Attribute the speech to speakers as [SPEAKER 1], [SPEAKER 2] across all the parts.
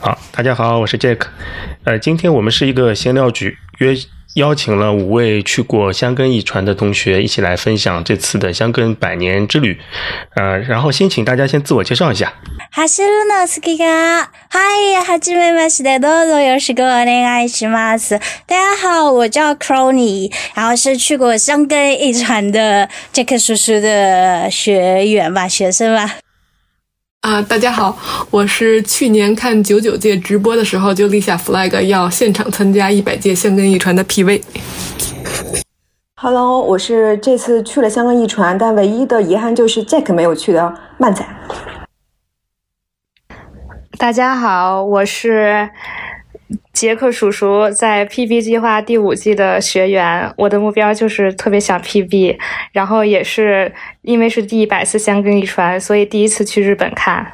[SPEAKER 1] 好，大家好，我是 Jack。呃，今天我们是一个闲聊局，约邀请了五位去过香根一传的同学一起来分享这次的香根百年之旅。呃，然后先请大家先自我介绍一下。
[SPEAKER 2] 走るの好きが。嗨，はじめまして，どうぞよろしくお願いします。大家好，我叫 Crony，然后是去过香根一传的 Jack 叔叔的学员吧，学生吧。
[SPEAKER 3] 啊，大家好，我是去年看九九届直播的时候就立下 flag 要现场参加一百届香根一传的 PV。
[SPEAKER 4] Hello，我是这次去了香港一传，但唯一的遗憾就是 Jack 没有去的漫仔。
[SPEAKER 5] 大家好，我是杰克叔叔，在 PB 计划第五季的学员。我的目标就是特别想 PB，然后也是因为是第一百次香根一传，所以第一次去日本看。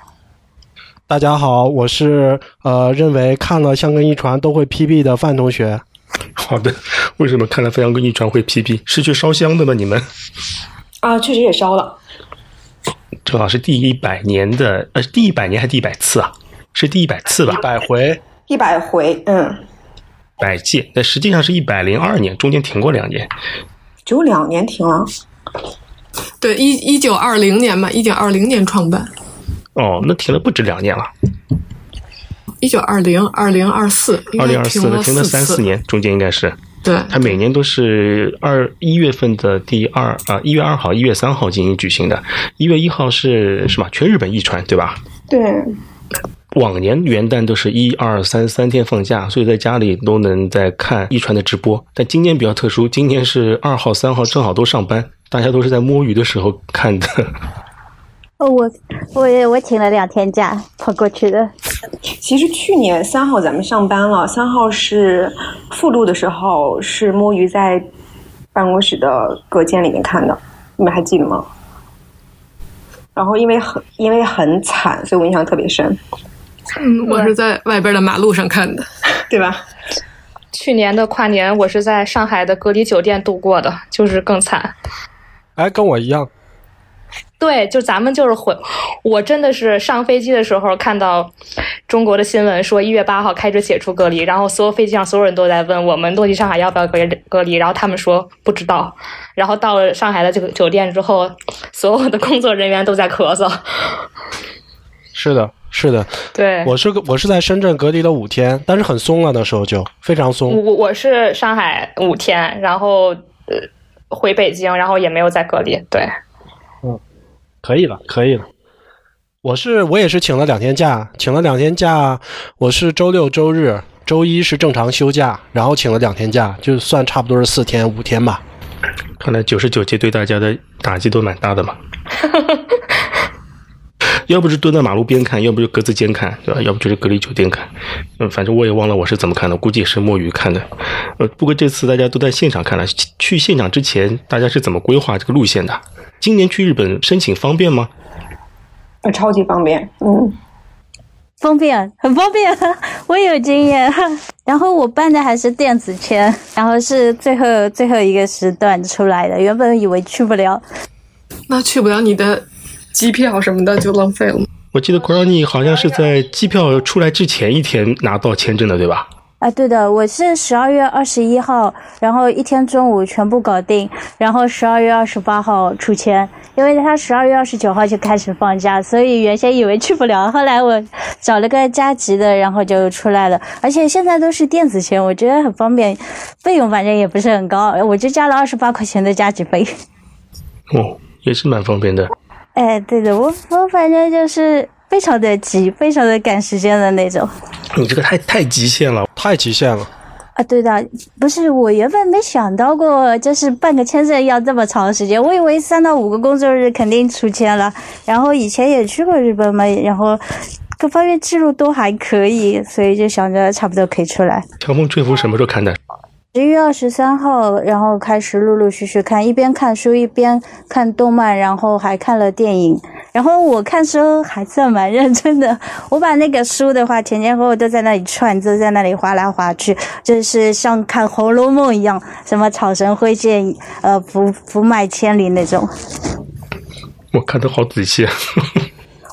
[SPEAKER 6] 大家好，我是呃认为看了《香根一传》都会 PB 的范同学。
[SPEAKER 1] 好的，为什么看了《飞扬跟一传》会 PB？是去烧香的吗？你们？
[SPEAKER 4] 啊，确实也烧了。
[SPEAKER 1] 正好是第一百年的，呃，第一百年还是第一百次啊？是第一百次吧？
[SPEAKER 6] 百回，
[SPEAKER 4] 一百回，嗯，
[SPEAKER 1] 百届，那实际上是一百零二年，中间停过两年。
[SPEAKER 4] 只有两年停了。
[SPEAKER 3] 对，一一九二零年嘛，一九二零年创办，
[SPEAKER 1] 哦，那停了不止两年了，
[SPEAKER 3] 一九二零、二零二四，应
[SPEAKER 1] 二零
[SPEAKER 3] 该
[SPEAKER 1] 二
[SPEAKER 3] 停
[SPEAKER 1] 四
[SPEAKER 3] 了
[SPEAKER 1] 了，停了三
[SPEAKER 3] 次
[SPEAKER 1] 四。年，中间应该是。
[SPEAKER 3] 对，
[SPEAKER 1] 它每年都是二一月份的第二啊，一、月二号、一月三号进行举行的。一月一号是什么？全日本一传，对吧？
[SPEAKER 4] 对，
[SPEAKER 1] 往年元旦都是一二三三天放假，所以在家里都能在看一传的直播。但今年比较特殊，今年是二号、三号正好都上班，大家都是在摸鱼的时候看的。
[SPEAKER 7] 哦，我我也我请了两天假跑过去的。
[SPEAKER 4] 其实去年三号咱们上班了，三号是复录的时候是摸鱼在办公室的隔间里面看的，你们还记得吗？然后因为很因为很惨，所以我印象特别深，
[SPEAKER 3] 嗯，我是在外边的马路上看的。
[SPEAKER 4] 对吧？
[SPEAKER 5] 去年的跨年，我是在上海的隔离酒店度过的，就是更惨。
[SPEAKER 6] 哎，跟我一样。
[SPEAKER 5] 对，就咱们就是混，我真的是上飞机的时候看到中国的新闻说一月八号开始解除隔离，然后所有飞机上所有人都在问我们落地上海要不要隔离隔离，然后他们说不知道，然后到了上海的这个酒店之后，所有的工作人员都在咳嗽。
[SPEAKER 6] 是的，是的，
[SPEAKER 5] 对，
[SPEAKER 6] 我是我是在深圳隔离了五天，但是很松了，那时候就非常
[SPEAKER 5] 我
[SPEAKER 6] 松。
[SPEAKER 5] 我我是上海五天，然后呃回北京，然后也没有再隔离。对，
[SPEAKER 6] 可以了，可以了。我是我也是请了两天假，请了两天假，我是周六周日，周一是正常休假，然后请了两天假，就算差不多是四天五天吧。
[SPEAKER 1] 看来九十九届对大家的打击都蛮大的嘛。 要不是蹲在马路边看，要不就格子间看，对吧？要不就是隔离酒店看。嗯，反正我也忘了我是怎么看的，估计也是摸鱼看的。呃，不过这次大家都在现场看了。去去现场之前，大家是怎么规划这个路线的？今年去日本申请方便吗？
[SPEAKER 4] 呃超级方便，嗯，
[SPEAKER 7] 方便，很方便，我有经验。然后我办的还是电子签，然后是最后最后一个时段出来的，原本以为去不了，
[SPEAKER 3] 那去不了你的机票什么的就浪费了。
[SPEAKER 1] 我记得 c o r o n y 好像是在机票出来之前一天拿到签证的，对吧？
[SPEAKER 7] 啊，对的，我是十二月二十一号，然后一天中午全部搞定，然后十二月二十八号出签，因为他十二月二十九号就开始放假，所以原先以为去不了，后来我找了个加急的，然后就出来了。而且现在都是电子签，我觉得很方便，费用反正也不是很高，我就加了二十八块钱的加急费。
[SPEAKER 1] 哦，也是蛮方便的。
[SPEAKER 7] 哎，对的，我我反正就是非常的急，非常的赶时间的那种。
[SPEAKER 1] 你这个太太极限了。
[SPEAKER 6] 太极限了。
[SPEAKER 7] 啊，对的，不是我原本没想到过，就是办个签证要这么长时间，我以为三到五个工作日肯定出签了。然后以前也去过日本嘛，然后各方面记录都还可以，所以就想着差不多可以出来。
[SPEAKER 1] 强风吹拂什么时候看的？
[SPEAKER 7] 十一月二十三号，然后开始陆陆续续看，一边看书一边看动漫，然后还看了电影。然后我看书还算蛮认真的，我把那个书的话前前后后都在那里串，都在那里划来划去，就是像看《红楼梦》一样，什么草绳灰线，呃，不不迈千里那种。
[SPEAKER 1] 我看的好仔细啊。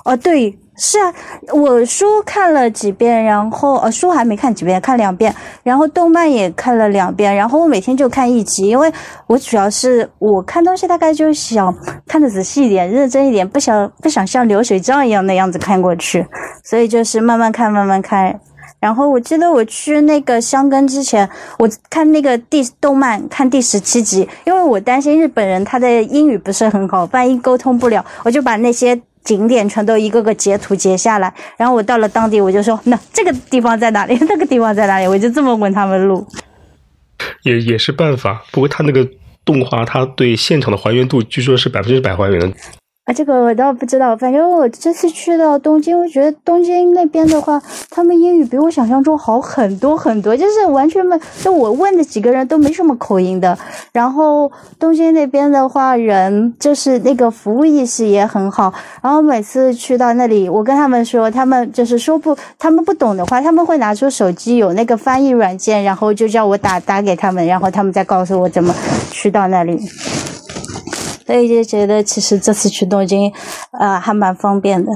[SPEAKER 7] 哦，对，是啊，我书看了几遍，然后呃书还没看几遍，看两遍，然后动漫也看了两遍，然后我每天就看一集，因为我主要是我看东西大概就想看的仔细一点，认真一点，不想不想像流水账一样那样子看过去，所以就是慢慢看，慢慢看。然后我记得我去那个香根之前，我看那个第动漫看第十七集，因为我担心日本人他的英语不是很好，万一沟通不了，我就把那些景点全都一个个截图截下来。然后我到了当地，我就说那这个地方在哪里， 那个地方在哪里，我就这么问他们路。
[SPEAKER 1] 也也是办法。不过他那个动画，他对现场的还原度据说是百分之百还原的。
[SPEAKER 7] 啊，这个我倒不知道。反正我这次去到东京，我觉得东京那边的话，他们英语比我想象中好很多很多，就是完全没，就我问的几个人都没什么口音的。然后东京那边的话，人就是那个服务意识也很好。然后每次去到那里，我跟他们说，他们就是说不，他们不懂的话，他们会拿出手机有那个翻译软件，然后就叫我打打给他们，然后他们再告诉我怎么去到那里。所以就觉得其实这次去东京，呃，还蛮方便的。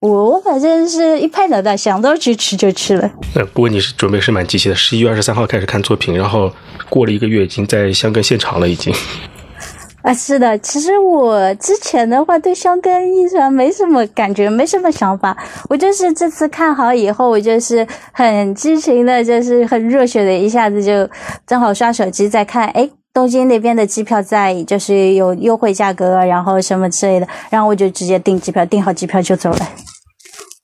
[SPEAKER 7] 我我反正是一拍脑袋想到去去就去了。
[SPEAKER 1] 呃，不过你是准备是蛮积极的，十一月二十三号开始看作品，然后过了一个月，已经在香根现场了，已经。
[SPEAKER 7] 啊，是的，其实我之前的话对香根艺传没什么感觉，没什么想法。我就是这次看好以后，我就是很激情的，就是很热血的，一下子就正好刷手机在看，哎，东京那边的机票在就是有优惠价格，啊然后什么之类的，然后我就直接订机票，订好机票就走了。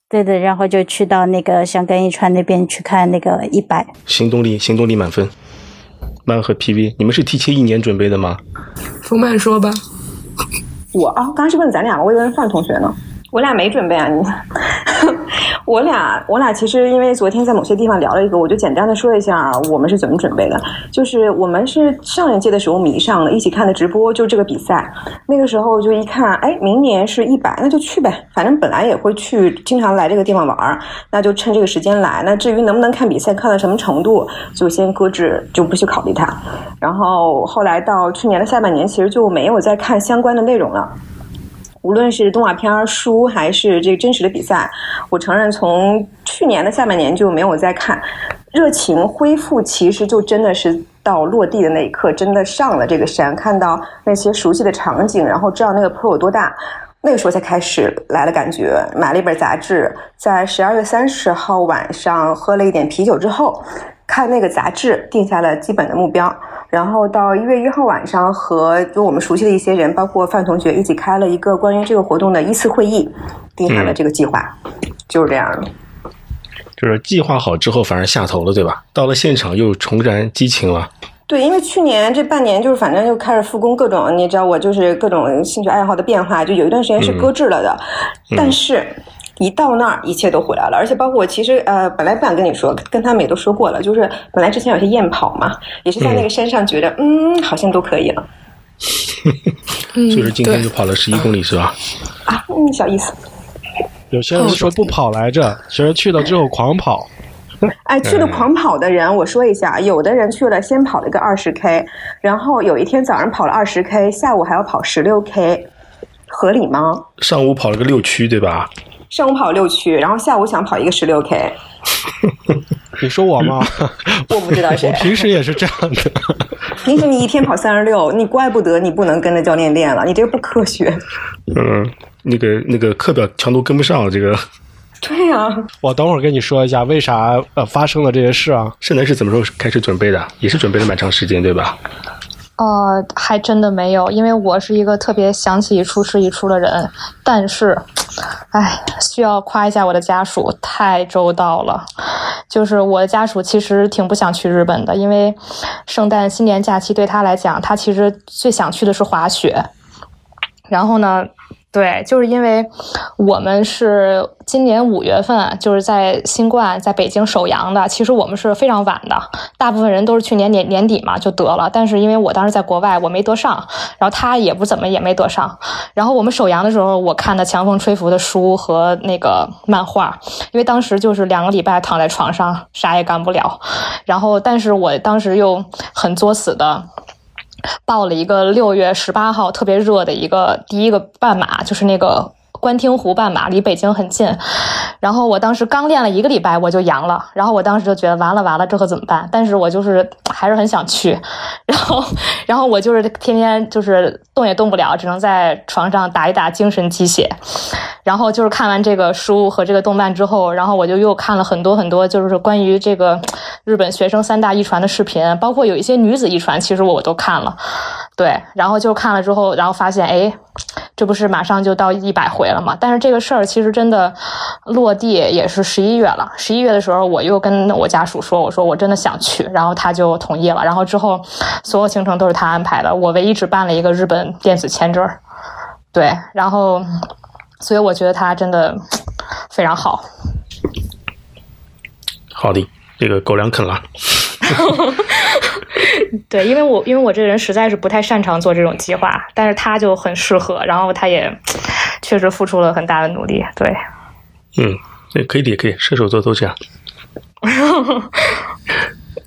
[SPEAKER 7] 对的，然后就去到那个香根一川那边去看那个一百。
[SPEAKER 1] 行动力，行动力满分。漫和 PV，你们是提前一年准备的吗？
[SPEAKER 3] 冯曼说吧，
[SPEAKER 4] 我啊，刚刚是问咱俩，我以为是范同学呢。我俩没准备啊，你。 我俩我俩其实因为昨天在某些地方聊了一个，我就简单的说一下我们是怎么准备的。就是我们是上一届的时候迷上了，一起看的直播，就这个比赛。那个时候就一看，哎，明年是一百，那就去呗。反正本来也会去，经常来这个地方玩儿，那就趁这个时间来。那至于能不能看比赛，看到什么程度，就先搁置，就不去考虑它。然后后来到去年的下半年，其实就没有再看相关的内容了。无论是动画片儿、书，还是这个真实的比赛，我承认从去年的下半年就没有再看，热情恢复其实就真的是到落地的那一刻，真的上了这个山，看到那些熟悉的场景，然后知道那个坡有多大。那个时候才开始来了感觉，买了一本杂志，在十二月三十号晚上喝了一点啤酒之后，看那个杂志定下了基本的目标，然后到一月一号晚上和就我们熟悉的一些人，包括范同学一起开了一个关于这个活动的一次会议，定下了这个计划，就是这样的。
[SPEAKER 1] 就是计划好之后反而下头了，对吧？到了现场又重燃激情了。
[SPEAKER 4] 对，因为去年这半年就是反正就开始复工各种，你知道我就是各种兴趣爱好的变化，就有一段时间是搁置了的，但是。一到那儿，一切都回来了，而且包括我其实呃，本来不想跟你说，跟他们也都说过了，就是本来之前有些验跑嘛，也是在那个山上觉得，嗯好像都可以了
[SPEAKER 3] 嗯，
[SPEAKER 1] 所以说今天
[SPEAKER 3] 对
[SPEAKER 1] 就，跑了十一公里是吧？
[SPEAKER 4] 啊，嗯，小意思。
[SPEAKER 6] 有些人说不跑来着，其实去了之后狂跑。
[SPEAKER 4] 哎，去了狂跑的人，我说一下，有的人去了先跑了一个二十 K，然后有一天早上跑了二十 K，下午还要跑十六 K，合理吗？
[SPEAKER 1] 上午跑了个六区，对吧？
[SPEAKER 4] 上午跑六区，然后下午想跑一个十六 K，
[SPEAKER 6] 你说我吗？
[SPEAKER 4] 我不知道谁
[SPEAKER 6] 我。平时也是这样的。
[SPEAKER 4] 平时你一天跑三十六，你怪不得你不能跟着教练练了，你这个不科学。
[SPEAKER 1] 嗯，那个那个课表强度跟不上，这个
[SPEAKER 4] 对啊呀、
[SPEAKER 6] 我等会儿跟你说一下为啥呃发生了这些事啊。
[SPEAKER 1] 盛楠是怎么时候开始准备的？也是准备了蛮长时间，对吧？
[SPEAKER 5] 呃，还真的没有，因为我是一个特别想起一出是一出的人。但是，哎，需要夸一下我的家属，太周到了。就是我的家属其实挺不想去日本的，因为圣诞、新年假期对他来讲，他其实最想去的是滑雪。然后呢，对，就是因为我们是今年五月份啊就是在新冠在北京首阳的，其实我们是非常晚的，大部分人都是去年年年底嘛就得了，但是因为我当时在国外，我没得上，然后他也不怎么也没得上。然后我们首阳的时候，我看的《强风吹拂》的书和那个漫画，因为当时就是两个礼拜躺在床上，啥也干不了。然后，但是我当时又很作死的。报了一个六月十八号特别热的一个第一个半马，就是那个官厅湖半马，离北京很近。然后我当时刚练了一个礼拜，我就阳了。然后我当时就觉得完了完了，这可怎么办？但是我就是还是很想去。 然后，然后我就是天天就是动也动不了，只能在床上打一打精神鸡血。然后就是看完这个书和这个动漫之后，然后我就又看了很多很多，就是关于这个日本学生三大遗传的视频，包括有一些女子遗传，其实我我都看了。对，然后就看了之后，然后发现，哎，这不是马上就到一百回了嘛？但是这个事儿其实真的落地也是十一月了。十一月的时候，我又跟我家属说，我说我真的想去，然后他就同意了。然后之后所有行程都是他安排的，我唯一只办了一个日本电子签证儿。对，然后所以我觉得他真的非常好。
[SPEAKER 1] 好的，这个狗粮啃了。
[SPEAKER 5] 对，因为我因为我这人实在是不太擅长做这种计划，但是他就很适合，然后他也确实付出了很大的努力。对，
[SPEAKER 1] 嗯，这可以的，也可以，射手座都这样。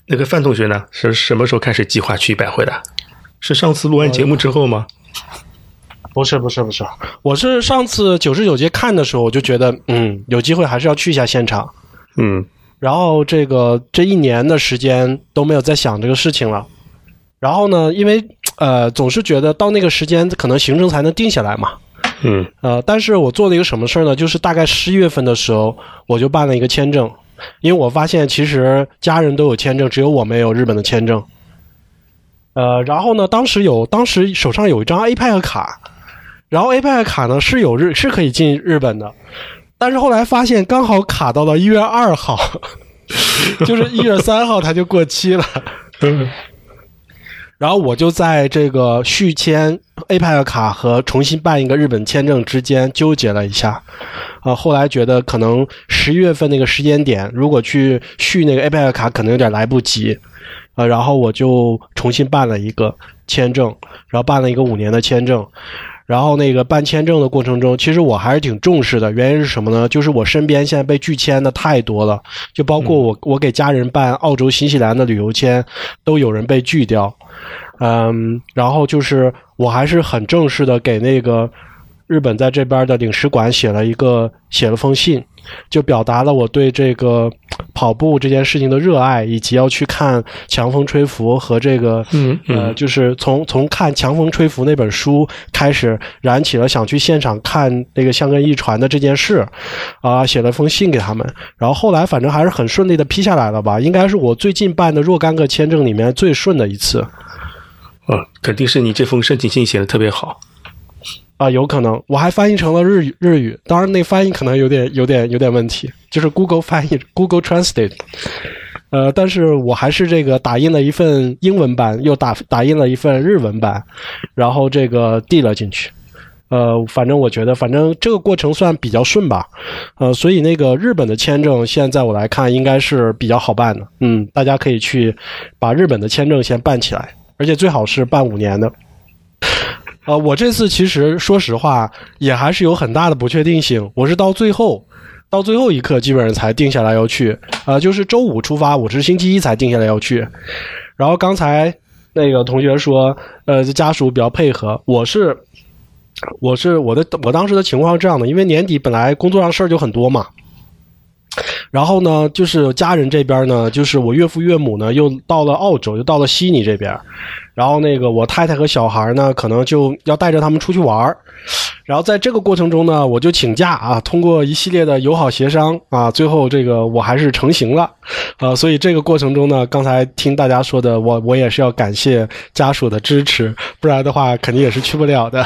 [SPEAKER 1] 那个范同学呢？是什么时候开始计划去一百回的？是上次录完节目之后吗？
[SPEAKER 6] 不是不是不是，我是上次九十九节看的时候，我就觉得，嗯，有机会还是要去一下现场。
[SPEAKER 1] 嗯，
[SPEAKER 6] 然后这个这一年的时间都没有再想这个事情了。然后呢，因为呃总是觉得到那个时间可能行程才能定下来嘛。
[SPEAKER 1] 嗯，
[SPEAKER 6] 呃，但是我做了一个什么事儿呢？就是大概十一月份的时候，我就办了一个签证，因为我发现其实家人都有签证，只有我没有日本的签证。呃，然后呢，当时有当时手上有一张 APEC 卡，然后 APEC 卡呢是有日是可以进日本的，但是后来发现刚好卡到了一月二号， 就是一月三号它就过期了。然后我就在这个续签 APEC 卡和重新办一个日本签证之间纠结了一下，啊、后来觉得可能十一月份那个时间点，如果去续那个 APEC 卡，可能有点来不及，啊、然后我就重新办了一个签证，然后办了一个五年的签证，然后那个办签证的过程中，其实我还是挺重视的。原因是什么呢？就是我身边现在被拒签的太多了，就包
[SPEAKER 1] 嗯
[SPEAKER 6] 括我，我给家人办澳洲、新西兰的旅游签，都有人被拒掉。嗯，然后就是我还是很正式的给那个日本在这边的领事馆写了一个写了封信，就表达了我对这个跑步这件事情的热爱，以及要去看《强风吹拂》和这个
[SPEAKER 1] 嗯嗯
[SPEAKER 6] 呃，就是从从看《强风吹拂》那本书开始，燃起了想去现场看那个香根一传的这件事，啊、写了封信给他们，然后后来反正还是很顺利的批下来了吧，应该是我最近办的若干个签证里面最顺的一次。
[SPEAKER 1] 啊，肯定是你这封申请信写的特别好。
[SPEAKER 6] 啊，有可能，我还翻译成了日语，日语，当然那翻译可能有点、有点、有点问题，就是 Google 翻译，Google Translate。呃，但是我还是这个打印了一份英文版，又打打印了一份日文版，然后这个递了进去。呃，反正我觉得，反正这个过程算比较顺吧。呃，所以那个日本的签证，现在我来看应该是比较好办的。嗯，大家可以去把日本的签证先办起来，而且最好是办五年的。呃，我这次其实说实话也还是有很大的不确定性，我是到最后。到最后一刻，基本上才定下来要去，呃，就是周五出发，我是星期一才定下来要去。然后刚才那个同学说，呃，家属比较配合，我是，我是我的我当时的情况是这样的，因为年底本来工作上事儿就很多嘛，然后呢，就是家人这边呢，就是我岳父岳母呢又到了澳洲，又到了悉尼这边，然后那个我太太和小孩呢，可能就要带着他们出去玩儿。然后在这个过程中呢，我就请假啊，通过一系列的友好协商啊，最后这个我还是成型了，呃，所以这个过程中呢，刚才听大家说的，我我也是要感谢家属的支持，不然的话肯定也是去不了的。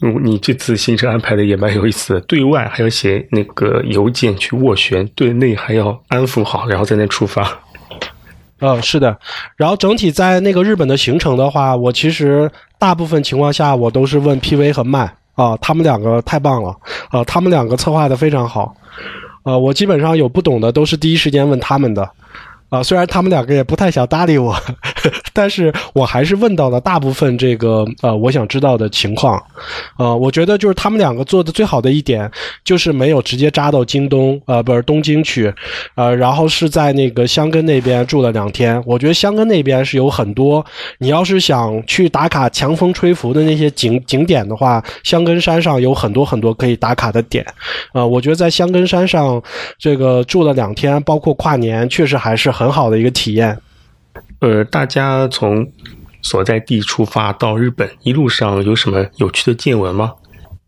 [SPEAKER 1] 嗯，你这次行程安排的也蛮有意思的，对外还要写那个邮件去斡旋，对内还要安抚好，然后再那出发。
[SPEAKER 6] 嗯，是的。然后整体在那个日本的行程的话，我其实大部分情况下我都是问 PV 和麦啊、他们两个太棒了，啊，他们两个策划的非常好，呃，我基本上有不懂的都是第一时间问他们的。啊，虽然他们两个也不太想搭理我， 但是我还是问到了大部分这个呃我想知道的情况，呃，我觉得就是他们两个做的最好的一点就是没有直接扎到京东，呃，不是东京去，呃，然后是在那个箱根那边住了两天。我觉得箱根那边是有很多，你要是想去打卡强风吹拂的那些景景点的话，箱根山上有很多很多可以打卡的点。呃，我觉得在箱根山上这个住了两天，包括跨年，确实还是很好的一个体验。
[SPEAKER 1] 呃，大家从所在地出发到日本，一路上有什么有趣的见闻吗？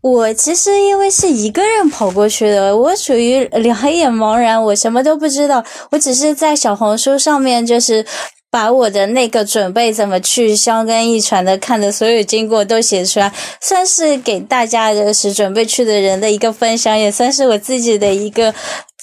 [SPEAKER 7] 我其实因为是一个人跑过去的，我属于两眼茫然，我什么都不知道。我只是在小红书上面，就是把我的那个准备怎么去香根一传的看的所有经过都写出来，算是给大家就是准备去的人的一个分享，也算是我自己的一个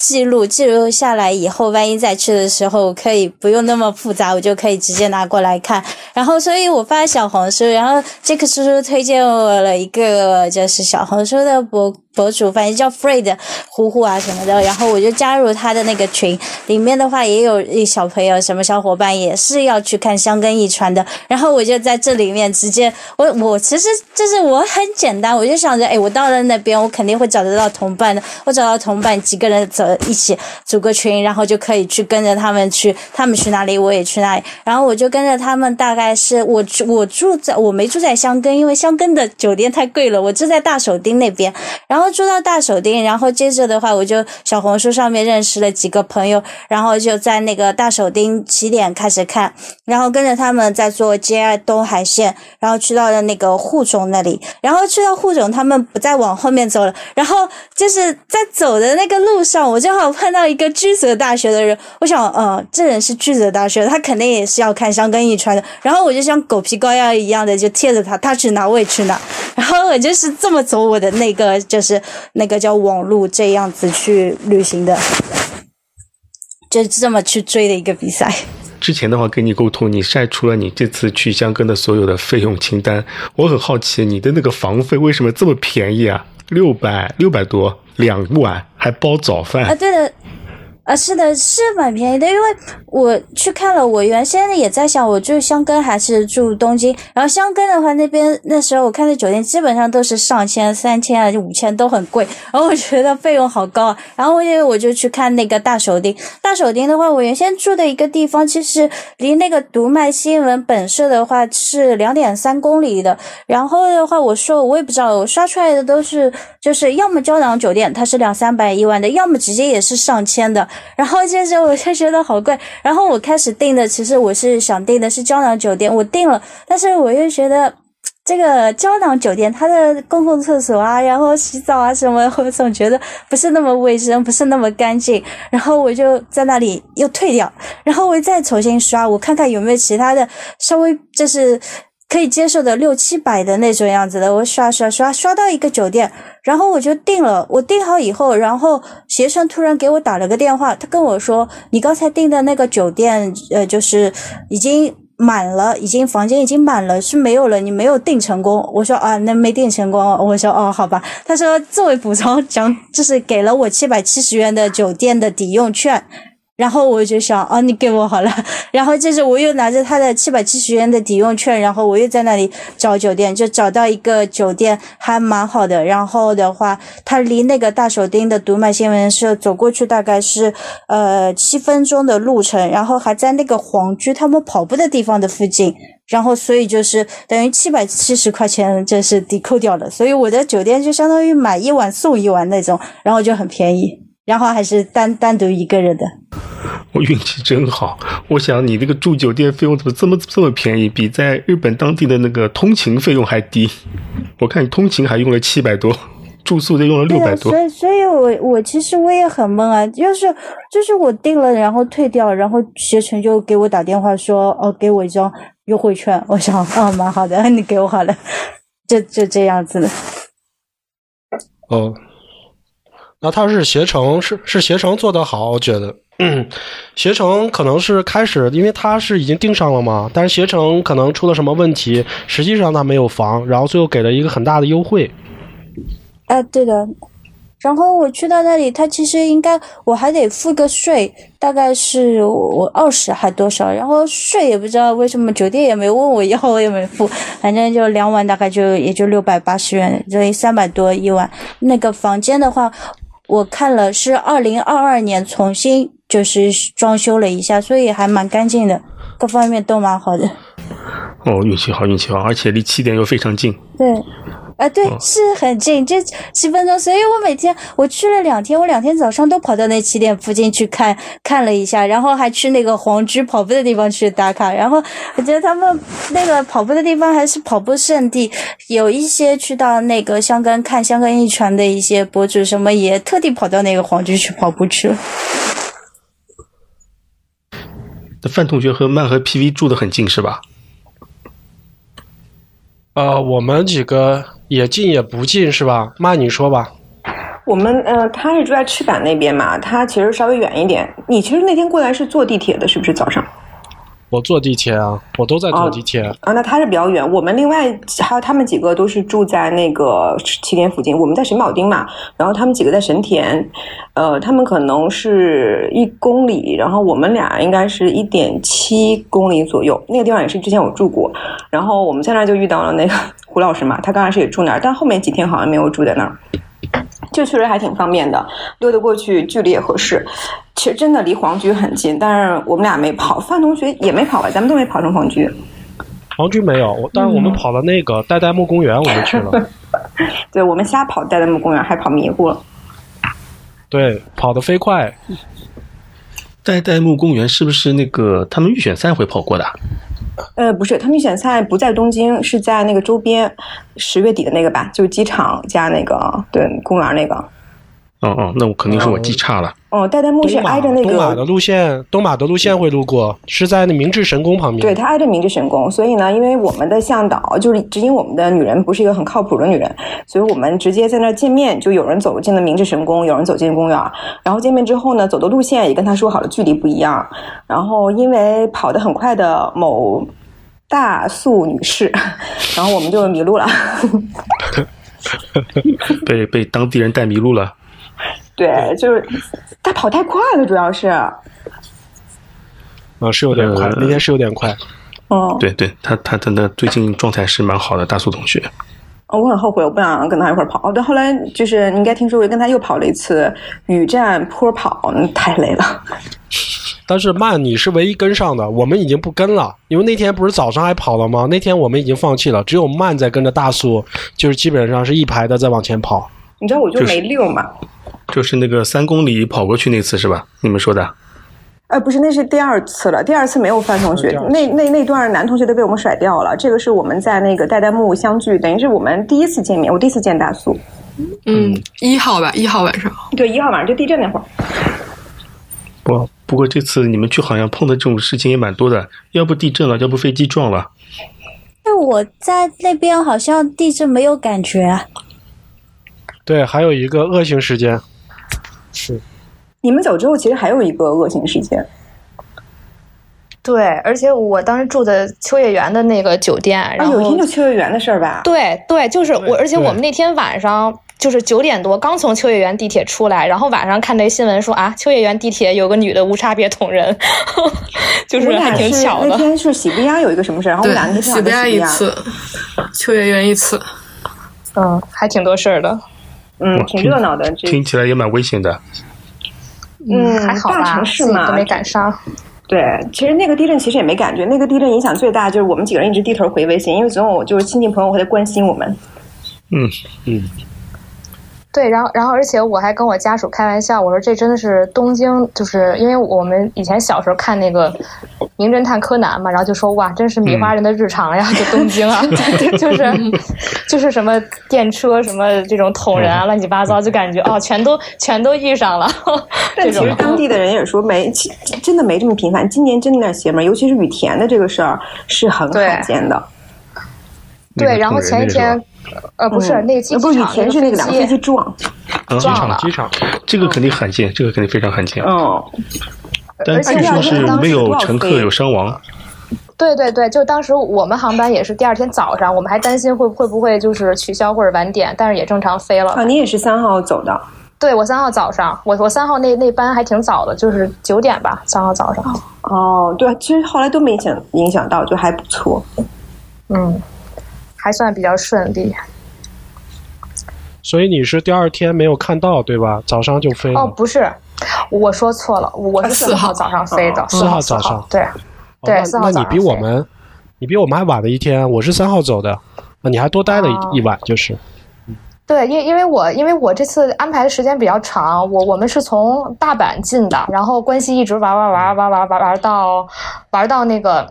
[SPEAKER 7] 记录。记录下来以后，万一再去的时候，我可以不用那么复杂，我就可以直接拿过来看。然后，所以我发小红书，然后杰克叔叔推荐我了一个就是小红书的博博主，反正叫 Fred 呼呼啊什么的，然后我就加入他的那个群，里面的话也有一小朋友什么小伙伴也是要去看香根一川的，然后我就在这里面直接，我我其实就是我很简单，我就想着，哎，我到了那边，我肯定会找得到同伴的，我找到同伴几个人走一起组个群，然后就可以去跟着他们去，他们去哪里我也去哪里，然后我就跟着他们，大概是我住我住在我没住在香根，因为香根的酒店太贵了，我住在大手町那边，然后住到大手町，然后接着的话，我就小红书上面认识了几个朋友，然后就在那个大手町起点开始看，然后跟着他们在坐 JR 东海线，然后去到了那个户冢那里，然后去到户冢，他们不再往后面走了，然后就是在走的那个路上，我正好碰到一个居泽大学的人，我想，呃，这人是巨子大学，他肯定也是要看香根一川的。然后我就像狗皮膏药一样的就贴着他，他去哪我也去哪。然后我就是这么走我的那个就是那个叫网路这样子去旅行的，就是这么去追的一个比赛。
[SPEAKER 1] 之前的话跟你沟通，你晒出了你这次去香根的所有的费用清单，我很好奇你的那个房费为什么这么便宜啊？六百六百多两晚，还包早
[SPEAKER 7] 啊，
[SPEAKER 1] 饭。
[SPEAKER 7] 对的，啊，是的，是蛮便宜的，因为我去看了，我原先也在想，我住香根还是住东京，然后香根的话，那边那时候我看的酒店基本上都是上千、三千啊、五千都很贵，然后我觉得费用好高啊，然后我就我就去看那个大手町，大手町的话，我原先住的一个地方，其实离那个读卖新闻本社的话是两点三公里的，然后的话，我说我也不知道，我刷出来的都是就是要么胶囊酒店，它是两三百一万的，要么直接也是上千的。然后接着我就觉得好贵，然后我开始订的，其实我是想订的是胶囊酒店，我订了，但是我又觉得。这个胶囊酒店，它的公共厕所啊，然后洗澡啊什么，我总觉得不是那么卫生，不是那么干净。然后我就在那里又退掉，然后我再重新刷，我看看有没有其他的稍微就是可以接受的六七百的那种样子的。我刷刷刷刷到一个酒店，然后我就订了。我订好以后，然后携程突然给我打了个电话，他跟我说：“你刚才订的那个酒店，呃，就是已经。”满了，已经房间已经满了，是没有了，你没有订成功。我说啊，那没订成功。我说哦，好吧。他说作为补偿，奖就是给了我七百七十元的酒店的抵用券。然后我就想，啊，你给我好了。然后接着我又拿着他的七百七十元的抵用券，然后我又在那里找酒店，就找到一个酒店还蛮好的。然后的话，它离那个大手町的读卖新闻社走过去大概是呃七分钟的路程，然后还在那个皇居他们跑步的地方的附近。然后，所以就是等于七百七十块钱，这是抵扣掉了。所以我的酒店就相当于买一晚送一晚那种，然后就很便宜，然后还是单单独一个人的。
[SPEAKER 1] 我运气真好，我想你那个住酒店费用怎么这么这么便宜，比在日本当地的那个通勤费用还低。我看你通勤还用了七百多，住宿得用了六
[SPEAKER 7] 对
[SPEAKER 1] 百
[SPEAKER 7] 啊，
[SPEAKER 1] 多
[SPEAKER 7] 所。以，所以我我其实我也很懵啊，就是就是我订了，然后退掉，然后携程就给我打电话说，哦，给我一张优惠券。我想，啊，蛮好的， 你给我好了，就就这样子了。
[SPEAKER 6] 哦，那他是携程，是是携程做得好，我觉得。 携程可能是开始，因为他是已经订上了嘛，但是携程可能出了什么问题，实际上他没有房，然后最后给了一个很大的优惠。
[SPEAKER 7] 哎啊，对的，然后我去到那里，他其实应该我还得付个税，大概是我二十还多少，然后税也不知道为什么酒店也没问我要，我也没付，反正就两晚大概就也就六百八十元，所以三百多一晚。那个房间的话，我看了是二零二二年重新就是装修了一下，所以还蛮干净的，各方面都蛮好的。
[SPEAKER 1] 哦，运气好，运气好，而且离起点又非常近。
[SPEAKER 7] 对，啊，对，是很近，这十分钟。所以我每天我去了两天，我两天早上都跑到那起点附近去看看了一下，然后还去那个黄居跑步的地方去打卡。然后我觉得他们那个跑步的地方还是跑步圣地，有一些去到那个香根看香根一传的一些博主什么，也特地跑到那个黄居去跑步去了。
[SPEAKER 1] 那范同学和曼和 PV 住的很近是吧？
[SPEAKER 6] 呃，我们几个也近也不近是吧？骂你说吧，
[SPEAKER 4] 我们呃，他是住在赤坂那边嘛，他其实稍微远一点。你其实那天过来是坐地铁的，是不是早上？
[SPEAKER 6] 我坐地铁啊，我都在坐地铁。
[SPEAKER 4] 啊，那他是比较远。我们另外还有他们几个都是住在那个起点附近，我们在神保町嘛，然后他们几个在神田，呃，他们可能是一公里，然后我们俩应该是一点七公里左右。那个地方也是之前我住过，然后我们在那儿就遇到了那个胡老师嘛，他刚开始也住那儿，但后面几天好像没有住在那儿。就确实还挺方便的，溜达过去距离也合适。其实真的离黄居很近，但是我们俩没跑，范同学也没跑吧，咱们都没跑成黄居。
[SPEAKER 6] 黄居没有，我但是我们跑了那
[SPEAKER 4] 嗯
[SPEAKER 6] 个代代木公园，我们 去了，
[SPEAKER 4] 对，我们瞎跑代代木公园，还跑迷糊了。
[SPEAKER 6] 对，跑得飞快。
[SPEAKER 1] 代代木公园是不是那个他们预选赛会跑过的？啊
[SPEAKER 4] 呃，不是，他们预选赛不在东京，是在那个周边，十月底的那个吧，就是机场加那个对公园那个。
[SPEAKER 1] 哦哦，那我肯定是我记差了。
[SPEAKER 4] 哦，代代木是
[SPEAKER 6] 东马
[SPEAKER 4] 挨着那
[SPEAKER 6] 东马的
[SPEAKER 4] 个，
[SPEAKER 6] 路线，东马的路线会路过，是在那明治神宫旁边。
[SPEAKER 4] 对，它挨着明治神宫，所以呢，因为我们的向导就是指引我们的女人不是一个很靠谱的女人，所以我们直接在那儿见面，就有人走进了明治神宫，有人走进公园，然后见面之后呢，走的路线也跟他说好了距离不一样，然后因为跑得很快的某大素女士， 然后我们就迷路了。
[SPEAKER 1] 被被当地人带迷路了。
[SPEAKER 4] 对，就是他跑太快了，主要是，
[SPEAKER 6] 啊，是有点快
[SPEAKER 1] 呃，
[SPEAKER 6] 那天是有点快。
[SPEAKER 4] 嗯，
[SPEAKER 1] 对对，他他他的最近状态是蛮好的，大苏同学。
[SPEAKER 4] 我很后悔，我不想跟他一块儿跑。哦，对，后来就是你应该听说，我跟他又跑了一次雨战坡跑，嗯太累了。
[SPEAKER 6] 但是慢你是唯一跟上的，我们已经不跟了，因为那天不是早上还跑了吗？那天我们已经放弃了，只有慢在跟着大速，就是基本上是一排的在往前跑。
[SPEAKER 4] 你知道我就
[SPEAKER 1] 就是
[SPEAKER 4] 没溜嘛？
[SPEAKER 1] 就是那个三公里跑过去那次是吧？你们说的？
[SPEAKER 4] 呃，不是，那是第二次了。第二次没有范同学，
[SPEAKER 6] 嗯
[SPEAKER 4] 那那那段男同学都被我们甩掉了。这个是我们在那个代代木相聚，等于是我们第一次见面，我第一次见大苏。
[SPEAKER 3] 嗯，一号吧，一号晚上。
[SPEAKER 4] 对，一号晚上就地震那会儿。
[SPEAKER 1] 不，不过这次你们去好像碰的这种事情也蛮多的，要不地震了，要不飞机撞了。
[SPEAKER 7] 但我在那边好像地震没有感觉啊。
[SPEAKER 6] 对，还有一个恶性事件，是
[SPEAKER 4] 你们走之后，其实还有一个恶性事件。
[SPEAKER 5] 对，而且我当时住的秋叶原的那个酒店，
[SPEAKER 4] 啊，
[SPEAKER 5] 然后
[SPEAKER 4] 有一天就秋叶原的事儿吧？
[SPEAKER 5] 对对，就是我，而且
[SPEAKER 6] 对
[SPEAKER 5] 我们那天晚上就是九点多刚从秋叶原地铁出来，然后晚上看这新闻说啊，秋叶原地铁有个女的无差别捅人， 就是
[SPEAKER 4] 我俩
[SPEAKER 5] 还挺
[SPEAKER 4] 是
[SPEAKER 5] 巧
[SPEAKER 4] 那
[SPEAKER 5] 的。
[SPEAKER 4] 天是喜不压有一个什么事儿，然后我
[SPEAKER 3] 对
[SPEAKER 4] 们俩那，天
[SPEAKER 3] 喜
[SPEAKER 4] 晚
[SPEAKER 3] 不
[SPEAKER 4] 上
[SPEAKER 3] 亚
[SPEAKER 4] 喜
[SPEAKER 3] 一
[SPEAKER 4] 不亚，
[SPEAKER 3] 次，秋叶原一次。
[SPEAKER 5] 嗯，还挺多事儿的。
[SPEAKER 4] 嗯
[SPEAKER 1] 哇，
[SPEAKER 4] 挺
[SPEAKER 1] 听
[SPEAKER 4] 热闹的。这
[SPEAKER 1] 听起来也蛮危险的。
[SPEAKER 4] 嗯
[SPEAKER 5] 还好吧，
[SPEAKER 4] 大城市
[SPEAKER 5] 自己
[SPEAKER 4] 嘛
[SPEAKER 5] 都没赶上。
[SPEAKER 4] 对，其实那个地震其实也没感觉，那个地震影响最大就是我们几个人一直低头回微信，因为总有就是亲戚朋友会在关心我们。
[SPEAKER 1] 嗯，
[SPEAKER 5] 对，然后然后，而且我还跟我家属开玩笑，我说这真的是东京，就是因为我们以前小时候看那个《名侦探柯南》嘛，然后就说哇，真是米
[SPEAKER 4] 嗯
[SPEAKER 5] 花人的日常呀，就东 京啊， 就是就是什么电车什么这种捅
[SPEAKER 4] 嗯
[SPEAKER 5] 人啊，乱七八糟，就感觉哦，全都全都遇上了
[SPEAKER 4] 但
[SPEAKER 5] 这
[SPEAKER 4] 其
[SPEAKER 5] 种
[SPEAKER 4] 实。当地的人也说没，其真的没这么频繁。今年真的有点邪门，尤其是雨田的这个事儿是很
[SPEAKER 5] 对
[SPEAKER 4] 罕见的。
[SPEAKER 1] 那个
[SPEAKER 5] 对，然后
[SPEAKER 1] 捅人
[SPEAKER 5] 前一
[SPEAKER 1] 那是吧
[SPEAKER 5] 天，呃，不是
[SPEAKER 4] 嗯
[SPEAKER 5] 那个机
[SPEAKER 4] 呃不是雨
[SPEAKER 5] 场
[SPEAKER 4] 田是那个两个飞
[SPEAKER 5] 飞
[SPEAKER 4] 机
[SPEAKER 5] 机
[SPEAKER 4] 撞，
[SPEAKER 1] 啊
[SPEAKER 5] 撞了
[SPEAKER 6] 机场
[SPEAKER 1] 这个肯定罕见，这个肯定非常啊罕见。
[SPEAKER 4] 嗯，
[SPEAKER 1] 但
[SPEAKER 5] 而且
[SPEAKER 1] 据说
[SPEAKER 5] 我
[SPEAKER 1] 是
[SPEAKER 5] 当时
[SPEAKER 1] 没有
[SPEAKER 4] 多少
[SPEAKER 1] 乘客
[SPEAKER 4] 飞
[SPEAKER 5] 啊
[SPEAKER 1] 有伤亡。
[SPEAKER 5] 对对对，就当时我们航班也是第二天早上，我们还担心会会不会就是取消或者晚点，但是也正常飞了。
[SPEAKER 4] 啊，你也是三号走的，
[SPEAKER 5] 对我三号早上，我我三号那那班还挺早的，就是九点吧，三号早上。
[SPEAKER 4] 哦，对，其实后来都没影响影响到，就还不错。
[SPEAKER 5] 嗯，还算比较顺利。
[SPEAKER 6] 所以你是第二天没有看到对吧？早上就飞了。
[SPEAKER 5] 哦，不是，我说错了，我是啊四号早上飞的，
[SPEAKER 6] 四
[SPEAKER 5] 号
[SPEAKER 6] 号早上
[SPEAKER 5] 对，
[SPEAKER 6] 哦
[SPEAKER 5] 对
[SPEAKER 6] 那
[SPEAKER 5] 四号
[SPEAKER 6] 那
[SPEAKER 5] 早
[SPEAKER 6] 你
[SPEAKER 5] 上
[SPEAKER 6] 比我
[SPEAKER 5] 飞
[SPEAKER 6] 们，你比我们还晚了一天。我是三号走的，那你还多待了一、
[SPEAKER 5] 哦
[SPEAKER 6] 一晚，就是
[SPEAKER 5] 对，因因为我因为我这次安排的时间比较长，我我们是从大阪进的，然后关西一直玩玩玩玩玩玩玩到玩到那个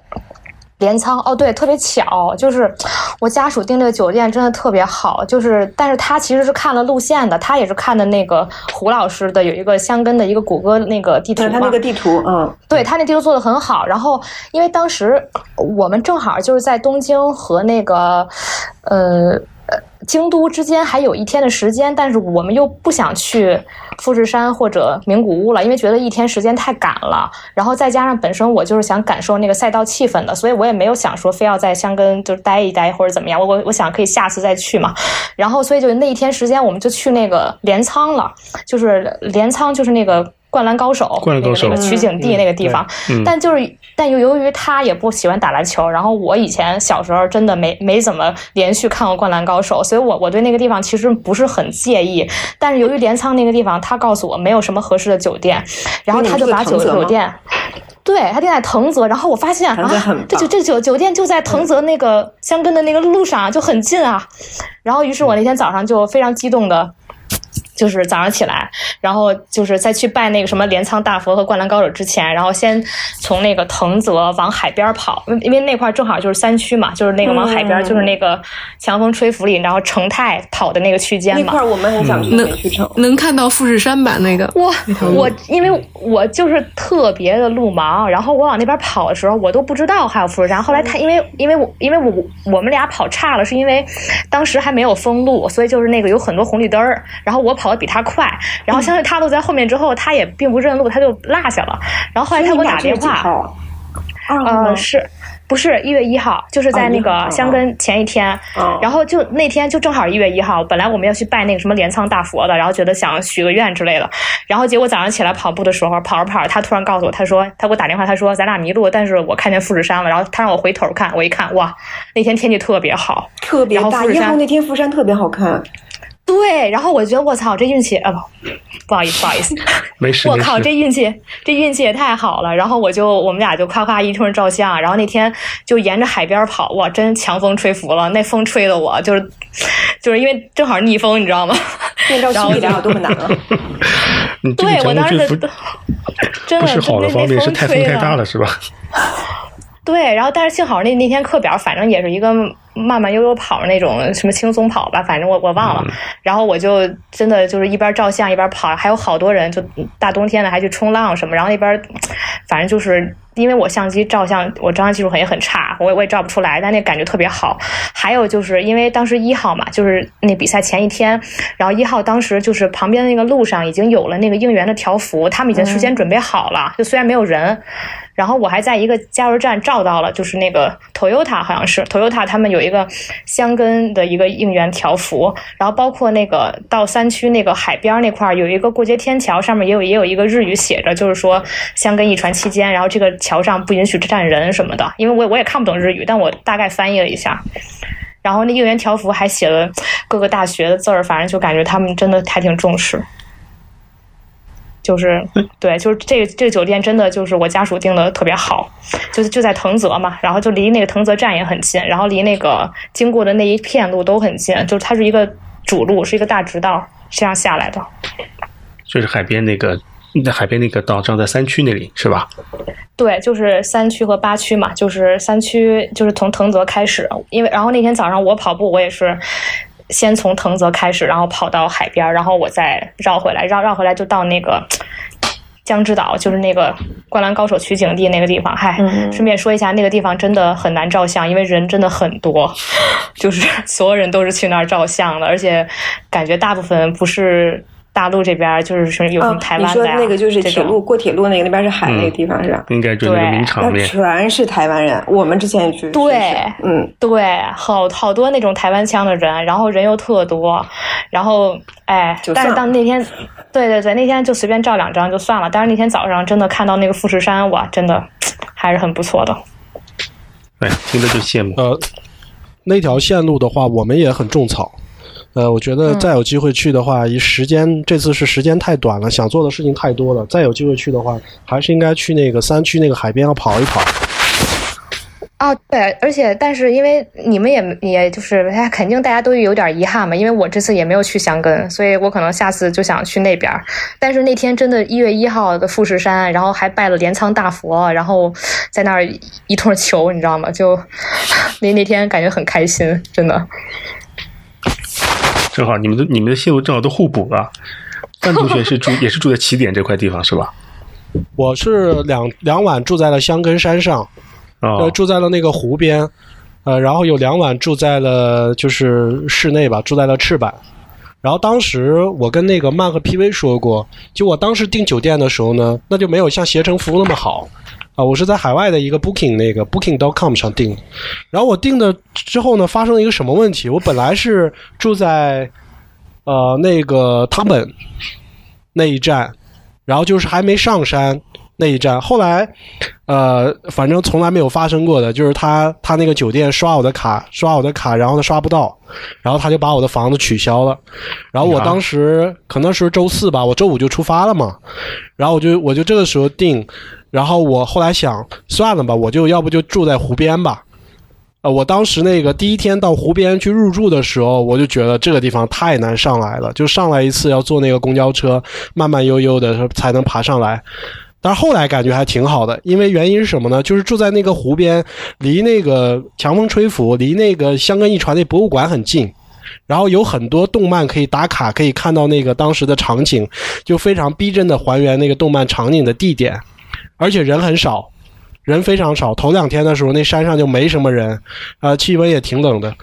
[SPEAKER 5] 镰仓。哦，对，特别巧，就是我家属订这个酒店真的特别好，就是但是他其实是看了路线的，他也是看的那个胡老师的有一个香根的一个谷歌那个地图
[SPEAKER 4] 对，
[SPEAKER 5] 嘛，
[SPEAKER 4] 他那个地图，嗯，
[SPEAKER 5] 对他那地图做的很好，然后因为当时我们正好就是在东京和那个，呃。呃京都之间还有一天的时间，但是我们又不想去富士山或者名古屋了，因为觉得一天时间太赶了。然后再加上本身我就是想感受那个赛道气氛的，所以我也没有想说非要在箱根就是待一待或者怎么样。我我我想可以下次再去嘛。然后所以就那一天时间，我们就去那个镰仓了，就是镰仓就是那个。灌篮高手，
[SPEAKER 1] 灌篮高手
[SPEAKER 5] 那个那个取景地那个地方，
[SPEAKER 1] 嗯
[SPEAKER 5] 但就是，但由由于他也不喜欢打篮球，然后我以前小时候真的没没怎么连续看过《灌篮高手》，所以我我对那个地方其实不是很介意。但是由于镰仓那个地方，他告诉我没有什么合适的酒店，然后他就把
[SPEAKER 4] 那你们住
[SPEAKER 5] 酒
[SPEAKER 4] 的藤泽吗
[SPEAKER 5] 酒店。对他定在藤泽，然后我发现
[SPEAKER 4] 藤泽很
[SPEAKER 5] 啊
[SPEAKER 4] 棒，嗯
[SPEAKER 5] 这酒这酒酒店就在藤泽那个箱根的那个路上，就很近啊。然后于是
[SPEAKER 4] 嗯
[SPEAKER 5] 我那天早上就非常激动的，就是早上起来，然后就是在去拜那个什么镰仓大佛和灌篮高手之前，然后先从那个藤泽往海边跑，因为因为那块正好就是三区嘛，就是那个往海边，
[SPEAKER 4] 嗯
[SPEAKER 5] 就是那个强风吹拂里，然后成泰跑的那个区间
[SPEAKER 4] 那
[SPEAKER 5] 嘛
[SPEAKER 4] 块。儿我们很想去
[SPEAKER 3] 嗯
[SPEAKER 4] 北区城。
[SPEAKER 3] 能看到富士山吧？那个
[SPEAKER 5] 我我因为我就是特别的路盲，然后我往那边跑的时候，我都不知道还有富士山。后来他因为因为我因为我我们俩跑岔了，是因为当时还没有封路，所以就是那个有很多红绿灯儿，然后我跑的比他快，然后相信他都在后面之后，他也并不认路，他就落下了。然后后来他给我打电话，
[SPEAKER 4] 号？二号吗
[SPEAKER 5] 呃，是不是一月一号？就是在
[SPEAKER 4] 啊1
[SPEAKER 5] 那
[SPEAKER 4] 号
[SPEAKER 5] 个箱根前一天，
[SPEAKER 4] 哦
[SPEAKER 5] 然后就那天就正好一月一号，本来我们要去拜那个什么镰仓大佛的，然后觉得想许个愿之类的，然后结果早上起来跑步的时候，跑着跑着，他突然告诉我，他说他给我打电话，他说咱俩迷路，但是我看见富士山了，然后他让我回头看，我一看，哇，那天天气特别好，
[SPEAKER 4] 特别
[SPEAKER 5] 然
[SPEAKER 4] 大，
[SPEAKER 5] 后富士
[SPEAKER 4] 一
[SPEAKER 5] 山
[SPEAKER 4] 号那天富士山特别好看，
[SPEAKER 5] 对，然后我觉得我操，这运气啊不，不好意思，不好意思，
[SPEAKER 1] 没事，
[SPEAKER 5] 我
[SPEAKER 1] 没
[SPEAKER 5] 靠，
[SPEAKER 1] 事
[SPEAKER 5] 这运气，这运气也太好了。然后我就我们俩就夸夸一通照相，然后那天就沿着海边跑，哇，真强风吹拂了，那风吹的我就是，就是因为正好逆风，你知道吗？
[SPEAKER 4] 面罩
[SPEAKER 5] 然后
[SPEAKER 4] 西北两都很难啊 了。
[SPEAKER 1] 你这个
[SPEAKER 5] 对
[SPEAKER 1] 强风
[SPEAKER 5] 我当
[SPEAKER 1] 吹
[SPEAKER 5] 时
[SPEAKER 1] 拂
[SPEAKER 5] 都真
[SPEAKER 1] 不
[SPEAKER 5] 的
[SPEAKER 1] 是好的
[SPEAKER 5] 那
[SPEAKER 1] 方面，
[SPEAKER 5] 那
[SPEAKER 1] 是
[SPEAKER 5] 风
[SPEAKER 1] 太
[SPEAKER 5] 吹啊
[SPEAKER 1] 风太
[SPEAKER 5] 的
[SPEAKER 1] 大了，是吧？
[SPEAKER 5] 对，然后但是幸好那那天课表反正也是一个慢慢悠悠跑那种什么轻松跑吧，反正我我忘了。然后我就真的就是一边照相一边跑，还有好多人就大冬天的还去冲浪什么，然后那边反正就是。因为我相机照相，我照相技术很也很差，我也我也照不出来，但那感觉特别好。还有就是因为当时一号嘛，就是那比赛前一天，然后一号当时就是旁边那个路上已经有了那个应援的条幅，他们已经事先准备好了，就虽然没有人，然后我还在一个加油站照到了，就是那个 Toyota 好像是 Toyota 他们有一个箱根的一个应援条幅，然后包括那个到三区那个海边那块儿有一个过街天桥，上面也有也有一个日语写着，就是说箱根一传期间，然后这个桥上不允许站人什么的，因为我也我也看不懂日语，但我大概翻译了一下。然后那应援条幅还写了各个大学的字儿，反正就感觉他们真的还挺重视。就是对，就是这个这个酒店真的就是我家属订的特别好，就是就在藤泽嘛，然后就离那个藤泽站也很近，然后离那个经过的那一片路都很近，就是它是一个主路，是一个大直道这样下来的。
[SPEAKER 1] 就是海边那个，那海边那个道，这样在三区那里是吧？
[SPEAKER 5] 对，就是三区和八区嘛，就是三区就是从藤泽开始，因为然后那天早上我跑步，我也是先从藤泽开始，然后跑到海边儿，然后我再绕回来，绕绕回来就到那个。江之岛就是那个《灌篮高手》取景地那个地方，嗨，
[SPEAKER 4] 嗯
[SPEAKER 5] 顺便说一下，那个地方真的很难照相，因为人真的很多， 就是所有人都是去那儿照相的，而且感觉大部分不是大陆这边，就是说有什么
[SPEAKER 4] 嗯，
[SPEAKER 5] 台
[SPEAKER 4] 你
[SPEAKER 5] 湾
[SPEAKER 4] 说
[SPEAKER 5] 的、呀
[SPEAKER 4] 那个就是
[SPEAKER 5] 这
[SPEAKER 4] 铁
[SPEAKER 5] 种
[SPEAKER 4] 路过铁路那个那边是海那个
[SPEAKER 1] 嗯
[SPEAKER 4] 地方是吧？
[SPEAKER 1] 应该就是那个
[SPEAKER 5] 对
[SPEAKER 1] 名场
[SPEAKER 4] 那
[SPEAKER 1] 面。
[SPEAKER 4] 全是台湾人，我们之前也去。
[SPEAKER 5] 对
[SPEAKER 4] 是嗯，
[SPEAKER 5] 对，好好多那种台湾腔的人，然后人又特多，然后哎
[SPEAKER 4] 就，
[SPEAKER 5] 但是
[SPEAKER 4] 算
[SPEAKER 5] 到那天，对对对，那天就随便照两张就算了。但是那天早上真的看到那个富士山，哇，真的还是很不错的。
[SPEAKER 1] 哎，听着就羡慕。
[SPEAKER 6] 呃，那条线路的话，我们也很种草。呃，我觉得再有机会去的话，以时间这次是时间太短了，想做的事情太多了。再有机会去的话，还是应该去那个三区那个海边要跑一跑。
[SPEAKER 5] 哦，对，而且但是因为你们也也就是，哎，肯定大家都有点遗憾嘛，因为我这次也没有去香根，所以我可能下次就想去那边儿。但是那天真的，一月一号的富士山，然后还拜了镰仓大佛，然后在那儿一通求，你知道吗？就 那那天感觉很开心，真的。
[SPEAKER 1] 正好你们的你们的线路正好都互补了。范同学是 住也是住在起点这块地方是吧？
[SPEAKER 6] 我是两两晚住在了香根山上，
[SPEAKER 1] 哦
[SPEAKER 6] 呃，，住在了那个湖边，呃，然后有两晚住在了就是室内吧，住在了赤坂。然后当时我跟那个曼和 PV 说过，就我当时订酒店的时候呢，那就没有像携程服务那么好啊、我是在海外的一个 Booking 那个 Booking.com 上订，然后我订的之后呢，发生了一个什么问题？我本来是住在呃那个汤本那一站，然后就是还没上山那一站，后来呃，反正从来没有发生过的，就是他他那个酒店刷我的卡，刷我的卡，然后他刷不到，然后他就把我的房子取消了。然后我
[SPEAKER 1] 呀
[SPEAKER 6] 当时可能是周四吧，我周五就出发了嘛，然后我就我就这个时候订，然后我后来想算了吧，我就要不就住在湖边吧。呃，我当时那个第一天到湖边去入住的时候，我就觉得这个地方太难上来了，就上来一次要坐那个公交车，慢慢悠悠的才能爬上来。但是后来感觉还挺好的，因为原因是什么呢？就是住在那个湖边，离那个强风吹拂，离那个香根一传那博物馆很近，然后有很多动漫可以打卡，可以看到那个当时的场景，就非常逼真的还原那个动漫场景的地点，而且人很少。人非常少，头两天的时候，那山上就没什么人，呃，气温也挺冷的。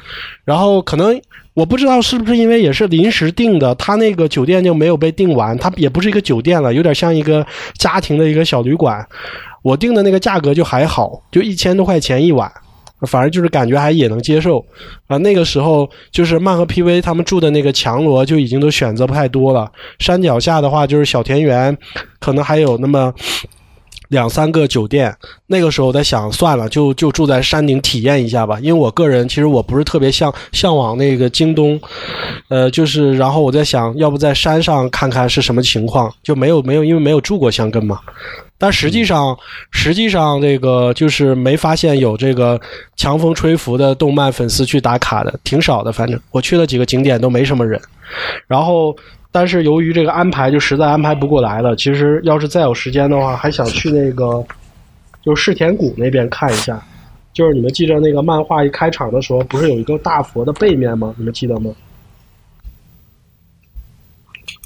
[SPEAKER 6] 然后可能我不知道是不是因为也是临时订的，他那个酒店就没有被订完，它也不是一个酒店了，有点像一个家庭的一个小旅馆。我订的那个价格就还好，就一千多块钱一晚，反正就是感觉还也能接受。啊、那个时候就是曼和 PV 他们住的那个强罗就已经都选择不太多了，山脚下的话就是小田园，可能还有那么。两三个酒店，那个时候我在想，算了，就就住在山顶体验一下吧。因为我个人其实我不是特别向向往那个京东，呃，就是然后我在想，要不在山上看看是什么情况，就没有没有，因为没有住过香根嘛。但实际上，实际上这个就是没发现有这个强风吹拂的动漫粉丝去打卡的，挺少的。反正我去了几个景点都没什么人，然后。但是由于这个安排就实在安排不过来了，其实要是再有时间的话，还想去那个就是世田谷那边看一下。就是你们记着那个漫画一开场的时候，不是有一个大佛的背面吗？你们记得吗？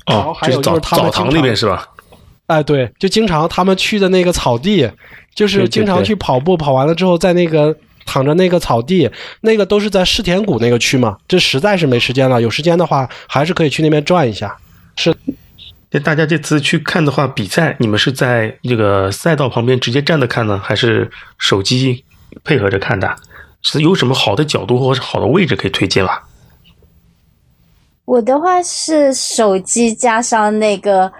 [SPEAKER 6] 然后
[SPEAKER 1] 哦，
[SPEAKER 6] 还
[SPEAKER 1] 就
[SPEAKER 6] 有
[SPEAKER 1] 是澡
[SPEAKER 6] 就是他们
[SPEAKER 1] 澡堂那边是吧？
[SPEAKER 6] 哎，对，就经常他们去的那个草地，就是
[SPEAKER 1] 对对
[SPEAKER 6] 经常去跑步，跑完了之后在那个躺着那个草地，那个都是在世田谷那个区嘛。这实在是没时间了，有时间的话还是可以去那边转一下。
[SPEAKER 1] 那大家这次去看的话，比赛你们是在这个赛道旁边直接站着看呢，还是手机配合着看的？是有什么好的角度或者好的位置可以推荐吗？
[SPEAKER 7] 我的话是手机加上那个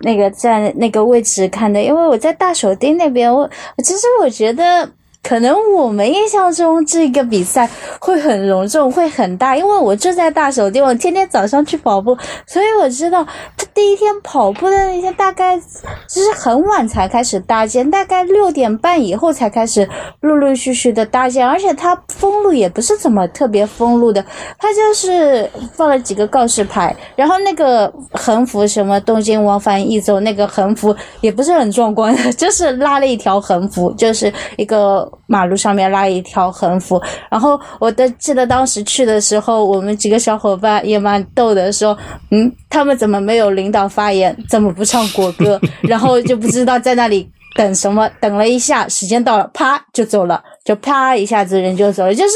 [SPEAKER 7] 那个在那个位置看的，因为我在大手町那边，我我其实我觉得。可能我们印象中这个比赛会很隆重，会很大，因为我住在大手町，我天天早上去跑步，所以我知道他第一天跑步的那天大概就是很晚才开始搭建，大概六点半以后才开始陆陆续续的搭建，而且它封路也不是怎么特别封路的，它就是放了几个告示牌，然后那个横幅什么东京往返一周那个横幅也不是很壮观， 就是拉了一条横幅，就是一个马路上面拉一条横幅。然后我的记得当时去的时候，我们几个小伙伴也蛮逗的，说嗯，他们怎么没有领导发言，怎么不唱国 歌，然后就不知道在那里等什么，等了一下，时间到了，啪就走了，就啪一下子人就走了，就是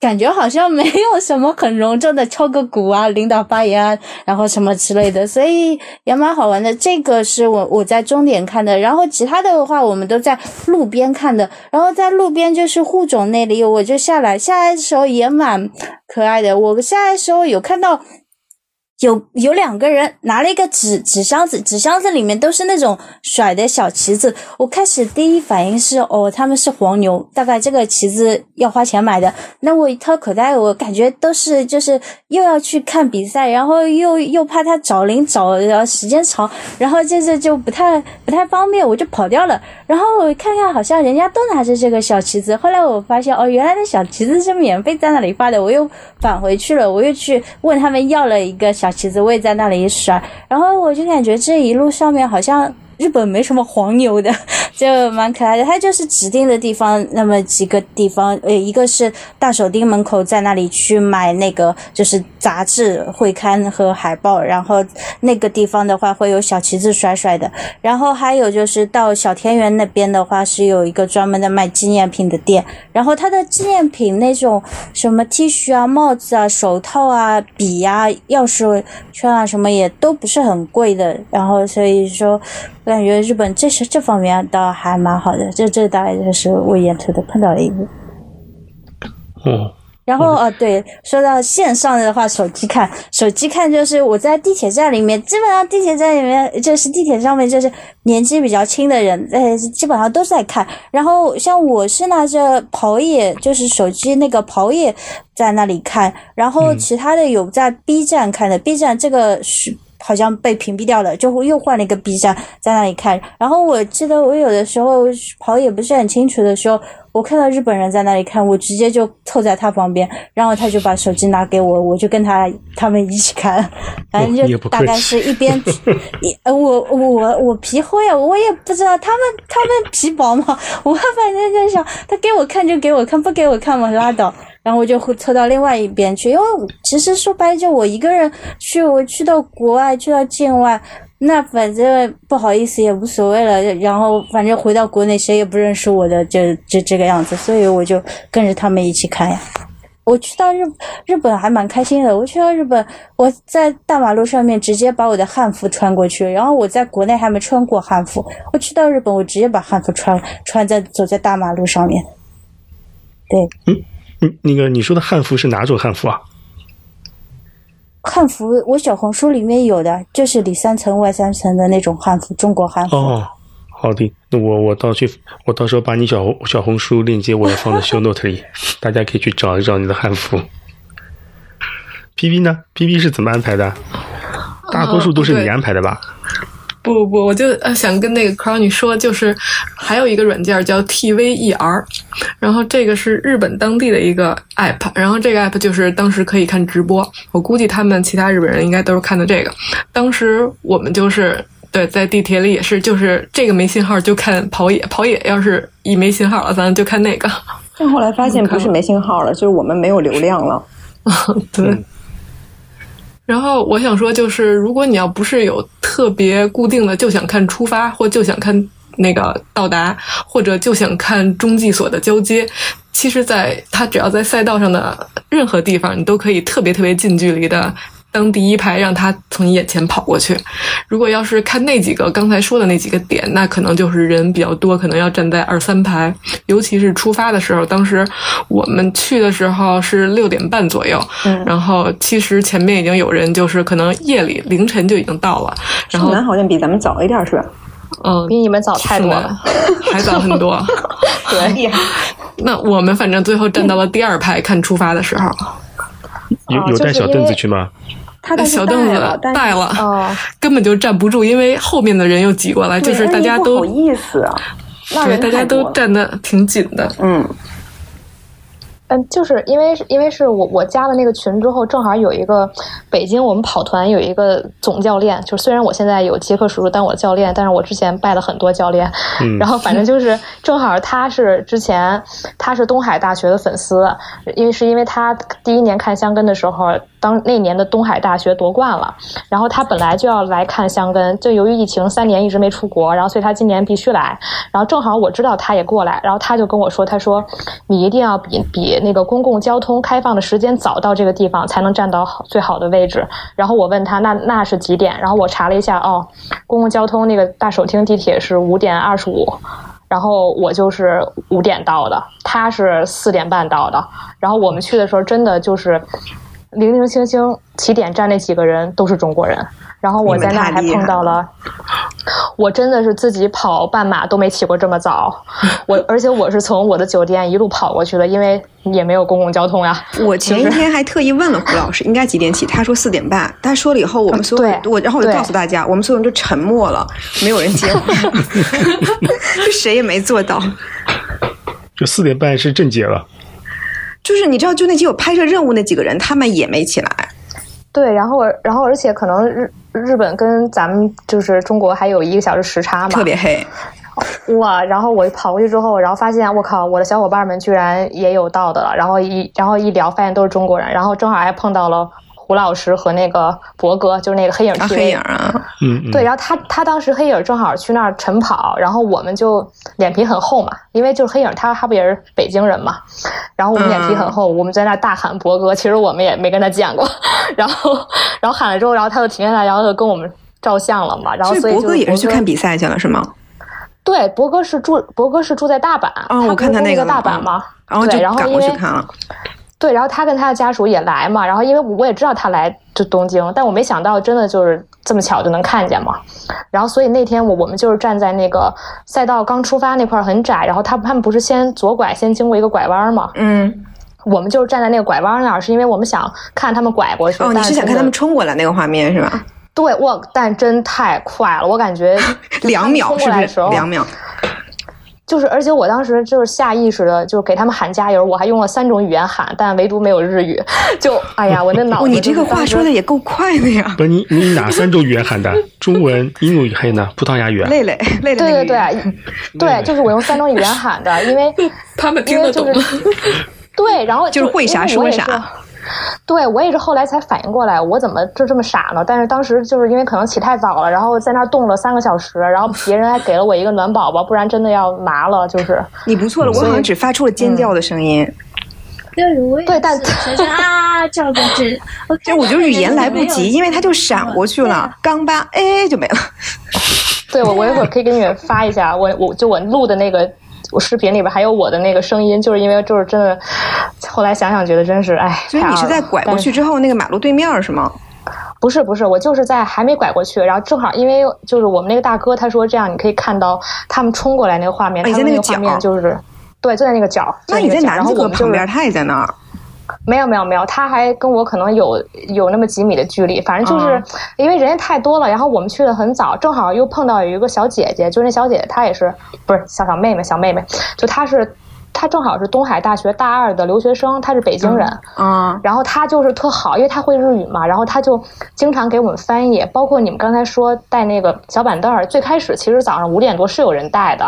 [SPEAKER 7] 感觉好像没有什么很隆重的敲个鼓啊、领导发言啊，然后什么之类的，所以也蛮好玩的。这个是我我在终点看的，然后其他的话我们都在路边看的，然后在路边就是护种那里，我就下来，下来的时候也蛮可爱的。我下来的时候有看到。有有两个人拿了一个纸纸箱子，纸箱子里面都是那种甩的小旗子。我开始第一反应是，哦，他们是黄牛，大概这个旗子要花钱买的。那我一掏口袋，我感觉都是就是又要去看比赛，然后又又怕他找零找，然后时间长，然后这这就不太不太方便，我就跑掉了。然后我看看，好像人家都拿着这个小旗子。后来我发现，哦，原来那小旗子是免费在那里发的。我又返回去了，我又去问他们要了一个小旗子，我也在那里甩。然后我就感觉这一路上面好像日本没什么黄牛的， 就蛮可爱的。它就是指定的地方，那么几个地方，呃，一个是大手町门口，在那里去买那个就是杂志、会刊和海报，然后那个地方的话会有小旗子甩甩的。然后还有就是到小田园那边的话，是有一个专门的卖纪念品的店，然后它的纪念品那种什么 T 恤啊、帽子啊、手套啊、笔啊、钥匙圈啊什么也都不是很贵的，然后所以说，我感觉日本这是这方面倒还蛮好的，这这大概就是我沿途的碰到的一个。
[SPEAKER 1] 哦，
[SPEAKER 7] 然后呃，对，说到线上的话，手机看，手机看就是我在地铁站里面，基本上地铁站里面就是地铁上面就是年纪比较轻的人，呃，基本上都在看。然后像我是拿着跑野，就是手机那个跑野在那里看，然后
[SPEAKER 1] 嗯
[SPEAKER 7] 其他的有在 B 站看的、b 站这个是。好像被屏蔽掉了，就又换了一个 B 站在那里看。然后我记得我有的时候跑也不是很清楚的时候，我看到日本人在那里看，我直接就凑在他旁边，然后他就把手机拿给我，我就跟他他们一起看，反正
[SPEAKER 1] 你也
[SPEAKER 7] 就
[SPEAKER 1] 不
[SPEAKER 7] 大
[SPEAKER 1] 客
[SPEAKER 7] 概
[SPEAKER 1] 气
[SPEAKER 7] 是一 边皮，一呃我我我皮厚呀，我也不知道他们他们皮薄吗？ 我反正就想他给我看就给我看，不给我看我拉倒。然后我就会凑到另外一边去，因为我其实说白了，就我一个人去，我去到国外，去到境外，那反正不好意思也无所谓了。然后反正回到国内，谁也不认识我的，就就这个样子，所以我就跟着他们一起看呀。我去到日日本还蛮开心的。我去到日本，我在大马路上面直接把我的汉服穿过去，然后我在国内还没穿过汉服。我去到日本，我直接把汉服穿穿在走在大马路上面。对，
[SPEAKER 1] 你嗯那个你说的汉服是哪种汉服啊？
[SPEAKER 7] 汉服，我小红书里面有的，就是里三层外三层的那种汉服，中国汉服。
[SPEAKER 1] 哦，好的，那我我到去，我到时候把你小红小红书链接我也放在 show note 里，大家可以去找一找你的汉服。P P 呢？P P 是怎么安排的？大多数都是你
[SPEAKER 3] 嗯对
[SPEAKER 1] 安排的吧？
[SPEAKER 3] 不不不，我就呃想跟那个 Crown 你说，就是还有一个软件儿叫 TVER，然后这个是日本当地的一个 app，然后这个 app 就是当时可以看直播，我估计他们其他日本人应该都是看的这个。当时我们就是对在地铁里也是，就是这个没信号就看跑野，跑野要是一没信号了，咱就看那个。
[SPEAKER 4] 但后来发现不是没信号了，就是我们没有流量了。
[SPEAKER 3] 对。然后我想说，就是如果你要不是有特别固定的，就想看出发，或就想看那个到达，或者就想看中继所的交接，其实在它只要在赛道上的任何地方，你都可以特别特别近距离的当第一排，让它从你眼前跑过去。如果要是看那几个刚才说的那几个点，那可能就是人比较多，可能要站在二三排，尤其是出发的时候。当时我们去的时候是六点半左右，然后其实前面已经有人，就是可能夜里凌晨就已经到了，然
[SPEAKER 4] 少
[SPEAKER 3] 后
[SPEAKER 4] 南好像比咱们早一点是吧？
[SPEAKER 3] 嗯，
[SPEAKER 5] 比你们早哦太多了。
[SPEAKER 3] 是的，还早很多。
[SPEAKER 4] 厉害！
[SPEAKER 3] 那我们反正最后站到了第二排看出发的时候，
[SPEAKER 1] 有有带小凳子去吗？
[SPEAKER 4] 他
[SPEAKER 3] 那
[SPEAKER 4] 倒是
[SPEAKER 3] 小凳
[SPEAKER 4] 带
[SPEAKER 3] 子
[SPEAKER 4] 了，但是
[SPEAKER 3] 带了，
[SPEAKER 5] 哦，
[SPEAKER 3] 根本就站不住，因为后面的人又挤过来，
[SPEAKER 4] 对
[SPEAKER 3] 就是
[SPEAKER 4] 但
[SPEAKER 3] 大家
[SPEAKER 4] 不
[SPEAKER 3] 都
[SPEAKER 4] 好意思啊，那
[SPEAKER 3] 对，
[SPEAKER 4] 人
[SPEAKER 3] 大
[SPEAKER 4] 太
[SPEAKER 3] 家
[SPEAKER 4] 多
[SPEAKER 3] 都
[SPEAKER 4] 了
[SPEAKER 3] 站的挺紧的。
[SPEAKER 4] 嗯，
[SPEAKER 5] 嗯，就是因为因为是我我加了那个群之后，正好有一个北京我们跑团有一个总教练，就是虽然我现在有杰克叔叔当我教练，但是我之前拜了很多教练，
[SPEAKER 1] 嗯
[SPEAKER 5] 然后反正就是正好他是之前他是东海大学的粉丝，因为是因为他第一年看香根的时候，当那年的东海大学夺冠了，然后他本来就要来看香根，就由于疫情三年一直没出国，然后所以他今年必须来，然后正好我知道他也过来，然后他就跟我说，他说你一定要比比那个公共交通开放的时间早到这个地方，才能占到好最好的位置。然后我问他那那是几点，然后我查了一下，哦，公共交通那个大手町地铁是五点二十五。然后我就是五点到的，他是四点半到的。然后我们去的时候，真的就是零零星星起点站那几个人都是中国人。然后我在那还碰到了，我真的是自己跑半马都没起过这么早。我而且我是从我的酒店一路跑过去的，因为也没有公共交通呀、啊。
[SPEAKER 4] 我前一天还特意问了胡老师应该几点起，他说四点半。他说了以后，我
[SPEAKER 3] 哦
[SPEAKER 4] 们所有人、
[SPEAKER 5] 对
[SPEAKER 4] 我，然后我就
[SPEAKER 5] 对
[SPEAKER 4] 告诉大家，我们所有人就沉默了，没有人接 话，就谁也没做到。
[SPEAKER 1] 就四点半是正解了。
[SPEAKER 4] 就是你知道，就那些有拍摄任务那几个人，他们也没起来。
[SPEAKER 5] 对，然后然后而且可能日日本跟咱们就是中国还有一个小时时差嘛，
[SPEAKER 4] 特别黑，
[SPEAKER 5] 哇！然后我跑过去之后，然后发现我靠，我的小伙伴们居然也有到的了。然后一然后一聊，发现都是中国人。然后正好还碰到了胡老师和那个博哥，就是那个黑影
[SPEAKER 4] 然
[SPEAKER 5] TV
[SPEAKER 4] 后黑影啊，
[SPEAKER 1] 嗯，嗯
[SPEAKER 5] 对，，然后他他当时黑影正好去那儿晨跑，然后我们就脸皮很厚嘛，因为就是黑影他他不也是北京人嘛，然后我们脸皮
[SPEAKER 4] 嗯
[SPEAKER 5] 很厚，我们在那儿大喊博哥，其实我们也没跟他见过， 然后然后喊了之后，然后他就停下来，然后就跟我们照相了嘛，然后
[SPEAKER 4] 所
[SPEAKER 5] 所
[SPEAKER 4] 以
[SPEAKER 5] 以
[SPEAKER 4] 博
[SPEAKER 5] 就
[SPEAKER 4] 哥也是去
[SPEAKER 5] 博
[SPEAKER 4] 看比赛去了，是吗？
[SPEAKER 5] 对，博哥是住博哥是住在大阪，
[SPEAKER 4] 嗯我
[SPEAKER 5] 他
[SPEAKER 4] 看他
[SPEAKER 5] 不是
[SPEAKER 4] 那
[SPEAKER 5] 那
[SPEAKER 4] 个
[SPEAKER 5] 大
[SPEAKER 4] 了
[SPEAKER 5] 阪
[SPEAKER 4] 嗯
[SPEAKER 5] 嘛，
[SPEAKER 4] 然后就
[SPEAKER 5] 对，然后
[SPEAKER 4] 赶
[SPEAKER 5] 因
[SPEAKER 4] 过去
[SPEAKER 5] 为嗯
[SPEAKER 4] 看了。
[SPEAKER 5] 对，然后他跟他的家属也来嘛，然后因为我也知道他来这东京，但我没想到真的就是这么巧就能看见嘛。然后所以那天我我们就是站在那个赛道刚出发那块儿很窄，然后他他们不是先左拐先经过一个拐弯嘛，
[SPEAKER 4] 嗯，
[SPEAKER 5] 我们就是站在那个拐弯那儿，是因为我们想看他们拐过去。
[SPEAKER 4] 哦，你
[SPEAKER 5] 但
[SPEAKER 4] 是想
[SPEAKER 5] 真
[SPEAKER 4] 看
[SPEAKER 5] 的
[SPEAKER 4] 他们冲过来那个画面是 吧？
[SPEAKER 5] 对，哇，但真太快了，我 感觉就他
[SPEAKER 4] 两
[SPEAKER 5] 们
[SPEAKER 4] 秒
[SPEAKER 5] 冲过
[SPEAKER 4] 是不
[SPEAKER 5] 来的
[SPEAKER 4] 是
[SPEAKER 5] 时？候
[SPEAKER 4] 两秒，
[SPEAKER 5] 就是，而且我当时就是下意识的，就是给他们喊加油，我还用了三种语言喊，但唯独没有日语。 就哎呀，我那脑
[SPEAKER 4] 哦，
[SPEAKER 5] 子
[SPEAKER 4] 你
[SPEAKER 5] 就
[SPEAKER 4] 这
[SPEAKER 5] 是
[SPEAKER 4] 个
[SPEAKER 5] 当时、
[SPEAKER 4] 话说的也够快的呀
[SPEAKER 1] 不，是你你哪三种语言 喊的？中文、英语还有呢？葡萄牙语啊？
[SPEAKER 4] 累累 累累。
[SPEAKER 5] 对对对， 对，就是我用三种语言喊 的，因为
[SPEAKER 3] 他们
[SPEAKER 5] 因
[SPEAKER 3] 听
[SPEAKER 5] 为
[SPEAKER 3] 得
[SPEAKER 5] 就
[SPEAKER 3] 懂
[SPEAKER 5] 是
[SPEAKER 3] 吗？
[SPEAKER 5] 对，然后
[SPEAKER 4] 就是会啥
[SPEAKER 5] 因为我也
[SPEAKER 4] 说啥
[SPEAKER 5] 是。对，我也是后来才反应过来，我怎么就这么傻呢？但是当时就是因为可能起太早了，然后在那儿冻了三个小时，然后别人还给了我一个暖宝宝，不然真的要麻了。就是
[SPEAKER 4] 你不错了，我好像只发出了尖叫的声
[SPEAKER 5] 嗯
[SPEAKER 4] 音，
[SPEAKER 8] 对，我也
[SPEAKER 5] 对 但
[SPEAKER 8] 是就是啊，这样 子，我
[SPEAKER 4] 就
[SPEAKER 8] 看
[SPEAKER 4] 我
[SPEAKER 8] 到
[SPEAKER 4] 就是
[SPEAKER 8] 那
[SPEAKER 4] 语
[SPEAKER 8] 个
[SPEAKER 4] 言
[SPEAKER 8] 人
[SPEAKER 4] 来
[SPEAKER 8] 没
[SPEAKER 4] 不
[SPEAKER 8] 有
[SPEAKER 5] 哎
[SPEAKER 4] 及，因为它就闪过去了，
[SPEAKER 5] 啊
[SPEAKER 4] 刚吧，哎就没了。
[SPEAKER 5] 对我，我一会儿可以给你们发一下，我我就我录的那个我视频里边还有我的那个声音，就是因为就是真的，后来想想觉得真是哎，
[SPEAKER 4] 所以
[SPEAKER 5] 太
[SPEAKER 4] 你
[SPEAKER 5] 二
[SPEAKER 4] 是在
[SPEAKER 5] 了
[SPEAKER 4] 拐过
[SPEAKER 5] 但
[SPEAKER 4] 去之后那个马路对面儿是吗？
[SPEAKER 5] 不是不是，我就是在还没拐过去，然后正好因为就是我们那个大哥他说这样你可以看到他们冲过来那个画面，
[SPEAKER 4] 啊你
[SPEAKER 5] 他
[SPEAKER 4] 在
[SPEAKER 5] 们
[SPEAKER 4] 那
[SPEAKER 5] 那
[SPEAKER 4] 个
[SPEAKER 5] 个画
[SPEAKER 4] 角
[SPEAKER 5] 面就是。对，就在那个角。就
[SPEAKER 4] 那你
[SPEAKER 5] 个
[SPEAKER 4] 在
[SPEAKER 5] 角
[SPEAKER 4] 男
[SPEAKER 5] 然后
[SPEAKER 4] 子
[SPEAKER 5] 我
[SPEAKER 4] 哥
[SPEAKER 5] 们就
[SPEAKER 4] 旁
[SPEAKER 5] 是
[SPEAKER 4] 边，他也在那儿。
[SPEAKER 5] 没有没有没有，他还跟我可能有有那么几米的距离，反正就是
[SPEAKER 4] 嗯
[SPEAKER 5] 因为人也太多了，然后我们去的很早，正好又碰到有一个小姐姐，就是那小姐姐她也是不是小小妹妹小妹妹，就她是她正好是东海大学大二的留学生，她是北京人，
[SPEAKER 4] 啊，
[SPEAKER 5] 然后他就是特好，因为他会日语嘛，然后他就经常给我们翻译，包括你们刚才说带那个小板凳儿，最开始其实早上五点多是有人带的，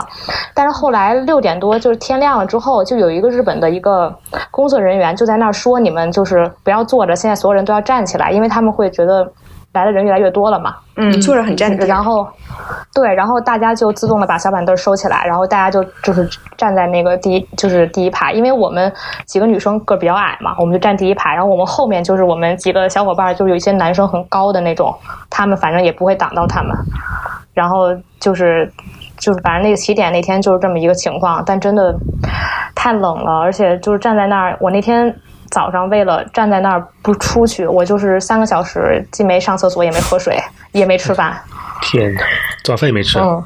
[SPEAKER 5] 但是后来六点多就是天亮了之后，就有一个日本的一个工作人员就在那儿说，你们就是不要坐着，现在所有人都要站起来，因为他们会觉得来的人越来越多了嘛。
[SPEAKER 4] 嗯，坐着很站定。
[SPEAKER 5] 然后，对，然后大家就自动的把小板凳收起来，然后大家就就是站在那个第一就是第一排，因为我们几个女生个儿比较矮嘛，我们就站第一排，然后我们后面就是我们几个小伙伴儿，就是有一些男生很高的那种，他们反正也不会挡到他们，然后就是。就是反正那个起点那天就是这么一个情况，但真的太冷了，而且就是站在那儿，我那天早上为了站在那儿不出去，我就是三个小时既没上厕所，也没喝水，也没吃饭，
[SPEAKER 1] 天哪，早饭也没吃。
[SPEAKER 5] 嗯，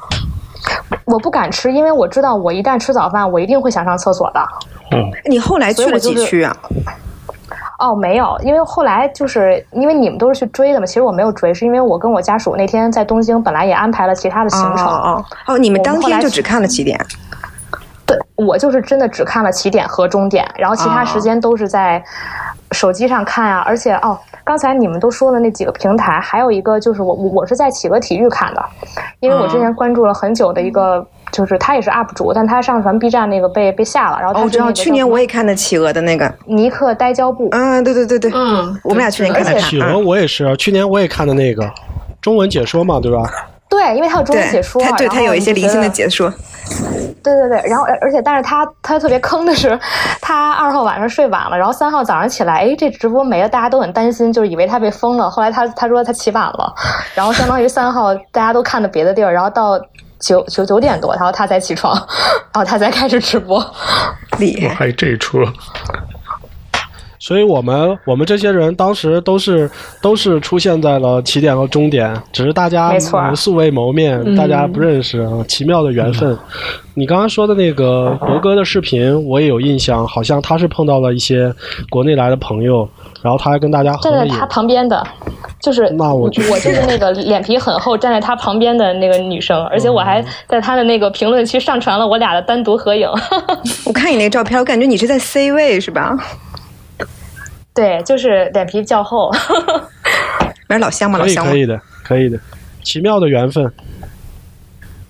[SPEAKER 5] 我不敢吃，因为我知道我一旦吃早饭，我一定会想上厕所的。
[SPEAKER 4] 你后来去
[SPEAKER 5] 所以
[SPEAKER 4] 了
[SPEAKER 5] 我就
[SPEAKER 4] 几
[SPEAKER 5] 是
[SPEAKER 4] 区啊？
[SPEAKER 5] 哦，没有，因为后来就是因为你们都是去追的嘛，其实我没有追，是因为我跟我家属那天在东京本来也安排了其他的行程，
[SPEAKER 4] 哦哦哦，你们
[SPEAKER 5] 我们
[SPEAKER 4] 当
[SPEAKER 5] 后
[SPEAKER 4] 天
[SPEAKER 5] 来
[SPEAKER 4] 就
[SPEAKER 5] 去
[SPEAKER 4] 只看了起点。
[SPEAKER 5] 对我就是真的只看了起点和终点，然后其他时间都是在手机上看啊。而且哦，刚才你们都说的那几个平台，还有一个就是我我我是在企鹅体育看的，因为我之前
[SPEAKER 4] 嗯
[SPEAKER 5] 关注了很久的一个，就是他也是 UP 主，但他上传 B 站那个被被下了，然后他
[SPEAKER 4] 哦，我知
[SPEAKER 5] 是那
[SPEAKER 4] 道，
[SPEAKER 5] 个
[SPEAKER 4] 去年我也看的企鹅的那个，
[SPEAKER 5] 尼克呆胶布，
[SPEAKER 4] 嗯，对对对对，
[SPEAKER 3] 嗯
[SPEAKER 4] 我们俩去年看的
[SPEAKER 5] 而且
[SPEAKER 4] 它
[SPEAKER 6] 哎企鹅
[SPEAKER 4] 嗯
[SPEAKER 6] 我也是，啊去年我也看的那个中文解说嘛，对吧？
[SPEAKER 5] 对，因为他有中文解
[SPEAKER 4] 对，
[SPEAKER 5] 说，啊
[SPEAKER 4] 它对
[SPEAKER 5] 然后
[SPEAKER 4] 它有一些
[SPEAKER 5] 你就
[SPEAKER 4] 零
[SPEAKER 5] 觉
[SPEAKER 4] 星的
[SPEAKER 5] 得
[SPEAKER 4] 解说，
[SPEAKER 5] 对对对，然后而而且但是他他特别坑的是， 他二号晚上睡晚了，然后三号早上起来，哎，这直播没了，大家都很担心，就是以为他被封了。后来他他说他起晚 了，然后相当于三号大家都看的别的地儿，然后到九九九点多，然后他才起床， 然后他才开始直播。
[SPEAKER 4] 厉
[SPEAKER 1] 我
[SPEAKER 4] 害。
[SPEAKER 1] 还有这一出，
[SPEAKER 6] 所以我们我们这些人当时都是都是出现在了起点和终点，只是大家
[SPEAKER 5] 没错
[SPEAKER 6] 嗯素未谋面，大家不认识啊，奇妙的缘分。你刚刚说的那个博哥的视频，我也有印象，好像他是碰到了一些国内来的朋友，然后他还跟大家合
[SPEAKER 5] 站
[SPEAKER 6] 了
[SPEAKER 5] 在
[SPEAKER 6] 影
[SPEAKER 5] 他。旁边的，就是
[SPEAKER 6] 那我就
[SPEAKER 5] 我就是那个脸皮很厚站在他旁边的那个女生，而且我还
[SPEAKER 6] 嗯
[SPEAKER 5] 在他的那个评论区上传了我俩的单独合影。
[SPEAKER 4] 我看你那个照片，我感觉你是在 C 位是吧？
[SPEAKER 5] 对，就是脸皮较厚。
[SPEAKER 4] 买老乡嘛，老
[SPEAKER 6] 可以
[SPEAKER 4] 乡嘛
[SPEAKER 6] 可。以的，可以的，奇妙的缘分。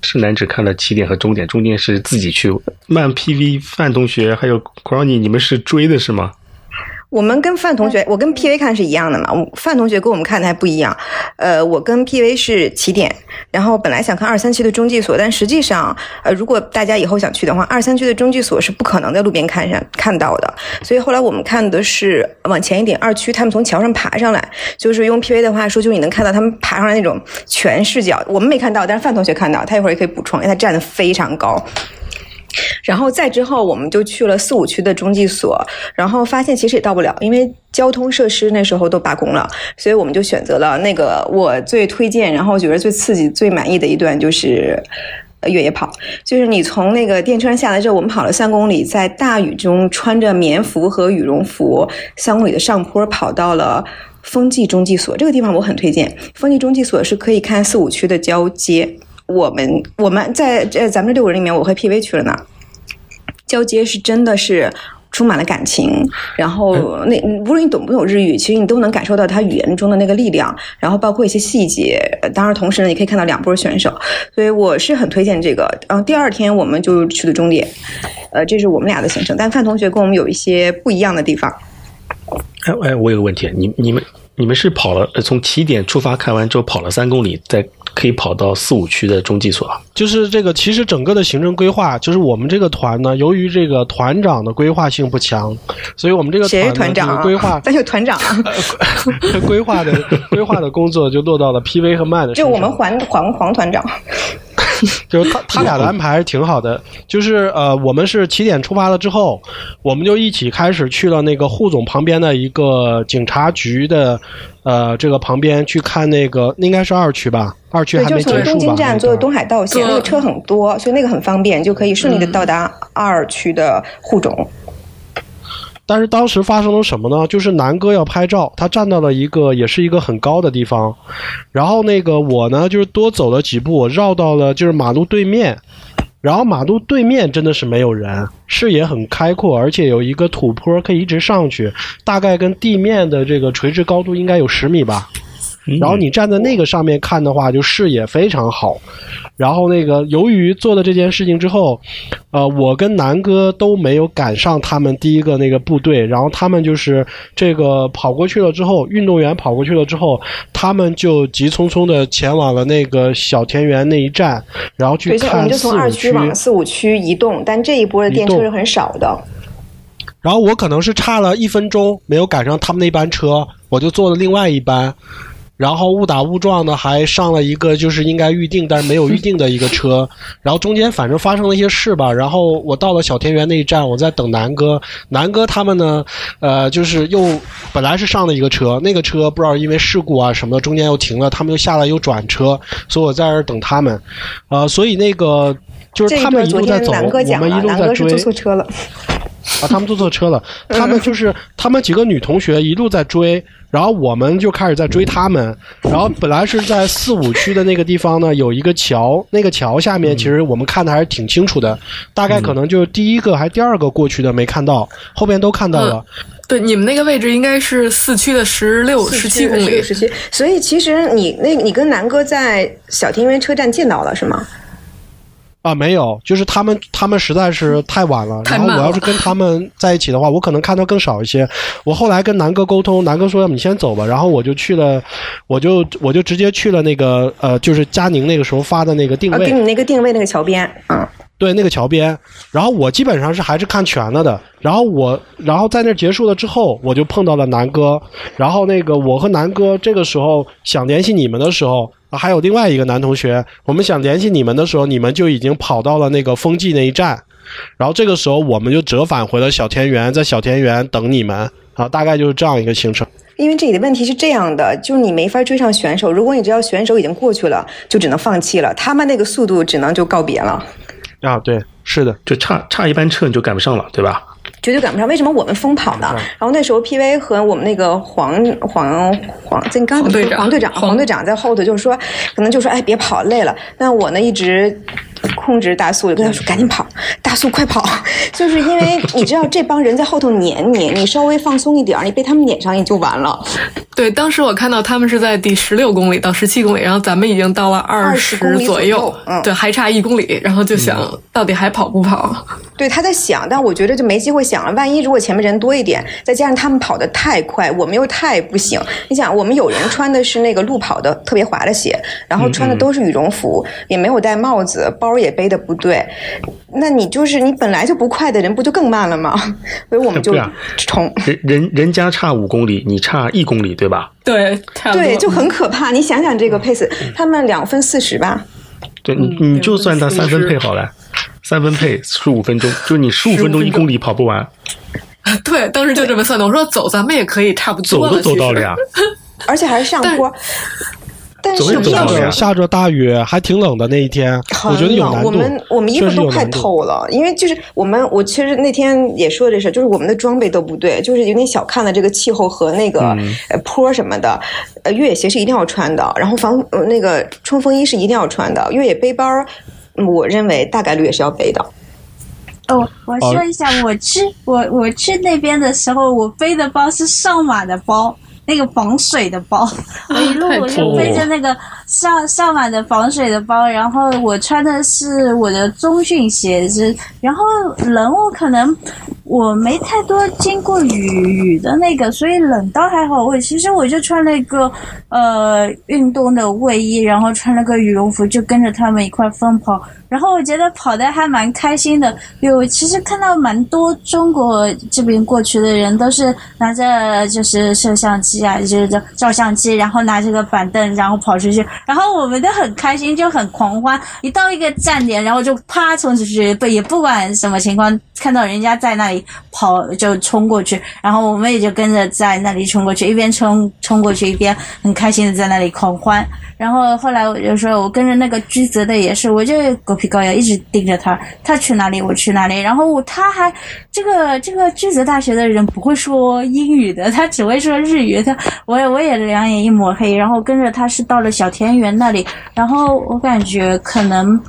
[SPEAKER 1] 是男只看了起点和终点，中间是自己去。慢 PV 范同学还有 Crony，你们是追的是吗？
[SPEAKER 4] 我们跟范同学，我跟 PV 看是一样的嘛，我范同学跟我们看的还不一样。呃，我跟 PV 是起点，然后本来想看二三区的中继所，但实际上，呃，如果大家以后想去的话，二三区的中继所是不可能在路边看上看到的。所以后来我们看的是往前一点二区，他们从桥上爬上来，就是用 PV 的话说，就是你能看到他们爬上来那种全视角，我们没看到，但是范同学看到，他一会儿也可以补充，因为他站得非常高。然后再之后，我们就去了四五区的中继所，然后发现其实也到不了，因为交通设施那时候都罢工了，所以我们就选择了那个我最推荐，然后觉得最刺激、最满意的一段就是。呃越野跑就是你从那个电车上下来之后，我们跑了三公里，在大雨中穿着棉服和羽绒服，三公里的上坡跑到了风纪中继所。这个地方我很推荐，风纪中继所是可以看四五区的交接。我们我们在呃咱们这六个人里面，我和 PV 去了呢，交接是真的是充满了感情，然后
[SPEAKER 6] 哎
[SPEAKER 4] 那无论你懂不懂日语，其实你都能感受到他语言中的那个力量，然后包括一些细节。呃当然，同时呢，你可以看到两波选手，所以我是很推荐这个。然后第二天我们就去的终点，呃，这是我们俩的行程，但范同学跟我们有一些不一样的地方。
[SPEAKER 1] 哎哎，我有个问题，你你们你们是跑了呃从起点出发看完之后跑了三公里，再可以跑到四五区的中继所啊？
[SPEAKER 6] 就是这个，其实整个的行政规划，就是我们这个团呢，由于这个团长的规划性不强，所以我们这个
[SPEAKER 4] 谁是
[SPEAKER 6] 团呢
[SPEAKER 4] 团长
[SPEAKER 6] 这
[SPEAKER 4] 啊
[SPEAKER 6] 个规 划？
[SPEAKER 4] 咱有团长啊，
[SPEAKER 6] 规划 的规划的工作就落到了 PV 和曼的身
[SPEAKER 4] 就
[SPEAKER 6] 上。
[SPEAKER 4] 我们嗯黄黄黄团长。
[SPEAKER 6] 就是他他俩的安排还是挺好的，就是呃，我们是起点出发了之后，我们就一起开始去了那个护总旁边的一个警察局的，呃，这个旁边去看那个应该是二区吧，二区
[SPEAKER 4] 对，
[SPEAKER 6] 还
[SPEAKER 4] 就
[SPEAKER 6] 没
[SPEAKER 4] 是
[SPEAKER 6] 结
[SPEAKER 4] 从
[SPEAKER 6] 束
[SPEAKER 4] 东京
[SPEAKER 6] 吧？
[SPEAKER 4] 站
[SPEAKER 6] 那
[SPEAKER 4] 坐
[SPEAKER 6] 段
[SPEAKER 4] 东海道线，
[SPEAKER 3] 对
[SPEAKER 4] 那个车很多，所以那个很方便，就可以顺利的到
[SPEAKER 6] 嗯
[SPEAKER 4] 达二区的护种。
[SPEAKER 6] 但是当时发生了什么呢？就是南哥要拍照，他站到了一个也是一个很高的地方，然后那个我呢就是多走了几步，我绕到了就是马路对面，然后马路对面真的是没有人，视野很开阔，而且有一个土坡可以一直上去，大概跟地面的这个垂直高度应该有十米吧。
[SPEAKER 4] 嗯
[SPEAKER 6] 然后你站在那个上面看的话，就视野非常好。然后那个，由于做了这件事情之后，呃，我跟南哥都没有赶上他们第一个那个部队。然后他们就是这个跑过去了之后，运动员跑过去了之后，他们就急匆匆的前往了那个小田园那一站，然后去
[SPEAKER 4] 对，所以我们
[SPEAKER 6] 看
[SPEAKER 4] 就
[SPEAKER 6] 四
[SPEAKER 4] 从
[SPEAKER 6] 五
[SPEAKER 4] 二区往四五区移动，但这一波的电车是很少的。
[SPEAKER 6] 然后我可能是差了一分钟没有赶上他们那班车，我就坐了另外一班，然后误打误撞的还上了一个就是应该预定但是没有预定的一个车，然后中间反正发生了一些事吧，然后我到了小田园那一站，我在等南哥，南哥他们呢，呃，就是又本来是上了一个车，那个车不知道因为事故啊什么的，中间又停了，他们又下来又转车，所以我在这儿等他们，啊、所以那个。就是
[SPEAKER 4] 这一
[SPEAKER 6] 他
[SPEAKER 4] 段
[SPEAKER 6] 们一
[SPEAKER 4] 昨
[SPEAKER 6] 路在
[SPEAKER 4] 天
[SPEAKER 6] 走，
[SPEAKER 4] 南
[SPEAKER 6] 我
[SPEAKER 4] 哥
[SPEAKER 6] 们
[SPEAKER 4] 讲了，
[SPEAKER 6] 一路
[SPEAKER 4] 南
[SPEAKER 6] 在
[SPEAKER 4] 哥是
[SPEAKER 6] 追。
[SPEAKER 4] 坐错车了，
[SPEAKER 6] 把啊他们都坐车了。他们就是他们几个女同学一路在追，然后我们就开始在追他们。然后本来是在四五区的那个地方呢，有一个桥，那个桥下面其实我们看的还是挺清楚的，大概可能就第一个还第二个过去的没看到，后边都看到了。
[SPEAKER 3] 对，你们那个位置应该是四区的十六、十七公里。
[SPEAKER 4] 十七。所以其实你那，你跟南哥在小田园车站见到了是吗？
[SPEAKER 6] 啊，没有，就是他们，他们实在是太晚了。
[SPEAKER 3] 太
[SPEAKER 6] 然后
[SPEAKER 3] 慢
[SPEAKER 6] 我要
[SPEAKER 3] 了
[SPEAKER 6] 是跟他们在一起的话，我可能看到更少一些。我后来跟南哥沟通，南哥说要不你先走吧，然后我就去了，我就我就直接去了那个呃，就是佳宁那个时候发的那个定
[SPEAKER 4] 啊，
[SPEAKER 6] 位，
[SPEAKER 4] 给你那个定位那个桥边，嗯，
[SPEAKER 6] 对那个桥边，然后我基本上是还是看全了的。然后我，然后在那儿结束了之后，我就碰到了南哥。然后那个我和南哥这个时候想联系你们的时候，啊还有另外一个男同学，我们想联系你们的时候，你们就已经跑到了那个风纪那一站。然后这个时候我们就折返回了小田园，在小田园等你们。啊，大概就是这样一个行程。
[SPEAKER 4] 因为这里的问题是这样的，就是你没法追上选手，如果你知道选手已经过去了，就只能放弃了，他们那个速度只能就告别了。
[SPEAKER 6] 啊，对，是的，
[SPEAKER 1] 就差差一班车你就赶不上了，对吧？
[SPEAKER 4] 绝对赶不上。为什么我们疯跑呢？然后那时候 PV 和我们那个黄黄黄，这你刚刚
[SPEAKER 3] 黄队长
[SPEAKER 4] 黄队长，黄队长在后头就说，可能就说哎别跑累了。那我呢一直控制大速，就跟他说赶紧跑，大速快跑， 就是因为你知道这帮人在后头撵你，你稍微放松一点儿，你被他们撵上你就完了。
[SPEAKER 3] 对，当时我看到他们是在第十六公里到十七公里，然后咱们已经到了二
[SPEAKER 4] 20公
[SPEAKER 3] 十
[SPEAKER 4] 里左右
[SPEAKER 3] 右
[SPEAKER 4] 嗯，
[SPEAKER 3] 对，还差一公里，然后就想到底还跑不跑？
[SPEAKER 4] 对，他在想，但我觉得就没机会想了。万一如果前面人多一点，再加上他们跑得太快，我们又太不行。你想，我们有人穿的是那个路跑的特别滑的鞋，然
[SPEAKER 1] 嗯
[SPEAKER 4] 后穿的都是羽绒服，也没有戴帽子，包也背的不对。那你就是你本来就不快的人，不就更慢了吗？所以我们就
[SPEAKER 1] 对啊
[SPEAKER 4] 冲，
[SPEAKER 1] 人人人家差五公里，你差一公里，对吧？
[SPEAKER 3] 对，差不多。
[SPEAKER 4] 对，就很可怕。你想想这个 pace，他
[SPEAKER 1] 嗯
[SPEAKER 4] 们两分四十吧，
[SPEAKER 1] 对你，
[SPEAKER 3] 嗯
[SPEAKER 1] 你就算他
[SPEAKER 3] 对
[SPEAKER 1] 三分
[SPEAKER 3] 是
[SPEAKER 1] 配好了，三分配十五分钟，就是你十五分钟一公里跑不完，
[SPEAKER 3] 对，当时就这么算的。我说走，咱们也可以，差不多
[SPEAKER 1] 走都
[SPEAKER 3] 了。
[SPEAKER 1] 走到了
[SPEAKER 3] 其实
[SPEAKER 1] 呀。
[SPEAKER 4] 而且还是上坡。但
[SPEAKER 1] 走
[SPEAKER 4] 是
[SPEAKER 1] 也走
[SPEAKER 4] 要
[SPEAKER 1] 到
[SPEAKER 4] 是
[SPEAKER 1] 了呀
[SPEAKER 6] 下着大雨，还挺冷的那一天，
[SPEAKER 4] 很
[SPEAKER 6] 我觉得有
[SPEAKER 4] 冷
[SPEAKER 6] 难度。
[SPEAKER 4] 我们我们衣服
[SPEAKER 6] 确实
[SPEAKER 4] 都
[SPEAKER 6] 有
[SPEAKER 4] 快
[SPEAKER 6] 难度
[SPEAKER 4] 透了，因为就是我们，我其实那天也说这事儿，就是我们的装备都不对，就是有点小看了这个气候和那个呃坡什么的。呃，越野鞋是一定要穿的，然后防呃那个冲锋衣是一定要穿的，越野背包，嗯我认为大概率也是要背的。
[SPEAKER 9] 哦，我
[SPEAKER 6] 哦
[SPEAKER 9] 说一下，我去我我去那边的时候，我背的包是上马的包，那个防水的包。我一路
[SPEAKER 3] 太
[SPEAKER 4] 哦
[SPEAKER 9] 我
[SPEAKER 1] 酷
[SPEAKER 9] 就
[SPEAKER 1] 了
[SPEAKER 9] 背着那个上上马的防水的包，然后我穿的是我的中训鞋子，然后人我可能我没太多经过雨雨的那个，所以冷倒还好。我其实我就穿了一个呃运动的卫衣，然后穿了个羽绒服，就跟着他们一块疯跑。然后我觉得跑的还蛮开心的，有其实看到蛮多中国这边过去的人都是拿着就是摄像机啊，就是照照相机，然后拿着个板凳，然后跑出去，然后我们都很开心，就很狂欢。一到一个站点，然后就啪冲出去，不也不管什么情况，看到人家在那里跑就冲过去，然后我们也就跟着在那里冲过去，一边冲冲过去一边很开心的在那里狂欢。然后后来我就说，我跟着那个居泽的也是，我就狗皮膏药一直盯着他，他去哪里我去哪里。然后我他还这个这个居泽大学的人不会说英语的，他只会说日语。他我也我也两眼一抹黑，然后跟着他是到了小田园那里，然后我感觉可能。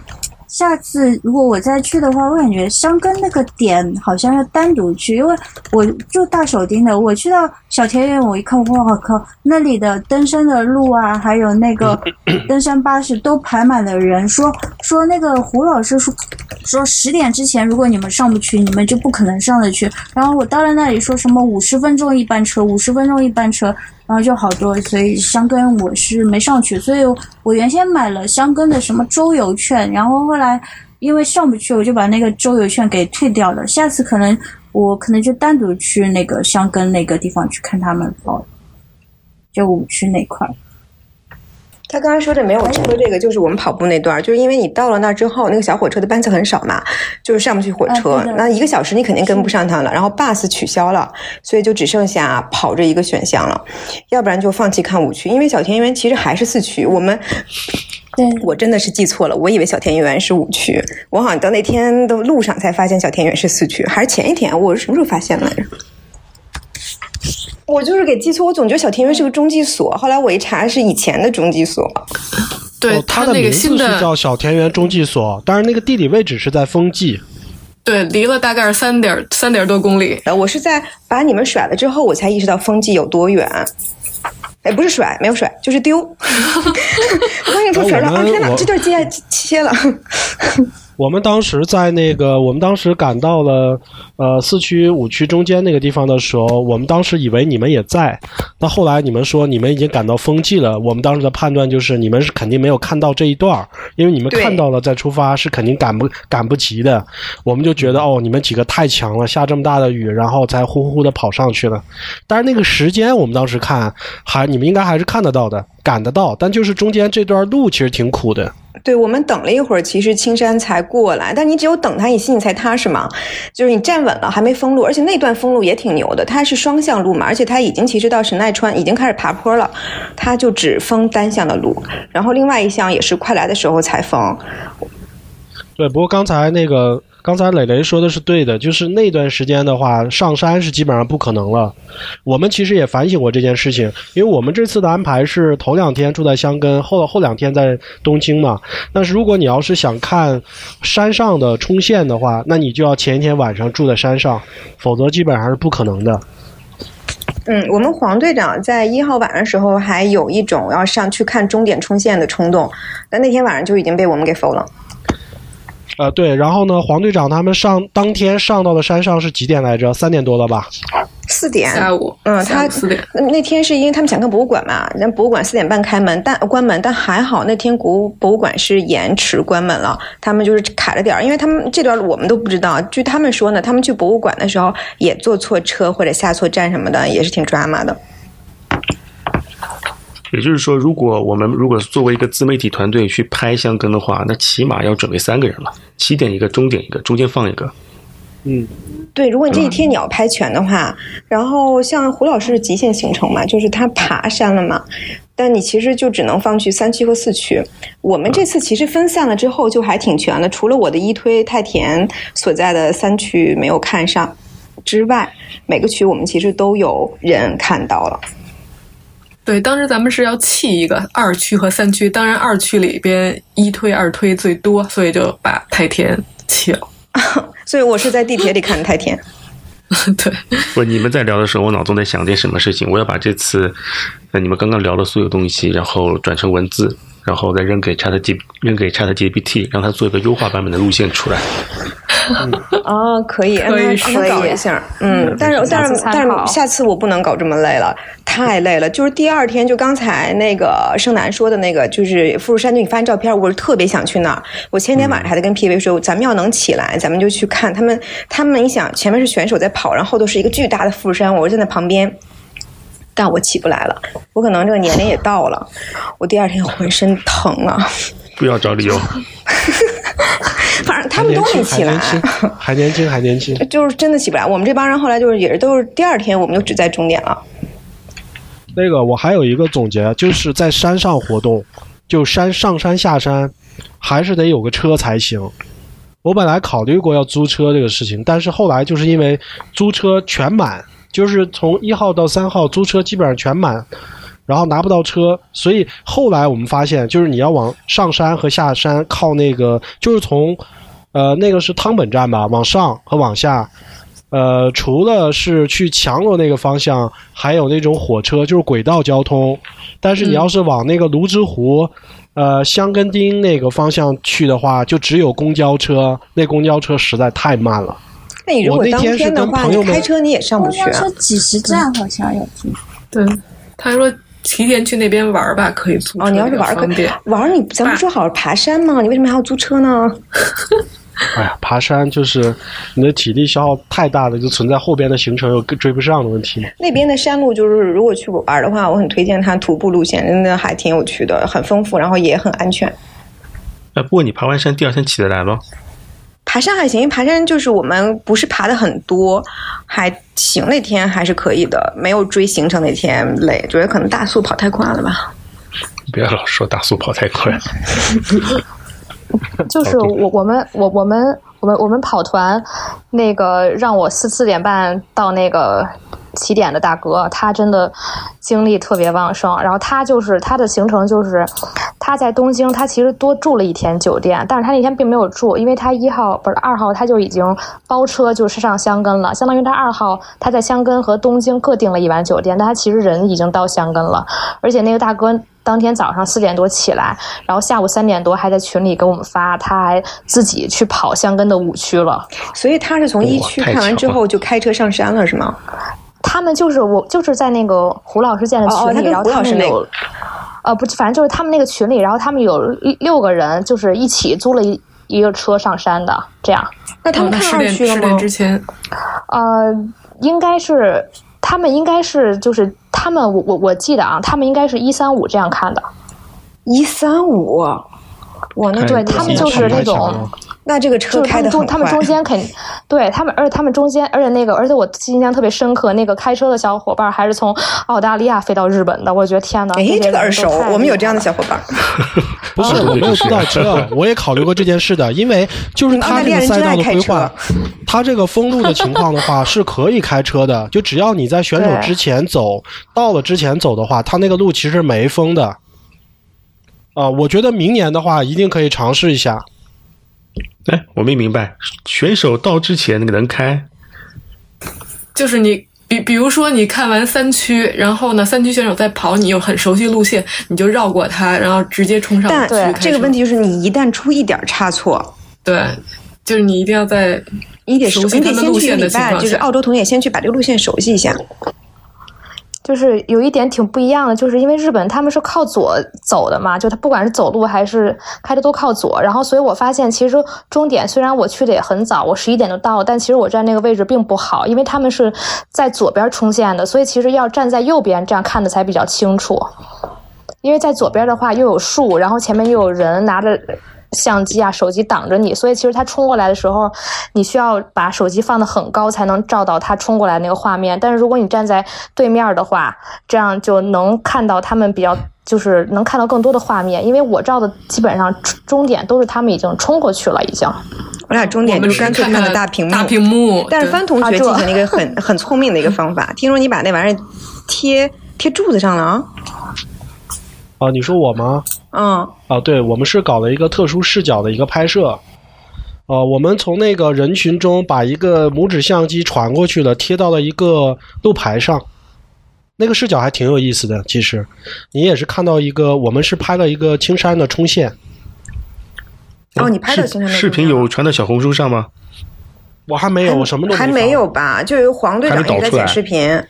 [SPEAKER 9] 下次如果我再去的话，我感觉香根那个点好像要单独去，因为我住大手町的，我去到小田园，我一看，我靠，那里的登山的路啊，还有那个登山巴士都排满了人，说说那个胡老师说说十点之前，如果你们上不去，你们就不可能上得去。然后我到了那里，说什么五十分钟一班车，五十分钟一班车，然后就好多，所以香根我是没上去，所以我原先买了香根的什么周游券，然后后来因为上不去，我就把那个周游券给退掉了。下次可能我可能就单独去那个香根那个地方去看他们跑，就五区那块。
[SPEAKER 4] 他刚才说这没有车这个，就是我们跑步那段儿，就是因为你到了那儿之后，那个小火车的班次很少嘛，就是上不去火车，
[SPEAKER 9] 啊对的
[SPEAKER 4] 那一个小时你肯定跟不上它了。然后 bus 取消了，所以就只剩下跑这一个选项了，要不然就放弃看五区，因为小田园其实还是四区，我们
[SPEAKER 7] 对，
[SPEAKER 4] 我真的是记错了，我以为小田园是五区，我好像到那天的路上才发现小田园是四区，还是前一天，我是什么时候发现来着？我就是给记错，我总觉得小田园是个中继所，后来我一查是以前的中继所。
[SPEAKER 3] 对、
[SPEAKER 6] 哦它
[SPEAKER 3] 它那
[SPEAKER 6] 名
[SPEAKER 3] 个
[SPEAKER 6] 字
[SPEAKER 3] 新
[SPEAKER 6] 是
[SPEAKER 3] 的，
[SPEAKER 6] 叫小田园中继所，但是那个地理位置是在丰纪。
[SPEAKER 3] 对，离了大概三点三点多公里。
[SPEAKER 4] 呃，我是在把你们甩了之后，我才意识到风纪有多远。哎，不是甩，没有甩，就是丢。我跟你说，甩了
[SPEAKER 6] 我
[SPEAKER 4] 啊！
[SPEAKER 6] 们
[SPEAKER 4] 天哪
[SPEAKER 6] 我，
[SPEAKER 4] 这段接切了。
[SPEAKER 6] 我们当时在那个，我们当时赶到了呃四区五区中间那个地方的时候，我们当时以为你们也在，那后来你们说你们已经赶到风纪了，我们当时的判断就是你们是肯定没有看到这一段儿，因为你们
[SPEAKER 4] 对
[SPEAKER 6] 看到了再出发是肯定赶不赶不及的，我们就觉得哦你们几个太强了，下这么大的雨，然后才呼呼的跑上去了，但是那个时间我们当时看还你们应该还是看得到的，赶得到，但就是中间这段路其实挺苦的。
[SPEAKER 4] 对我们等了一会儿，其实青山才过来，但你只有等他，你心里才踏实嘛。就是你站稳了，还没封路，而且那段封路也挺牛的，它是双向路嘛，而且它已经其实到神奈川已经开始爬坡了，它就只封单向的路，然后另外一项也是快来的时候才封。
[SPEAKER 6] 对，不过刚才那个，刚才磊磊说的是对的，就是那段时间的话，上山是基本上不可能了。我们其实也反省过这件事情，因为我们这次的安排是头两天住在箱根，后后两天在东京嘛。但是如果你要是想看山上的冲线的话，那你就要前一天晚上住在山上，否则基本上是不可能的。
[SPEAKER 4] 嗯，我们黄队长在一号晚上的时候还有一种要上去看终点冲线的冲动，但那天晚上就已经被我们给否了。
[SPEAKER 6] 呃，对，然后呢，黄队长他们上当天上到了山上是几点来着？三点多了吧？
[SPEAKER 4] 四点，
[SPEAKER 3] 下午，
[SPEAKER 4] 嗯
[SPEAKER 3] 下
[SPEAKER 4] 他
[SPEAKER 3] 午四点，
[SPEAKER 4] 那那天是因为他们想看博物馆嘛，人家博物馆四点半开门，但关门，但还好那天国物博物馆是延迟关门了，他们就是卡着点儿，因为他们这段我们都不知道。据他们说呢，他们去博物馆的时候也坐错车或者下错站什么的，也是挺抓马的。
[SPEAKER 1] 也就是说，如果我们如果作为一个自媒体团队去拍香根的话，那起码要准备三个人了，起点一个，终点一个，中间放一个。
[SPEAKER 6] 嗯，
[SPEAKER 4] 对，如果你这一天你要拍全的话，然后像胡老师是极限行程嘛，就是他爬山了嘛，但你其实就只能放去三区和四区。我们这次其实分散了之后就还挺全的，除了我的一推太田所在的三区没有看上之外，每个区我们其实都有人看到了。
[SPEAKER 3] 对，当时咱们是要弃一个二区和三区，当然二区里边一推二推最多，所以就把太田弃了。
[SPEAKER 4] 所以我是在地铁里看的太田，
[SPEAKER 3] 对，
[SPEAKER 1] 不，你们在聊的时候，我脑中在想件什么事情，我要把这次呃你们刚刚聊的所有东西，然后转成文字，然后再扔给 Chat G 扔给 Chat GPT，让它做一个优化版本的路线出来。
[SPEAKER 4] 哦，可以，
[SPEAKER 3] 可以
[SPEAKER 4] 那
[SPEAKER 3] 是
[SPEAKER 4] 那搞
[SPEAKER 5] 可以
[SPEAKER 4] 一下，嗯，但是但是
[SPEAKER 5] 参
[SPEAKER 4] 但
[SPEAKER 5] 考
[SPEAKER 4] 是下次我不能搞这么累了，太累了。就是第二天，就刚才那个盛楠说的那个，就是富士山，就你发现照片，我是特别想去那儿。我前天晚上还在跟 PV 说，咱们要能起来，咱们就去看他们。他们你想，前面是选手在跑，然后后头是一个巨大的富士山，我就站在旁边。但我起不来了，我可能这个年龄也到了，我第二天浑身疼啊。
[SPEAKER 1] 不要找理由，
[SPEAKER 4] 反正他
[SPEAKER 6] 还
[SPEAKER 4] 们
[SPEAKER 6] 年
[SPEAKER 4] 都没
[SPEAKER 6] 轻，还
[SPEAKER 4] 起来
[SPEAKER 6] 年，轻，还 年轻，还年轻。
[SPEAKER 4] 就是真的起不来。我们这帮人后来就是也是都是第二天我们就只在终点了。
[SPEAKER 6] 那个，我还有一个总结，就是在山上活动，就山上山下山，还是得有个车才行。我本来考虑过要租车这个事情，但是后来就是因为租车全满，就是从一号到三号租车基本上全满，然后拿不到车，所以后来我们发现，就是你要往上山和下山靠那个，就是从，呃，那个是汤本站吧，往上和往下，呃，除了是去强罗那个方向，还有那种火车，就是轨道交通。但是你要是往那个泸沽湖，呃，香根町那个方向去的话，就只有公交车，那公交车实在太慢了。
[SPEAKER 4] 那你如
[SPEAKER 6] 我
[SPEAKER 4] 果
[SPEAKER 6] 那
[SPEAKER 4] 当
[SPEAKER 6] 天是
[SPEAKER 4] 天的
[SPEAKER 6] 跟
[SPEAKER 4] 话，
[SPEAKER 6] 朋友
[SPEAKER 4] 你
[SPEAKER 6] 们
[SPEAKER 4] 开车你也上不
[SPEAKER 8] 公
[SPEAKER 4] 去
[SPEAKER 8] 交
[SPEAKER 4] 啊。
[SPEAKER 8] 车几十站好像有住，
[SPEAKER 3] 对，他说提前去那边玩吧，可以租车，
[SPEAKER 4] 哦，你要是
[SPEAKER 3] 比较
[SPEAKER 4] 玩儿可
[SPEAKER 3] 方便。
[SPEAKER 4] 玩儿，你咱们说好是爬山吗？你为什么还要租车呢？
[SPEAKER 6] 哎呀，爬山就是你的体力消耗太大了，就存在后边的行程又追不上的问题嘛。
[SPEAKER 4] 那边的山路就是，如果去玩儿的话，我很推荐它徒步路线，真的还挺有趣的，很丰富，然后也很安全。
[SPEAKER 1] 哎，不过你爬完山第二天起得来吗？
[SPEAKER 4] 爬山还行，因为爬山就是我们不是爬的很多，还行，那天还是可以的，没有追行程那天累，觉得可能大速跑太快了吧。
[SPEAKER 1] 不要老说大苏跑太快。
[SPEAKER 5] 就是我我们我我们我们我们跑团，那个让我四四点半到那个起点的大哥，他真的精力特别旺盛。然后他就是他的行程就是他在东京，他其实多住了一天酒店，但是他那天并没有住，因为他一号不是二号他就已经包车就是上箱根了，相当于他二号他在箱根和东京各订了一晚酒店，但他其实人已经到箱根了，而且那个大哥。当天早上四点多起来，然后下午三点多还在群里给我们发，他还自己去跑香根的五区了。
[SPEAKER 4] 所以他是从一区
[SPEAKER 1] 哇太
[SPEAKER 4] 看完之
[SPEAKER 1] 巧了
[SPEAKER 4] 后就开车上山了，是吗？
[SPEAKER 5] 他们就是我就是在那个胡老师建的
[SPEAKER 4] 哦哦
[SPEAKER 5] 群
[SPEAKER 4] 他
[SPEAKER 5] 里，
[SPEAKER 4] 跟
[SPEAKER 5] 然后
[SPEAKER 4] 胡
[SPEAKER 5] 他
[SPEAKER 4] 老师
[SPEAKER 5] 们
[SPEAKER 4] 那个
[SPEAKER 5] 有，呃，不，反正就是他们那个群里，然后他们有六六个人，就是一起租了一一个车上山的，这样。
[SPEAKER 4] 那他们
[SPEAKER 3] 嗯哦那十
[SPEAKER 4] 看
[SPEAKER 3] 点
[SPEAKER 4] 二区了
[SPEAKER 3] 十
[SPEAKER 4] 吗
[SPEAKER 3] 点？之前，
[SPEAKER 5] 呃，应该是他们应该是就是他们我我我记得啊，他们应该是一三五这样看的。
[SPEAKER 4] 一三五，哇，那
[SPEAKER 1] 对
[SPEAKER 5] 对他
[SPEAKER 1] 他
[SPEAKER 5] 们
[SPEAKER 1] 们
[SPEAKER 5] 就是那种。
[SPEAKER 4] 那这个
[SPEAKER 5] 就
[SPEAKER 4] 车
[SPEAKER 5] 是
[SPEAKER 4] 开
[SPEAKER 5] 他们
[SPEAKER 4] 的
[SPEAKER 5] 中
[SPEAKER 4] 很
[SPEAKER 5] 他们
[SPEAKER 4] 快啊
[SPEAKER 5] 中。间肯，对他们，而且他们中间，而且那个，而且我印象特别深刻，那个开车的小伙伴还是从澳大利亚飞到日本的，我觉得天哪！
[SPEAKER 4] 哎，这个耳熟，我们有这样的
[SPEAKER 5] 小，
[SPEAKER 4] 小伙伴。
[SPEAKER 6] 不是，
[SPEAKER 5] 啊
[SPEAKER 6] 我没有说到 车，啊我也考虑过这件事的，因为
[SPEAKER 5] 啊
[SPEAKER 6] 就是他这个赛道的规 划，他这个封路的情况的话是可以开车的，就只要你在选手之前走，到了之前走的话，他那个路其实没封的。啊、我觉得明年的话一定可以尝试一下。
[SPEAKER 1] 哎，我没明白，选手到之前那个能开，
[SPEAKER 3] 就是你比比如说你看完三区，然后呢三区选手在跑，你又很熟悉路线，你就绕过他，然后直接冲上五
[SPEAKER 4] 但
[SPEAKER 3] 区开始。
[SPEAKER 4] 这个问题就是，你一旦出一点差错，
[SPEAKER 3] 对，就是你一定要在
[SPEAKER 4] 你得熟
[SPEAKER 3] 熟悉
[SPEAKER 4] 你得
[SPEAKER 3] 他们
[SPEAKER 4] 先
[SPEAKER 3] 路
[SPEAKER 4] 去一
[SPEAKER 3] 线
[SPEAKER 4] 个
[SPEAKER 3] 的
[SPEAKER 4] 礼
[SPEAKER 3] 情
[SPEAKER 4] 拜，
[SPEAKER 3] 况
[SPEAKER 4] 就是
[SPEAKER 3] 下。
[SPEAKER 4] 澳洲同学先去把这个路线熟悉一下。
[SPEAKER 5] 就是有一点挺不一样的，就是因为日本他们是靠左走的嘛，就他不管是走路还是开的都靠左，然后所以我发现其实终点虽然我去的也很早，我十一点就到了，但其实我站那个位置并不好，因为他们是在左边冲线的，所以其实要站在右边这样看的才比较清楚。因为在左边的话又有树，然后前面又有人拿着相机啊、手机挡着你，所以其实他冲过来的时候，你需要把手机放得很高才能照到他冲过来那个画面。但是如果你站在对面的话，这样就能看到他们比较。就是能看到更多的画面，因为我照的基本上终终点都是他们已经冲过去了，已经。
[SPEAKER 4] 我俩终
[SPEAKER 3] 我
[SPEAKER 4] 点
[SPEAKER 3] 们
[SPEAKER 4] 就
[SPEAKER 3] 只
[SPEAKER 4] 干脆
[SPEAKER 3] 看
[SPEAKER 4] 看了
[SPEAKER 3] 大
[SPEAKER 4] 大屏幕。
[SPEAKER 3] 大屏幕，
[SPEAKER 4] 但是
[SPEAKER 3] 对
[SPEAKER 4] 番同
[SPEAKER 5] 啊
[SPEAKER 4] 学
[SPEAKER 5] 这
[SPEAKER 4] 进行了一个很很聪明的一个方法，听说你把那玩意儿贴贴柱子上了啊？
[SPEAKER 6] 啊、你说我吗？
[SPEAKER 4] 嗯，
[SPEAKER 6] 啊，对，我们是搞了一个特殊视角的一个拍摄。呃，我们从那个人群中把一个拇指相机传过去了，贴到了一个路牌上。那个视角还挺有意思的，其实你也是看到一个，我们是拍了一个青山的冲线，
[SPEAKER 4] 哦，你拍到现在
[SPEAKER 1] 视视频有传到小红书上吗？
[SPEAKER 6] 我还没有，我什么都没
[SPEAKER 4] 哎还
[SPEAKER 6] 放
[SPEAKER 4] 没，有吧？就有黄队长
[SPEAKER 1] 还没
[SPEAKER 4] 一直
[SPEAKER 1] 导
[SPEAKER 4] 在
[SPEAKER 1] 出来
[SPEAKER 4] 剪视 频，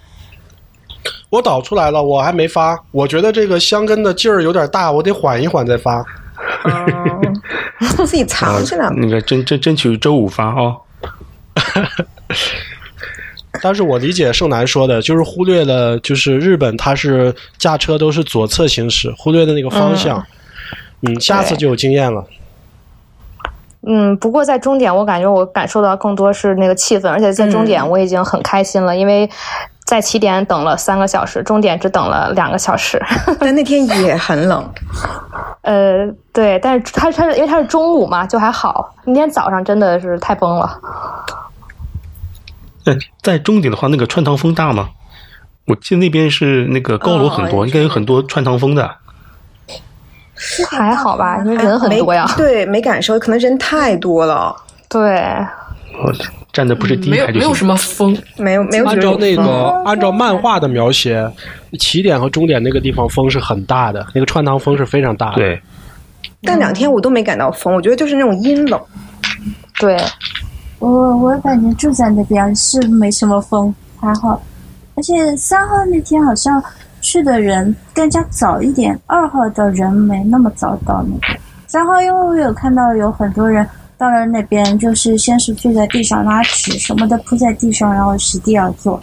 [SPEAKER 6] 我导出来了，我还没发。我觉得这个香根的劲儿有点大，我得缓一缓再发。
[SPEAKER 4] 哦自己藏起来了。
[SPEAKER 1] 那个争争争取周五发哦。
[SPEAKER 6] 但是我理解盛楠说的，就是忽略了，就是日本它是驾车都是左侧行驶，忽略的那个方向。嗯，下次就有经验了。
[SPEAKER 5] 嗯，不过在终点，我感觉我感受到更多是那个气氛，而且在终点我已经很开心了，因为在起点等了三个小时，终点只等了两个小时。
[SPEAKER 4] 但那天也很冷，
[SPEAKER 5] 呃，对，但是它它因为它是中午嘛，就还好。明天早上真的是太崩了。
[SPEAKER 1] 那在终点的话，那个穿堂风大吗？我记得那边是那个高楼很
[SPEAKER 4] 哦
[SPEAKER 1] 多，应该有很多穿堂风的。
[SPEAKER 5] 还好吧，因为人很多 呀
[SPEAKER 4] 没。对，没感受，可能人太多了，
[SPEAKER 5] 对，
[SPEAKER 4] 嗯
[SPEAKER 1] 我站的不是第
[SPEAKER 3] 嗯没
[SPEAKER 1] 一
[SPEAKER 3] 有
[SPEAKER 1] 排
[SPEAKER 3] 没
[SPEAKER 1] 就
[SPEAKER 3] 有
[SPEAKER 1] 行。
[SPEAKER 3] 什么风，
[SPEAKER 4] 没有没有觉
[SPEAKER 6] 按
[SPEAKER 4] 得
[SPEAKER 6] 照
[SPEAKER 4] 有
[SPEAKER 6] 那个
[SPEAKER 4] 风
[SPEAKER 6] 按照漫画的描写，起点和终点那个地方风是很大的，那个穿堂风是非常大的。，
[SPEAKER 1] 对，
[SPEAKER 4] 但两天我都没感到风，我觉得就是那种阴冷。
[SPEAKER 5] 对，
[SPEAKER 8] 我我感觉住在那边是没什么风，还好。而且三号那天好像去的人更加早一点，二号的人没那么早到那边。三号因为我有看到有很多人到了那边，就是先是坐在地上拉纸什么的铺在地上，然后席地而坐。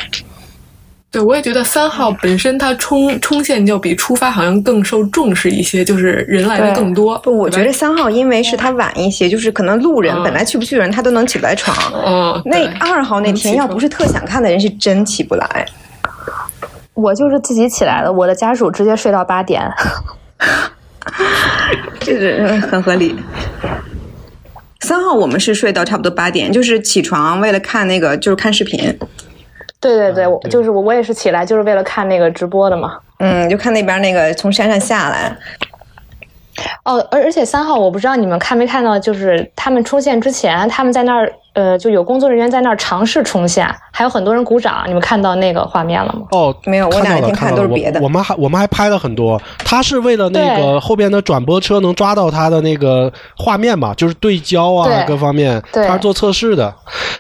[SPEAKER 3] 对我也觉得三
[SPEAKER 4] 嗯
[SPEAKER 3] 号本身它冲冲线就比出发好像更受重视一些，就是人来的
[SPEAKER 5] 对
[SPEAKER 3] 更多。
[SPEAKER 4] 不，我
[SPEAKER 3] 对
[SPEAKER 4] 觉
[SPEAKER 3] 吧
[SPEAKER 4] 得三号因为是他晚一些，就是可能路人
[SPEAKER 3] 嗯
[SPEAKER 4] 本来去不去的人，他都能起不来床。
[SPEAKER 3] 嗯，
[SPEAKER 4] 那
[SPEAKER 3] 对
[SPEAKER 4] 二号那
[SPEAKER 3] 能
[SPEAKER 4] 天
[SPEAKER 3] 起
[SPEAKER 4] 要
[SPEAKER 3] 床
[SPEAKER 4] 不是特想看的人，是真起不来。
[SPEAKER 5] 我就是自己起来的，我的家属直接睡到八点。
[SPEAKER 4] 这是很合理。三号我们是睡到差不多八点，就是起床为了看那个，就是看视频，
[SPEAKER 5] 对对对，我就是我，我也是起来就是为了看那个直播的嘛。
[SPEAKER 4] 嗯，就看那边那个从山上下来，
[SPEAKER 5] 哦，而而且三号我不知道你们看没看到，就是他们冲线之前，他们在那儿呃，就有工作人员在那儿尝试冲线，还有很多人鼓掌，你们看到那个画面了吗？
[SPEAKER 6] 哦，
[SPEAKER 4] 没有我
[SPEAKER 6] 看到
[SPEAKER 4] 哪
[SPEAKER 6] 了
[SPEAKER 4] 天看
[SPEAKER 6] 到
[SPEAKER 4] 都
[SPEAKER 6] 了
[SPEAKER 4] 是别的
[SPEAKER 6] 我我们还我们还拍了很多，他是为了那
[SPEAKER 5] 对
[SPEAKER 6] 个后边的转播车能抓到他的那个画面嘛，就是对焦啊
[SPEAKER 5] 对
[SPEAKER 6] 各方面，
[SPEAKER 5] 对
[SPEAKER 6] 他是做测试的。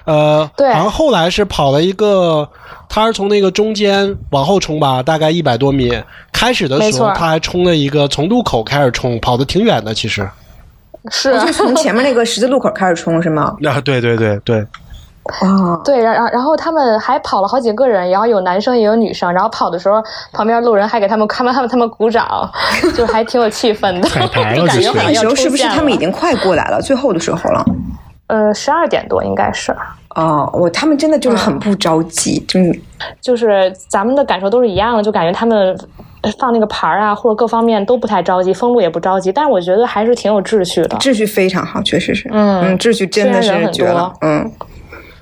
[SPEAKER 6] 呃，
[SPEAKER 5] 对
[SPEAKER 6] 然后后来是跑了一个，他是从那个中间往后冲吧，大概一百多米。开始的
[SPEAKER 5] 没
[SPEAKER 6] 时候
[SPEAKER 5] 错
[SPEAKER 6] 他还冲了一个从路口开始冲，跑的挺远的其实。
[SPEAKER 5] 是啊
[SPEAKER 4] 就从前面那个十字路口开始冲是吗？
[SPEAKER 6] 啊，对对对对，
[SPEAKER 4] 啊，
[SPEAKER 5] 对，然然然后他们还跑了好几个人，然后有男生也有女生，然后跑的时候旁边路人还给他们他们他们他们鼓掌，就还挺有气氛的，
[SPEAKER 1] 彩排了
[SPEAKER 5] 就感
[SPEAKER 1] 这
[SPEAKER 5] 觉
[SPEAKER 1] 是
[SPEAKER 5] 好
[SPEAKER 4] 那个
[SPEAKER 5] 像要
[SPEAKER 4] 时候
[SPEAKER 5] 冲
[SPEAKER 4] 是不是
[SPEAKER 5] 线
[SPEAKER 4] 他们
[SPEAKER 5] 了
[SPEAKER 4] 已经快过来了？最后的时候了。
[SPEAKER 5] 呃十二点多应该是，
[SPEAKER 4] 哦，我他们真的就是很不着急，
[SPEAKER 5] 嗯
[SPEAKER 4] 真的
[SPEAKER 5] 就是咱们的感受都是一样的，就感觉他们放那个牌儿啊，或者各方面都不太着急，封路也不着急，但我觉得还是挺有秩序的。
[SPEAKER 4] 秩序非常好，确实是，
[SPEAKER 5] 嗯
[SPEAKER 4] 秩序真的
[SPEAKER 5] 虽然人
[SPEAKER 4] 是
[SPEAKER 5] 很
[SPEAKER 4] 绝了
[SPEAKER 5] 多，
[SPEAKER 4] 嗯，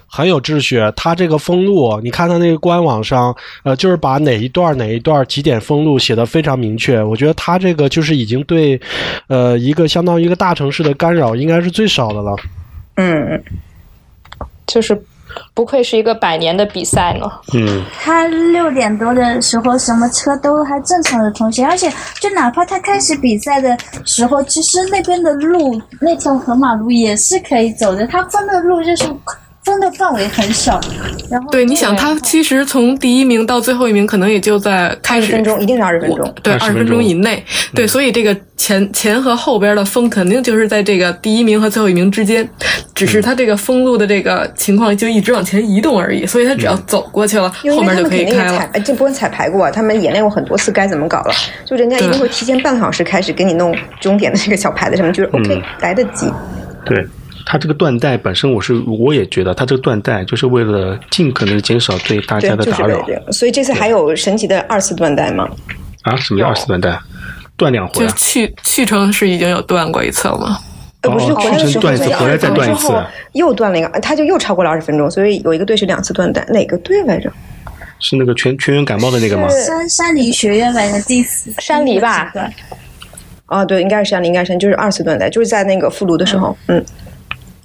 [SPEAKER 6] 很有秩序。它这个封路，你看它那个官网上，呃，就是把哪一段儿哪一段儿几点封路写的非常明确。我觉得它这个就是已经对，呃，一个相当于一个大城市的干扰应该是最少的了。
[SPEAKER 4] 嗯，
[SPEAKER 5] 就是不愧是一个百年的比赛呢。
[SPEAKER 1] 嗯，
[SPEAKER 8] 他六点多的时候，什么车都还正常的通行，而且就哪怕他开始比赛的时候，其实那边的路那条河马路也是可以走的，他分的路就是分的范围很小，
[SPEAKER 4] 哦
[SPEAKER 8] 然后
[SPEAKER 3] 对，你想
[SPEAKER 4] 啊
[SPEAKER 3] 他其实从第一名到最后一名，可能也就在开
[SPEAKER 4] 二
[SPEAKER 3] 始
[SPEAKER 4] 十分钟一定是二十分钟
[SPEAKER 3] 我，对，
[SPEAKER 1] 20
[SPEAKER 3] 二十分
[SPEAKER 1] 分钟
[SPEAKER 3] 钟嗯以内，对，所以这个前前和后边的风肯定就是在这个第一名和最后一名之间，只是他这个封路的这个情况就一直往前移动而已，所以他只要走过去了，
[SPEAKER 4] 因为
[SPEAKER 3] 后
[SPEAKER 4] 因为
[SPEAKER 3] 面
[SPEAKER 4] 他
[SPEAKER 3] 就
[SPEAKER 4] 们
[SPEAKER 3] 可以
[SPEAKER 4] 肯定也
[SPEAKER 3] 开
[SPEAKER 4] 彩
[SPEAKER 3] 了。，
[SPEAKER 4] 哎这不用彩排过，他们演练过很多次该怎么搞了，就人家一定
[SPEAKER 3] 对
[SPEAKER 4] 会提前半个小时开始给你弄终点的这个小牌子什么，就是
[SPEAKER 3] 嗯
[SPEAKER 4] OK 来得及，
[SPEAKER 1] 对。它这个断代本身，我是我也觉得，它这个断代就是为了尽可能减少对大
[SPEAKER 4] 对
[SPEAKER 1] 家，的
[SPEAKER 4] 就是
[SPEAKER 1] 打
[SPEAKER 4] 为
[SPEAKER 1] 扰
[SPEAKER 4] 了这个，所以这次还有神奇的二次断代吗？
[SPEAKER 1] 啊。什么叫二次断代？断两回
[SPEAKER 3] 就
[SPEAKER 1] 啊
[SPEAKER 3] 是？去去程是已经有断过一次了吗？
[SPEAKER 4] 呃，不是
[SPEAKER 1] 哦
[SPEAKER 4] 回来的
[SPEAKER 1] 去程
[SPEAKER 4] 时候
[SPEAKER 1] 断一次
[SPEAKER 4] 是
[SPEAKER 1] 回来再断一次
[SPEAKER 4] 之后又断了一个，呃他就又超过了二十分钟，所以有一个队是两次断代，哪个队来着？
[SPEAKER 1] 是那个全全员感冒的那个吗？
[SPEAKER 8] 山山梨学院版的第四
[SPEAKER 5] 山梨吧，
[SPEAKER 4] 啊，对，应该是山林，应该是山林就是二次断代，就是在那个复读的时候，嗯，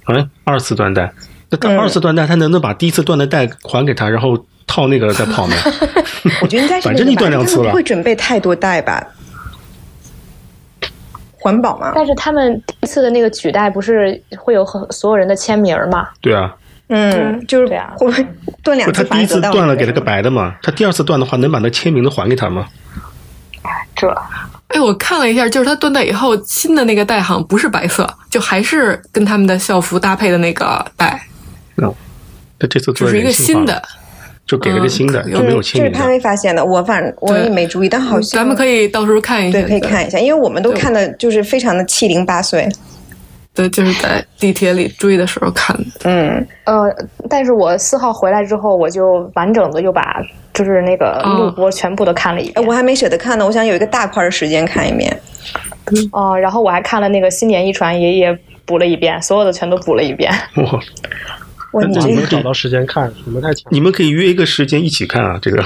[SPEAKER 1] 哎，二次断代，那他
[SPEAKER 4] 嗯
[SPEAKER 1] 二次断代，他能不能把第一次断的带还给他，然后套那个再跑呢？
[SPEAKER 4] 我觉得应该是 那个吧
[SPEAKER 1] 反正你断两次
[SPEAKER 4] 他们
[SPEAKER 1] 了
[SPEAKER 4] 不会准备太多代吧？环保嘛，
[SPEAKER 5] 但是他们第一次的那个举代不是会有很所有人的签名嘛？
[SPEAKER 1] 对啊，
[SPEAKER 4] 嗯，就是
[SPEAKER 5] 对啊
[SPEAKER 4] 会不会断两
[SPEAKER 1] 不是他
[SPEAKER 4] 次
[SPEAKER 1] 第
[SPEAKER 4] 罚
[SPEAKER 1] 一
[SPEAKER 4] 则
[SPEAKER 1] 次
[SPEAKER 4] 到
[SPEAKER 1] 断了
[SPEAKER 4] 那
[SPEAKER 1] 给他个白的嘛，他第二次断的话能把那签名的还给他吗？
[SPEAKER 5] 这
[SPEAKER 3] 哎，我看了一下，就是它断代以后新的那个带好像不是白色，就还是跟他们的校服搭配的那个带，
[SPEAKER 1] 他这次
[SPEAKER 3] 只
[SPEAKER 1] 做
[SPEAKER 3] 是一个
[SPEAKER 1] 人性化
[SPEAKER 3] 新
[SPEAKER 1] 了
[SPEAKER 3] 的。
[SPEAKER 1] 就给了个新的，
[SPEAKER 3] 嗯
[SPEAKER 1] 就没有
[SPEAKER 4] 这
[SPEAKER 1] 签
[SPEAKER 4] 是
[SPEAKER 1] 名
[SPEAKER 4] 潘
[SPEAKER 1] 的。
[SPEAKER 4] 威发现的，我反正我也
[SPEAKER 3] 对嗯
[SPEAKER 4] 没注意，但好像
[SPEAKER 3] 咱们可
[SPEAKER 4] 以
[SPEAKER 3] 以到时候看一下。
[SPEAKER 4] 对可以看一下，因为我们都看的就是非常的七零八碎，
[SPEAKER 3] 对，就是在地铁里追的时候看的。
[SPEAKER 4] 嗯，
[SPEAKER 5] 呃，但是我四号回来之后，我就完整的又把就是那个
[SPEAKER 3] 哦
[SPEAKER 5] 录播全部都看了一
[SPEAKER 4] 哎，
[SPEAKER 5] 遍
[SPEAKER 4] 我还没舍得看呢，我想有一个大块的时间看一遍。
[SPEAKER 5] 哦、然后我还看了那个新年一传也也补了一遍，所有的全都补了一遍。
[SPEAKER 1] 哇，
[SPEAKER 4] 哇，你
[SPEAKER 1] 那
[SPEAKER 4] 这
[SPEAKER 1] 你
[SPEAKER 6] 没
[SPEAKER 1] 们
[SPEAKER 6] 有找到时间看，你们太强了。
[SPEAKER 1] 你们可以约一个时间一起看啊，这个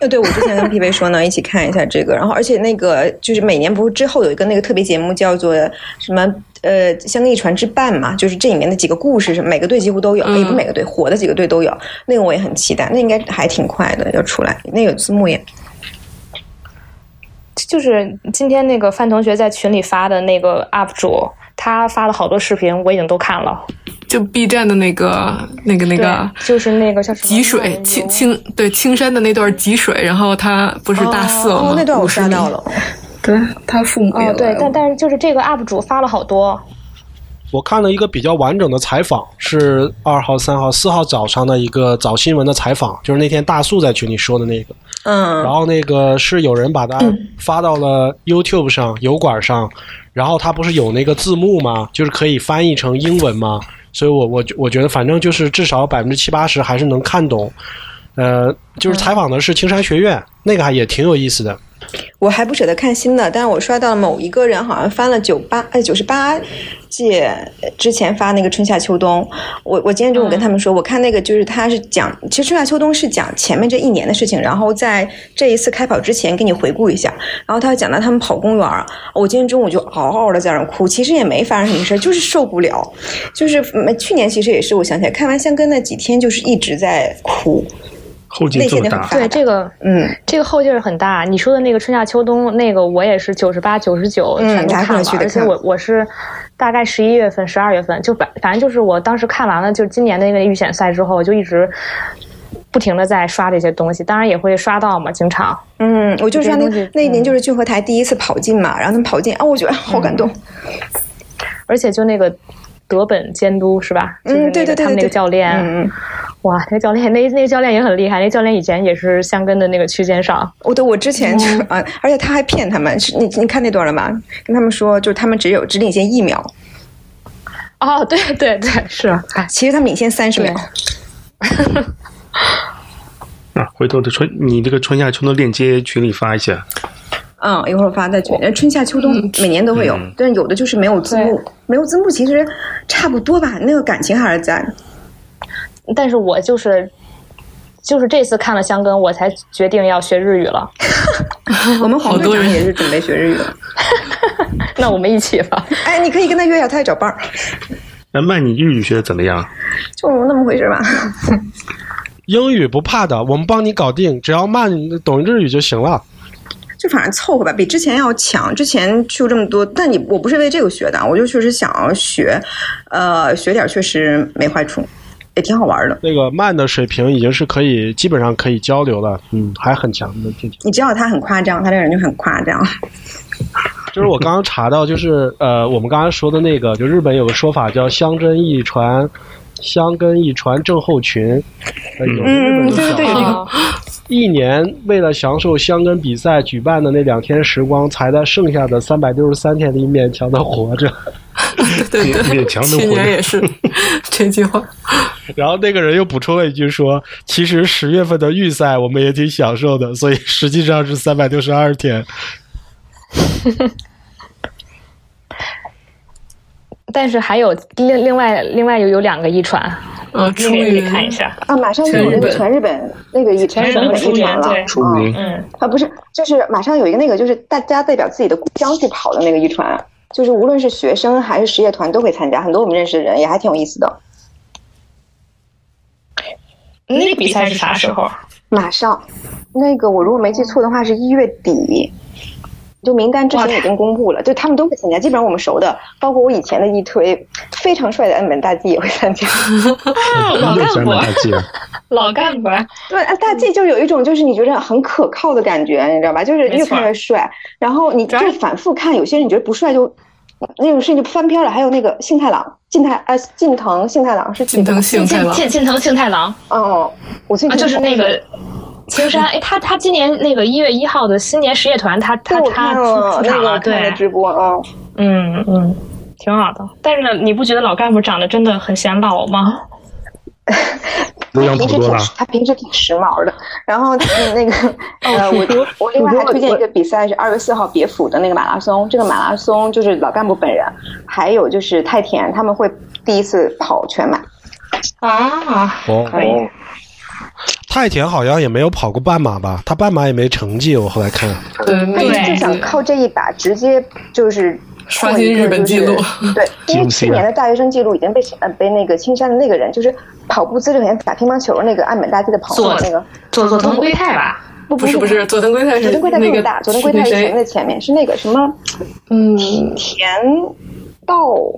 [SPEAKER 4] 呃，对，我之前跟 PV 说呢，一起看一下这个。然后，而且那个就是每年不是之后有一个那个特别节目叫做什么呃《香港一传之伴》嘛，就是这里面的几个故事，是每个队几乎都有，
[SPEAKER 3] 嗯
[SPEAKER 4] 也不是每个队，火的几个队都有。那个我也很期待，那应该还挺快的要出来。那有字幕也，
[SPEAKER 5] 就是今天那个范同学在群里发的那个 UP 主，他发了好多视频，我已经都看了。
[SPEAKER 3] 就 B 站的那个、那个、那个
[SPEAKER 5] 对就是那个叫什么
[SPEAKER 3] 吉
[SPEAKER 4] 哦
[SPEAKER 3] 水青青对青山的那段吉水，然后他不是大四了吗？
[SPEAKER 4] 哦，那段我刷
[SPEAKER 3] 50米
[SPEAKER 4] 到，了，
[SPEAKER 3] 对他父母也
[SPEAKER 5] 哦，对，但但是就是这个 UP 主发了好多，
[SPEAKER 6] 我看了一个比较完整的采访，是二号、三号、四号早上的一个早新闻的采访，就是那天大树在群里说的那个。然
[SPEAKER 4] 嗯，
[SPEAKER 6] 后那个是有人把它发到了 YouTube 上、油管上，然后它不是有那个字幕吗？就是可以翻译成英文吗？所以我我我觉得反正就是至少百分之七八十还是能看懂。呃，就是采访的是青山学院，那个还也挺有意思的。
[SPEAKER 4] 我还不舍得看新的，但是我刷到了某一个人好像翻了九八哎九十八届之前发那个春夏秋冬，我我今天中午跟他们说，我看那个就是他是讲，其实春夏秋冬是讲前面这一年的事情，然后在这一次开跑之前给你回顾一下，然后他讲到他们跑公园儿，我今天中午就嗷嗷的在那儿哭，其实也没发生什么事儿，就是受不了，就是嗯去年其实也是，我想起来看完香根那几天就是一直在哭，
[SPEAKER 1] 后劲
[SPEAKER 4] 内
[SPEAKER 1] 这
[SPEAKER 4] 心
[SPEAKER 1] 么
[SPEAKER 4] 的很
[SPEAKER 1] 大，
[SPEAKER 4] 大
[SPEAKER 5] 对这个，
[SPEAKER 4] 嗯
[SPEAKER 5] 这个后劲儿很大。你说的那个春夏秋冬，那个我也是九十八、九十九
[SPEAKER 4] 嗯
[SPEAKER 5] 全都
[SPEAKER 4] 拿出
[SPEAKER 5] 看
[SPEAKER 4] 来
[SPEAKER 5] 了，
[SPEAKER 4] 去得
[SPEAKER 5] 而且
[SPEAKER 4] 看
[SPEAKER 5] 我我是大概十一月份、十二月份就反反正就是我当时看完了，就是今年的那个预选赛之后，我就一直不停的在刷这些东西，当然也会刷到嘛，经常。
[SPEAKER 4] 嗯，我就是
[SPEAKER 5] 这
[SPEAKER 4] 他
[SPEAKER 5] 些
[SPEAKER 4] 那
[SPEAKER 5] 东西嗯
[SPEAKER 4] 那一年就是俊和台第一次跑进嘛，然后他们跑进啊，我觉得好感动，
[SPEAKER 5] 而且就那个德本监督是吧？就是那
[SPEAKER 4] 嗯，
[SPEAKER 5] 个
[SPEAKER 4] 对对对对，
[SPEAKER 5] 他们那个
[SPEAKER 4] 对
[SPEAKER 5] 教练，
[SPEAKER 4] 嗯嗯，
[SPEAKER 5] 哇，那个教练那那个教练也很厉害，那个教练以前也是香根的那个区间上，
[SPEAKER 4] 我对我之前就、啊，而且他还骗他们，是你你看那段了吗？跟他们说就是他们只有只领先一秒，
[SPEAKER 5] 哦，对对对，是，哎，
[SPEAKER 4] 其实他们领先三十秒，
[SPEAKER 1] 啊，回头的春，你这个春夏秋冬链接群里发一下。
[SPEAKER 4] 嗯，一会儿发在群。呃春夏秋冬每年都会有，但是有的就是没有字幕，没有字幕其实差不多吧，那个感情还是在。
[SPEAKER 5] 但是我就是。就是这次看了香根，我才决定要学日语了。
[SPEAKER 4] 我们黄
[SPEAKER 3] 好
[SPEAKER 4] 队
[SPEAKER 3] 多
[SPEAKER 4] 长
[SPEAKER 3] 人
[SPEAKER 4] 也是准备学日语的，
[SPEAKER 5] 那我们一起吧。
[SPEAKER 4] 哎，你可以跟他约呀，他也找伴儿，
[SPEAKER 1] 那麦，你日语学的怎么样？
[SPEAKER 4] 就那么回事吧。
[SPEAKER 6] 英语不怕的，我们帮你搞定，只要慢懂日语就行了。
[SPEAKER 4] 就反正凑合吧，比之前要强。之前去过这么多，但你我不是为这个学的，我就确实想要学，呃，学点儿确实没坏处，也挺好玩儿的。
[SPEAKER 6] 那个慢的水平已经是可以，基本上可以交流了，嗯，还很强的，挺强。
[SPEAKER 4] 你知道他很夸张，他这个人就很夸张。
[SPEAKER 6] 就是我刚刚查到，就是呃，我们刚刚说的那个，就日本有个说法叫“香根一传”，香根一传症候群。呃、有的日本
[SPEAKER 4] 嗯，
[SPEAKER 6] 人
[SPEAKER 4] 对对对，有一个
[SPEAKER 5] 啊，
[SPEAKER 6] 一年为了享受香根比赛举办的那两天时光，才在剩下的三百六十三天里勉强的活着。
[SPEAKER 3] 对对
[SPEAKER 1] 勉
[SPEAKER 3] 对，
[SPEAKER 1] 强能
[SPEAKER 3] 去
[SPEAKER 1] 活
[SPEAKER 3] 年
[SPEAKER 1] 着
[SPEAKER 3] 也是这句话。
[SPEAKER 6] 然后那个人又补充了一句说：“其实十月份的预赛我们也挺享受的，所以实际上是三百六十二天。
[SPEAKER 5] 但是还有另另外另外有有两个一传，
[SPEAKER 3] 呃，
[SPEAKER 5] 那
[SPEAKER 3] 出
[SPEAKER 5] 个也可以
[SPEAKER 3] 于
[SPEAKER 5] 看一下。
[SPEAKER 4] 啊，马上就有那个全日本那个以全日本
[SPEAKER 5] 全日
[SPEAKER 4] 遗传
[SPEAKER 5] 本出
[SPEAKER 4] 了
[SPEAKER 5] 演对
[SPEAKER 1] 出名、
[SPEAKER 5] 嗯，
[SPEAKER 4] 啊，不是，就是马上有一个那个，就是大家代表自己的故乡去跑的那个遗传，就是无论是学生还是实业团都会参加，很多我们认识的人也还挺有意思的。
[SPEAKER 5] 那个比赛是啥时候？
[SPEAKER 4] 马上，那个我如果没记错的话是一月底，就名单之前已经公布了，就他们都会参加，基本上我们熟的，包括我以前的一推非常帅的岸本大纪也会参 加。
[SPEAKER 5] 嗯老
[SPEAKER 1] 又
[SPEAKER 5] 干
[SPEAKER 1] 沾
[SPEAKER 5] 部
[SPEAKER 1] 满，大计了。
[SPEAKER 5] 老干部，
[SPEAKER 4] 对，啊大 G 就有一种就是你觉得很可靠的感觉，你知道吧？就是
[SPEAKER 5] 没
[SPEAKER 4] 越
[SPEAKER 5] 错
[SPEAKER 4] 看越帅，然后你
[SPEAKER 5] 主
[SPEAKER 4] 就
[SPEAKER 5] 要是
[SPEAKER 4] 反复看，有些人你觉得不帅就那种事情就翻篇了。还有那个幸太郎，近太呃近藤幸太郎是
[SPEAKER 3] 近藤幸太
[SPEAKER 5] 近
[SPEAKER 3] 郎，
[SPEAKER 5] 近近藤幸太郎
[SPEAKER 4] 哦，我最
[SPEAKER 5] 啊，
[SPEAKER 4] 近
[SPEAKER 5] 就是那个青山。哎，他他今年那个一月一号的新年实业团，他
[SPEAKER 4] 对
[SPEAKER 5] 他
[SPEAKER 4] 我
[SPEAKER 5] 他
[SPEAKER 4] 看
[SPEAKER 5] 出
[SPEAKER 4] 了
[SPEAKER 5] 出
[SPEAKER 4] 那
[SPEAKER 5] 场
[SPEAKER 4] 个
[SPEAKER 5] 了，
[SPEAKER 4] 我看了
[SPEAKER 5] 对，
[SPEAKER 4] 直播啊，嗯
[SPEAKER 5] 嗯嗯，挺好的。但是呢，你不觉得老干部长得真的很显老吗？
[SPEAKER 1] 刘
[SPEAKER 4] 他
[SPEAKER 1] 洋跑
[SPEAKER 4] 平
[SPEAKER 1] 多
[SPEAKER 4] 时哎挺
[SPEAKER 1] 了，
[SPEAKER 4] 他平时挺时髦的。然后 嗯那个
[SPEAKER 3] 哦
[SPEAKER 4] 呃，我我另外还推荐一个比赛是二月四号别府的那个马拉松，这个马拉松就是老干部本人，还有就是太田他们会第一次跑全马。
[SPEAKER 5] 啊，
[SPEAKER 6] 哦
[SPEAKER 5] 可以。
[SPEAKER 6] 太田好像也没有跑过半马吧？他半马也没成绩，我后来看。
[SPEAKER 3] 对，
[SPEAKER 4] 他
[SPEAKER 3] 那
[SPEAKER 4] 一
[SPEAKER 5] 对
[SPEAKER 4] 直就想靠这一把直接就是
[SPEAKER 3] 刷
[SPEAKER 4] 做一
[SPEAKER 3] 新
[SPEAKER 4] 个
[SPEAKER 3] 日本
[SPEAKER 4] 就
[SPEAKER 3] 纪
[SPEAKER 4] 是
[SPEAKER 3] 录
[SPEAKER 4] 对，因为
[SPEAKER 1] GMC
[SPEAKER 4] 去年的大学生记录已经被呃被那个青山的那个人，就是跑步资质很打乒乓球那个岸本大地的朋友
[SPEAKER 5] 做
[SPEAKER 4] 那个，
[SPEAKER 5] 佐佐藤圭太吧，
[SPEAKER 4] 不
[SPEAKER 3] 不是不是，佐藤圭太
[SPEAKER 4] 佐
[SPEAKER 3] 是
[SPEAKER 4] 藤圭太
[SPEAKER 3] 那
[SPEAKER 4] 更
[SPEAKER 3] 个
[SPEAKER 4] 大，佐藤
[SPEAKER 3] 是
[SPEAKER 4] 圭太
[SPEAKER 3] 那
[SPEAKER 4] 是前面
[SPEAKER 3] 谁？
[SPEAKER 4] 的前面是那个什么
[SPEAKER 3] 嗯，
[SPEAKER 4] 田道，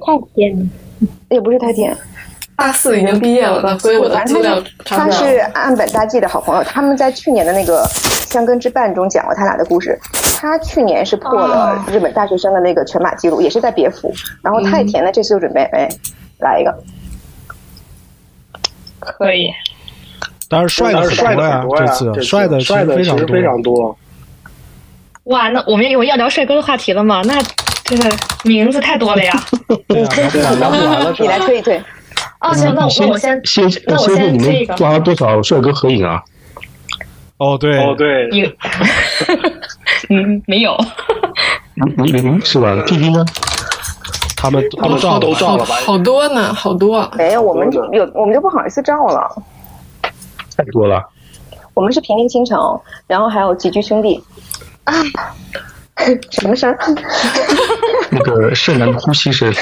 [SPEAKER 5] 太田
[SPEAKER 4] 也不是太田，
[SPEAKER 3] 大四已经毕业了吧，所以我的
[SPEAKER 4] 嗯反
[SPEAKER 3] 资
[SPEAKER 4] 正
[SPEAKER 3] 料查
[SPEAKER 4] 他
[SPEAKER 3] 不
[SPEAKER 4] 是
[SPEAKER 3] 到
[SPEAKER 4] 他。是岸本大纪的好朋友，他们在去年的那个香根之伴中讲过他俩的故事。他去年是破了日本大学生的那个全马记录，也是在别府。然后太田呢，这次就准备哎来一个，
[SPEAKER 5] 可以。
[SPEAKER 6] 但是帅的
[SPEAKER 10] 但是帅
[SPEAKER 6] 很多
[SPEAKER 10] 的
[SPEAKER 6] 呀
[SPEAKER 10] 很，多
[SPEAKER 6] 这
[SPEAKER 10] 呀，
[SPEAKER 6] 次
[SPEAKER 10] 这
[SPEAKER 6] 帅的
[SPEAKER 10] 的
[SPEAKER 6] 其
[SPEAKER 10] 帅
[SPEAKER 6] 实非
[SPEAKER 10] 其
[SPEAKER 6] 常
[SPEAKER 10] 实
[SPEAKER 6] 多
[SPEAKER 10] 非。常多。
[SPEAKER 5] 哇，那我们我们要聊帅哥的话题了吗？那这个名字太多了呀。
[SPEAKER 6] 对啊，聊不
[SPEAKER 10] 聊
[SPEAKER 6] 完
[SPEAKER 10] 不完了，
[SPEAKER 4] 你来推一推。
[SPEAKER 5] 哦，行，那我那我先
[SPEAKER 1] 嗯先
[SPEAKER 5] 那我
[SPEAKER 1] 先
[SPEAKER 5] 先
[SPEAKER 1] 问你
[SPEAKER 5] 这
[SPEAKER 1] 们
[SPEAKER 5] 个
[SPEAKER 1] 抓了多少帅哥合影啊？
[SPEAKER 6] 哦，对，
[SPEAKER 10] 哦，对，
[SPEAKER 5] 你嗯，没有。
[SPEAKER 10] 嗯嗯嗯，是吧？弟弟呢？
[SPEAKER 6] 他们他们照
[SPEAKER 10] 都
[SPEAKER 6] 了，
[SPEAKER 10] 照了吧？
[SPEAKER 3] 好多呢，好多。
[SPEAKER 4] 没有，我们就有我们就不好意思照了。
[SPEAKER 10] 太多了。
[SPEAKER 4] 我们是平林倾城，然后还有几居兄弟啊， 什么山？
[SPEAKER 10] 那个剩男的呼吸声，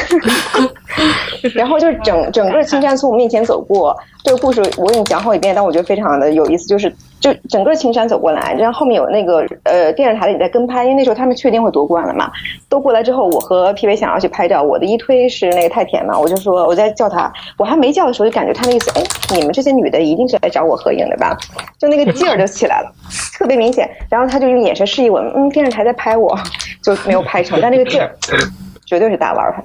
[SPEAKER 4] 然后就是整整个侵山从我面前走过，这个故事我已经讲好几遍，但我觉得非常的有意思，就是就整个青山走过来，然后后面有那个呃电视台的也在跟拍，因为那时候他们确定会夺冠了嘛，都过来之后，我和 PV 想要去拍照，我的一推是那个太甜嘛，我就说我在叫他，我还没叫的时候就感觉他那意思，哎，你们这些女的一定是来找我合影的吧？就那个劲儿就起来了， 特别明显，然后他就用眼神示意我们，嗯，电视台在拍我， 就没有拍成，但那个劲儿绝对是大腕儿。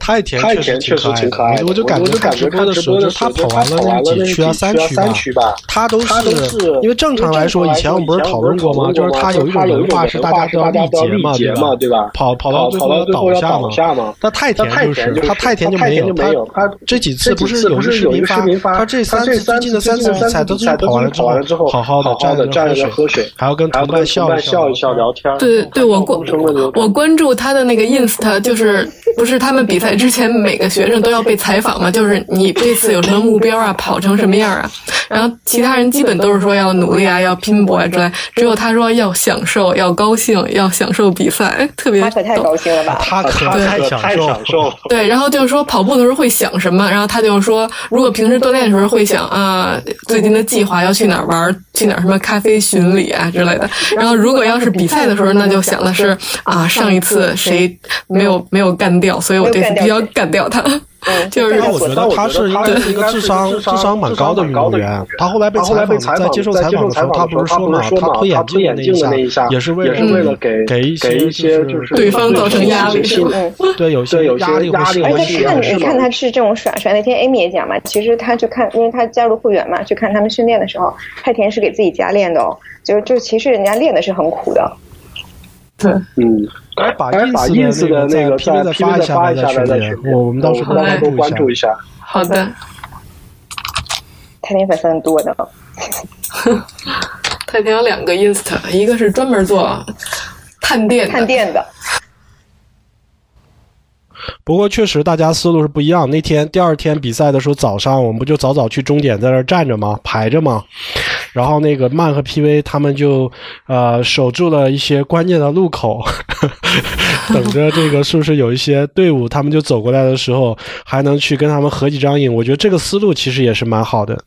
[SPEAKER 6] 太甜
[SPEAKER 11] 太
[SPEAKER 6] 实
[SPEAKER 11] 甜确实挺可爱的，
[SPEAKER 6] 我就感
[SPEAKER 11] 我
[SPEAKER 6] 觉
[SPEAKER 11] 就感觉
[SPEAKER 6] 直播的
[SPEAKER 11] 直
[SPEAKER 6] 时
[SPEAKER 11] 播
[SPEAKER 6] 候，就
[SPEAKER 11] 的
[SPEAKER 6] 是他
[SPEAKER 11] 时
[SPEAKER 6] 跑
[SPEAKER 11] 候
[SPEAKER 6] 完了
[SPEAKER 11] 跑完了
[SPEAKER 6] 那
[SPEAKER 11] 几
[SPEAKER 6] 区啊三
[SPEAKER 11] 区三
[SPEAKER 6] 区
[SPEAKER 11] 吧。
[SPEAKER 6] 他都
[SPEAKER 11] 他都是
[SPEAKER 6] 因为正常来说，以前我们不是讨论过吗？就是他有一种文化是大家都要力竭嘛，
[SPEAKER 11] 力竭
[SPEAKER 6] 吧
[SPEAKER 11] 嘛？对吧？
[SPEAKER 6] 跑跑到
[SPEAKER 11] 跑
[SPEAKER 6] 最
[SPEAKER 11] 跑到最后
[SPEAKER 6] 倒
[SPEAKER 11] 要
[SPEAKER 6] 下
[SPEAKER 11] 倒
[SPEAKER 6] 嘛。
[SPEAKER 11] 下嘛？
[SPEAKER 6] 但太
[SPEAKER 11] 他
[SPEAKER 6] 田
[SPEAKER 11] 太
[SPEAKER 6] 是
[SPEAKER 11] 甜就
[SPEAKER 6] 他太
[SPEAKER 11] 甜
[SPEAKER 6] 就
[SPEAKER 11] 太
[SPEAKER 6] 没
[SPEAKER 11] 甜就没有，
[SPEAKER 6] 他
[SPEAKER 11] 这
[SPEAKER 6] 这几次不
[SPEAKER 11] 是
[SPEAKER 6] 是
[SPEAKER 11] 不
[SPEAKER 6] 视
[SPEAKER 11] 有一视
[SPEAKER 6] 频
[SPEAKER 11] 频发，
[SPEAKER 6] 他这
[SPEAKER 11] 他
[SPEAKER 6] 三
[SPEAKER 11] 这
[SPEAKER 6] 最近的
[SPEAKER 11] 三
[SPEAKER 6] 次
[SPEAKER 11] 三
[SPEAKER 6] 才都
[SPEAKER 11] 次
[SPEAKER 6] 是
[SPEAKER 11] 才
[SPEAKER 6] 跑完
[SPEAKER 11] 跑完
[SPEAKER 6] 了
[SPEAKER 11] 了之后，
[SPEAKER 6] 好好
[SPEAKER 11] 好
[SPEAKER 6] 的
[SPEAKER 11] 的站
[SPEAKER 6] 着
[SPEAKER 11] 着喝水，
[SPEAKER 6] 还要跟
[SPEAKER 11] 还要
[SPEAKER 6] 同
[SPEAKER 11] 跟
[SPEAKER 6] 伴
[SPEAKER 11] 同伴笑
[SPEAKER 6] 笑
[SPEAKER 11] 一笑，聊天儿。
[SPEAKER 3] 对对，我关
[SPEAKER 11] 共生的流程
[SPEAKER 3] 我关注他的那个 ins，就是不是他们比赛之前每个学生都要被采访嘛？就是你这次有什么目标啊？跑成什么样啊？然后其他人基本都是说要努力啊，要拼搏啊之类，只有他说要享受，要高兴，要享受比赛，哎特别
[SPEAKER 4] 他可太
[SPEAKER 3] 逗
[SPEAKER 4] 高兴了吧？
[SPEAKER 6] 他可
[SPEAKER 11] 他
[SPEAKER 6] 太
[SPEAKER 11] 可
[SPEAKER 6] 享
[SPEAKER 11] 太
[SPEAKER 6] 受了
[SPEAKER 11] 享受了，
[SPEAKER 3] 对，然后就是说跑步的时候会想什么，然后他就说，如果平时锻炼的时候会想啊，最近的计划要去哪儿玩儿，去哪儿什么咖啡巡礼啊之类的。然后如果要是比赛的时候，那就想的是啊，上一次谁没有没有干掉，所以我这次必须要干掉他。
[SPEAKER 4] 嗯，
[SPEAKER 3] 就是
[SPEAKER 4] 这
[SPEAKER 3] 让
[SPEAKER 6] 我觉
[SPEAKER 11] 但
[SPEAKER 6] 得
[SPEAKER 11] 我
[SPEAKER 6] 他
[SPEAKER 11] 觉得
[SPEAKER 6] 是
[SPEAKER 11] 他
[SPEAKER 6] 应该
[SPEAKER 11] 是
[SPEAKER 6] 一个
[SPEAKER 11] 应该
[SPEAKER 6] 智
[SPEAKER 11] 是
[SPEAKER 6] 商
[SPEAKER 11] 智
[SPEAKER 6] 智
[SPEAKER 11] 商
[SPEAKER 6] 商蛮
[SPEAKER 11] 智
[SPEAKER 6] 高
[SPEAKER 11] 商
[SPEAKER 6] 的
[SPEAKER 11] 蛮
[SPEAKER 6] 运
[SPEAKER 11] 高
[SPEAKER 6] 动
[SPEAKER 11] 的
[SPEAKER 6] 员
[SPEAKER 11] 运动员。
[SPEAKER 6] 他后来被
[SPEAKER 11] 他后来被
[SPEAKER 6] 采
[SPEAKER 11] 采
[SPEAKER 6] 访，
[SPEAKER 11] 访
[SPEAKER 6] 在接受
[SPEAKER 11] 在
[SPEAKER 6] 采
[SPEAKER 11] 接
[SPEAKER 6] 访
[SPEAKER 11] 受
[SPEAKER 6] 的时
[SPEAKER 11] 采
[SPEAKER 6] 候，
[SPEAKER 11] 访
[SPEAKER 6] 他
[SPEAKER 11] 的时
[SPEAKER 6] 不
[SPEAKER 11] 候
[SPEAKER 6] 是
[SPEAKER 11] 他
[SPEAKER 6] 说
[SPEAKER 11] 不
[SPEAKER 6] 嘛
[SPEAKER 11] 是，说
[SPEAKER 6] 他
[SPEAKER 11] 嘛
[SPEAKER 6] 推
[SPEAKER 11] 他
[SPEAKER 6] 眼
[SPEAKER 11] 推
[SPEAKER 6] 镜
[SPEAKER 11] 眼
[SPEAKER 6] 的那
[SPEAKER 11] 镜
[SPEAKER 6] 一
[SPEAKER 11] 的
[SPEAKER 6] 下
[SPEAKER 11] 那一下，
[SPEAKER 6] 也是为
[SPEAKER 11] 也是为
[SPEAKER 6] 了嗯
[SPEAKER 11] 了给
[SPEAKER 6] 给一
[SPEAKER 11] 给
[SPEAKER 6] 些
[SPEAKER 11] 一些
[SPEAKER 6] 就
[SPEAKER 11] 就是是
[SPEAKER 3] 对方造成压力
[SPEAKER 11] 心理
[SPEAKER 4] 嗯
[SPEAKER 6] 对有些
[SPEAKER 11] 对有些
[SPEAKER 6] 压力
[SPEAKER 11] 压力
[SPEAKER 6] 会
[SPEAKER 11] 会
[SPEAKER 4] 而
[SPEAKER 11] 吸
[SPEAKER 4] 且
[SPEAKER 11] 引
[SPEAKER 4] 看
[SPEAKER 11] 人
[SPEAKER 6] 是
[SPEAKER 4] 你
[SPEAKER 11] 吗
[SPEAKER 4] 看他是这种耍帅，那天 Amy 也讲嘛，其实他去看，因为他加入会员嘛，去看他们训练的时候，太田是给自己加练的哦，就是就其实人家练的是很苦的，
[SPEAKER 11] 嗯，
[SPEAKER 6] 哎
[SPEAKER 11] 哎，
[SPEAKER 6] 把
[SPEAKER 11] 哎把
[SPEAKER 6] ins
[SPEAKER 11] ins
[SPEAKER 6] 的
[SPEAKER 11] 的
[SPEAKER 6] 那
[SPEAKER 11] 那
[SPEAKER 6] 个
[SPEAKER 11] 个
[SPEAKER 6] 在 PV 再发
[SPEAKER 11] 在 PV
[SPEAKER 6] 一
[SPEAKER 11] 再
[SPEAKER 6] 下
[SPEAKER 11] 发一
[SPEAKER 6] 来在
[SPEAKER 11] 下来在
[SPEAKER 6] 群
[SPEAKER 11] 群
[SPEAKER 6] 里我我们到时候
[SPEAKER 11] 大家都关注一下。
[SPEAKER 3] 好的，
[SPEAKER 4] 太田粉丝很多的。
[SPEAKER 3] 他有两个 inst，一个是专门做探店
[SPEAKER 4] 探
[SPEAKER 3] 的，
[SPEAKER 4] 店的，
[SPEAKER 6] 不过确实大家思路是不一样。那天第二天比赛的时候，早上我们不就早早去终点在那儿站着吗？排着吗？然后那个曼和 PV 他们就呃守住了一些关键的路口， 等着这个是不是有一些队伍他们就走过来的时候，还能去跟他们合几张影。我觉得这个思路其实也是蛮好的。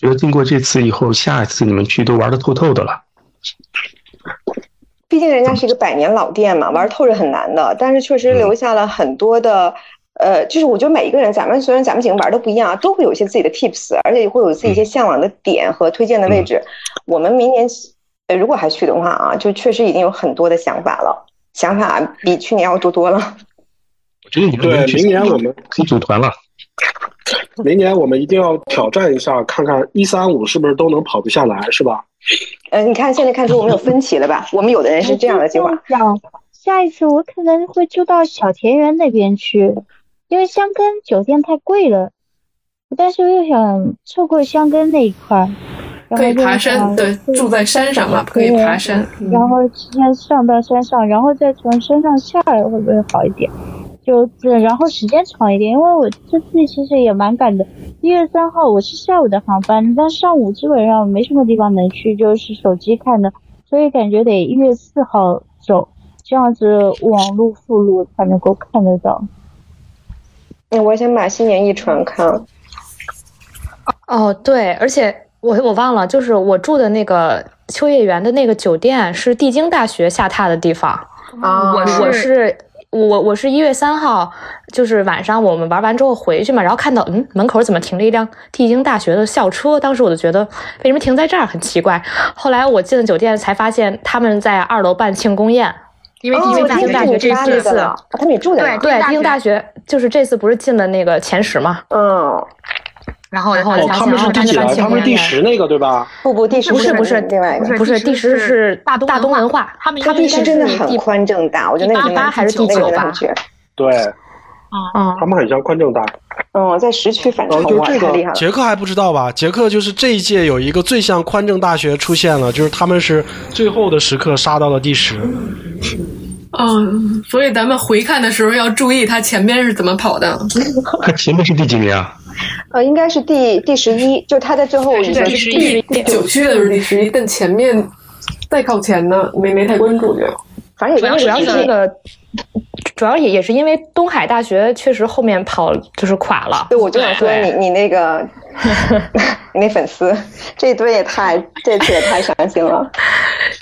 [SPEAKER 10] 我觉得经过这次以后，下一次你们去都玩的透透的了。
[SPEAKER 4] 毕竟人家是一个百年老店嘛，玩透是很难的，但是确实留下了很多的。呃，就是我觉得每一个人，咱们虽然咱们几个玩的不一样啊，都会有一些自己的 tips，而且会有自己一些向往的点和推荐的位置。我们明年，呃，如果还去的话啊，就确实已经有很多的想法了，想法比去年要多多了。
[SPEAKER 10] 我觉得你们
[SPEAKER 11] 对，明年我们
[SPEAKER 10] 可以组团了。
[SPEAKER 11] 明年我们一定要挑战一下，看看一三五是不是都能跑得下来，是吧？
[SPEAKER 4] 呃，你看现在看出我们有分歧了吧？我们有的人是这样的计划，
[SPEAKER 5] 哦
[SPEAKER 9] 想下一次我可能会住到小田园那边去，因为香根酒店太贵了。但是我又想错过香根那一块儿，
[SPEAKER 3] 可
[SPEAKER 9] 然后
[SPEAKER 3] 以
[SPEAKER 9] 就
[SPEAKER 3] 爬
[SPEAKER 9] 想
[SPEAKER 3] 山，对，住在山上嘛，可以爬山。嗯
[SPEAKER 9] 然后先上到山上，然后再从山上下来，会不会好一点？就这，然后时间长一点，因为我这次其实也蛮赶的。一月三号我是下午的航班，但上午基本上没什么地方能去，就是手机看的，所以感觉得一月四号走，这样子网络附录才能够看得到。
[SPEAKER 4] 嗯我想把新年一传看。
[SPEAKER 5] 哦，对，而且我我忘了，就是我住的那个秋叶原的那个酒店是帝京大学下榻的地方。
[SPEAKER 4] 啊
[SPEAKER 5] 哦我我是我我是一月三号，就是晚上我们玩完之后回去嘛，然后看到嗯门口怎么停着一辆帝京大学的校车，当时我就觉得为什么停在这儿很奇怪。后来我进了酒店才发现他们在二楼办庆功宴，因为
[SPEAKER 4] 哦，
[SPEAKER 5] 因为
[SPEAKER 4] 我
[SPEAKER 5] 帝京
[SPEAKER 4] 听
[SPEAKER 5] 大学
[SPEAKER 4] 你
[SPEAKER 5] 这
[SPEAKER 4] 发
[SPEAKER 5] 这
[SPEAKER 4] 那
[SPEAKER 5] 次
[SPEAKER 4] 个了，啊他们也住在那儿。
[SPEAKER 5] 对帝京大学就是这次不是进了那个前十嘛，
[SPEAKER 4] 嗯，
[SPEAKER 5] 然后然后我
[SPEAKER 11] 哦
[SPEAKER 5] 就，发
[SPEAKER 11] 他
[SPEAKER 5] 现
[SPEAKER 11] 们
[SPEAKER 5] 然
[SPEAKER 11] 是
[SPEAKER 5] 后
[SPEAKER 11] 第几
[SPEAKER 5] 办
[SPEAKER 11] 啊？
[SPEAKER 5] 庆
[SPEAKER 11] 他
[SPEAKER 5] 功
[SPEAKER 11] 们是第
[SPEAKER 5] 宴。
[SPEAKER 11] 十那个对吧？
[SPEAKER 4] 不不，第十
[SPEAKER 5] 不是不是
[SPEAKER 4] 另外一个，
[SPEAKER 5] 不是第十是大东文化，他们
[SPEAKER 4] 他第十真的很宽正大，我觉得那个
[SPEAKER 5] 第八还是第
[SPEAKER 4] 那个
[SPEAKER 5] 九
[SPEAKER 4] 有
[SPEAKER 5] 吧
[SPEAKER 4] 感觉。
[SPEAKER 11] 对
[SPEAKER 5] 啊
[SPEAKER 11] 他们很像宽正大，
[SPEAKER 4] 嗯，在时区反超哇，太厉害了。
[SPEAKER 6] 捷克还不知道吧？捷克就是这一届有一个最像宽政大学出现了，就是他们是最后的时刻杀到了第十。
[SPEAKER 3] 嗯，所以咱们回看的时候要注意它前面是怎么跑的。
[SPEAKER 10] 他前面是第几名啊？
[SPEAKER 4] 呃，应该是第第十一，就他在最后一个
[SPEAKER 3] 第第九区的时候第十一，但前面再靠前呢，没没太关注就。
[SPEAKER 4] 反正也
[SPEAKER 5] 主要
[SPEAKER 4] 就是
[SPEAKER 5] 主要是
[SPEAKER 4] 这
[SPEAKER 5] 那个，主要也也是因为东海大学确实后面跑就是垮了。
[SPEAKER 4] 对，我就想说
[SPEAKER 5] 对
[SPEAKER 4] 你你那个你那粉丝这堆也太这次也太伤心了。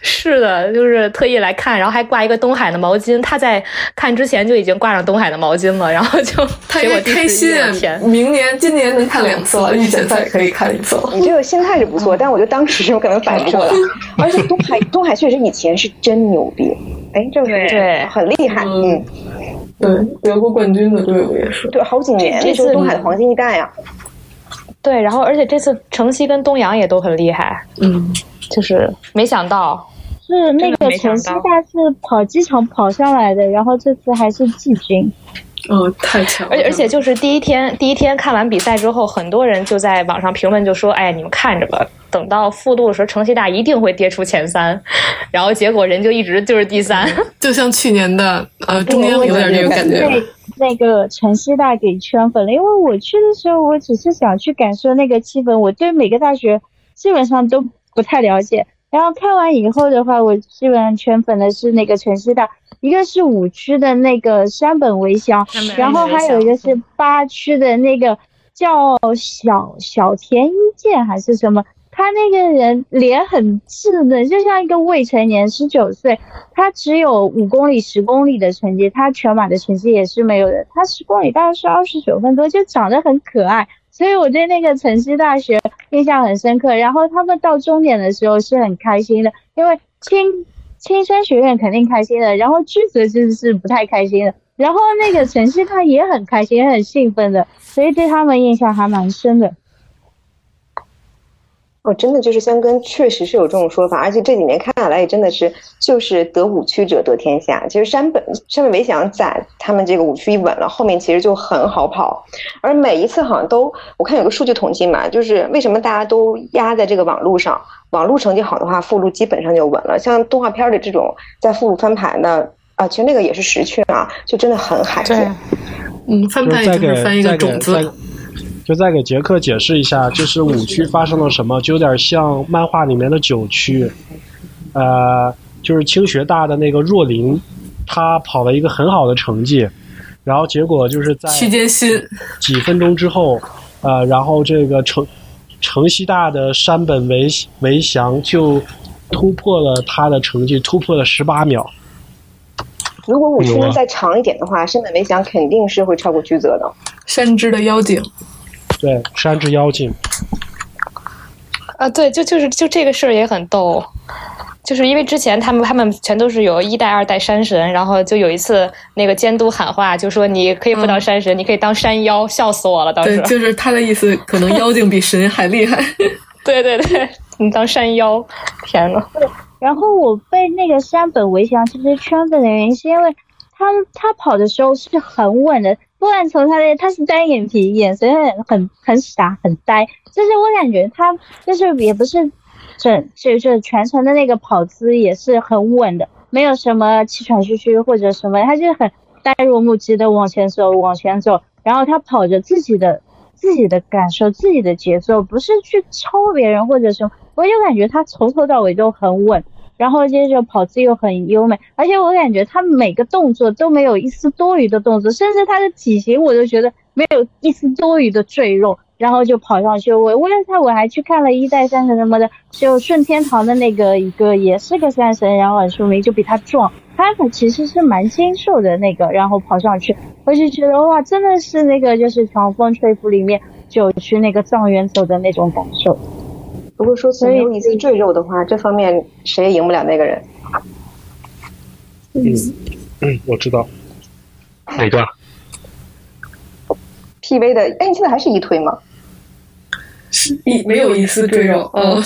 [SPEAKER 5] 是的，就是特意来看，然后还挂一个东海的毛巾。他在看之前就已经挂上东海的毛巾了，然后就
[SPEAKER 3] 他
[SPEAKER 5] 结
[SPEAKER 3] 应
[SPEAKER 5] 果
[SPEAKER 3] 该
[SPEAKER 5] 第
[SPEAKER 3] 开
[SPEAKER 5] 十一
[SPEAKER 3] 心
[SPEAKER 5] 我天，，
[SPEAKER 3] 明年今年能看两次 了，预选赛可以看一次了。
[SPEAKER 4] 你这个心态是不错，但我觉得当时有可能反应不过来。而且东海东海确实以前是真牛逼，哎，这个
[SPEAKER 5] 对
[SPEAKER 4] 很厉害，嗯，
[SPEAKER 3] 对，德国冠军的队伍也是。
[SPEAKER 4] 对，好几年
[SPEAKER 5] 这
[SPEAKER 4] 那时候
[SPEAKER 5] 次
[SPEAKER 4] 东海的黄金一代啊，
[SPEAKER 5] 对，然后而且这次城西跟东阳也都很厉害，
[SPEAKER 3] 嗯，
[SPEAKER 5] 就是没想到，
[SPEAKER 9] 是那
[SPEAKER 5] 真的
[SPEAKER 9] 个
[SPEAKER 5] 没想
[SPEAKER 9] 城
[SPEAKER 5] 到
[SPEAKER 9] 西大是跑机场跑上来的，然后这次还是季军。
[SPEAKER 3] 嗯，太强了。
[SPEAKER 5] 而且而且就是第一天第一天看完比赛之后，很多人就在网上评论就说：“哎，你们看着吧，等到复录的时候，城西大一定会跌出前三。”然后结果人就一直就是第三。
[SPEAKER 3] 就像去年的呃中央有点这个感觉。
[SPEAKER 9] 被那个城西大给圈粉了，因为我去的时候，我只是想去感受那个气氛，我对每个大学基本上都不太了解。然后看完以后的话，我基本上圈粉的是那个城西大，一个是五区的那个山本唯香
[SPEAKER 5] 山本唯，香
[SPEAKER 9] 然后还有一个是八区的那个叫小小田一健还是什么。他那个人脸很稚嫩，就像一个未成年，十九岁，他只有五公里、十公里的成绩，他全马的成绩也是没有的。他十公里大概是二十九分多，就长得很可爱，所以我对那个城西大学印象很深刻。然后他们到终点的时候是很开心的，因为青青山学院肯定开心的，然后巨泽就是是不太开心的。然后那个城西他也很开心，也很兴奋的，所以对他们印象还蛮深的。
[SPEAKER 4] 哦，真的就是香根确实是有这种说法，而且这几年看下来也真的是就是得五区者得天下。其实山本山本唯翔在他们这个五区一稳了，后面其实就很好跑，而每一次好像都我看有个数据统计嘛，就是为什么大家都压在这个网路上，网路成绩好的话，附录基本上就稳了。像动画片里这种在附录翻盘的。啊，其实那个也是实去啊，就真的很罕见。
[SPEAKER 3] 嗯，翻
[SPEAKER 6] 就
[SPEAKER 3] 盘
[SPEAKER 6] 是
[SPEAKER 3] 也
[SPEAKER 6] 再
[SPEAKER 3] 就是
[SPEAKER 6] 给
[SPEAKER 3] 翻一
[SPEAKER 6] 再
[SPEAKER 3] 个
[SPEAKER 6] 给
[SPEAKER 3] 种
[SPEAKER 6] 再
[SPEAKER 3] 子。
[SPEAKER 6] 就再给杰克解释一下，就是五区发生了什么，就有点像漫画里面的九区，呃，就是清学大的那个若琳，她跑了一个很好的成绩，然后结果就是在
[SPEAKER 3] 区间新，
[SPEAKER 6] 几分钟之后，呃，然后这个城城西大的山本唯唯翔就突破了他的成绩，突破了十八秒。
[SPEAKER 4] 如果五区
[SPEAKER 6] 有
[SPEAKER 4] 能
[SPEAKER 6] 啊
[SPEAKER 4] 再长一点的话，山本唯翔肯定是会超过居泽的。
[SPEAKER 3] 山之的妖精，
[SPEAKER 6] 对，山之妖精，
[SPEAKER 5] 啊，对，就就是就这个事儿也很逗，就是因为之前他们他们全都是有一代、二代山神，然后就有一次那个监督喊话，就说你可以不当山神，你可以当山妖，笑死我了，
[SPEAKER 6] 啊
[SPEAKER 5] 当
[SPEAKER 3] 嗯对
[SPEAKER 5] 时，。
[SPEAKER 3] 就是他的意思，可能妖精比神还厉害。
[SPEAKER 5] 对对对，你当山妖，天呐，
[SPEAKER 9] 然后我被那个山本唯翔其实圈粉的原因，是因为他他跑的时候是很稳的，不然从他的他是单眼皮，眼神很很很傻很呆，就是我感觉他就是也不是整就是全程的那个跑姿也是很稳的，没有什么气喘吁吁或者什么，他就是很呆若木鸡的往前走往前走，然后他跑着自己的自己的感受、自己的节奏，不是去抄别人或者什么。我就感觉他从头到尾都很稳，然后接着跑姿又很优美，而且我感觉他每个动作都没有一丝多余的动作，甚至他的体型我都觉得没有一丝多余的赘肉，然后就跑上去。我为了他我还去看了一代山神什么的，就顺天堂的那个一个也是个山神，然后很出名，就比他壮。他其实是蛮精瘦的那个，然后跑上去，我就觉得哇，真的是那个就是《狂风吹拂》里面九区那个藏原走的那种感受。
[SPEAKER 4] 如果说从没有一丝赘肉的话，这方面谁也赢不了那个人。
[SPEAKER 6] 嗯，我知道，
[SPEAKER 10] 哪个？
[SPEAKER 4] PV 的，哎，你现在还是一推吗？
[SPEAKER 3] 一没有一丝赘肉，嗯，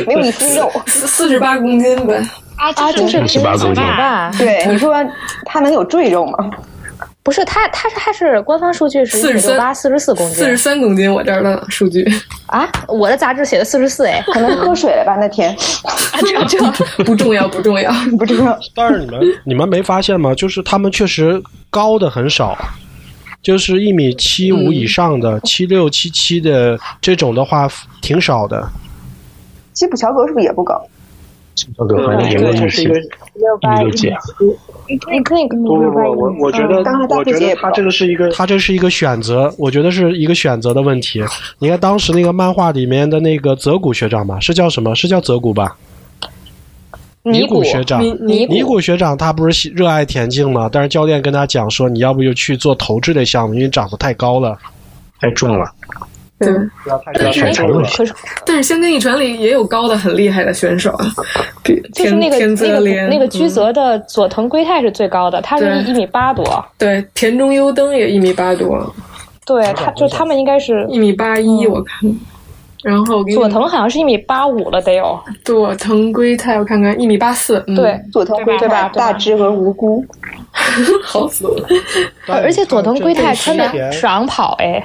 [SPEAKER 4] 没有一丝肉。
[SPEAKER 3] 四四十八公斤呗。
[SPEAKER 5] 啊，就是
[SPEAKER 10] 是
[SPEAKER 5] 平
[SPEAKER 10] 八
[SPEAKER 5] 时
[SPEAKER 10] 公斤
[SPEAKER 5] 吧，
[SPEAKER 4] 对，你说他能有赘肉吗？
[SPEAKER 5] 不是他，他是他是官方数据是
[SPEAKER 3] 四十
[SPEAKER 5] 1.68
[SPEAKER 3] 三
[SPEAKER 5] 八四十四公斤，
[SPEAKER 3] 四十三公斤，我这儿的数据。
[SPEAKER 5] 啊！我的杂志写的四十 四，哎，
[SPEAKER 4] 可能喝水了吧那天，
[SPEAKER 5] 这这
[SPEAKER 3] 不重要，不重要，
[SPEAKER 4] 不重要。
[SPEAKER 6] 但是你们你们没发现吗？就是他们确实高的很少，就是一米七五
[SPEAKER 5] 嗯
[SPEAKER 6] 以上的、七六、七七的这种的话挺少的。
[SPEAKER 4] 基普乔格是不是也不高？
[SPEAKER 10] 这个
[SPEAKER 11] 嗯
[SPEAKER 10] 反正言论
[SPEAKER 11] 对
[SPEAKER 10] 就是是
[SPEAKER 11] 一个
[SPEAKER 9] 六八
[SPEAKER 10] 一
[SPEAKER 9] 一
[SPEAKER 10] 个解
[SPEAKER 9] 七，你可以跟
[SPEAKER 11] 不不
[SPEAKER 9] 六
[SPEAKER 11] 不，
[SPEAKER 9] 八一
[SPEAKER 11] 我我觉得
[SPEAKER 4] 嗯刚才大
[SPEAKER 11] 我
[SPEAKER 4] 飞
[SPEAKER 11] 觉
[SPEAKER 4] 姐也
[SPEAKER 11] 得
[SPEAKER 4] 报
[SPEAKER 11] 他这个是一个
[SPEAKER 6] 他这是一个选择，我觉得是一个选择的问题。你看当时那个漫画里面的那个泽谷学长吧，是叫什么？是叫泽谷吧？尼
[SPEAKER 5] 尼
[SPEAKER 6] 古学长，
[SPEAKER 5] 尼
[SPEAKER 6] 尼
[SPEAKER 5] 古
[SPEAKER 6] 古学长他不是喜热爱田径吗？但是教练跟他讲说，你要不就去做投掷类项目，因为长得太高了。
[SPEAKER 10] 太重了，
[SPEAKER 3] 对，
[SPEAKER 10] 要
[SPEAKER 5] 是
[SPEAKER 10] 选
[SPEAKER 5] 那
[SPEAKER 10] 材
[SPEAKER 5] 个
[SPEAKER 10] 问，
[SPEAKER 5] 可是
[SPEAKER 3] 但是香根一传里也有高的很厉害的选手啊，比
[SPEAKER 5] 就是
[SPEAKER 3] 天
[SPEAKER 5] 那个
[SPEAKER 3] 天
[SPEAKER 5] 那
[SPEAKER 3] 泽
[SPEAKER 5] 个
[SPEAKER 3] 廉
[SPEAKER 5] 那个
[SPEAKER 3] 嗯
[SPEAKER 5] 居泽的佐藤圭太是最高的，他是
[SPEAKER 3] 对
[SPEAKER 5] 一米八多，
[SPEAKER 3] 对田中优登也一米八多，
[SPEAKER 5] 对他就他们应该是
[SPEAKER 3] 一米八一我看。然后我给你
[SPEAKER 5] 嗯佐藤好像是一米八五了得有，
[SPEAKER 3] 佐藤圭太，我看看一米八四，嗯
[SPEAKER 5] 对，，
[SPEAKER 4] 佐藤
[SPEAKER 5] 对
[SPEAKER 4] 辉
[SPEAKER 5] 吧
[SPEAKER 4] 对吧？
[SPEAKER 5] 对吧
[SPEAKER 4] 大只和无辜，
[SPEAKER 3] 好死我了。
[SPEAKER 5] 而而且佐藤圭太穿的长跑哎，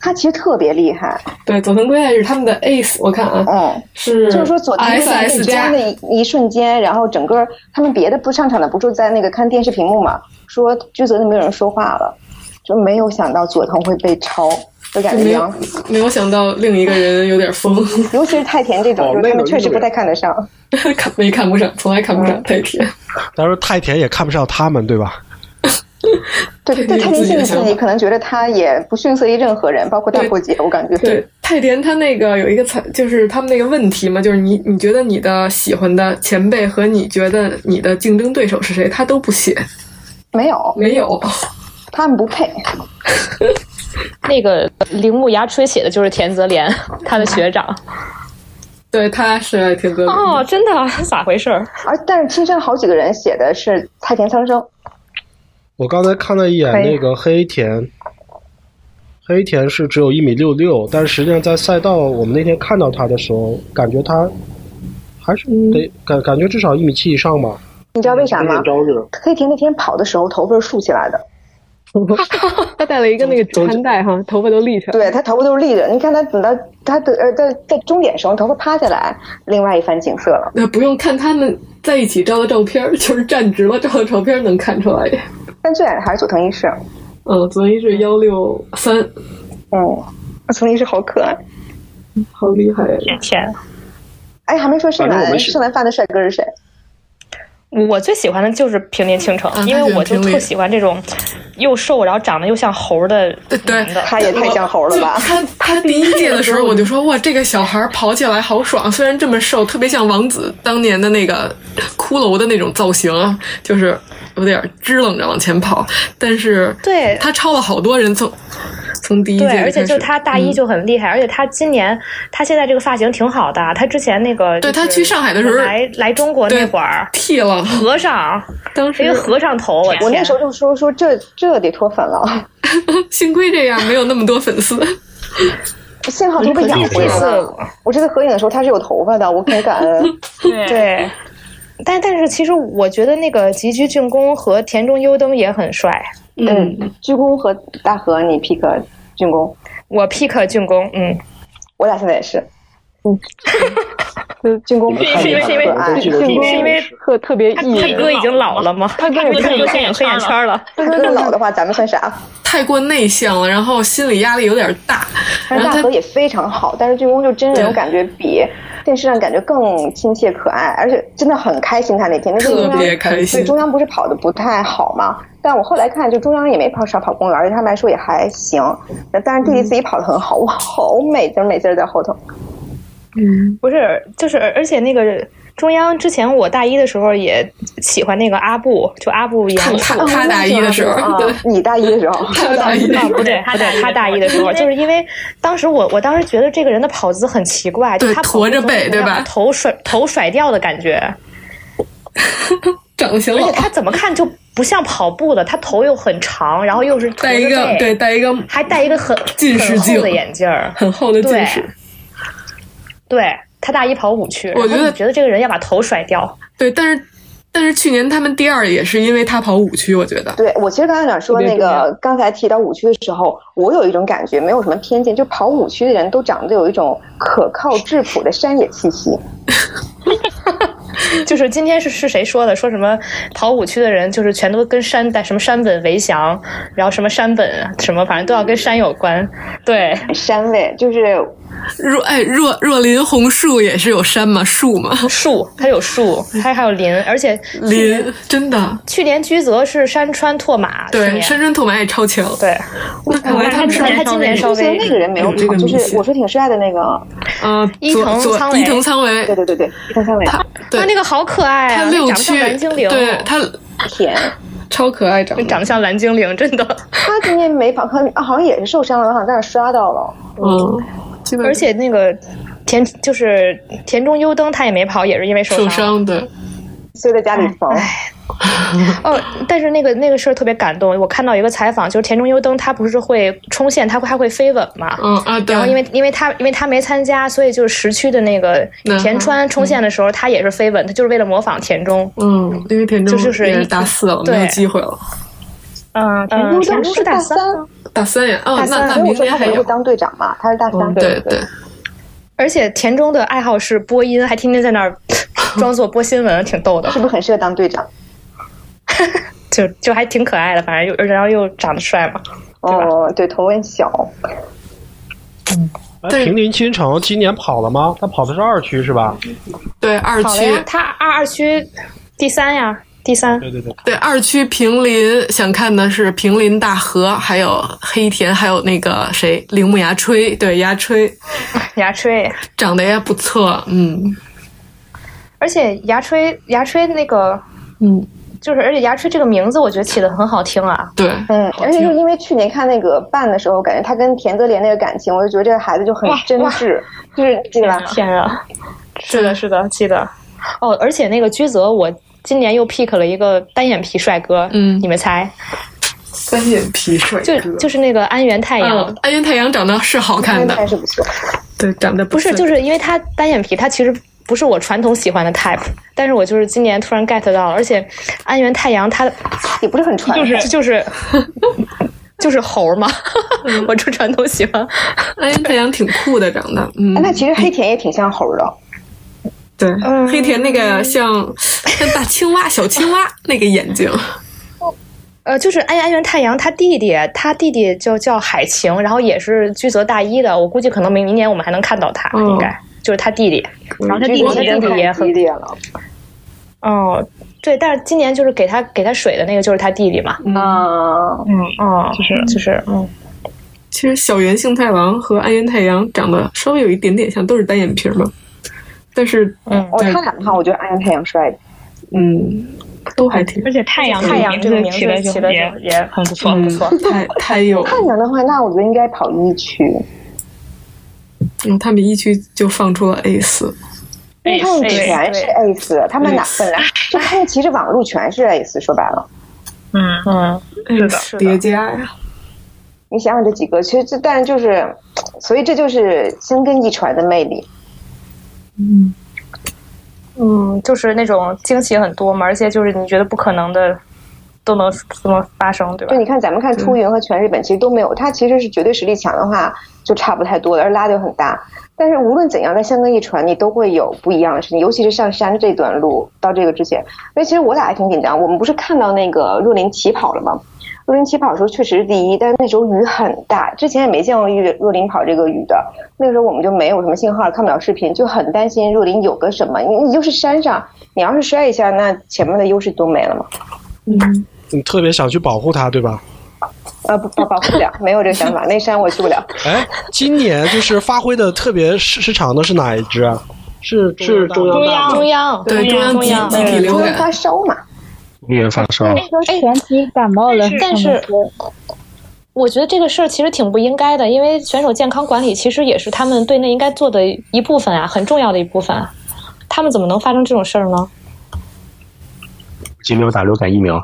[SPEAKER 4] 他其实特别厉害。
[SPEAKER 3] 对，佐藤圭太是他们的 ace，我看啊，
[SPEAKER 4] 嗯，
[SPEAKER 3] 是
[SPEAKER 4] 就是说佐藤辉
[SPEAKER 3] S
[SPEAKER 4] 在
[SPEAKER 3] S
[SPEAKER 4] 紧
[SPEAKER 3] 加
[SPEAKER 4] 张的一一瞬间，然后整个他们别的不上场的不就在那个看电视屏幕嘛？说剧组里没有人说话了，就没有想到佐藤会被超，就感觉
[SPEAKER 3] 没
[SPEAKER 4] 杨
[SPEAKER 3] 有，没有想到另一个人有点疯，
[SPEAKER 4] 尤其是太田这种，
[SPEAKER 11] 哦
[SPEAKER 4] 就是
[SPEAKER 11] 那
[SPEAKER 4] 他
[SPEAKER 11] 个
[SPEAKER 4] 们确实
[SPEAKER 11] 运动
[SPEAKER 4] 不
[SPEAKER 11] 员
[SPEAKER 4] 太看得上。
[SPEAKER 3] 看没看不上，从来看不
[SPEAKER 5] 嗯
[SPEAKER 3] 上太甜。
[SPEAKER 6] 但是太田也看不上他们，对吧？
[SPEAKER 4] 对，
[SPEAKER 3] 对
[SPEAKER 4] 对太田
[SPEAKER 3] 自己
[SPEAKER 4] 心
[SPEAKER 3] 的
[SPEAKER 4] 里
[SPEAKER 3] 想
[SPEAKER 4] 心里可能觉得他也不逊色于任何人，包括大
[SPEAKER 3] 对
[SPEAKER 4] 破姐，我感觉
[SPEAKER 3] 对，太田他那个有一个采，就是他们那个问题嘛，就是你你觉得你的喜欢的前辈和你觉得你的竞争对手是谁，他都不写，
[SPEAKER 4] 没有，
[SPEAKER 3] 没有，
[SPEAKER 4] 他们不配。
[SPEAKER 5] 那个铃木牙吹写的就是田泽廉， 他的学长
[SPEAKER 3] 对，他是爱田泽廉
[SPEAKER 5] 哦，真的啊咋回事儿？
[SPEAKER 4] 而但是青山好几个人写的是太田苍生，
[SPEAKER 6] 我刚才看了一眼
[SPEAKER 4] 可以
[SPEAKER 6] 那个黑田，黑田是只有一米六六，但实际上在赛道我们那天看到他的时候，感觉他还是得、感感觉至少一米七以上吧。
[SPEAKER 4] 你知道为啥吗
[SPEAKER 11] 见？招日，
[SPEAKER 4] 黑田那天跑的时候头发是竖起来的，
[SPEAKER 3] 他带了一个 那个止汗带哈，头发都立起来了。
[SPEAKER 4] 对他头发都是立着。你看他等到他的呃在在终点时候头发趴下来，另外一番景色了。
[SPEAKER 3] 那不用看他们在一起照的照片儿，就是站直了照的照片儿能看出来。
[SPEAKER 4] 但最矮的还是佐藤一世，
[SPEAKER 3] 嗯，昨天是幺六三，
[SPEAKER 4] 嗯，佐藤一世好可爱。
[SPEAKER 3] 好厉害呀！啊
[SPEAKER 5] 天，
[SPEAKER 4] 哎，还没说剩
[SPEAKER 11] 反正我
[SPEAKER 4] 男
[SPEAKER 11] 们是
[SPEAKER 4] 剩男饭的帅哥是谁？
[SPEAKER 5] 我最喜欢的就是平林清城
[SPEAKER 3] 啊，
[SPEAKER 5] 因为我就
[SPEAKER 3] 他喜欢平林
[SPEAKER 5] 特喜欢这种又瘦然后长得又像猴儿的
[SPEAKER 3] 对对
[SPEAKER 5] 男的。
[SPEAKER 4] 他也太像猴了吧
[SPEAKER 3] 就！他他第一届的时候，我就说哇，这个小孩儿跑起来好爽，虽然这么瘦，特别像王子当年的那个骷髅的那种造型啊，就是有点支棱着往前跑，但是
[SPEAKER 5] 对
[SPEAKER 3] 他超了好多人从。从第一届
[SPEAKER 5] 对，而且
[SPEAKER 3] 开
[SPEAKER 5] 就
[SPEAKER 3] 始嗯
[SPEAKER 5] 他大一就很厉害，而且他今年他现在这个发型挺好的，啊他之前那个
[SPEAKER 3] 对
[SPEAKER 5] 就是
[SPEAKER 3] 他去上海的时候
[SPEAKER 5] 来来中国那
[SPEAKER 3] 对
[SPEAKER 5] 会儿
[SPEAKER 3] 剃了，
[SPEAKER 5] 和尚，
[SPEAKER 3] 当时
[SPEAKER 5] 一个和尚头，我
[SPEAKER 4] 我那
[SPEAKER 5] 天
[SPEAKER 4] 时候就说说这这得脱粉了，
[SPEAKER 3] 幸亏这样没有那么多粉丝。
[SPEAKER 4] 幸好头发养回来了。我这次合影的时候他是有头发的，我很感恩。
[SPEAKER 5] 对。但但是其实我觉得那个吉居俊公和田中优登也很帅，
[SPEAKER 4] 嗯，鞠躬和大河你 pick 竣工，
[SPEAKER 5] 我 pick 俊公，嗯，
[SPEAKER 4] 我俩现在也是。嗯，竣工
[SPEAKER 5] 是因为是因为
[SPEAKER 4] 竣
[SPEAKER 5] 是因
[SPEAKER 4] 啊工
[SPEAKER 5] 为是因为
[SPEAKER 12] 特特别
[SPEAKER 5] 他
[SPEAKER 12] 艺
[SPEAKER 5] 他
[SPEAKER 12] 人。
[SPEAKER 5] 哥已经老了吗？他
[SPEAKER 12] 哥已经
[SPEAKER 5] 他哥现在有黑眼圈了，
[SPEAKER 4] 他哥老的话，咱们算啥？
[SPEAKER 3] 太过内向了，然后心理压力有点大，
[SPEAKER 4] 但
[SPEAKER 3] 然
[SPEAKER 4] 是
[SPEAKER 3] 后
[SPEAKER 4] 大
[SPEAKER 3] 他
[SPEAKER 4] 河也非常好，但是竣工就真人
[SPEAKER 3] 对
[SPEAKER 4] 我感觉比电视上感觉更亲切可爱，而且真的很开心。他那天那个
[SPEAKER 3] 特
[SPEAKER 4] 中
[SPEAKER 3] 别
[SPEAKER 4] 央，
[SPEAKER 3] 开
[SPEAKER 4] 对
[SPEAKER 3] 心。
[SPEAKER 4] 中央不是跑的不太好嘛？但我后来看，就中央也没跑少跑公园，而且他们来说也还行。但是弟弟自己跑的很好，我好美滋儿美滋儿在后头。
[SPEAKER 5] 不是，就是而且那个中央之前我大一的时候也喜欢那个阿布，就阿布
[SPEAKER 3] 他
[SPEAKER 5] 杨树
[SPEAKER 3] 他 他大一的时候，
[SPEAKER 4] 啊
[SPEAKER 3] 对，
[SPEAKER 4] 你大一 的时候，
[SPEAKER 3] 他大一的时候
[SPEAKER 5] 哦不对，不对，他大一的时候，就是因为当时我我当时觉得这个人的跑姿很奇怪，
[SPEAKER 3] 对
[SPEAKER 5] 就他跑
[SPEAKER 3] 驼着
[SPEAKER 5] 步
[SPEAKER 3] 背
[SPEAKER 5] 总
[SPEAKER 3] 对吧
[SPEAKER 5] 有点头甩头甩掉的感觉，
[SPEAKER 3] 长相
[SPEAKER 5] 而且
[SPEAKER 3] 老，
[SPEAKER 5] 他怎么看就不像跑步的，他头又很长，然后又是驼
[SPEAKER 3] 戴
[SPEAKER 5] 着
[SPEAKER 3] 一个
[SPEAKER 5] 背
[SPEAKER 3] 对戴一个
[SPEAKER 5] 还戴一个很
[SPEAKER 3] 近视
[SPEAKER 5] 很厚
[SPEAKER 3] 镜
[SPEAKER 5] 的眼镜儿，
[SPEAKER 3] 很厚的近
[SPEAKER 5] 对
[SPEAKER 3] 视。
[SPEAKER 5] 对他大一跑五区，
[SPEAKER 3] 我
[SPEAKER 5] 然后
[SPEAKER 3] 觉得
[SPEAKER 5] 你觉得这个人要把头甩掉，
[SPEAKER 3] 对，但是。但是去年他们第二也是因为他跑五区，我觉得。
[SPEAKER 4] 对我其实刚才想说
[SPEAKER 3] 特别
[SPEAKER 4] 那
[SPEAKER 3] 重要
[SPEAKER 4] 个，刚才提到五区的时候，我有一种感觉，没有什么偏见，就跑五区的人都长得有一种可靠质朴的山野气息。
[SPEAKER 5] 就是今天是是谁说的？说什么跑五区的人就是全都跟山带什么山本为祥，然后什么山本什么，反正都要跟山有关。 对，
[SPEAKER 4] 山味就是
[SPEAKER 3] 若哎若若林红树也是有山嘛，树 嘛，
[SPEAKER 5] 树它有树，
[SPEAKER 3] 嗯
[SPEAKER 5] 它还有林，而且去年
[SPEAKER 3] 林真的
[SPEAKER 5] 去年居泽是山川拓马，去
[SPEAKER 3] 对
[SPEAKER 5] 年
[SPEAKER 3] 山川拓马也超强。
[SPEAKER 5] 对，
[SPEAKER 3] 那看来他们是
[SPEAKER 5] 他今年稍
[SPEAKER 4] 之前
[SPEAKER 5] 微
[SPEAKER 4] 那个人没有
[SPEAKER 3] 哎有这
[SPEAKER 4] 跑，
[SPEAKER 3] 个
[SPEAKER 4] 就
[SPEAKER 3] 明
[SPEAKER 4] 是
[SPEAKER 3] 显
[SPEAKER 4] 我说挺帅的那个，
[SPEAKER 3] 呃，
[SPEAKER 5] 伊
[SPEAKER 3] 左
[SPEAKER 5] 藤
[SPEAKER 3] 左
[SPEAKER 5] 仓唯
[SPEAKER 3] 伊藤仓
[SPEAKER 4] 对
[SPEAKER 3] 唯，
[SPEAKER 4] 对对对，伊藤三尾，
[SPEAKER 3] 对
[SPEAKER 5] 他那个好可爱
[SPEAKER 3] 他
[SPEAKER 5] 啊，
[SPEAKER 3] 六
[SPEAKER 5] 长得像
[SPEAKER 3] 区
[SPEAKER 5] 蓝精灵，哦
[SPEAKER 3] 对他
[SPEAKER 4] 甜。
[SPEAKER 3] 超可爱，长得
[SPEAKER 5] 长得像蓝精灵，真的。
[SPEAKER 4] 他今年没跑，可能好像也是受伤了，我好像在那儿刷到了。
[SPEAKER 3] 嗯，基本
[SPEAKER 5] 而且那个田就是田中优登，他也没跑，也是因为受
[SPEAKER 3] 受
[SPEAKER 5] 伤。
[SPEAKER 3] 伤的
[SPEAKER 4] 所以在家里缝，
[SPEAKER 5] 哦，但是那个那个事儿特别感动，我看到一个采访，就是田中优登，他不是会冲线，他会还会飞吻嘛？
[SPEAKER 3] 嗯啊，对，
[SPEAKER 5] 然后因为因为他因为他没参加，所以就是时区的那个
[SPEAKER 3] 嗯
[SPEAKER 5] 田川冲线的时候，他也是飞吻，他就是为了模仿田中。
[SPEAKER 3] 嗯，因为田中
[SPEAKER 5] 就是
[SPEAKER 3] 也
[SPEAKER 5] 一
[SPEAKER 3] 是大四了，
[SPEAKER 5] 对
[SPEAKER 3] 没有机会了，
[SPEAKER 5] 嗯，
[SPEAKER 4] 因
[SPEAKER 5] 嗯
[SPEAKER 4] 为
[SPEAKER 5] 田
[SPEAKER 4] 当时
[SPEAKER 5] 中是大
[SPEAKER 4] 大
[SPEAKER 5] 三，
[SPEAKER 4] 三，
[SPEAKER 3] 大三呀，哦，
[SPEAKER 5] 大
[SPEAKER 3] 那
[SPEAKER 5] 三
[SPEAKER 3] 那
[SPEAKER 4] 所以
[SPEAKER 3] 明
[SPEAKER 4] 我说
[SPEAKER 3] 年
[SPEAKER 4] 他
[SPEAKER 3] 还
[SPEAKER 4] 不会
[SPEAKER 3] 有，
[SPEAKER 4] 当队长嘛，他是大三
[SPEAKER 3] 嗯，。对
[SPEAKER 4] 对
[SPEAKER 3] 对，
[SPEAKER 5] 而且田中的爱好是播音，还天天在那儿 装作播新闻，挺逗的
[SPEAKER 4] 是，不是很适合当队长？
[SPEAKER 5] 就就还挺可爱的，反正又然后又长得帅嘛。
[SPEAKER 4] 哦，对，头很小，
[SPEAKER 3] 对嗯
[SPEAKER 6] 哎，平林新城今年跑了吗？他跑的是二区是吧？
[SPEAKER 3] 对二
[SPEAKER 5] 好了
[SPEAKER 3] 区
[SPEAKER 5] 呀，，啊他二二区第三呀，第三。
[SPEAKER 6] 对对对，
[SPEAKER 3] 对二区平林想看的是平林大河，还有黑田，还有那个谁铃木牙吹，对牙吹
[SPEAKER 5] 牙吹，
[SPEAKER 3] 长得也不错，嗯
[SPEAKER 5] 而且牙吹牙吹那个
[SPEAKER 3] 嗯，
[SPEAKER 5] 就是，而且牙吹这个名字我觉得起的很好听啊。
[SPEAKER 3] 对，
[SPEAKER 4] 嗯，而且
[SPEAKER 3] 听
[SPEAKER 4] 就因为去年看那个办的时候，感觉他跟田泽廉那个感情，我就觉得这个孩子就很真挚，就是记得吧？
[SPEAKER 5] 天啊！ 是的，是的，记得。哦，而且那个居泽，我今年又 pick 了一个单眼皮帅哥，
[SPEAKER 3] 嗯
[SPEAKER 5] 你们猜？
[SPEAKER 3] 三眼皮帅
[SPEAKER 5] 就就是哎那个安源太阳，
[SPEAKER 3] 嗯，安源太阳长得是好看
[SPEAKER 4] 还
[SPEAKER 3] 的，
[SPEAKER 4] 是不错。
[SPEAKER 3] 对，长得
[SPEAKER 5] 不是，就是因为他单眼皮，他其实不是我传统喜欢的 type，但是我就是今年突然 get 到了，而且安源太阳他
[SPEAKER 4] 也不是很传统，
[SPEAKER 5] 就是就是。就是猴嘛， 我就传统喜欢。
[SPEAKER 3] 安源太阳挺酷的，长得，嗯
[SPEAKER 4] 哎，那其实黑田也挺像猴的，
[SPEAKER 3] 对，黑田那个像像大青蛙、小青蛙那个眼 睛，
[SPEAKER 5] 呃，就是安安源太阳他弟弟，他弟弟就叫海晴，然后也是居泽大一的，我估计可能明明年我们还能看到他，
[SPEAKER 3] 嗯
[SPEAKER 5] 应该就是他弟弟。然后他弟弟，他弟弟也
[SPEAKER 4] 太
[SPEAKER 5] 很
[SPEAKER 4] 激烈了。
[SPEAKER 5] 哦，对，但是今年就是给他给他水的那个就是他弟弟嘛。
[SPEAKER 4] 啊，
[SPEAKER 5] 嗯，哦，就是就是嗯，
[SPEAKER 3] 其实小圆幸太郎和安源太阳长得稍微有一点点像，都是单眼皮儿嘛，但是
[SPEAKER 5] 嗯
[SPEAKER 4] 哦，
[SPEAKER 3] 对
[SPEAKER 4] 他俩的话，我觉得安阳太阳帅的。
[SPEAKER 3] 嗯，都还挺
[SPEAKER 12] 而且太阳
[SPEAKER 5] 太阳
[SPEAKER 12] 这
[SPEAKER 5] 这个
[SPEAKER 12] 个
[SPEAKER 5] 名字
[SPEAKER 12] 起的
[SPEAKER 5] 起的
[SPEAKER 12] 也
[SPEAKER 5] 也
[SPEAKER 12] 很不错，
[SPEAKER 5] 不错
[SPEAKER 3] 嗯太太有，
[SPEAKER 4] 汉阳的话，那我觉得应该跑一区，
[SPEAKER 3] 嗯，他们一区就放出了 A 四，
[SPEAKER 4] 因为他们全是 ace，他们哪本 来就他们其实网路全是 ace，说白了。
[SPEAKER 12] 嗯，
[SPEAKER 5] 嗯，
[SPEAKER 3] 是
[SPEAKER 5] 的是的
[SPEAKER 3] 叠加呀，
[SPEAKER 4] 你想想这几个，其实这但就是，所以这就是深根一传的魅力。
[SPEAKER 5] 嗯，就是那种惊喜很多嘛，而且就是你觉得不可能的都能都能发生，对吧嗯
[SPEAKER 4] 就？你看，咱们看出云和全日本其实都没有，他其实是绝对实力强的话，就差不太多了，而拉的又很大。但是无论怎样，在香根一传，你都会有不一样的事情，尤其是上山这段路到这个之前，因为其实我俩还挺紧张。我们不是看到那个若琳起跑了吗？若琳起跑的时候确实是第一，但是那时候雨很大，之前也没见过雨若琳跑这个雨的。那个时候我们就没有什么信号，看不了视频，就很担心若琳有个什么。你你就是山上，你要是摔一下，那前面的优势都没了嘛。
[SPEAKER 6] 你特别想去保护他，对吧？
[SPEAKER 4] 啊不不保护不了，没有这个想法，那山我去不了。
[SPEAKER 6] 哎，今年就是发挥的特别失失常的是哪一支啊？是
[SPEAKER 11] 是中央大
[SPEAKER 5] 中央
[SPEAKER 3] 对中央
[SPEAKER 5] 中
[SPEAKER 3] 集
[SPEAKER 5] 央
[SPEAKER 3] 集体流
[SPEAKER 4] 不能
[SPEAKER 3] 感，
[SPEAKER 4] 发烧嘛。
[SPEAKER 10] 绿原发烧，
[SPEAKER 9] 说全体感冒了，
[SPEAKER 5] 哎但是
[SPEAKER 9] 他们说
[SPEAKER 5] 我觉得这个事儿其实挺不应该的，因为选手健康管理其实也是他们队内应该做的一部分啊，很重要的一部分啊。他们怎么能发生这种事儿呢？
[SPEAKER 10] 今没有打流感疫 苗。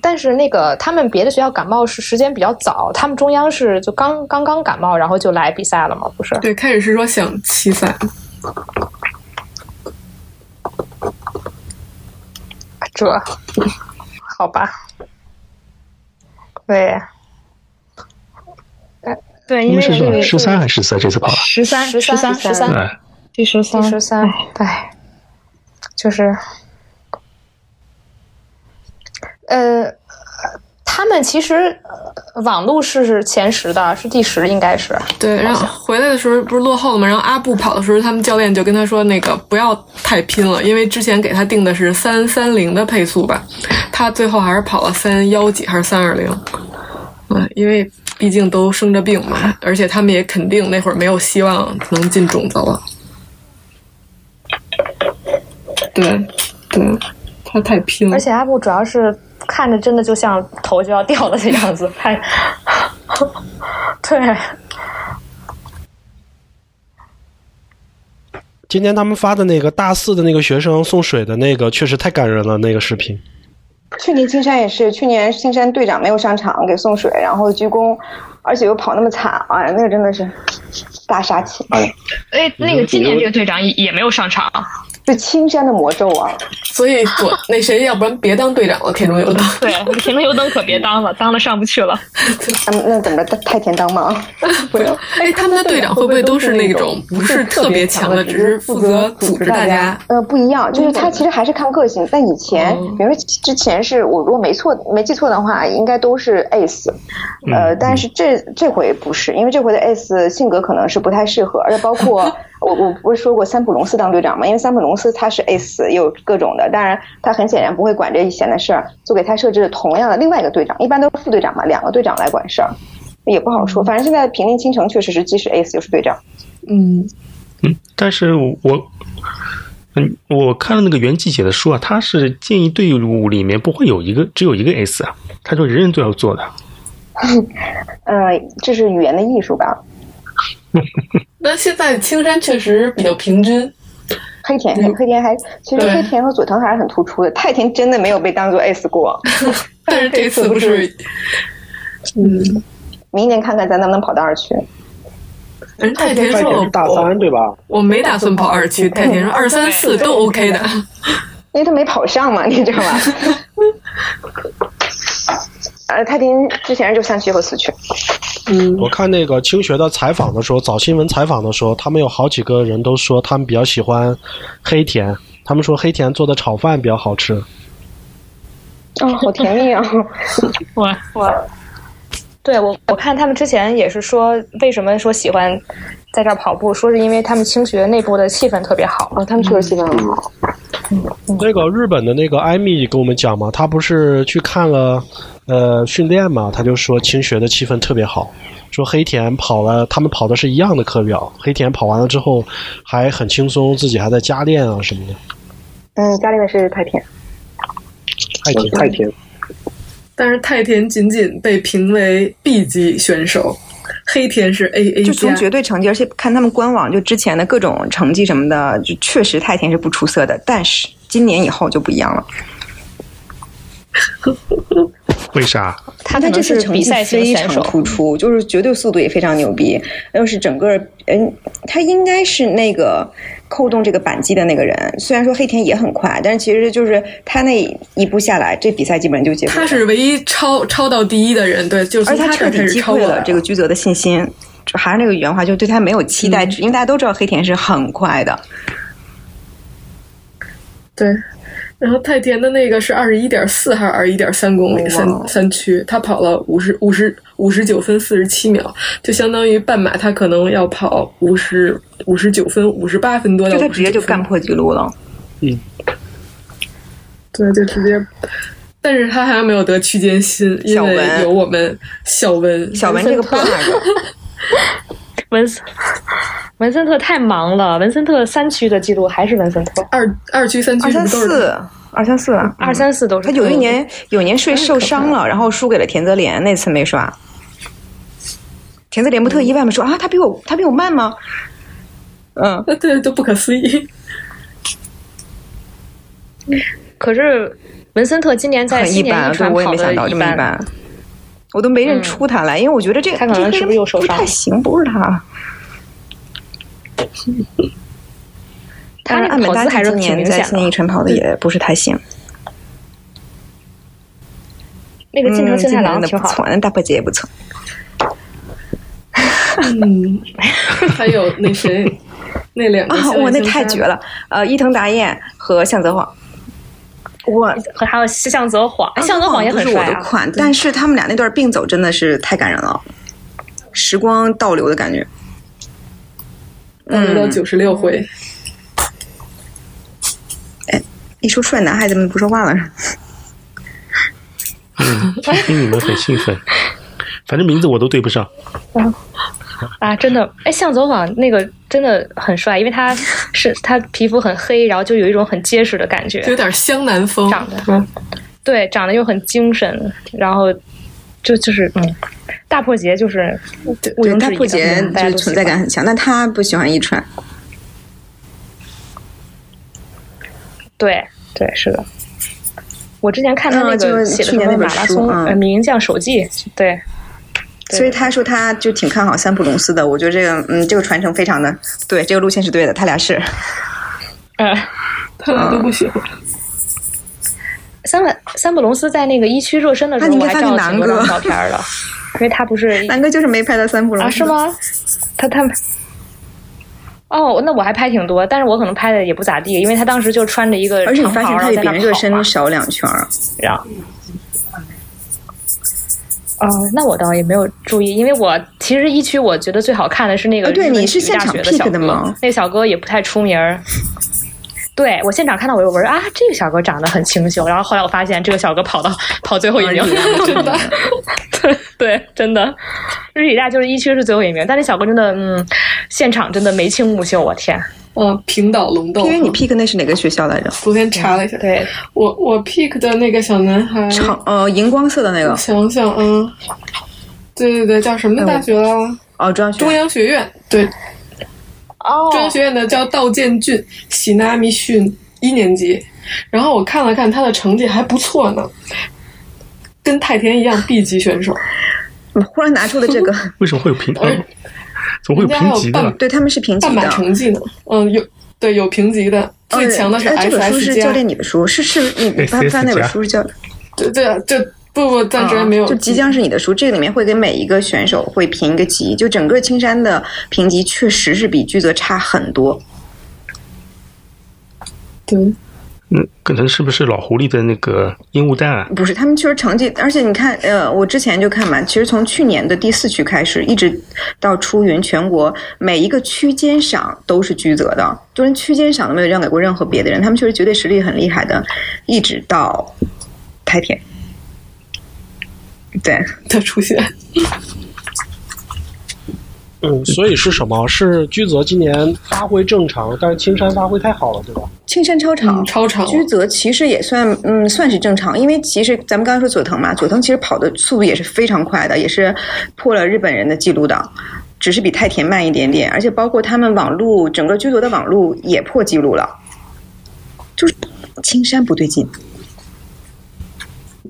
[SPEAKER 5] 但是那个他们别的学校感冒是时间比较早，他们中央是就刚刚刚感冒，然后就来比赛了嘛，不是？
[SPEAKER 3] 对，开始是说想弃赛，
[SPEAKER 5] 这好吧？对，呃对，因
[SPEAKER 10] 因
[SPEAKER 5] 为
[SPEAKER 10] 为是
[SPEAKER 5] 那个
[SPEAKER 10] 十三还是十四？这次跑了
[SPEAKER 5] 十三
[SPEAKER 12] 13
[SPEAKER 5] 十三
[SPEAKER 12] 13
[SPEAKER 5] 三
[SPEAKER 10] 哎
[SPEAKER 5] 第十三第十三，哎，就是，呃，他们其实呃网路是前十的，是第十应该是。
[SPEAKER 10] 嗯
[SPEAKER 3] 对，然后回来的时候不是落后了吗？然后阿布跑的时候，他们教练就跟他说，那个不要太拼了，因为之前给他定的是三三零的配速吧，他最后还是跑了三幺几还是三二零，嗯，因为毕竟都生着病
[SPEAKER 5] 嗯
[SPEAKER 3] 嘛，而且他们也肯定那会儿没有希望能进种子了。对，对，他太拼了
[SPEAKER 5] 而。且阿布主要是看着真的就像头就要掉了的样子，看，对，
[SPEAKER 6] 今天他们发的那个大四的那个学生送水的那个，确实太感人了，那个视频。
[SPEAKER 4] 去年青山也是，去年青山队长没有上场，给送水，然后鞠躬，而且又跑那么惨，哎呀，那个真的是大杀器，
[SPEAKER 11] 哎，
[SPEAKER 5] 哎，
[SPEAKER 11] 那个今年这个
[SPEAKER 5] 队长也也没有上场，
[SPEAKER 4] 就青山的魔咒啊！
[SPEAKER 3] 所以我那谁，要不然别当队长了，田中有道。
[SPEAKER 5] 对，田中优登可别当了，当了上不去了。
[SPEAKER 4] 嗯，那怎么着？太田当吗？不要。
[SPEAKER 3] 哎，他们的队长会不会都是那种不是特别强的，只是负责组织大家？
[SPEAKER 4] 呃，不一样，就是他其实还是看个性。但以前，比如说之前是我如果没错没记错的话，应该都是 ace，呃，但是这这回不是，因为这回的 ace 性格可能是不太适合，而且包括我我不是说过三浦龙司当队长嘛，因为三浦龙司他是 ace，也有各种的，当然他很显然不会管这一闲的事儿，就给他设置了同样的另外一个队长，一般都是副队长嘛，两个队长来管事儿。也不好说，反正现在平定青城确实是既是 ace 又是队长，
[SPEAKER 3] 嗯，
[SPEAKER 1] 嗯，但是我，嗯，我看了那个袁继写的书啊，他是建议队伍里面不会有一个只有一个 S 啊，他说人人都要做的。
[SPEAKER 4] 呃，这是语言的艺术吧？
[SPEAKER 3] 那现在青山确实比较平均，
[SPEAKER 4] 黑田，黑田还其实
[SPEAKER 3] 对
[SPEAKER 4] 黑田和佐藤还是很突出的，太田真的没有被当做 ace 过，
[SPEAKER 3] 但是这次不是，
[SPEAKER 4] 嗯，明年看看咱能不能跑到二区。
[SPEAKER 3] 人太田说我
[SPEAKER 11] 大三对吧？
[SPEAKER 3] 我没打算跑二区，太田说二三四都 OK 的。
[SPEAKER 4] 因为他没跑上嘛，你知道吧？ 呃，太田之前就三区和四区，
[SPEAKER 6] 我看那个清学的采访的时候，早新闻采访的时候，他们有好几个人都说他们比较喜欢黑田，他们说黑田做的炒饭比较好吃。
[SPEAKER 12] 哦
[SPEAKER 4] 啊、好甜 蜜啊！
[SPEAKER 5] 我我，对我我看他们之前也是说，为什么说喜欢在这儿跑步，说是因为他们青学内部的气氛特别好。
[SPEAKER 4] 哦，他们确实气氛很好。
[SPEAKER 6] 那个日本的那个艾米跟我们讲嘛，他不是去看了呃训练嘛，他就说清学的气氛特别好，说黑田跑了，他们跑的是一样的课表，黑田跑完了之后还很轻松，自己还在加练啊什么的。
[SPEAKER 4] 嗯，家里的是太田，
[SPEAKER 6] 太甜
[SPEAKER 11] 太甜，
[SPEAKER 3] 但是太田仅仅被评为 B 级选手，黑田是 AA
[SPEAKER 12] 就从
[SPEAKER 3] 加
[SPEAKER 12] 绝对成绩，而且看他们官网就之前的各种成绩什么的，就确实太田是不出色的。但是今年以后就不一样了，
[SPEAKER 1] 为啥？
[SPEAKER 5] 他
[SPEAKER 12] 这次
[SPEAKER 5] 可能是
[SPEAKER 12] 成
[SPEAKER 5] 比
[SPEAKER 12] 绩
[SPEAKER 5] 赛型
[SPEAKER 12] 非
[SPEAKER 5] 选
[SPEAKER 12] 常
[SPEAKER 5] 手嗯
[SPEAKER 12] 突出，就是绝对速度也非常牛逼，又是整个嗯，他应该是那个扣动这个扳机的那个人。虽然说黑田也很快，但是其实就是他那一步下来，这比赛基本上就结束了。
[SPEAKER 3] 他是唯一超超到第一的人，对，就是
[SPEAKER 12] 而
[SPEAKER 3] 从
[SPEAKER 12] 且他
[SPEAKER 3] 这
[SPEAKER 12] 彻
[SPEAKER 3] 儿开
[SPEAKER 12] 底
[SPEAKER 3] 始
[SPEAKER 12] 击
[SPEAKER 3] 超
[SPEAKER 12] 溃
[SPEAKER 3] 我
[SPEAKER 12] 了这个居泽的信心。就还是那个原话，就对他没有期待值，因为大家都知道黑田是很快的。
[SPEAKER 3] 对，然后太田的那个是二十一点四还是二十一点三公里三三区，他跑了五十五十五十九分四十七秒，就相当于半马，他可能要跑五十五十九分五十八分多
[SPEAKER 12] 就
[SPEAKER 3] 到
[SPEAKER 12] 他直接就干破纪录了。
[SPEAKER 6] 嗯，
[SPEAKER 3] 对，就直接。但是他还没有得区间新，因
[SPEAKER 12] 小
[SPEAKER 3] 为
[SPEAKER 12] 文
[SPEAKER 3] 有我们小文
[SPEAKER 12] 小文这个 bug，
[SPEAKER 5] 文森文森特太忙了，文森特三区的记录还是文森特，
[SPEAKER 3] 二二区三
[SPEAKER 12] 二
[SPEAKER 5] 是
[SPEAKER 12] 哦三
[SPEAKER 5] 不是都是
[SPEAKER 12] 四，二三四啊吧，
[SPEAKER 5] 二三四都是
[SPEAKER 12] 他有一年有一年睡受伤了，然后输给了田泽廉，那次没刷。田泽廉不特
[SPEAKER 5] 嗯
[SPEAKER 12] 意外吗？说啊，他比我他比我慢吗？嗯，
[SPEAKER 3] 对，都不可思议。
[SPEAKER 5] 可是。文森特今年在
[SPEAKER 4] 很
[SPEAKER 5] 新
[SPEAKER 4] 一
[SPEAKER 5] 年
[SPEAKER 4] 般，
[SPEAKER 5] 一
[SPEAKER 4] 对
[SPEAKER 5] 传
[SPEAKER 4] 我也
[SPEAKER 5] 跑
[SPEAKER 4] 没
[SPEAKER 5] 的
[SPEAKER 4] 想到
[SPEAKER 5] 一
[SPEAKER 4] 这么一
[SPEAKER 5] 般，嗯
[SPEAKER 4] 我都没认出他来，因为我觉得这个
[SPEAKER 5] 他可能
[SPEAKER 4] 这
[SPEAKER 5] 是不是又受
[SPEAKER 4] 不
[SPEAKER 5] 伤
[SPEAKER 4] 太
[SPEAKER 5] 了
[SPEAKER 4] 行，不是他。
[SPEAKER 5] 他
[SPEAKER 4] 当然
[SPEAKER 5] 那
[SPEAKER 4] 岸本
[SPEAKER 5] 个跑
[SPEAKER 4] 大
[SPEAKER 5] 姿还
[SPEAKER 4] 介
[SPEAKER 5] 是
[SPEAKER 4] 今
[SPEAKER 5] 挺
[SPEAKER 4] 年
[SPEAKER 5] 明
[SPEAKER 4] 在
[SPEAKER 5] 显
[SPEAKER 4] 新年一
[SPEAKER 5] 的，啊嗯
[SPEAKER 4] 晨跑的也不是太行。
[SPEAKER 5] 那个进城青太郎
[SPEAKER 4] 嗯进城
[SPEAKER 5] 挺
[SPEAKER 4] 的不
[SPEAKER 5] 好
[SPEAKER 4] 错，那大破姐也不错。
[SPEAKER 3] 嗯，还有 那谁，那两个
[SPEAKER 4] 啊，我那太绝了！呃，伊藤达彦和向泽晃，我
[SPEAKER 5] 和还有向泽晃，向泽晃也
[SPEAKER 4] 哎不
[SPEAKER 5] 很
[SPEAKER 4] 是
[SPEAKER 5] 帅
[SPEAKER 4] 我的
[SPEAKER 5] 啊。
[SPEAKER 4] 款，但是他们俩那段并走真的是太感人了，时光倒流的感觉。
[SPEAKER 3] 嗯，到
[SPEAKER 4] 嗯
[SPEAKER 3] 九十六回，
[SPEAKER 4] 一说帅男孩子们不说话了，
[SPEAKER 1] 嗯，听你们很兴奋，反正名字我都对不上。
[SPEAKER 5] 啊，真的，哎，向佐晃那个真的很帅，因为他是他皮肤很黑，然后就有一种很结实的感觉，
[SPEAKER 3] 就有点湘南风，
[SPEAKER 5] 长得对，长得又很精神，然后就就是嗯，大破节就是毋
[SPEAKER 4] 对
[SPEAKER 5] 庸
[SPEAKER 4] 他
[SPEAKER 5] 置疑
[SPEAKER 4] 破
[SPEAKER 5] 的
[SPEAKER 4] 杰
[SPEAKER 5] 嗯大家
[SPEAKER 4] 就是
[SPEAKER 5] 都
[SPEAKER 4] 存
[SPEAKER 5] 喜
[SPEAKER 4] 在
[SPEAKER 5] 欢
[SPEAKER 4] 感很强，但他不喜欢一川。
[SPEAKER 5] 对对是的。我之前看他
[SPEAKER 4] 啊
[SPEAKER 5] 那
[SPEAKER 4] 就是
[SPEAKER 5] 个写的
[SPEAKER 4] 去
[SPEAKER 5] 什
[SPEAKER 4] 年
[SPEAKER 5] 么
[SPEAKER 4] 那
[SPEAKER 5] 马
[SPEAKER 4] 本
[SPEAKER 5] 拉
[SPEAKER 4] 书
[SPEAKER 5] 松
[SPEAKER 4] 嗯
[SPEAKER 5] 呃名将手记，对，
[SPEAKER 4] 所以他说他就挺看好三浦龙司的，我觉得这个嗯，这个传承非常的对，这个路线是对的，他俩 是。
[SPEAKER 5] 嗯，
[SPEAKER 3] 他俩都不喜欢。
[SPEAKER 5] 三本三本龙司在那个一区热身的时
[SPEAKER 4] 那
[SPEAKER 5] 候，
[SPEAKER 4] 你应
[SPEAKER 5] 我
[SPEAKER 4] 该
[SPEAKER 5] 还
[SPEAKER 4] 发
[SPEAKER 5] 照
[SPEAKER 4] 给
[SPEAKER 5] 了挺
[SPEAKER 4] 南
[SPEAKER 5] 多
[SPEAKER 4] 哥
[SPEAKER 5] 张照片儿 的，因为他不是
[SPEAKER 4] 南哥就是没拍到三浦龙
[SPEAKER 5] 啊
[SPEAKER 4] 司
[SPEAKER 5] 是吗？他他们。哦，那我还拍挺多，但是我可能拍的也不咋地，因为他当时就穿着一个
[SPEAKER 4] 而且你
[SPEAKER 5] 长
[SPEAKER 4] 发
[SPEAKER 5] 袍，
[SPEAKER 4] 现
[SPEAKER 5] 然
[SPEAKER 4] 他
[SPEAKER 5] 后
[SPEAKER 4] 也
[SPEAKER 5] 在
[SPEAKER 4] 比
[SPEAKER 5] 那
[SPEAKER 4] 人
[SPEAKER 5] 儿
[SPEAKER 4] 热
[SPEAKER 5] 跑嘛
[SPEAKER 4] 身少两圈儿，
[SPEAKER 5] 然后，哦，那我倒也没有注意，因为我其实一区我觉得最好看的是那个
[SPEAKER 4] 哦对
[SPEAKER 5] 日本
[SPEAKER 4] 你是
[SPEAKER 5] 体育大
[SPEAKER 4] 现场
[SPEAKER 5] 学的小
[SPEAKER 4] pick 的
[SPEAKER 5] 哥
[SPEAKER 4] 吗？
[SPEAKER 5] 那个小哥也不太出名儿。对我现场看到我又闻啊，这个小哥长得很清秀，然后后来我发现这个小哥跑到跑最后一
[SPEAKER 4] 啊
[SPEAKER 5] 名， 真的， 对对，真的，日体大就是一区是最后一名，但那小哥真的，嗯，现场真的眉清目秀，我天，
[SPEAKER 3] 嗯，平岛龙斗
[SPEAKER 4] 因为你 pick 那是哪个学校来着？
[SPEAKER 3] 昨天查了一下，
[SPEAKER 5] 对，
[SPEAKER 3] 我我 pick 的那个小男
[SPEAKER 5] 嗯
[SPEAKER 3] 孩，
[SPEAKER 4] 长呃荧光色的那个
[SPEAKER 3] 我想想啊，对对对，叫什么大学了？
[SPEAKER 4] 哦，中央
[SPEAKER 3] 中央学院，对，
[SPEAKER 5] 哦
[SPEAKER 3] 中央学院的叫道见俊，喜纳米训一年级。然后我看了看他的成绩还不错呢，跟太田一样 B 级选手，
[SPEAKER 4] 怎么忽然拿出了这 个？
[SPEAKER 1] 为什么会有评？呃怎么会有
[SPEAKER 3] 人家还
[SPEAKER 1] 评
[SPEAKER 3] 有
[SPEAKER 1] 级的
[SPEAKER 3] 半
[SPEAKER 1] 呢？
[SPEAKER 4] 对他们是评级
[SPEAKER 3] 半马
[SPEAKER 4] 的。
[SPEAKER 3] 成绩呢。嗯，有对有评级的，
[SPEAKER 4] 哦
[SPEAKER 3] 最强的是
[SPEAKER 4] 哎这本书
[SPEAKER 3] SS
[SPEAKER 4] 是
[SPEAKER 3] 加。
[SPEAKER 4] 教练你的书，是是你你翻
[SPEAKER 1] SS
[SPEAKER 4] 翻那本
[SPEAKER 1] 加
[SPEAKER 4] 书是教，啊
[SPEAKER 3] 对对啊，就不不，暂时还没有。
[SPEAKER 4] 哦就即将是你的书。这个里面会给每一个选手会评一个级，就整个青山的评级确实是比巨泽差很多。
[SPEAKER 3] 对，
[SPEAKER 1] 嗯，可能是不是老狐狸的那个烟雾弹啊？
[SPEAKER 4] 不是，他们确实成绩，而且你看，呃，我之前就看嘛，其实从去年的第四区开始，一直到出云全国，每一个区间赏都是居泽的，就连区间赏都没有让给过任何别的人，他们确实绝对实力很厉害的，一直到太田，对，
[SPEAKER 3] 的出现，
[SPEAKER 6] 嗯，所以是什么？是居泽今年发挥正常，但是青山发挥太好了，对吧？
[SPEAKER 4] 青山超长，
[SPEAKER 3] 嗯超长
[SPEAKER 4] 居泽其实也算，嗯，算是正常，因为其实咱们刚刚说佐藤嘛，佐藤其实跑的速度也是非常快的，也是破了日本人的记录的，只是比太田慢一点点，而且包括他们网路，整个居泽的网路也破记录了，就是青山不对劲，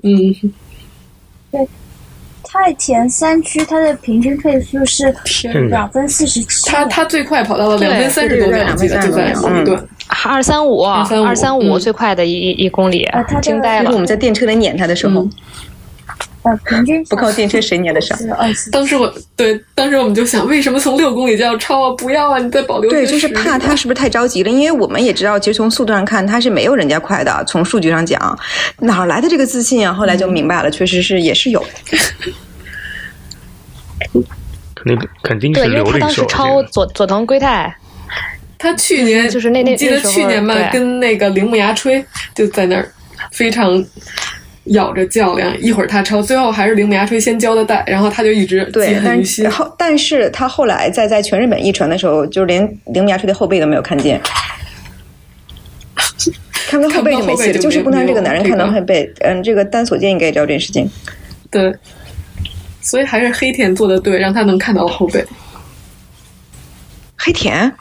[SPEAKER 3] 嗯，
[SPEAKER 7] 太田三区它的平均配速是
[SPEAKER 1] 天哪
[SPEAKER 7] 两分四十七，
[SPEAKER 3] 他他最快跑到了两分三十多秒，我记得就在后一段。
[SPEAKER 5] 二三五，
[SPEAKER 3] 235
[SPEAKER 5] 二三五
[SPEAKER 3] 嗯
[SPEAKER 5] 最快的一一一公里
[SPEAKER 7] 啊他，这
[SPEAKER 5] 惊
[SPEAKER 7] 个
[SPEAKER 5] 呆
[SPEAKER 4] 就是我
[SPEAKER 5] 了，
[SPEAKER 4] 们在电车里撵他的时候，
[SPEAKER 3] 嗯
[SPEAKER 7] 呃，平均
[SPEAKER 4] 不靠电车谁撵得上？
[SPEAKER 7] 是二十。
[SPEAKER 3] 当时我对，当时我们就想，为什么从六公里就要超啊？不要啊！你再保 留
[SPEAKER 4] 对，
[SPEAKER 3] 些
[SPEAKER 4] 就是
[SPEAKER 3] 时
[SPEAKER 4] 怕
[SPEAKER 3] 间
[SPEAKER 4] 他是不是太着急了？因为我们也知道，其实从速度上看，他是没有人家快的。从数据上讲，哪儿来的这个自信啊？后来就
[SPEAKER 3] 嗯
[SPEAKER 4] 明白了，确实是也是有。
[SPEAKER 1] 肯定肯定
[SPEAKER 5] 对，
[SPEAKER 1] 是
[SPEAKER 5] 因为
[SPEAKER 1] 留啊了
[SPEAKER 5] 他当
[SPEAKER 1] 一手
[SPEAKER 5] 时。超佐佐藤圭太，
[SPEAKER 3] 他去年
[SPEAKER 5] 就是那那
[SPEAKER 3] 你记得
[SPEAKER 5] 那时候
[SPEAKER 3] 去年嘛，
[SPEAKER 5] 对
[SPEAKER 3] 跟那个铃木牙吹就在那儿非常咬着较量，一会儿他超，最后还是铃木牙吹先交的代，然后他就一直记恨
[SPEAKER 4] 对，
[SPEAKER 3] 于
[SPEAKER 4] 但
[SPEAKER 3] 心
[SPEAKER 4] 是。后但是他后来在在全日本一传的时候，就连铃木牙吹的后背都没有看 见。看到后背就没戏了，就是不能让这个男人看到后背。嗯，这个丹所见应该也知道这件事情。
[SPEAKER 3] 对，所以还是黑田做的对，让他能看到后背。
[SPEAKER 4] 黑田，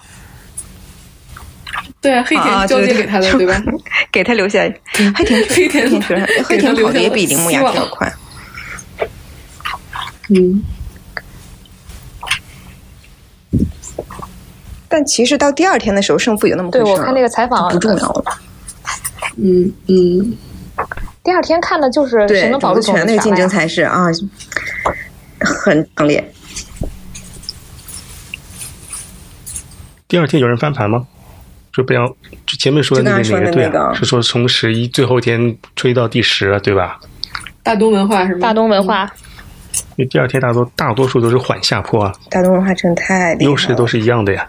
[SPEAKER 3] 对啊，黑
[SPEAKER 4] 啊
[SPEAKER 3] 田交接给他的，
[SPEAKER 4] 就
[SPEAKER 3] 对吧？
[SPEAKER 4] 给他留下，黑田确
[SPEAKER 3] 黑田
[SPEAKER 4] 黑田确实
[SPEAKER 3] 给
[SPEAKER 4] 黑
[SPEAKER 3] 他
[SPEAKER 4] 田
[SPEAKER 3] 留
[SPEAKER 4] 跑的
[SPEAKER 3] 下
[SPEAKER 4] 也
[SPEAKER 3] 了
[SPEAKER 4] 比铃木雅
[SPEAKER 3] 希望
[SPEAKER 4] 比较快。
[SPEAKER 3] 嗯，
[SPEAKER 4] 但其实到第二天的时候，胜负有那么回
[SPEAKER 5] 对
[SPEAKER 4] 事
[SPEAKER 5] 我
[SPEAKER 4] 儿
[SPEAKER 5] 看那个采访
[SPEAKER 4] 不重要了。
[SPEAKER 3] 嗯嗯，
[SPEAKER 5] 第二天看的就是谁
[SPEAKER 4] 对，
[SPEAKER 5] 能保住
[SPEAKER 4] 主权那个竞争才是啊，很强烈。
[SPEAKER 1] 第二天有人翻盘吗？就不要就前面说的那个
[SPEAKER 4] 就刚才
[SPEAKER 1] 哪
[SPEAKER 4] 说的
[SPEAKER 1] 个对
[SPEAKER 4] 那
[SPEAKER 1] 啊？
[SPEAKER 4] 个
[SPEAKER 1] 是说从十一最后一天追到第十啊，对吧？
[SPEAKER 3] 大东文化是吗？
[SPEAKER 5] 大东文
[SPEAKER 4] 嗯
[SPEAKER 5] 化，
[SPEAKER 1] 因为第二天大多大多数都是缓下坡啊，
[SPEAKER 4] 大东文化真的太厉害
[SPEAKER 1] 优
[SPEAKER 4] 了，
[SPEAKER 1] 势都是一样的呀。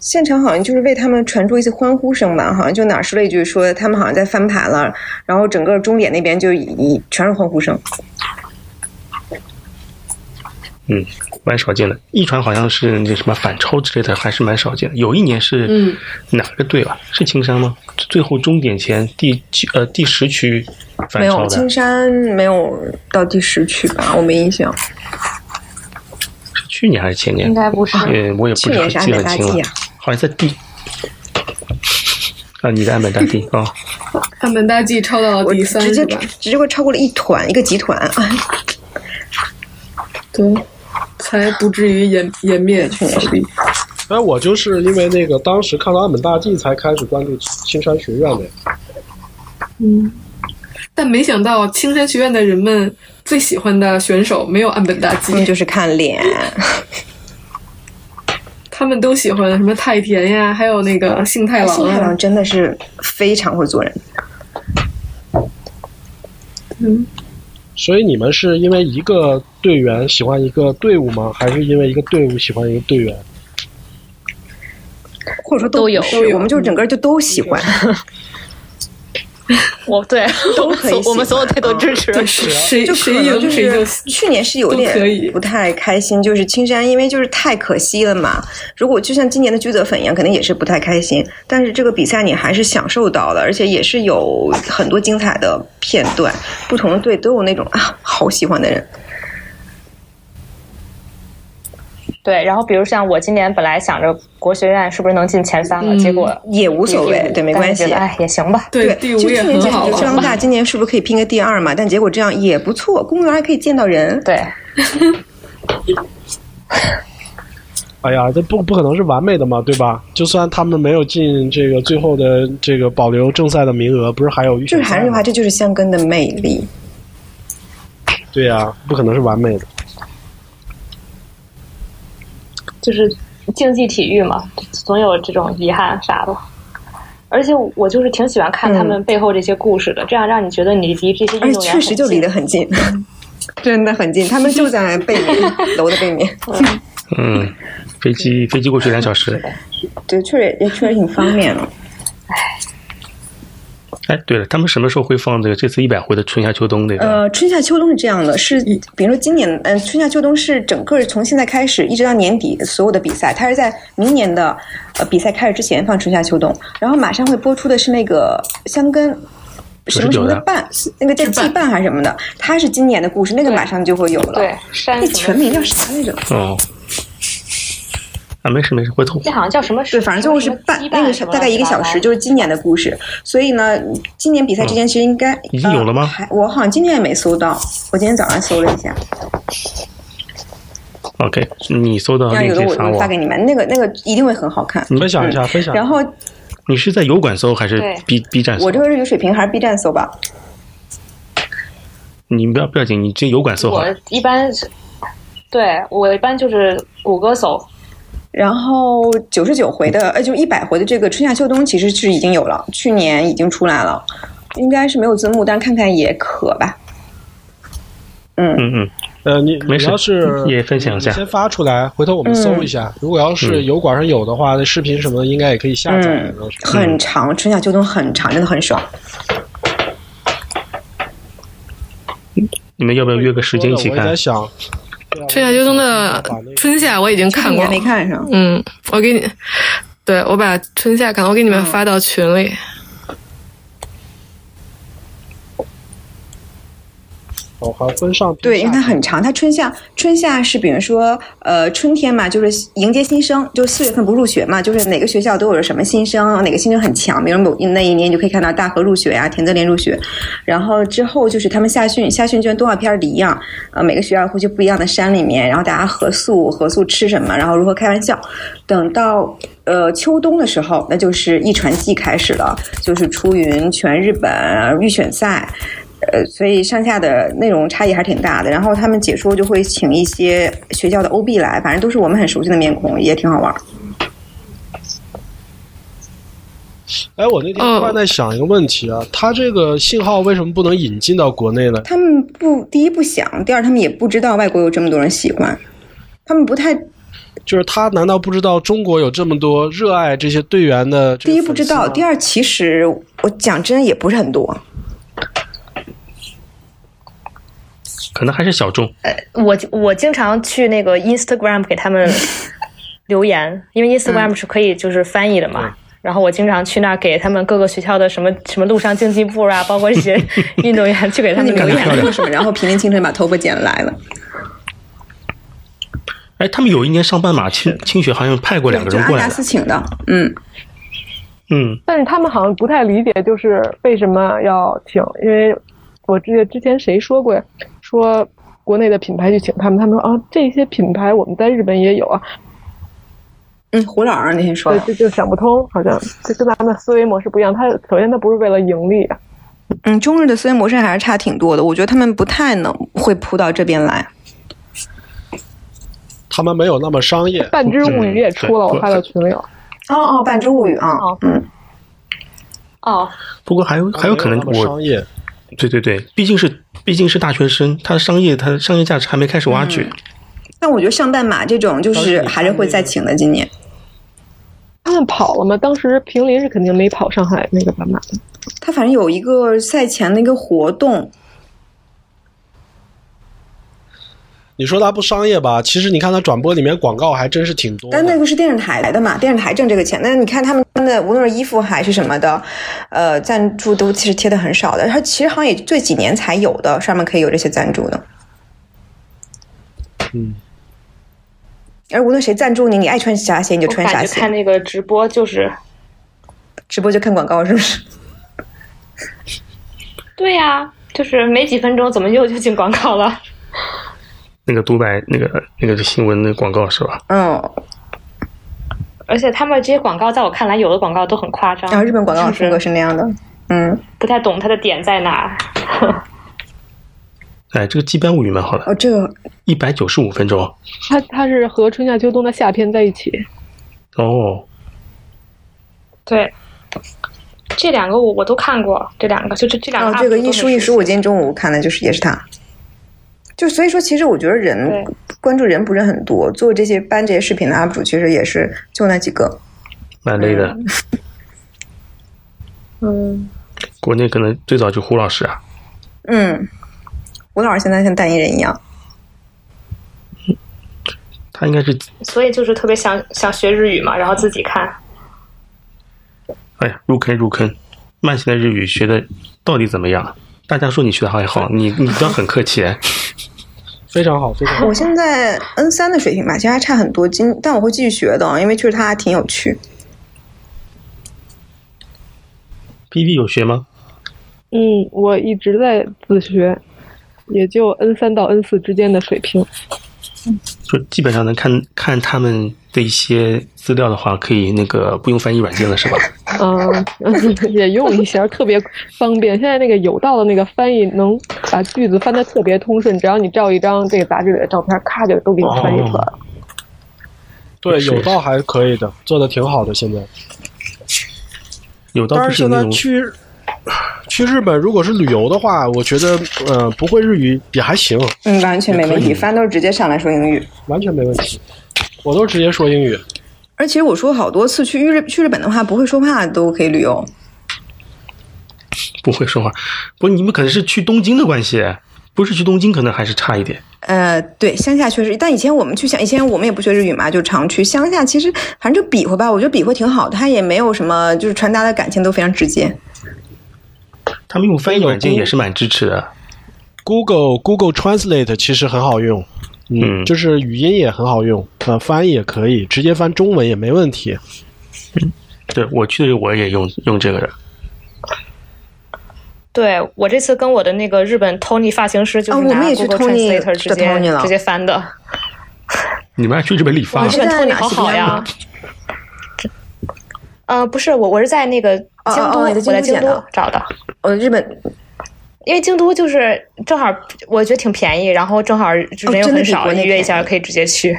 [SPEAKER 4] 现场好像就是为他们传出一些欢呼声吧，好像就哪儿说了一句说他们好像在翻盘了，然后整个终点那边就以全是欢呼声。
[SPEAKER 1] 嗯，蛮少见的。一传好像是那什么反超之类的，还是蛮少见的。有一年是
[SPEAKER 3] 嗯
[SPEAKER 1] 哪个队吧？是青山吗？最后终点前第几呃第十区
[SPEAKER 4] 没
[SPEAKER 1] 反超
[SPEAKER 4] 有，金
[SPEAKER 1] 的，
[SPEAKER 4] 山没有到第十区吧？我没印象。
[SPEAKER 1] 是去年还是前年？
[SPEAKER 5] 应该不是
[SPEAKER 1] 呃，我也不
[SPEAKER 4] 去
[SPEAKER 1] 是很
[SPEAKER 4] 年是
[SPEAKER 1] 记得很
[SPEAKER 4] 安本大
[SPEAKER 1] 清
[SPEAKER 4] 纪
[SPEAKER 1] 了
[SPEAKER 4] 啊，
[SPEAKER 1] 好像在第啊，你的安本大帝啊。哦
[SPEAKER 3] 岸本大纪超到了
[SPEAKER 4] 我
[SPEAKER 3] 第三，
[SPEAKER 4] 直接
[SPEAKER 3] 是吧？
[SPEAKER 4] 直接会超过了一团一个集团，哎，
[SPEAKER 3] 对，才不至于颜颜面扫地。
[SPEAKER 6] 那我就是因为那个当时看到岸本大纪才开始关注青山学院的，
[SPEAKER 3] 嗯，但没想到青山学院的人们最喜欢的选手没有岸本大纪
[SPEAKER 4] 他，们就是看脸。
[SPEAKER 3] 他们都喜欢什么太田呀，还有那个幸太郎
[SPEAKER 4] 幸嗯太
[SPEAKER 3] 啊
[SPEAKER 4] 郎。真的是非常会做人，
[SPEAKER 3] 嗯，
[SPEAKER 6] 所以你们是因为一个队员喜欢一个队伍吗？还是因为一个队伍喜欢一个队员？
[SPEAKER 4] 或者说
[SPEAKER 5] 都
[SPEAKER 4] 不
[SPEAKER 5] 有
[SPEAKER 4] 是
[SPEAKER 5] 都有
[SPEAKER 4] 我们就是整个就都喜欢。
[SPEAKER 5] 我对
[SPEAKER 4] 都
[SPEAKER 5] 我们
[SPEAKER 4] 可以嗯
[SPEAKER 5] 所我们
[SPEAKER 4] 喜欢
[SPEAKER 5] 所有队都支持。
[SPEAKER 3] 对，谁
[SPEAKER 4] 就可
[SPEAKER 3] 谁
[SPEAKER 4] 能就
[SPEAKER 3] 赢谁
[SPEAKER 4] 是
[SPEAKER 3] 就
[SPEAKER 4] 去年是有
[SPEAKER 3] 都可以
[SPEAKER 4] 点不太开心，就是青山，因为就是太可惜了嘛。如果就像今年的居泽粉一样，肯定也是不太开心。但是这个比赛你还是享受到了，而且也是有很多精彩的片段，不同的队都有那种啊好喜欢的人。
[SPEAKER 5] 对，然后比如像我今年本来想着国学院是不是能进前三了，
[SPEAKER 3] 嗯
[SPEAKER 5] 结果
[SPEAKER 4] 也无所谓
[SPEAKER 5] 第五
[SPEAKER 4] 对没关系
[SPEAKER 5] 但是觉得哎，也行吧。
[SPEAKER 3] 对第五
[SPEAKER 4] 就
[SPEAKER 3] 也
[SPEAKER 4] 去年
[SPEAKER 3] 很
[SPEAKER 4] 简
[SPEAKER 3] 好
[SPEAKER 4] 直就
[SPEAKER 3] 了
[SPEAKER 4] 张
[SPEAKER 3] 吧。
[SPEAKER 4] 大今年是不是可以拼个第二嘛？但结果这样也不错，公园还可以见到人。
[SPEAKER 5] 对，
[SPEAKER 6] 哎呀，这不不可能是完美的嘛，对吧？就算他们没有进这个最后的这个保留正赛的名额，不是还有预
[SPEAKER 4] 就
[SPEAKER 6] 选
[SPEAKER 4] 是还
[SPEAKER 6] 赛
[SPEAKER 4] 是那句
[SPEAKER 6] 吗
[SPEAKER 4] 话，？这就是香根的魅力。
[SPEAKER 6] 对呀、不可能是完美的。
[SPEAKER 5] 就是竞技体育嘛，总有这种遗憾啥的。而且我就是挺喜欢看他们背后这些故事的，这样让你觉得你离这些
[SPEAKER 4] 而
[SPEAKER 5] 运
[SPEAKER 4] 且
[SPEAKER 5] 动
[SPEAKER 4] 嗯哎
[SPEAKER 5] 员
[SPEAKER 4] 确实就离得很近， 真的很近，他们就在背面楼的背面。
[SPEAKER 1] 嗯，飞机飞机过去两小时。
[SPEAKER 4] 对，确实也确实挺方便的。
[SPEAKER 1] 哎，对了，他们什么时候会放这个这次一百回的春夏秋冬那个？
[SPEAKER 4] 呃，春夏秋冬是这样的，是比如说今年，嗯、春夏秋冬是整个从现在开始一直到年底所有的比赛，它是在明年的呃比赛开始之前放春夏秋冬，然后马上会播出的是那个香根。什么什么
[SPEAKER 1] 99的
[SPEAKER 4] 的半，那个叫
[SPEAKER 3] 制
[SPEAKER 4] 季
[SPEAKER 3] 半
[SPEAKER 4] 半还是什么的，它是今年的故事，那个马上就会有了。
[SPEAKER 5] 对，山
[SPEAKER 4] 那
[SPEAKER 5] 什么
[SPEAKER 4] 全名叫啥来着？
[SPEAKER 1] 哦，啊，没事没事，回头
[SPEAKER 5] 这好像叫什么？
[SPEAKER 4] 对，反正最后是半那个是大概一个小时，就是今年的故事。所以呢，今年比赛之前其实应该、
[SPEAKER 1] 嗯已经有了吗
[SPEAKER 4] 呃还我好像今天也没搜到，我今天早上搜了一下，
[SPEAKER 1] OK，你哦搜到
[SPEAKER 4] 要
[SPEAKER 1] 链
[SPEAKER 4] 有的
[SPEAKER 1] 接
[SPEAKER 4] 我
[SPEAKER 1] 发
[SPEAKER 4] 我发给你们，那个那个一定会很好看。
[SPEAKER 1] 嗯
[SPEAKER 6] 分享一下，分享一下。
[SPEAKER 4] 然后
[SPEAKER 1] 你是在油管搜还是
[SPEAKER 5] 对
[SPEAKER 1] B B 站搜？
[SPEAKER 4] 我这个日语水平还是 B 站搜吧，
[SPEAKER 1] 你不要不要紧，你进油管搜好
[SPEAKER 5] 我
[SPEAKER 1] 了。
[SPEAKER 5] 一般是，对我一般就是谷歌搜，
[SPEAKER 4] 然后九十九回的呃，就是一百回的这个春夏秋冬其实是已经有了，去年已经出来了，应该是没有字幕，但看看也可吧。
[SPEAKER 1] 嗯嗯，
[SPEAKER 6] 呃，你
[SPEAKER 1] 没
[SPEAKER 6] 你
[SPEAKER 1] 事
[SPEAKER 6] 要是
[SPEAKER 1] 也分享一下
[SPEAKER 6] 你先发出来，回头我们搜一
[SPEAKER 4] 嗯
[SPEAKER 6] 下。如果要是油管上有的话，那视频什么的应该也可以下载。
[SPEAKER 4] 嗯，很长，春夏秋冬很长，真的很爽。
[SPEAKER 1] 你们要不要约个时间一起
[SPEAKER 6] 我也
[SPEAKER 1] 看
[SPEAKER 6] 在？想，
[SPEAKER 3] 春夏秋冬的春夏我已经看
[SPEAKER 4] 你
[SPEAKER 3] 过
[SPEAKER 4] 还
[SPEAKER 3] 了
[SPEAKER 4] 没，看上？
[SPEAKER 3] 嗯，我给你，对我把春夏看了，我给你们
[SPEAKER 4] 嗯
[SPEAKER 3] 发到群里。
[SPEAKER 6] 哦，还分上平
[SPEAKER 4] 对，因
[SPEAKER 6] 下
[SPEAKER 4] 为它很长，它春夏春夏是比如说呃春天嘛，就是迎接新生，就是四月份不入学嘛，就是哪个学校都有什么新生，哪个新生很强，比如某那一年你就可以看到大河入学呀、田泽廉入学，然后之后就是他们夏训，夏训就跟动画片里一样，呃每个学校会去不一样的山里面，然后大家合宿合宿吃什么，然后如何开玩笑，等到。呃，秋冬的时候，那就是一传季开始了，就是出云、全日本预选赛，呃，所以上下的内容差异还是挺大的。然后他们解说就会请一些学校的 OB 来，反正都是我们很熟悉的面孔，也挺好玩儿。
[SPEAKER 6] 哎，我那天
[SPEAKER 4] 哦
[SPEAKER 6] 突然在想一个问题啊，它这个信号为什么不能引进到国内呢？
[SPEAKER 4] 他们不，第一不想，第二他们也不知道外国有这么多人喜欢，他们不太
[SPEAKER 6] 就是他难道不知道中国有这么多热爱这些队员的这
[SPEAKER 4] 第
[SPEAKER 6] 个
[SPEAKER 4] 一
[SPEAKER 6] 粉丝吗？
[SPEAKER 4] 不知道，第二其实我讲真也不是很多。
[SPEAKER 1] 可能还是小众。
[SPEAKER 5] 我我经常去那个 Instagram 给他 们留言，因为 Instagram
[SPEAKER 4] 嗯
[SPEAKER 5] 是可以就是翻译的嘛。然后我经常去那儿给他们各个学校的什么什么陆上竞技部啊，包括一 些运动员去给他
[SPEAKER 4] 那
[SPEAKER 5] 们
[SPEAKER 4] 你
[SPEAKER 5] 留
[SPEAKER 4] 们
[SPEAKER 5] 言。
[SPEAKER 4] 做什么？然后平民清晨把头发剪了来了。
[SPEAKER 1] 哎，他们有一年上半马青青学好像派过两个
[SPEAKER 4] 就
[SPEAKER 1] 人
[SPEAKER 4] 阿
[SPEAKER 1] 过来
[SPEAKER 4] 达
[SPEAKER 1] 的
[SPEAKER 4] 斯，请的，嗯，
[SPEAKER 1] 嗯，
[SPEAKER 3] 但是他们好像不太理解，就是为什么要请，因为我记得之前谁说过呀，说国内的品牌去请他们，他们说啊，这些品牌我们在日本也有啊，
[SPEAKER 4] 嗯，胡老儿那天说
[SPEAKER 3] 对，就就想不通，好像这跟咱们的思维模式不一样。他首先他不是为了盈利啊，
[SPEAKER 4] 嗯，中日的思维模式还是差挺多的，我觉得他们不太能会扑到这边来。
[SPEAKER 6] 他们没有那么商业。
[SPEAKER 3] 半只物语也出了，
[SPEAKER 6] 嗯
[SPEAKER 3] 我
[SPEAKER 6] 对
[SPEAKER 3] 发到群里了。
[SPEAKER 4] 哦哦，半只物语啊，嗯，
[SPEAKER 5] 哦，
[SPEAKER 1] 不过
[SPEAKER 3] 嗯
[SPEAKER 1] 还有还有可能
[SPEAKER 6] 没有那么商
[SPEAKER 1] 我，
[SPEAKER 6] 业
[SPEAKER 1] 对对对，毕竟是毕竟是大学生，他商业他商业价值还没开始挖掘。
[SPEAKER 3] 嗯
[SPEAKER 4] 但我觉得上半马这种就是还是
[SPEAKER 1] 嗯
[SPEAKER 4] 会再请的，今年
[SPEAKER 3] 他们跑了吗？当时平林是肯定没跑上海那个半马的。
[SPEAKER 4] 他反正有一个赛前的一个活动，
[SPEAKER 6] 你说他不商业吧？其实你看他转播里面广告还真是挺多。
[SPEAKER 4] 但那个是电视台来的嘛，电视台挣这个钱。但你看他们的无论是衣服还是什么的，呃，赞助都其实贴的很少的。它其实好像也这几年才有的，上面可以有这些赞助的。
[SPEAKER 6] 嗯。
[SPEAKER 4] 而无论谁赞助你，你爱穿啥鞋你就
[SPEAKER 5] 我
[SPEAKER 4] 穿啥
[SPEAKER 5] 感觉
[SPEAKER 4] 鞋。
[SPEAKER 5] 看那个直播就是，
[SPEAKER 4] 直播就看广告是不是？
[SPEAKER 5] 对呀、就是没几分钟怎么又就进广告了？
[SPEAKER 1] 那个独白那个那个新闻那广告是吧？
[SPEAKER 5] 啊
[SPEAKER 4] 嗯，
[SPEAKER 5] 而且他们这些广告在我看来，有的广告都很夸张。
[SPEAKER 4] 然后啊日本广告
[SPEAKER 5] 是
[SPEAKER 4] 风格是那样的，嗯，
[SPEAKER 5] 不太懂它的点在哪。
[SPEAKER 1] 哎，这个《羁绊物语》蛮好的，
[SPEAKER 3] 嗯
[SPEAKER 4] 哦，这个
[SPEAKER 1] 一百九十五分钟
[SPEAKER 3] 他他是和春夏秋冬的夏天在一起。
[SPEAKER 1] 哦，
[SPEAKER 5] 对，这两个我我都看过，这两个就这这两
[SPEAKER 4] 哦
[SPEAKER 5] 个、，
[SPEAKER 4] 这个一书一书，我今天中午看的就是也是他。就所以说，其实我觉得人关注人不是很多，做这些搬这些视频的 UP 主其实也是就那几个。
[SPEAKER 1] 蛮累的。
[SPEAKER 5] 嗯
[SPEAKER 1] 国内可能最早就胡老师啊，
[SPEAKER 4] 嗯，吴老师现在像代言人一样。
[SPEAKER 1] 他应该是
[SPEAKER 5] 所以就是特别想想学日语嘛，然后自己看。
[SPEAKER 1] 哎呀入坑入坑，慢行的日语学的到底怎么样？啊大家说你学的还好，你你不要很客气，哎
[SPEAKER 6] 非常好，非常好。
[SPEAKER 4] 我现在 N 三的水平吧，其实还差很多今但我会继续学的，因为确实它还挺有趣。
[SPEAKER 1] B B 有学吗？
[SPEAKER 3] 嗯，我一直在自学，也就 N 三到 N 四之间的水平。
[SPEAKER 1] 就基本上能看看他们的一些资料的话，可以那个不用翻译软件了，是吧？
[SPEAKER 3] 嗯，也用一下，特别方便。现在那个有道的那个翻译能把句子翻得特别通顺，只要你照一张这个杂志里的照片，咔就都给你翻译出来了。
[SPEAKER 6] 对，有道还可以的，做的挺好的。现在
[SPEAKER 1] 有道
[SPEAKER 6] 但
[SPEAKER 1] 就是是
[SPEAKER 6] 现
[SPEAKER 1] 有那
[SPEAKER 6] 在
[SPEAKER 1] 种
[SPEAKER 6] 去去日本，如果是旅游的话，我觉得呃不会日语也还行，
[SPEAKER 4] 嗯，完全没问
[SPEAKER 6] 也可
[SPEAKER 4] 题，
[SPEAKER 6] 以
[SPEAKER 4] 反正都是直接上来说英语。
[SPEAKER 6] 完全没问题。我都直接说英语。
[SPEAKER 4] 而且我说好多次去日去日本的话，不会说话都可以旅游。
[SPEAKER 1] 不会说话，不是你们可能是去东京的关系，哎不是去东京可能还是差一点。
[SPEAKER 4] 呃，对，乡下确实，但以前我们去乡，以前我们也不学日语嘛，就常去乡下。其实反正就比划吧，我觉得比划挺好的，他也没有什么，就是传达的感情都非常直接。
[SPEAKER 1] 他们用翻译软件也是蛮支持的，
[SPEAKER 6] Google Google Translate 其实很好用，嗯，就是语音也很好用，呃，翻译也可以，直接翻中文也没问题。
[SPEAKER 1] 对我去的时候我也用用这个的，
[SPEAKER 5] 对我这次跟我的那个日本 Tony 发型师就是
[SPEAKER 4] 啊我
[SPEAKER 5] 拿
[SPEAKER 4] 们也去
[SPEAKER 5] Google
[SPEAKER 4] Tony
[SPEAKER 5] Translator 直
[SPEAKER 4] 的
[SPEAKER 5] 接
[SPEAKER 4] Tony 了啊
[SPEAKER 5] 直接翻的，
[SPEAKER 1] 你们还去日本理发
[SPEAKER 5] 哇，日本 Tony 好好呀。呃，不是我，我是在那个
[SPEAKER 4] 哦
[SPEAKER 5] 京都，
[SPEAKER 4] 哦
[SPEAKER 5] 我
[SPEAKER 4] 你在京
[SPEAKER 5] 在
[SPEAKER 4] 都
[SPEAKER 5] 京
[SPEAKER 4] 剪
[SPEAKER 5] 都
[SPEAKER 4] 的
[SPEAKER 5] 找的。
[SPEAKER 4] 呃，日本
[SPEAKER 5] 因为京都就是正好，我觉得挺便宜，然后正好人
[SPEAKER 4] 哦
[SPEAKER 5] 又
[SPEAKER 4] 真的
[SPEAKER 5] 很
[SPEAKER 4] 比
[SPEAKER 5] 少，
[SPEAKER 4] 国内
[SPEAKER 5] 预约一下可以直接去。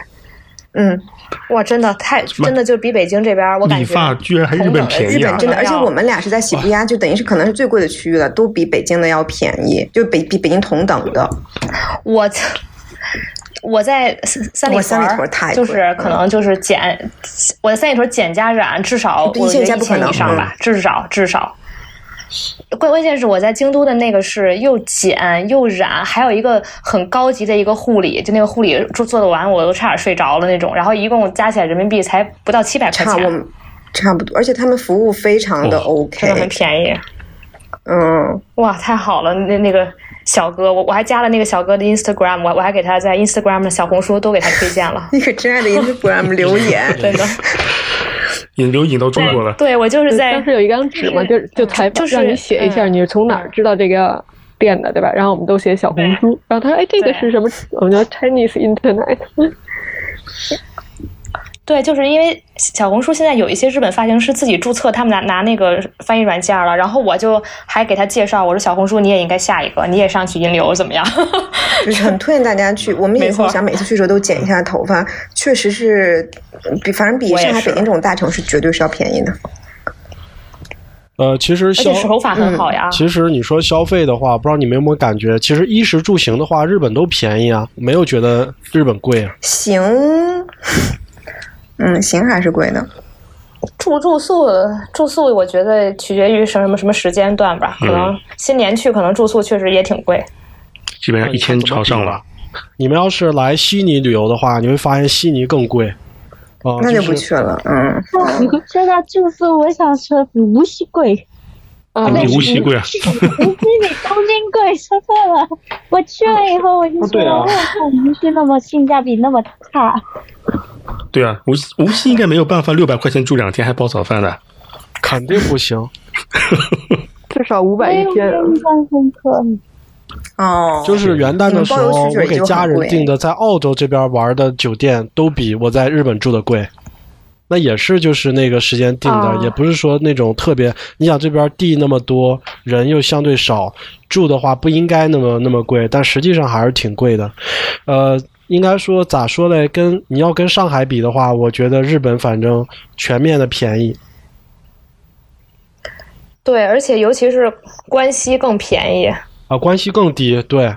[SPEAKER 4] 嗯，
[SPEAKER 5] 哇，真的太
[SPEAKER 1] 妈
[SPEAKER 5] 真的就比北京这边，我感觉
[SPEAKER 1] 理发居然还日
[SPEAKER 5] 同
[SPEAKER 1] 本
[SPEAKER 5] 等的
[SPEAKER 1] 便宜
[SPEAKER 4] 日
[SPEAKER 1] 啊
[SPEAKER 4] 本！真的，而且我们俩是在喜布亚，就等于是可能是最贵的区域了，都比北京的要便宜，就北比北京同等的。
[SPEAKER 5] 我 我在三三里
[SPEAKER 4] 哇
[SPEAKER 5] 屯，
[SPEAKER 4] 三里屯太
[SPEAKER 5] 就
[SPEAKER 4] 贵
[SPEAKER 5] 是可能就是剪，我在三里屯剪加染，至少
[SPEAKER 4] 对
[SPEAKER 5] 我
[SPEAKER 4] 一线
[SPEAKER 5] 觉得
[SPEAKER 4] 加
[SPEAKER 5] 一
[SPEAKER 4] 不可
[SPEAKER 5] 千
[SPEAKER 4] 能
[SPEAKER 5] 以上吧
[SPEAKER 4] 嗯，
[SPEAKER 5] 至少至少。关关键是我在京都的那个是又剪又染，还有一个很高级的一个护理，就那个护理做做的完我都差点睡着了那种，然后一共加起来人民币才不到七百块
[SPEAKER 4] 差我
[SPEAKER 5] 钱
[SPEAKER 4] 们，差不多，而且他们服务非常的
[SPEAKER 5] 哦
[SPEAKER 4] OK，、
[SPEAKER 5] 真的很便宜。
[SPEAKER 4] 嗯，。
[SPEAKER 5] 哇，太好了！那那个小哥，我我还加了那个小哥的 Instagram，我我还给他在 Instagram 的小红书都给他推荐了
[SPEAKER 4] 你可真爱的 Instagram 留言，
[SPEAKER 5] 真的，
[SPEAKER 1] 引流引到中国了。
[SPEAKER 5] 对我就是在
[SPEAKER 3] 当时有一张纸嘛，就就采访，
[SPEAKER 5] 就是
[SPEAKER 3] 让你写一下
[SPEAKER 5] 嗯
[SPEAKER 3] 你是从哪儿知道这个店的，对吧？然后我们都写小红书，然后他说：“哎，这个是什么？我们叫 Chinese Internet。
[SPEAKER 5] 对，就是因为小红书现在有一些日本发型师自己注册，他们拿拿那个翻译软件了，然后我就还给他介绍，我说小红书你也应该下一个，你也上去引流怎么样？
[SPEAKER 4] 就是很推荐大家去。我们也
[SPEAKER 5] 没错
[SPEAKER 4] 是想每次去的时候都剪一下头发，确实是嗯比反正比
[SPEAKER 5] 我也
[SPEAKER 4] 上海、
[SPEAKER 5] 是
[SPEAKER 4] 北京这种大城市绝对是要便宜的。
[SPEAKER 6] 呃，其实消
[SPEAKER 5] 而且手法很好呀
[SPEAKER 6] 嗯其实你说消费的话，不知道你们有没有感觉，其实衣食住行的话，日本都便宜啊，没有觉得日本贵啊。
[SPEAKER 4] 行，嗯，行还是贵的。
[SPEAKER 5] 住住宿住宿，我觉得取决于什么什么什么时间段吧，可能
[SPEAKER 1] 嗯
[SPEAKER 5] 新年去可能住宿确实也挺贵。
[SPEAKER 1] 基本上一千朝上了。
[SPEAKER 6] 你们要是来悉尼旅游的话，你会发现悉尼更贵。哦，
[SPEAKER 4] 那就不
[SPEAKER 6] 是
[SPEAKER 4] 去了，嗯，
[SPEAKER 9] 说到住宿，我想说比无锡贵。
[SPEAKER 5] 嗯
[SPEAKER 3] 啊
[SPEAKER 9] 对
[SPEAKER 1] 比无锡贵啊！
[SPEAKER 9] 无锡比东京贵，说错了。我去了以后，我就说，
[SPEAKER 1] 对啊
[SPEAKER 9] 我靠，无锡那么性价比那么差。
[SPEAKER 1] 对啊，无锡无锡应该没有办法，六百块钱住两天还包早饭的，
[SPEAKER 6] 肯定 不行。”
[SPEAKER 4] 哦
[SPEAKER 3] 至少五
[SPEAKER 5] 哎
[SPEAKER 3] 百一天。
[SPEAKER 9] 印象深刻。
[SPEAKER 4] 哦，
[SPEAKER 6] 就是元旦的时
[SPEAKER 4] 你们包邮去
[SPEAKER 6] 候，我
[SPEAKER 4] 这儿
[SPEAKER 6] 给
[SPEAKER 4] 就很贵
[SPEAKER 6] 家人订的在澳洲这边玩的酒店，都比我在日本住的贵。那也是就是那个时间定的，
[SPEAKER 5] 啊
[SPEAKER 6] 也不是说那种特别。你想这边地那么多，人又相对少，住的话不应该那么那么贵，但实际上还是挺贵的。呃，应该说咋说嘞？跟你要跟上海比的话，我觉得日本反正全面的便宜。
[SPEAKER 5] 对，而且尤其是关西更便宜。
[SPEAKER 6] 啊，关系更低，对。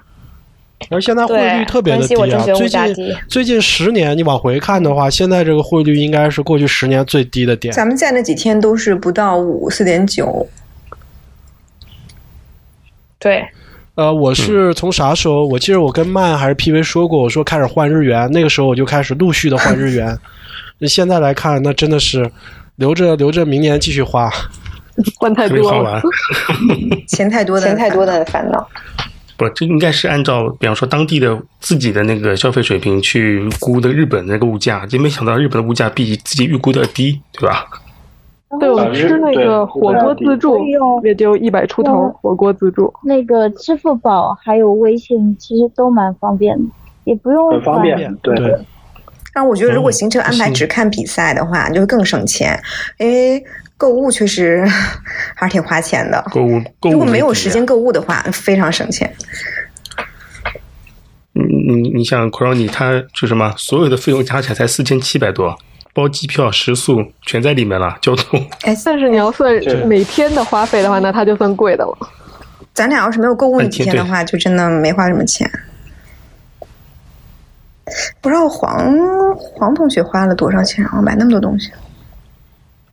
[SPEAKER 6] 而现在汇率
[SPEAKER 5] 对
[SPEAKER 6] 特别的
[SPEAKER 5] 关系
[SPEAKER 6] 低
[SPEAKER 5] 我真
[SPEAKER 6] 啊，
[SPEAKER 5] 觉得
[SPEAKER 6] 最
[SPEAKER 5] 物价
[SPEAKER 6] 近
[SPEAKER 5] 低
[SPEAKER 6] 最近十年你往回看的话，现在这个汇率应该是过去十年最低的点。
[SPEAKER 4] 咱们在那几天都是不到五四点九，
[SPEAKER 5] 对，
[SPEAKER 6] 呃，我
[SPEAKER 11] 嗯
[SPEAKER 6] 是从啥时候？我记得我跟曼还是 PV 说过，我说开始换日元，那个时候我就开始陆续的换日 元。那现在来看，那真的是留着留着明年继续花。
[SPEAKER 3] 换太
[SPEAKER 1] 还没
[SPEAKER 3] 多
[SPEAKER 1] 花
[SPEAKER 3] 了
[SPEAKER 1] 完。。
[SPEAKER 4] 钱太多的
[SPEAKER 5] 钱太多
[SPEAKER 4] 的
[SPEAKER 5] 烦恼。
[SPEAKER 1] 不，这应该是按照比方说当地的自己的那个消费水平去估的日本的那个物价，就没想到日本的物价比自己预估的低，对吧？
[SPEAKER 3] 对，我们吃那个火锅自助
[SPEAKER 9] 对用
[SPEAKER 3] 也就一百出头
[SPEAKER 9] 嗯，
[SPEAKER 3] 火锅自助。
[SPEAKER 9] 那个支付宝还有微信，其实都蛮方便的，也不用
[SPEAKER 11] 很方
[SPEAKER 9] 管
[SPEAKER 11] 便，对。
[SPEAKER 4] 但我觉得，如果
[SPEAKER 1] 嗯
[SPEAKER 4] 行程安排
[SPEAKER 1] 是
[SPEAKER 4] 只看比赛的话，你就会更省钱，因为购物确实 还是挺花钱的。
[SPEAKER 1] 购物购物
[SPEAKER 4] 如果
[SPEAKER 1] 没
[SPEAKER 4] 没有
[SPEAKER 1] 底
[SPEAKER 4] 时
[SPEAKER 1] 啊
[SPEAKER 4] 间购物的话，非常省钱。
[SPEAKER 1] 你你你想 c r o n y 它是什么？所有的费用加起来才四千七百多，包机票、食宿全在里面了，交通。
[SPEAKER 3] 但是你要算
[SPEAKER 1] 是
[SPEAKER 3] 每天的花费的话，那它就算贵的了。
[SPEAKER 4] 咱俩要是没有购
[SPEAKER 6] 嗯
[SPEAKER 4] 物那几天的话，就真的没花什么钱。不知道黄黄同学花了多少钱啊？买那么多东西，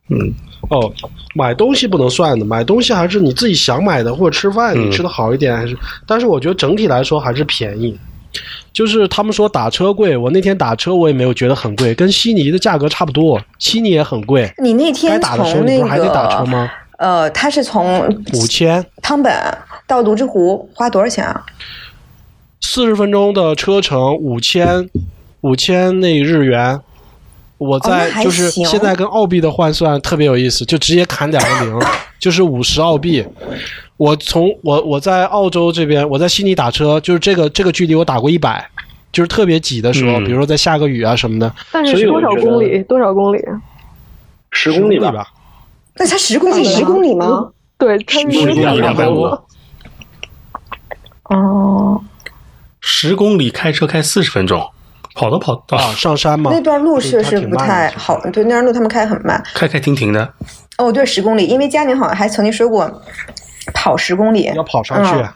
[SPEAKER 1] 嗯，
[SPEAKER 6] 哦，买东西不能算的，买东西还是你自己想买的，或者吃饭你吃的好一点，还是，但是我觉得整体来说还是便宜。就是他们说打车贵，我那天打车我也没有觉得很贵，跟悉尼的价格差不多，悉尼也很贵。
[SPEAKER 4] 你那天
[SPEAKER 6] 该打的时候
[SPEAKER 4] 从
[SPEAKER 6] 你
[SPEAKER 4] 那
[SPEAKER 6] 不是还得打车
[SPEAKER 4] 个
[SPEAKER 6] 吗？
[SPEAKER 4] 呃，他是从
[SPEAKER 6] 五千，
[SPEAKER 4] 汤本到泸沽湖花多少钱啊？
[SPEAKER 6] 四十分钟的车程，五千五千那日元。我
[SPEAKER 4] 哦
[SPEAKER 6] 在
[SPEAKER 4] 那还
[SPEAKER 6] 就是
[SPEAKER 4] 行
[SPEAKER 6] 现在跟澳币的换算特别有意思，就直接砍两个零，就是五十澳币。我从我我在澳洲这边，我在悉尼打车，就是这个这个距离我打过一百，就是特别挤的时候，比如说在下个雨啊什么的。
[SPEAKER 3] 但是多少公里？多少公里？
[SPEAKER 6] 十公里吧？
[SPEAKER 4] 那才十公里，哦十公里吗？
[SPEAKER 3] 啊对，它
[SPEAKER 4] 是
[SPEAKER 1] 十公里啊两百五，
[SPEAKER 3] 哦，
[SPEAKER 1] 十公里开车开四十分钟，跑都跑啊
[SPEAKER 6] 上山
[SPEAKER 4] 那段路确实不太好，对，那段路他们开很慢。
[SPEAKER 1] 开开停停的，
[SPEAKER 4] 哦，对，十公里，因为佳宁好像还曾经说过，跑十公里要
[SPEAKER 6] 跑上去
[SPEAKER 4] 让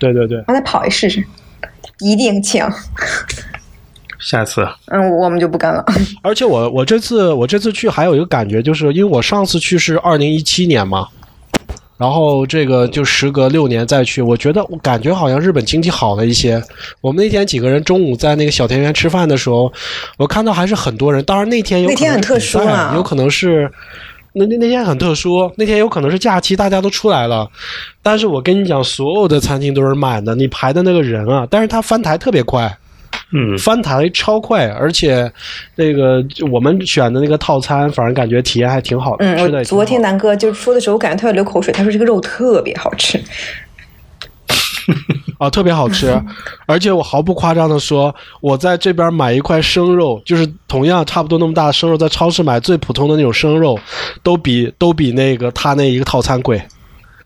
[SPEAKER 6] 对对对，
[SPEAKER 4] 他跑一试试，一定请。
[SPEAKER 1] 下次
[SPEAKER 4] 嗯，我们就不干了。
[SPEAKER 6] 而且我我这次我这次去还有一个感觉，就是因为我上次去是二零一七年嘛，然后这个就时隔六年再去，我觉得我感觉好像日本经济好了一些。我们那天几个人中午在那个小田园吃饭的时候，我看到还是很多人，当然那天有可能
[SPEAKER 4] 那天很
[SPEAKER 6] 是比
[SPEAKER 4] 特殊
[SPEAKER 6] 赛
[SPEAKER 4] 啊
[SPEAKER 6] 有可能是。那那那天很特殊，那天有可能是假期，大家都出来了。但是我跟你讲，所有的餐厅都是满的，你排的那个人啊，但是他翻台特别快，
[SPEAKER 1] 嗯，
[SPEAKER 6] 翻台超快，而且那个就我们选的那个套餐，反正感觉体验还挺好的，
[SPEAKER 4] 嗯，
[SPEAKER 6] 吃的
[SPEAKER 4] 我
[SPEAKER 6] 也挺好
[SPEAKER 4] 昨天南哥就是说的时候，我感觉他要流口水。他说这个肉特别好吃，
[SPEAKER 6] 啊，特别好吃。
[SPEAKER 4] 嗯
[SPEAKER 6] 而且我毫不夸张的说，我在这边买一块生肉，就是同样差不多那么大的生肉，在超市买最普通的那种生肉，都比都比那个他那一个套餐贵。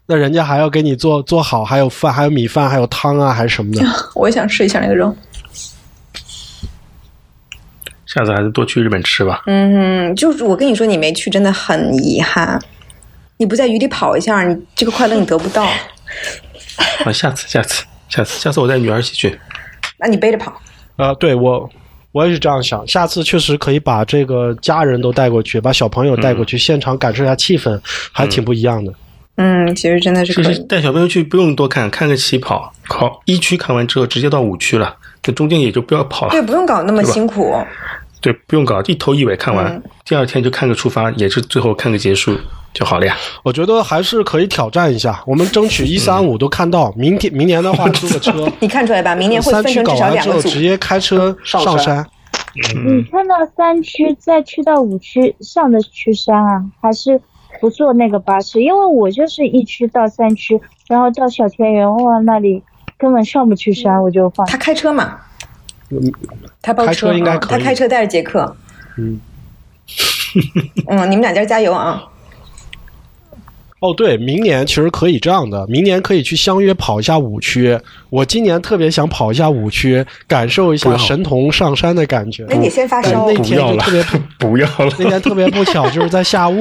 [SPEAKER 6] 那人家还要给你做做好，还有饭，还有米饭，还有汤啊，还是什么的。
[SPEAKER 4] 我也想试一下那个肉。
[SPEAKER 1] 下次还是多去日本吃吧。
[SPEAKER 4] 嗯，就是我跟你说，你没去真的很遗憾。你不在雨里跑一下，你这个快乐你得不到。
[SPEAKER 1] 啊，下次下次下次下次我带女儿一起去。
[SPEAKER 4] 那你背着跑，
[SPEAKER 6] 啊，对我我也是这样想，下次确实可以把这个家人都带过去，把小朋友带过去，现场感受一下气氛，还挺不一样的。
[SPEAKER 4] 嗯，其实真的是
[SPEAKER 1] 其实带小朋友去不用多看，看个起跑，好，一区看完之后直接到五区了，这中间也就不要跑了。
[SPEAKER 4] 对，不用搞那么
[SPEAKER 1] 对吧
[SPEAKER 4] 辛苦。
[SPEAKER 1] 对，不用搞，一头一尾看完，第二天就看个出发，也是最后看个结束就好了呀。
[SPEAKER 6] 我觉得还是可以挑战一下，我们争取一三五都看到，明天明年的话租个车
[SPEAKER 4] ，你看出来吧？明年会
[SPEAKER 6] 三
[SPEAKER 4] 分
[SPEAKER 6] 区
[SPEAKER 4] 成
[SPEAKER 6] 搞
[SPEAKER 4] 至少
[SPEAKER 6] 完
[SPEAKER 4] 两
[SPEAKER 6] 之
[SPEAKER 4] 个
[SPEAKER 6] 后
[SPEAKER 4] 组。
[SPEAKER 6] 直接开车
[SPEAKER 4] 上
[SPEAKER 6] 上
[SPEAKER 4] 山
[SPEAKER 6] 山。
[SPEAKER 9] 你看到三区再去到五区上的区山啊，还是不坐那个巴士？因为我就是一区到三区，然后到小田园哇那里根本上不去山，我就放。
[SPEAKER 4] 他开车嘛，他包
[SPEAKER 6] 嗯开车应该
[SPEAKER 4] 啊
[SPEAKER 6] 可
[SPEAKER 4] 他
[SPEAKER 6] 以
[SPEAKER 4] 开车带着杰克。
[SPEAKER 6] 嗯。
[SPEAKER 4] 嗯，你们俩今儿加油啊！
[SPEAKER 6] 哦，对，明年其实可以这样的，明年可以去相约跑一下五区。我今年特别想跑一下五区，感受一
[SPEAKER 1] 不
[SPEAKER 6] 下
[SPEAKER 1] 要
[SPEAKER 6] 神童上山的感觉。
[SPEAKER 4] 那你先发烧
[SPEAKER 6] 但那天就特别，
[SPEAKER 1] 不要了
[SPEAKER 6] 那天特别不巧，就是在下雾，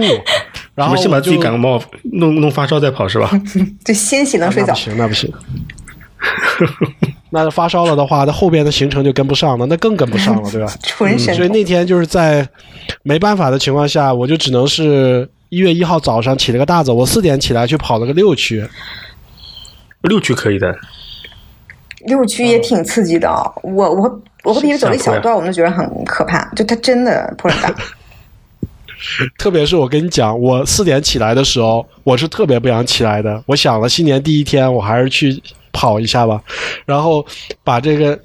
[SPEAKER 6] 然
[SPEAKER 1] 你
[SPEAKER 6] 后
[SPEAKER 1] 们先把
[SPEAKER 6] 我
[SPEAKER 1] 自己
[SPEAKER 6] 就
[SPEAKER 1] 感冒弄弄发烧再跑是 吧？
[SPEAKER 4] 就先洗冷水
[SPEAKER 6] 啊
[SPEAKER 4] 澡
[SPEAKER 6] 那不。 行，那不行。那发烧了的话，那后边的行程就跟不上了，那更跟不上了，对吧？
[SPEAKER 4] 纯神
[SPEAKER 6] 嗯所以那天就是在没办法的情况下，我就只能是一月一号早上起了个大早，我四点起来去跑了个六区。
[SPEAKER 1] 六区可以的，
[SPEAKER 4] 六区
[SPEAKER 6] 嗯
[SPEAKER 4] 也挺刺激的哦，我我我和皮皮走了一小
[SPEAKER 6] 下坡
[SPEAKER 4] 段，我们就觉得很可怕，就它真的坡很 大。
[SPEAKER 6] 特别是我跟你讲，我四点起来的时候，我是特别不想起来的。我想了，新年第一天，我还是去跑一下吧。然后把这个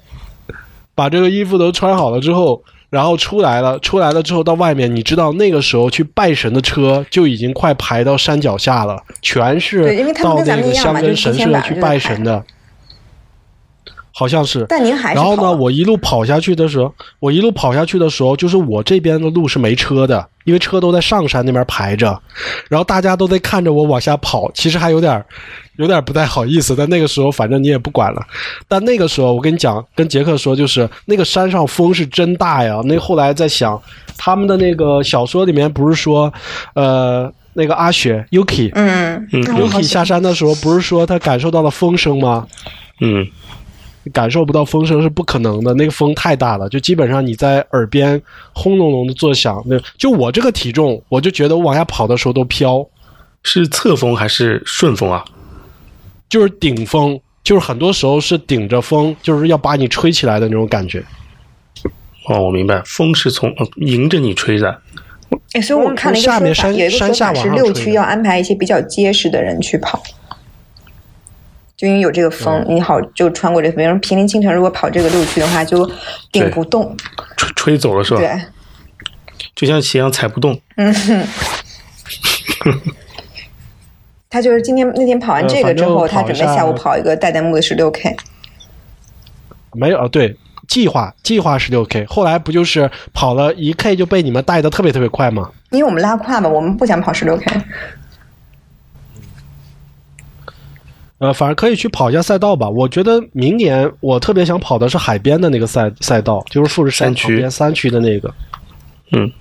[SPEAKER 6] 把这个衣服都穿好了之后，然后出来了，出来了之后到外面，你知道那个时候去拜神的车就已经快排到山脚下了，全是
[SPEAKER 4] 对因为他们
[SPEAKER 6] 到
[SPEAKER 4] 跟咱
[SPEAKER 6] 那
[SPEAKER 4] 们
[SPEAKER 6] 个
[SPEAKER 4] 一样
[SPEAKER 6] 香
[SPEAKER 4] 嘛
[SPEAKER 6] 根
[SPEAKER 4] 就是
[SPEAKER 6] 神
[SPEAKER 4] 提前
[SPEAKER 6] 社
[SPEAKER 4] 晚
[SPEAKER 6] 去
[SPEAKER 4] 上就
[SPEAKER 6] 拜
[SPEAKER 4] 排
[SPEAKER 6] 神的。好像是，
[SPEAKER 4] 但您还是
[SPEAKER 6] 然后
[SPEAKER 4] 跑啊
[SPEAKER 6] 呢，我一路跑下去的时候，我一路跑下去的时候，就是我这边的路是没车的，因为车都在上山那边排着，然后大家都在看着我往下跑，其实还有点儿，有点儿不太好意思。但那个时候，反正你也不管了。但那个时候，我跟你讲，跟杰克说，就是那个山上风是真大呀。那后来在想，他们的那个小说里面不是说，呃。那个阿雪 Yuki，
[SPEAKER 4] 嗯
[SPEAKER 1] 嗯
[SPEAKER 6] ，Yuki 下山的时候不是说他感受到了风声吗？
[SPEAKER 1] 嗯，
[SPEAKER 6] 感受不到风声是不可能的，那个风太大了，就基本上你在耳边轰隆隆的作响。那就我这个体重，我就觉得我往下跑的时候都飘，
[SPEAKER 1] 是侧风还是顺风啊？
[SPEAKER 6] 就是顶风，就是很多时候是顶着风，就是要把你吹起来的那种感觉。
[SPEAKER 1] 哦，我明白，风是从、呃迎着你吹的，
[SPEAKER 4] 哎，所以我看了一个
[SPEAKER 6] 嗯从下
[SPEAKER 4] 说
[SPEAKER 6] 面
[SPEAKER 4] 法，
[SPEAKER 6] 山
[SPEAKER 4] 有一个说
[SPEAKER 6] 山下
[SPEAKER 4] 法
[SPEAKER 6] 往
[SPEAKER 4] 是
[SPEAKER 6] 上
[SPEAKER 4] 六
[SPEAKER 6] 吹
[SPEAKER 4] 区
[SPEAKER 6] 的
[SPEAKER 4] 要安排一些比较结实的人去跑，就因为有这个风，
[SPEAKER 6] 嗯
[SPEAKER 4] 你好就穿过这个风。比如说平林清晨，如果跑这个路去的话，就顶不动。
[SPEAKER 1] 吹吹走了是吧？
[SPEAKER 4] 对，
[SPEAKER 1] 就像斜阳踩不动。
[SPEAKER 4] 嗯哼。他就是今天那天跑完这个之后，
[SPEAKER 6] 呃
[SPEAKER 4] 他
[SPEAKER 6] 反正跑
[SPEAKER 4] 准
[SPEAKER 6] 一
[SPEAKER 4] 备
[SPEAKER 6] 下
[SPEAKER 4] 下午跑一个带弹幕的十六 K。
[SPEAKER 6] 没有，哦对，计划计划十六 K，后来不就是跑了一 K 就被你们带的特别特别快吗？
[SPEAKER 4] 因为我们拉胯嘛，我们不想跑十六 K。
[SPEAKER 6] 呃，反而可以去跑一下赛道吧。我觉得明年我特别想跑的是海边的那个赛赛道，就是富士山
[SPEAKER 1] 山区
[SPEAKER 6] 旁边山区的那个。
[SPEAKER 1] 嗯，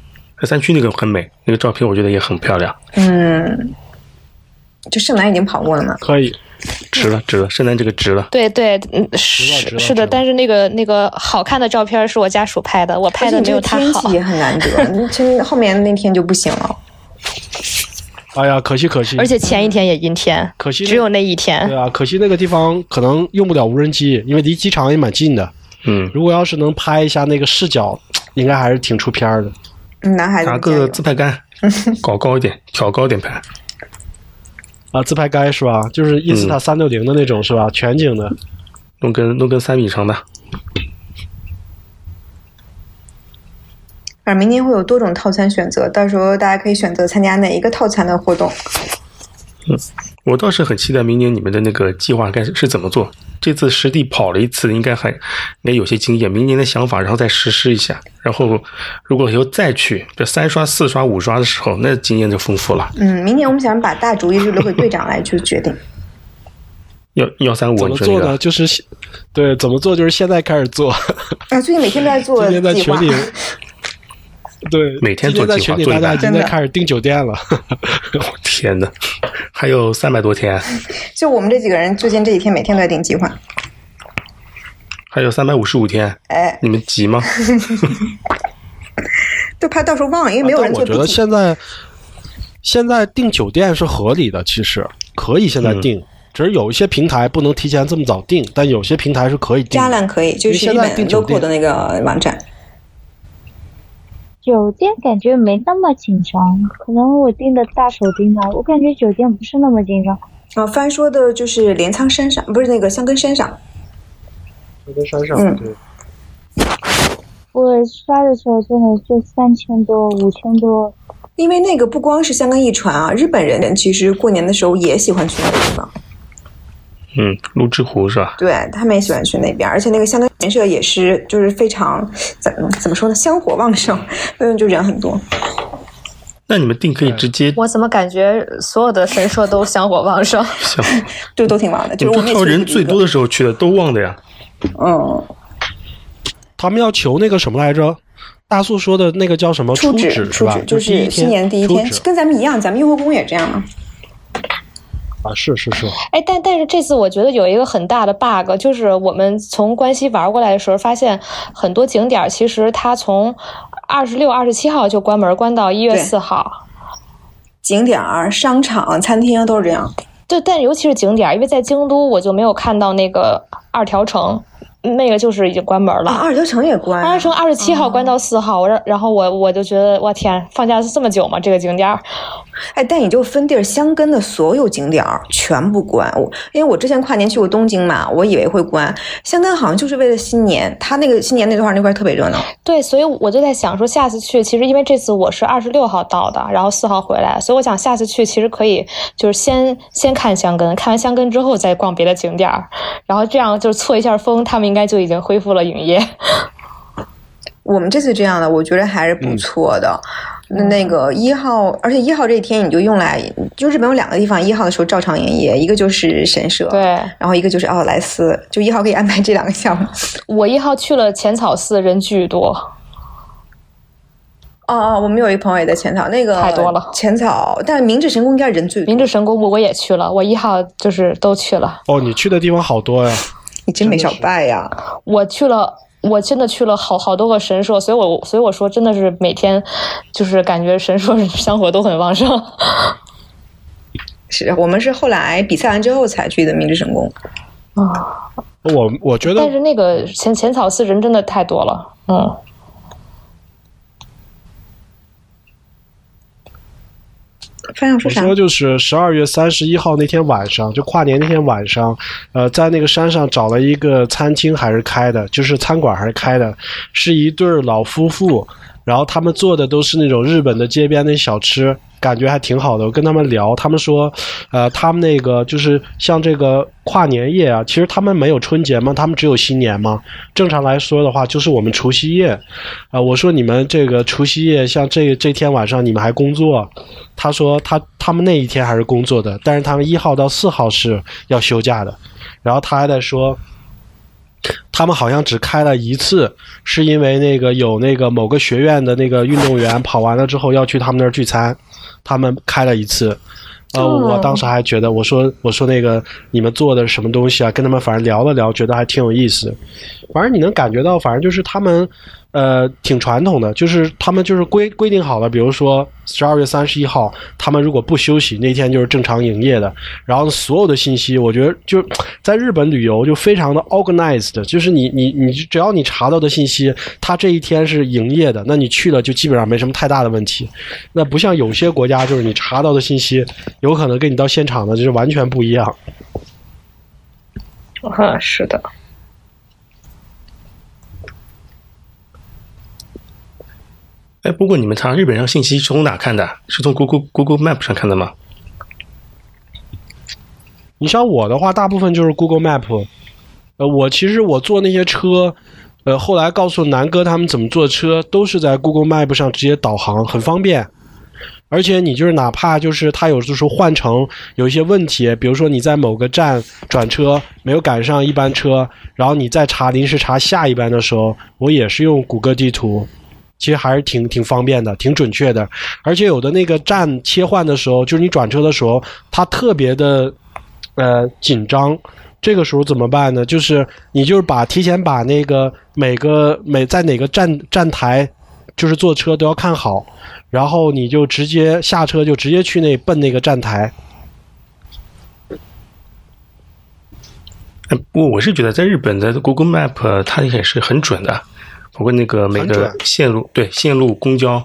[SPEAKER 1] 那山区那个很美，那个照片我觉得也很漂亮，
[SPEAKER 4] 嗯，就盛楠已经跑过了嘛？
[SPEAKER 6] 可以，
[SPEAKER 1] 值了值了，圣诞这个值了。
[SPEAKER 5] 对对，嗯，是是的，但是那个那个好看的照片是我家属拍的，我拍
[SPEAKER 4] 而且
[SPEAKER 5] 的
[SPEAKER 4] 你
[SPEAKER 5] 没
[SPEAKER 4] 这
[SPEAKER 5] 有
[SPEAKER 4] 个
[SPEAKER 5] 他
[SPEAKER 4] 天
[SPEAKER 5] 好
[SPEAKER 4] 气。也很难 得，你真的后面那天就不行了。
[SPEAKER 6] 哎呀，可惜可惜，
[SPEAKER 5] 而且前一天也阴天，
[SPEAKER 6] 可惜
[SPEAKER 5] 只有那一天。
[SPEAKER 6] 对啊，可惜那个地方可能用不了无人机，因为离机场也蛮近的。
[SPEAKER 1] 嗯，
[SPEAKER 6] 如果要是能拍一下那个视角，应该还是挺出片儿的。
[SPEAKER 4] 嗯男
[SPEAKER 6] 哎
[SPEAKER 4] 孩
[SPEAKER 1] 拿个自拍杆，搞高一点，挑高一点拍。
[SPEAKER 6] 啊，自拍杆是吧？就是伊斯塔三六零的那种是吧？全景的，
[SPEAKER 1] 弄根弄根三米长的。
[SPEAKER 4] 反正明年会有多种套餐选择，到时候大家可以选择参加哪一个套餐的活动。
[SPEAKER 1] 嗯，我倒是很期待明年你们的那个计划该是怎么做。这次实地跑了一次，应该还应该有些经验。明年的想法，然后再实施一下。然后如果以后再去，这三刷、四刷、五刷的时候，那经验就丰富了。
[SPEAKER 4] 嗯，明年我们想把大主意是留给队长来去决定。
[SPEAKER 1] 幺幺三五，
[SPEAKER 6] 怎
[SPEAKER 1] 你
[SPEAKER 6] 么
[SPEAKER 1] 说那
[SPEAKER 6] 做
[SPEAKER 1] 个
[SPEAKER 6] 呢？就是现对，怎么做就是现在开始做。
[SPEAKER 4] 啊，最近每天都在做
[SPEAKER 6] 今天在
[SPEAKER 4] 计
[SPEAKER 6] 群
[SPEAKER 4] 划，
[SPEAKER 6] 里，对，
[SPEAKER 1] 每天
[SPEAKER 6] 今
[SPEAKER 1] 做
[SPEAKER 6] 天在
[SPEAKER 1] 计划
[SPEAKER 6] 群里
[SPEAKER 1] 做一
[SPEAKER 6] 大家
[SPEAKER 1] 半
[SPEAKER 6] 已经在开始订酒店了。
[SPEAKER 1] 我天哪，还有三百多天，
[SPEAKER 4] 就我们这几个人最近这几天每天都在定计划。
[SPEAKER 1] 还有三百五十五天，
[SPEAKER 4] 哎，
[SPEAKER 1] 你们急吗？
[SPEAKER 4] 就怕到时候忘了，因为没有人
[SPEAKER 6] 啊我
[SPEAKER 4] 做
[SPEAKER 6] 觉
[SPEAKER 4] 笔
[SPEAKER 6] 得
[SPEAKER 4] 记。
[SPEAKER 6] 现在现在订酒店是合理的，其实可以现在订。只是有一些平台不能提前这么早订，但有些平台是可以订
[SPEAKER 4] 渣
[SPEAKER 6] 的。
[SPEAKER 4] 男可以，就
[SPEAKER 6] 因为
[SPEAKER 4] 是日
[SPEAKER 6] 现在订
[SPEAKER 4] 本
[SPEAKER 6] 酒
[SPEAKER 4] local
[SPEAKER 6] 店
[SPEAKER 4] 的那个网站。
[SPEAKER 9] 酒店感觉没那么紧张，可能我订的大手订吧，我感觉酒店不是那么紧张。
[SPEAKER 4] 啊，帆说的就是镰仓山上，不是那个箱根山上。
[SPEAKER 6] 跟山上
[SPEAKER 4] 嗯
[SPEAKER 6] 对，
[SPEAKER 9] 我刷的时候真的就三千多、五千多，
[SPEAKER 4] 因为那个不光是香港一传啊，日本人其实过年的时候也喜欢去那个地方，
[SPEAKER 1] 嗯，泸沽湖是吧？
[SPEAKER 4] 对他们也喜欢去那边，而且那个香港神社也是就是非常怎么怎么说呢，香火旺盛，嗯，就人很多。
[SPEAKER 1] 那你们定可以直接
[SPEAKER 5] 我怎么感觉所有的神社都香火旺盛？
[SPEAKER 1] 想，
[SPEAKER 4] 就都挺旺的，
[SPEAKER 1] 你
[SPEAKER 4] 就是
[SPEAKER 1] 们
[SPEAKER 4] 我们
[SPEAKER 1] 这
[SPEAKER 4] 也
[SPEAKER 1] 挑人
[SPEAKER 4] 去
[SPEAKER 1] 最多的时候去的，都忘的呀。
[SPEAKER 4] 嗯，
[SPEAKER 6] 他们要求那个什么来着？大树说的那个叫什么
[SPEAKER 4] 初
[SPEAKER 6] 旨
[SPEAKER 4] 出
[SPEAKER 6] 吧
[SPEAKER 4] 纸？就
[SPEAKER 6] 第一
[SPEAKER 4] 是新年第一
[SPEAKER 6] 初
[SPEAKER 4] 天
[SPEAKER 6] 旨，
[SPEAKER 4] 跟咱们一样，咱们雍和宫也这样嘛。
[SPEAKER 6] 啊，是是是，
[SPEAKER 5] 哎，但但是这次我觉得有一个很大的 bug，就是我们从关西玩过来的时候，发现很多景点儿其实它从二十六、二十七号就关门，关到一月
[SPEAKER 4] 对
[SPEAKER 5] 四号。
[SPEAKER 4] 景点儿、商场、餐厅都是这样。
[SPEAKER 5] 对，但尤其是景点儿，因为在京都我就没有看到那个二条城，那个就是已经关门了。
[SPEAKER 4] 啊，二条城也关、
[SPEAKER 5] 二条城二十七号关到四号，我让然后我我就觉得我天，放假这么久吗？这个景点儿
[SPEAKER 4] 哎，但你就分地儿，箱根的所有景点儿全部关。我因为我之前跨年去过东京嘛，我以为会关。箱根好像就是为了新年，它那个新年那段儿那块儿特别热闹。
[SPEAKER 5] 对，所以我就在想说，下次去其实因为这次我是二十六号到的，然后四号回来，所以我想下次去其实可以就是先先看香根，看完香根之后再逛别的景点儿，然后这样就是错一下风，他们应该就已经恢复了营业。
[SPEAKER 4] 我们这次这样的，我觉得还是不错的。那那个一号，而且一号这一天你就用来，就日本有两个地方，一号的时候照常营业，一个就是神社，
[SPEAKER 5] 对
[SPEAKER 4] 然后一个就是奥莱斯，就一号可以安排这两个项目。
[SPEAKER 5] 我一号去了浅草寺，人巨多，
[SPEAKER 4] 哦哦，我们有一个朋友也在浅草，那个
[SPEAKER 5] 太多了
[SPEAKER 4] 浅草，但明治神宫应该人最多。
[SPEAKER 5] 明治神宫我我也去了，我一号就是都去了，
[SPEAKER 6] 哦，你去的地方好多呀。
[SPEAKER 4] 你真没少拜呀！
[SPEAKER 5] 我去了。我真的去了好好多个神社，所以我所以我说真的是每天，就是感觉神社 香火都很旺盛。
[SPEAKER 4] 是我们是后来比赛完之后才去的明治神宫。
[SPEAKER 6] 我我觉得
[SPEAKER 5] 但是那个浅浅草寺人真的太多了，嗯。
[SPEAKER 4] 方向
[SPEAKER 6] 我
[SPEAKER 4] 说啥？
[SPEAKER 6] 说就是十二月三十一号那天晚上，就跨年那天晚上，呃，在那个山上找了一个餐厅，还是开的，就是餐馆还是开的，是一对儿老夫妇，然后他们做的都是那种日本的街边的小吃，感觉还挺好的。我跟他们聊，他们说，呃，他们那个就是像这个跨年夜啊，其实他们没有春节嘛，他们只有新年嘛。正常来说的话，就是我们除夕夜，啊、我说你们这个除夕夜，像这这天晚上你们还工作？他说他他们那一天还是工作的，但是他们一号到四号是要休假的。然后他还在说，他们好像只开了一次，是因为那个有那个某个学院的那个运动员跑完了之后要去他们那儿聚餐，他们开了一次。呃，
[SPEAKER 13] 哦
[SPEAKER 6] 我当时还觉得，我说我说那个你们做的什么东西啊？跟他们反正聊了聊，觉得还挺有意思。反正你能感觉到，反正就是他们，呃，挺传统的，就是他们就是规规定好了，比如说十二月三十一号，他们如果不休息，那天就是正常营业的。然后所有的信息，我觉得就在日本旅游就非常的 organized，就是你你你只要你查到的信息，他这一天是营业的，那你去了就基本上没什么太大的问题。那不像有些国家，就是你查到的信息，有可能跟你到现场的就是完全不一样。
[SPEAKER 5] 啊，是的。
[SPEAKER 1] 哎，不过你们查日本上信息是从哪看的？是从 Google Google Map 上看的吗？
[SPEAKER 6] 你像我的话，大部分就是 Google Map。呃，我其实我坐那些车，呃，后来告诉南哥他们怎么坐车，都是在 Google Map 上直接导航，很方便。而且你就是哪怕就是它有的时候换乘有一些问题，比如说你在某个站转车没有赶上一班车，然后你再查临时查下一班的时候，我也是用谷歌地图，其实还是挺挺方便的，挺准确的。而且有的那个站切换的时候，就是你转车的时候，它特别的呃紧张。这个时候怎么办呢？就是你就是把提前把那个每个每在哪个站站台，就是坐车都要看好，然后你就直接下车就直接去那奔那个站台。
[SPEAKER 1] 哎不过我是觉得在日本的 Google Map 呃它也是很准的，包括那个每个
[SPEAKER 6] 准
[SPEAKER 1] 线路，对线路、公交、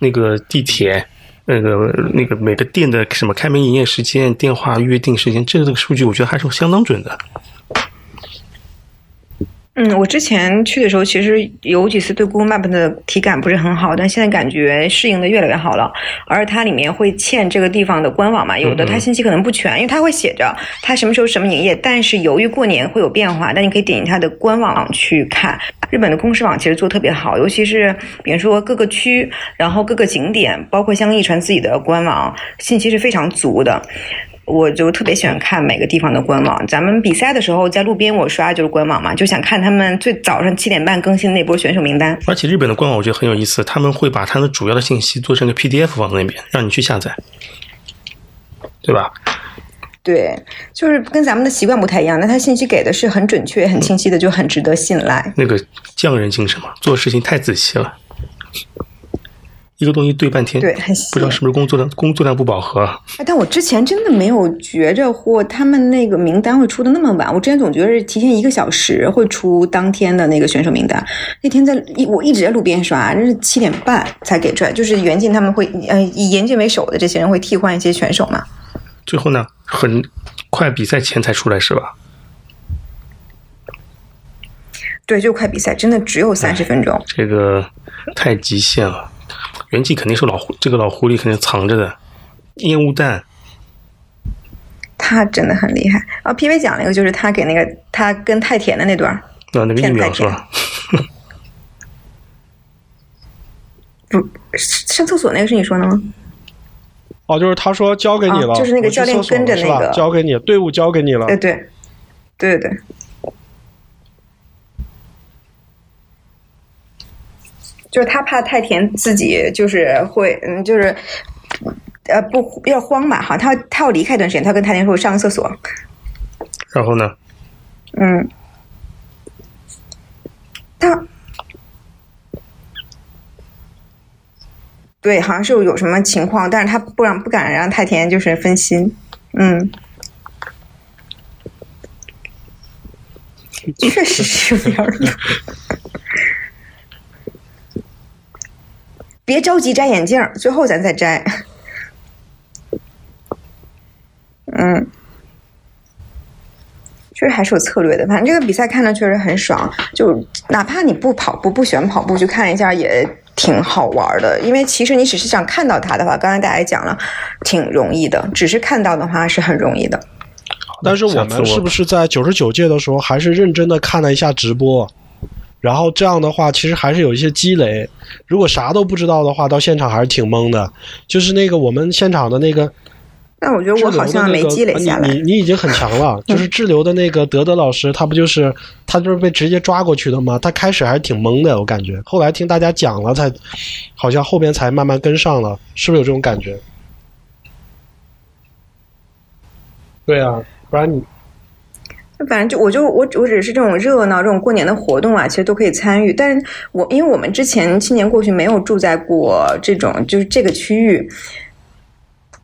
[SPEAKER 1] 那个地铁、那个那个每个店的什么开门营业时间、电话约定时间，这个数据我觉得还是相当准的。
[SPEAKER 4] 嗯，我之前去的时候，其实有几次对 Google Map 的体感不是很好，但现在感觉适应的越来越好了。而它里面会嵌这个地方的官网嘛，有的
[SPEAKER 14] 嗯嗯
[SPEAKER 4] 它信息可能不全，因为它会写着它什么时候什么营业，但是由于过年会有变化，但你可以点击它的官网去看。日本的公示网其实做得特别好，尤其是比如说各个区，然后各个景点，包括相应传自己的官网，信息是非常足的。我就特别喜欢看每个地方的官网。咱们比赛的时候在路边我刷就是官网嘛，就想看他们最早上七点半更新的那波选手名单。
[SPEAKER 1] 而且日本的官网我觉得很有意思，他们会把它的主要的信息做成个 PDF 放在那边，让你去下载，对吧？
[SPEAKER 4] 对，就是跟咱们的习惯不太一样，但他信息给的是很准确、很清晰的，就很值得信赖。
[SPEAKER 1] 那个匠人精神嘛，做事情太仔细了，一个东西对半天，
[SPEAKER 4] 对很
[SPEAKER 1] 不知道是不是工作量工作量不饱和。
[SPEAKER 4] 哎，但我之前真的没有觉着或他们那个名单会出的那么晚，我之前总觉得是提前一个小时会出当天的那个选手名单。那天在一我一直在路边刷，那是七点半才给出来，就是袁静他们会，呃，以严禁为首的这些人会替换一些选手嘛。
[SPEAKER 1] 最后呢，很快比赛前才出来是吧？
[SPEAKER 4] 对，就快比赛，真的只有三十分钟。
[SPEAKER 1] 这个太极限了，元气肯定是老狐，这个老狐狸肯定藏着的烟雾弹。
[SPEAKER 4] 他真的很厉害啊！PV 讲了一个，就是他给那个他跟太田的那段儿，
[SPEAKER 1] 啊，那个疫
[SPEAKER 4] 骗太
[SPEAKER 1] 苗
[SPEAKER 4] 骗
[SPEAKER 1] 是吧？
[SPEAKER 4] 不是上厕所那个是你说的吗？
[SPEAKER 6] 哦，就是他说交给你了，
[SPEAKER 4] 啊就是那个
[SPEAKER 6] 我去
[SPEAKER 4] 教练
[SPEAKER 6] 厕所了
[SPEAKER 4] 跟着那个呃
[SPEAKER 6] 是吧交给你，队伍交给你了。
[SPEAKER 4] 对哎对对对对。就是他怕太田自己就是会，嗯，就是，呃，不要慌嘛哈，他他要离开一段时间，他跟太田说：“我上个厕所。
[SPEAKER 1] 然后呢？”
[SPEAKER 4] 嗯，他对，好像是有什么情况，但是他不让不敢让太田就是分心，嗯，确实是有点儿冷。别着急摘眼镜儿，最后咱再摘。还是有策略的。反正这个比赛看着确实很爽，就哪怕你不跑步、不喜欢跑步，去看一下也挺好玩的。因为其实你只是想看到它的话，刚才大家也讲了，挺容易的。只是看到的话是很容易的。
[SPEAKER 6] 但是我们是不是在九十九届的时候，还是认真的看了一下直播？然后这样的话，其实还是有一些积累。如果啥都不知道的话，到现场还是挺懵的。就是那个我们现场的那个，
[SPEAKER 4] 但我觉得我好像没积累下来。
[SPEAKER 6] 呃你你你已经很强 了。就是滞留的那个德德老师，他不就是他就是被直接抓过去的吗？他开始还是挺懵的，我感觉。后来听大家讲了，才好像后边才慢慢跟上了，是不是有这种感觉？对啊，不然你。
[SPEAKER 4] 反正就我就我我只是这种热闹这种过年的活动啊，其实都可以参与。但是我因为我们之前七年过去没有住在过这种就是这个区域，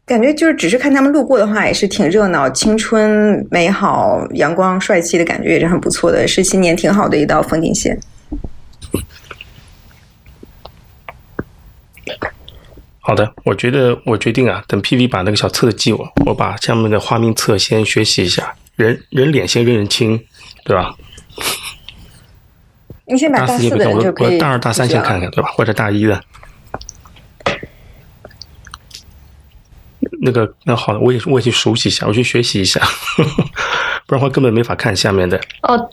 [SPEAKER 4] 感觉就是只是看他们路过的话，也是挺热闹、青春、美好、阳光、帅气的感觉，也是很不错的，是新年挺好的一道风景线。
[SPEAKER 1] 好的，我觉得我决定啊，等 PV 把那个小册子寄我，我把下面的花名册先学习一下。人人脸先认认清，对吧？
[SPEAKER 4] 你先把
[SPEAKER 1] 大
[SPEAKER 4] 大
[SPEAKER 1] 先
[SPEAKER 4] 四
[SPEAKER 1] 不
[SPEAKER 4] 的
[SPEAKER 1] 看，
[SPEAKER 4] 人就
[SPEAKER 1] 我
[SPEAKER 4] 可
[SPEAKER 1] 我
[SPEAKER 4] 以
[SPEAKER 1] 大二大三先看看，对吧？或者大一的。那个，那好了，我也我也去熟悉一下，我去学习一下， 不然的话根本没法看下面的。
[SPEAKER 5] 哦，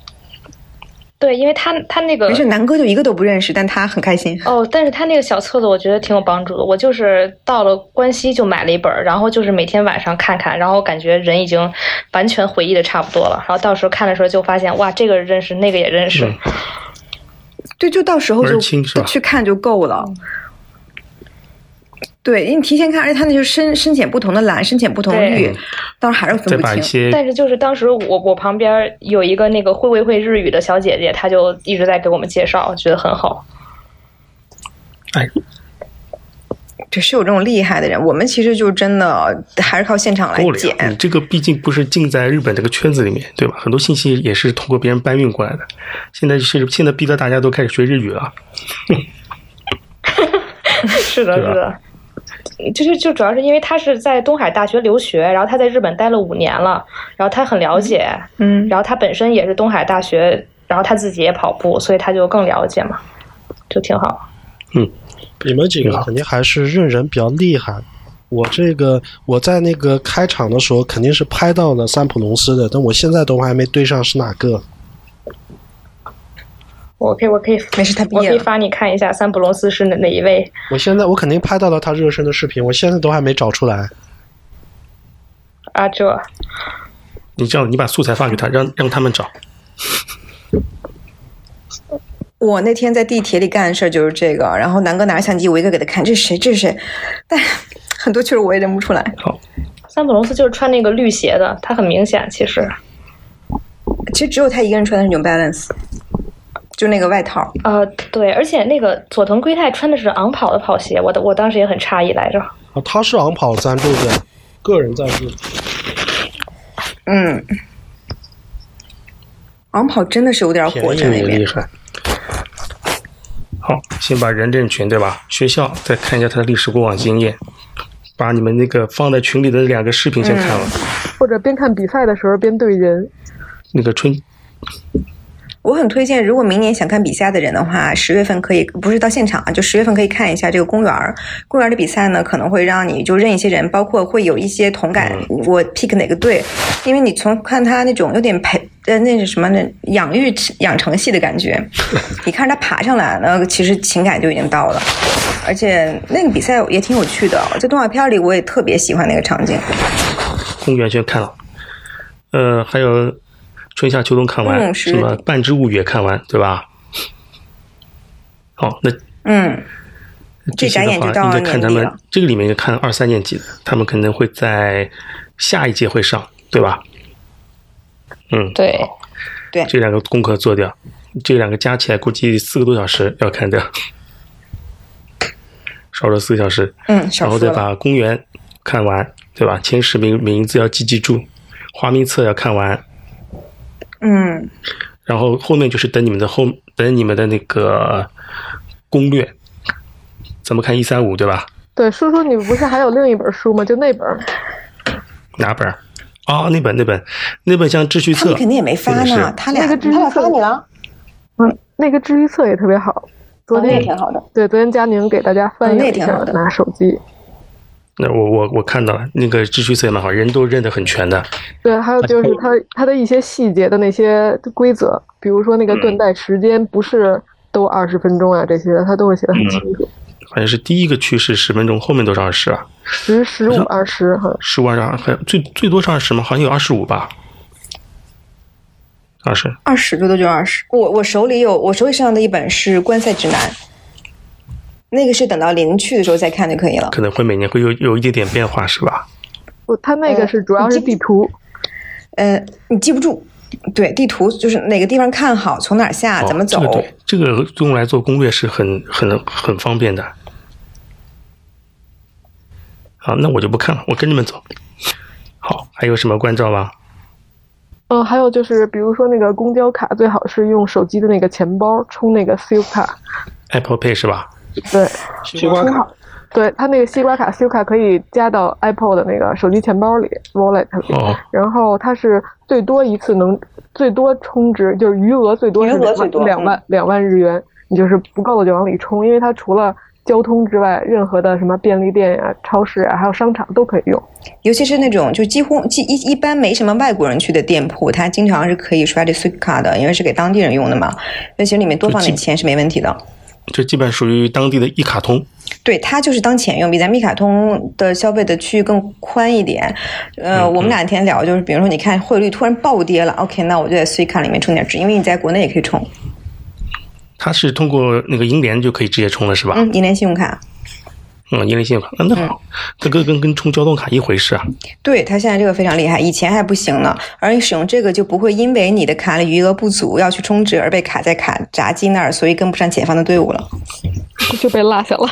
[SPEAKER 5] 对，因为他他那个
[SPEAKER 4] 没事，南哥就一个都不认识，但他很开心。
[SPEAKER 5] 哦，但是他那个小册子我觉得挺有帮助的。我就是到了关西就买了一本儿，然后就是每天晚上看看，然后感觉人已经完全回忆的差不多了。然后到时候看的时候就发现，哇，这个认识，那个也认识。
[SPEAKER 1] 嗯
[SPEAKER 4] 对，就到时候
[SPEAKER 5] 门
[SPEAKER 4] 就
[SPEAKER 5] 儿清是吧
[SPEAKER 4] 去看就够了。对，因为你提前看，而且它那就是深深浅不同的蓝，深浅不同的
[SPEAKER 1] 嗯
[SPEAKER 4] 绿，到时候还是分不清。
[SPEAKER 5] 但是就是当时我我旁边有一个那个会不会日语的小姐姐，她就一直在给我们介绍，觉得很好。
[SPEAKER 4] 对，是有这种厉害的人。我们其实就真的还是靠现场来
[SPEAKER 1] 够了
[SPEAKER 4] 剪
[SPEAKER 1] 呀，。你这个毕竟不是浸在日本这个圈子里面，对吧？很多信息也是通过别人搬运过来的。现在是现在逼得大家都开始学日语了，
[SPEAKER 5] 是的，
[SPEAKER 1] 对吧
[SPEAKER 5] 是的。就是就主要是因为他是在东海大学留学，然后他在日本待了五年了，然后他很了解，
[SPEAKER 4] 嗯，
[SPEAKER 5] 然后他本身也是东海大学，然后他自己也跑步，所以他就更了解嘛，就挺好。
[SPEAKER 6] 你们几个肯定还是认人比较厉害。我这个我在那个开场的时候肯定是拍到了三浦龙司的，但我现在都还没对上是哪个。
[SPEAKER 5] 我可以，我可以，
[SPEAKER 4] 没事，他
[SPEAKER 5] 我可以发你看一下三浦龙司是哪哪一位。
[SPEAKER 6] 我现在我肯定拍到了他热身的视频，我现在都还没找出来。
[SPEAKER 5] 啊，这
[SPEAKER 1] 你这样你把素材发给他，让让他们找。
[SPEAKER 4] 我那天在地铁里干的事儿就是这个，然后南哥拿着相机，我一个给他看，这是谁？这是谁？但 很多确实我也认不出来。
[SPEAKER 5] 三浦龙司就是穿那个绿鞋的，他很明显，其实。
[SPEAKER 4] 其实只有他一个人穿的是 New Balance，就那个外套。
[SPEAKER 5] 呃，对，而且那个佐藤圭太穿的是昂跑的跑鞋，我的我当时也很诧异来着。
[SPEAKER 6] 啊，他是昂跑赞助的，个人赞助。
[SPEAKER 4] 嗯，昂跑真的是有点火在
[SPEAKER 1] 便
[SPEAKER 4] 那
[SPEAKER 1] 宜也
[SPEAKER 4] 边
[SPEAKER 1] 厉。害。好，先把人认群，对吧？学校再看一下他的历史过往经验，把你们那个放在群里的两个视频先看了。
[SPEAKER 4] 嗯
[SPEAKER 3] 或者边看比赛的时候边对人。
[SPEAKER 1] 那个春
[SPEAKER 4] 我很推荐，如果明年想看比赛的人的话，十月份可以不是到现场啊，就十月份可以看一下这个公园儿。公园儿的比赛呢，可能会让你就认一些人，包括会有一些同感。我 pick 哪个队，因为你从看他那种有点培呃那是什么呢，养育养成系的感觉，你看着他爬上来，那其实情感就已经到了。而且那个比赛也挺有趣的，哦在动画片里我也特别喜欢那个场景。
[SPEAKER 1] 公园先看了，呃，还有春夏秋冬看完，
[SPEAKER 4] 嗯是
[SPEAKER 1] 什么半之物语也看完，对吧？好，那
[SPEAKER 4] 嗯，这
[SPEAKER 1] 些
[SPEAKER 4] 展
[SPEAKER 1] 的
[SPEAKER 4] 演就
[SPEAKER 1] 话，
[SPEAKER 4] 到
[SPEAKER 1] 应该
[SPEAKER 4] 年
[SPEAKER 1] 看他
[SPEAKER 4] 底
[SPEAKER 1] 们
[SPEAKER 4] 了。
[SPEAKER 1] 这个里面应该看二三年级的，他们可能会在下一届会上，对吧？嗯，
[SPEAKER 5] 对，
[SPEAKER 4] 对，
[SPEAKER 1] 这两个功课做掉，这两个加起来估计四个多小时要看掉，少说四个小时。
[SPEAKER 4] 嗯少
[SPEAKER 1] 然后
[SPEAKER 4] 说
[SPEAKER 1] 再
[SPEAKER 4] 了
[SPEAKER 1] 把公园看完，对吧？前十名名字要记记住，花名册要看完，
[SPEAKER 4] 嗯，
[SPEAKER 1] 然后后面就是等你们的后等你们的那个攻略，怎么看一三五对吧？
[SPEAKER 3] 对，叔叔，你不是还有另一本书吗？就那本儿
[SPEAKER 1] 哪本儿？啊、那本那本那本像秩序册，
[SPEAKER 4] 你肯定也没发
[SPEAKER 1] 那个
[SPEAKER 4] 呢
[SPEAKER 1] 是，
[SPEAKER 4] 他俩
[SPEAKER 3] 那个
[SPEAKER 4] 他俩哎发你了，
[SPEAKER 3] 嗯，那个治愈册也特别好，昨
[SPEAKER 4] 哦那
[SPEAKER 3] 天、
[SPEAKER 4] 也挺好的。
[SPEAKER 3] 对，昨天佳宁给大家翻
[SPEAKER 4] 嗯那
[SPEAKER 3] 译
[SPEAKER 4] 也
[SPEAKER 3] 一
[SPEAKER 4] 挺
[SPEAKER 3] 下，
[SPEAKER 4] 好的
[SPEAKER 3] 拿手机。
[SPEAKER 1] 那我我我看到了，那个秩序册也蛮好，人都认得很全的。
[SPEAKER 3] 对，还有
[SPEAKER 1] 啊
[SPEAKER 3] 就是它它的一些细节的那些规则，比如说
[SPEAKER 1] 嗯
[SPEAKER 3] 那个断代时间不是都二十分钟啊，这些它都会写的很清
[SPEAKER 1] 嗯
[SPEAKER 3] 楚，
[SPEAKER 1] 好像是第一个趋势十分钟，后面多少二十啊？
[SPEAKER 3] 十、十五、二十哈。
[SPEAKER 1] 十五二十二，还有最最多是二十吗？好像有二十五吧，二十。
[SPEAKER 4] 二十最多就二十。我我手里有我手里上的一本是《观赛指南》，那个是等到临去的时候再看就可以了。
[SPEAKER 1] 可能会每年会有有一点点变化，是吧？
[SPEAKER 3] 不，它
[SPEAKER 4] 哎
[SPEAKER 3] 那个是主要是地图。
[SPEAKER 4] 呃，你记不住，对，地图就是哪个地方看好，从哪儿下，
[SPEAKER 1] 哦
[SPEAKER 4] 啊怎么走
[SPEAKER 1] 这。个对，这个用来做攻略是很很很方便的。好，那我就不看了，我跟你们走。好，还有什么关照吗？
[SPEAKER 3] 嗯，还有就是，比如说那个公交卡，最好是用手机的那个钱包充那个 SIM 卡，
[SPEAKER 1] Apple Pay 是吧？
[SPEAKER 3] 对，
[SPEAKER 15] 西瓜卡
[SPEAKER 3] 充好。对，它那个西瓜卡、SIM 卡可以加到 Apple 的那个手机钱包里 （wallet
[SPEAKER 4] 嗯
[SPEAKER 3] 里），
[SPEAKER 1] 哦
[SPEAKER 3] 然后它是最多一次能最多充值，就是余额最多是
[SPEAKER 16] 余额
[SPEAKER 3] 两
[SPEAKER 16] 最
[SPEAKER 3] 万
[SPEAKER 16] 多嗯
[SPEAKER 3] 两万两万日元，你就是不够了就往里充，因为它除了交通之外，任何的什么便利店呀、超市啊，还有商场都可以用。
[SPEAKER 4] 尤其是那种就几乎几一一般没什么外国人去的店铺，它经常是可以刷这 s w i 卡的，因为是给当地人用的嘛。那其实里面多放点钱是没问题的。
[SPEAKER 1] 这基本属于当地的一卡通。
[SPEAKER 4] 对，它就是当钱用，比咱们一卡通的消费的区域更宽一点。呃，
[SPEAKER 6] 嗯
[SPEAKER 4] 我们哪天聊就是，比如说你看汇率突然暴跌了，OK，那我就在 s w i 卡里面充点值，因为你在国内也可以充。
[SPEAKER 1] 它是通过那个银联就可以直接充了，是吧？
[SPEAKER 4] 嗯，银联信用卡。
[SPEAKER 1] 嗯，银联信用卡，嗯那好，这个跟跟充交通卡一回事啊。
[SPEAKER 4] 对，它现在这个非常厉害，以前还不行呢。而你使用这个就不会因为你的卡里余额不足要去充值而被卡在卡闸机那儿，所以跟不上前方的队伍
[SPEAKER 6] 嗯
[SPEAKER 4] 了。
[SPEAKER 3] 就被落下了。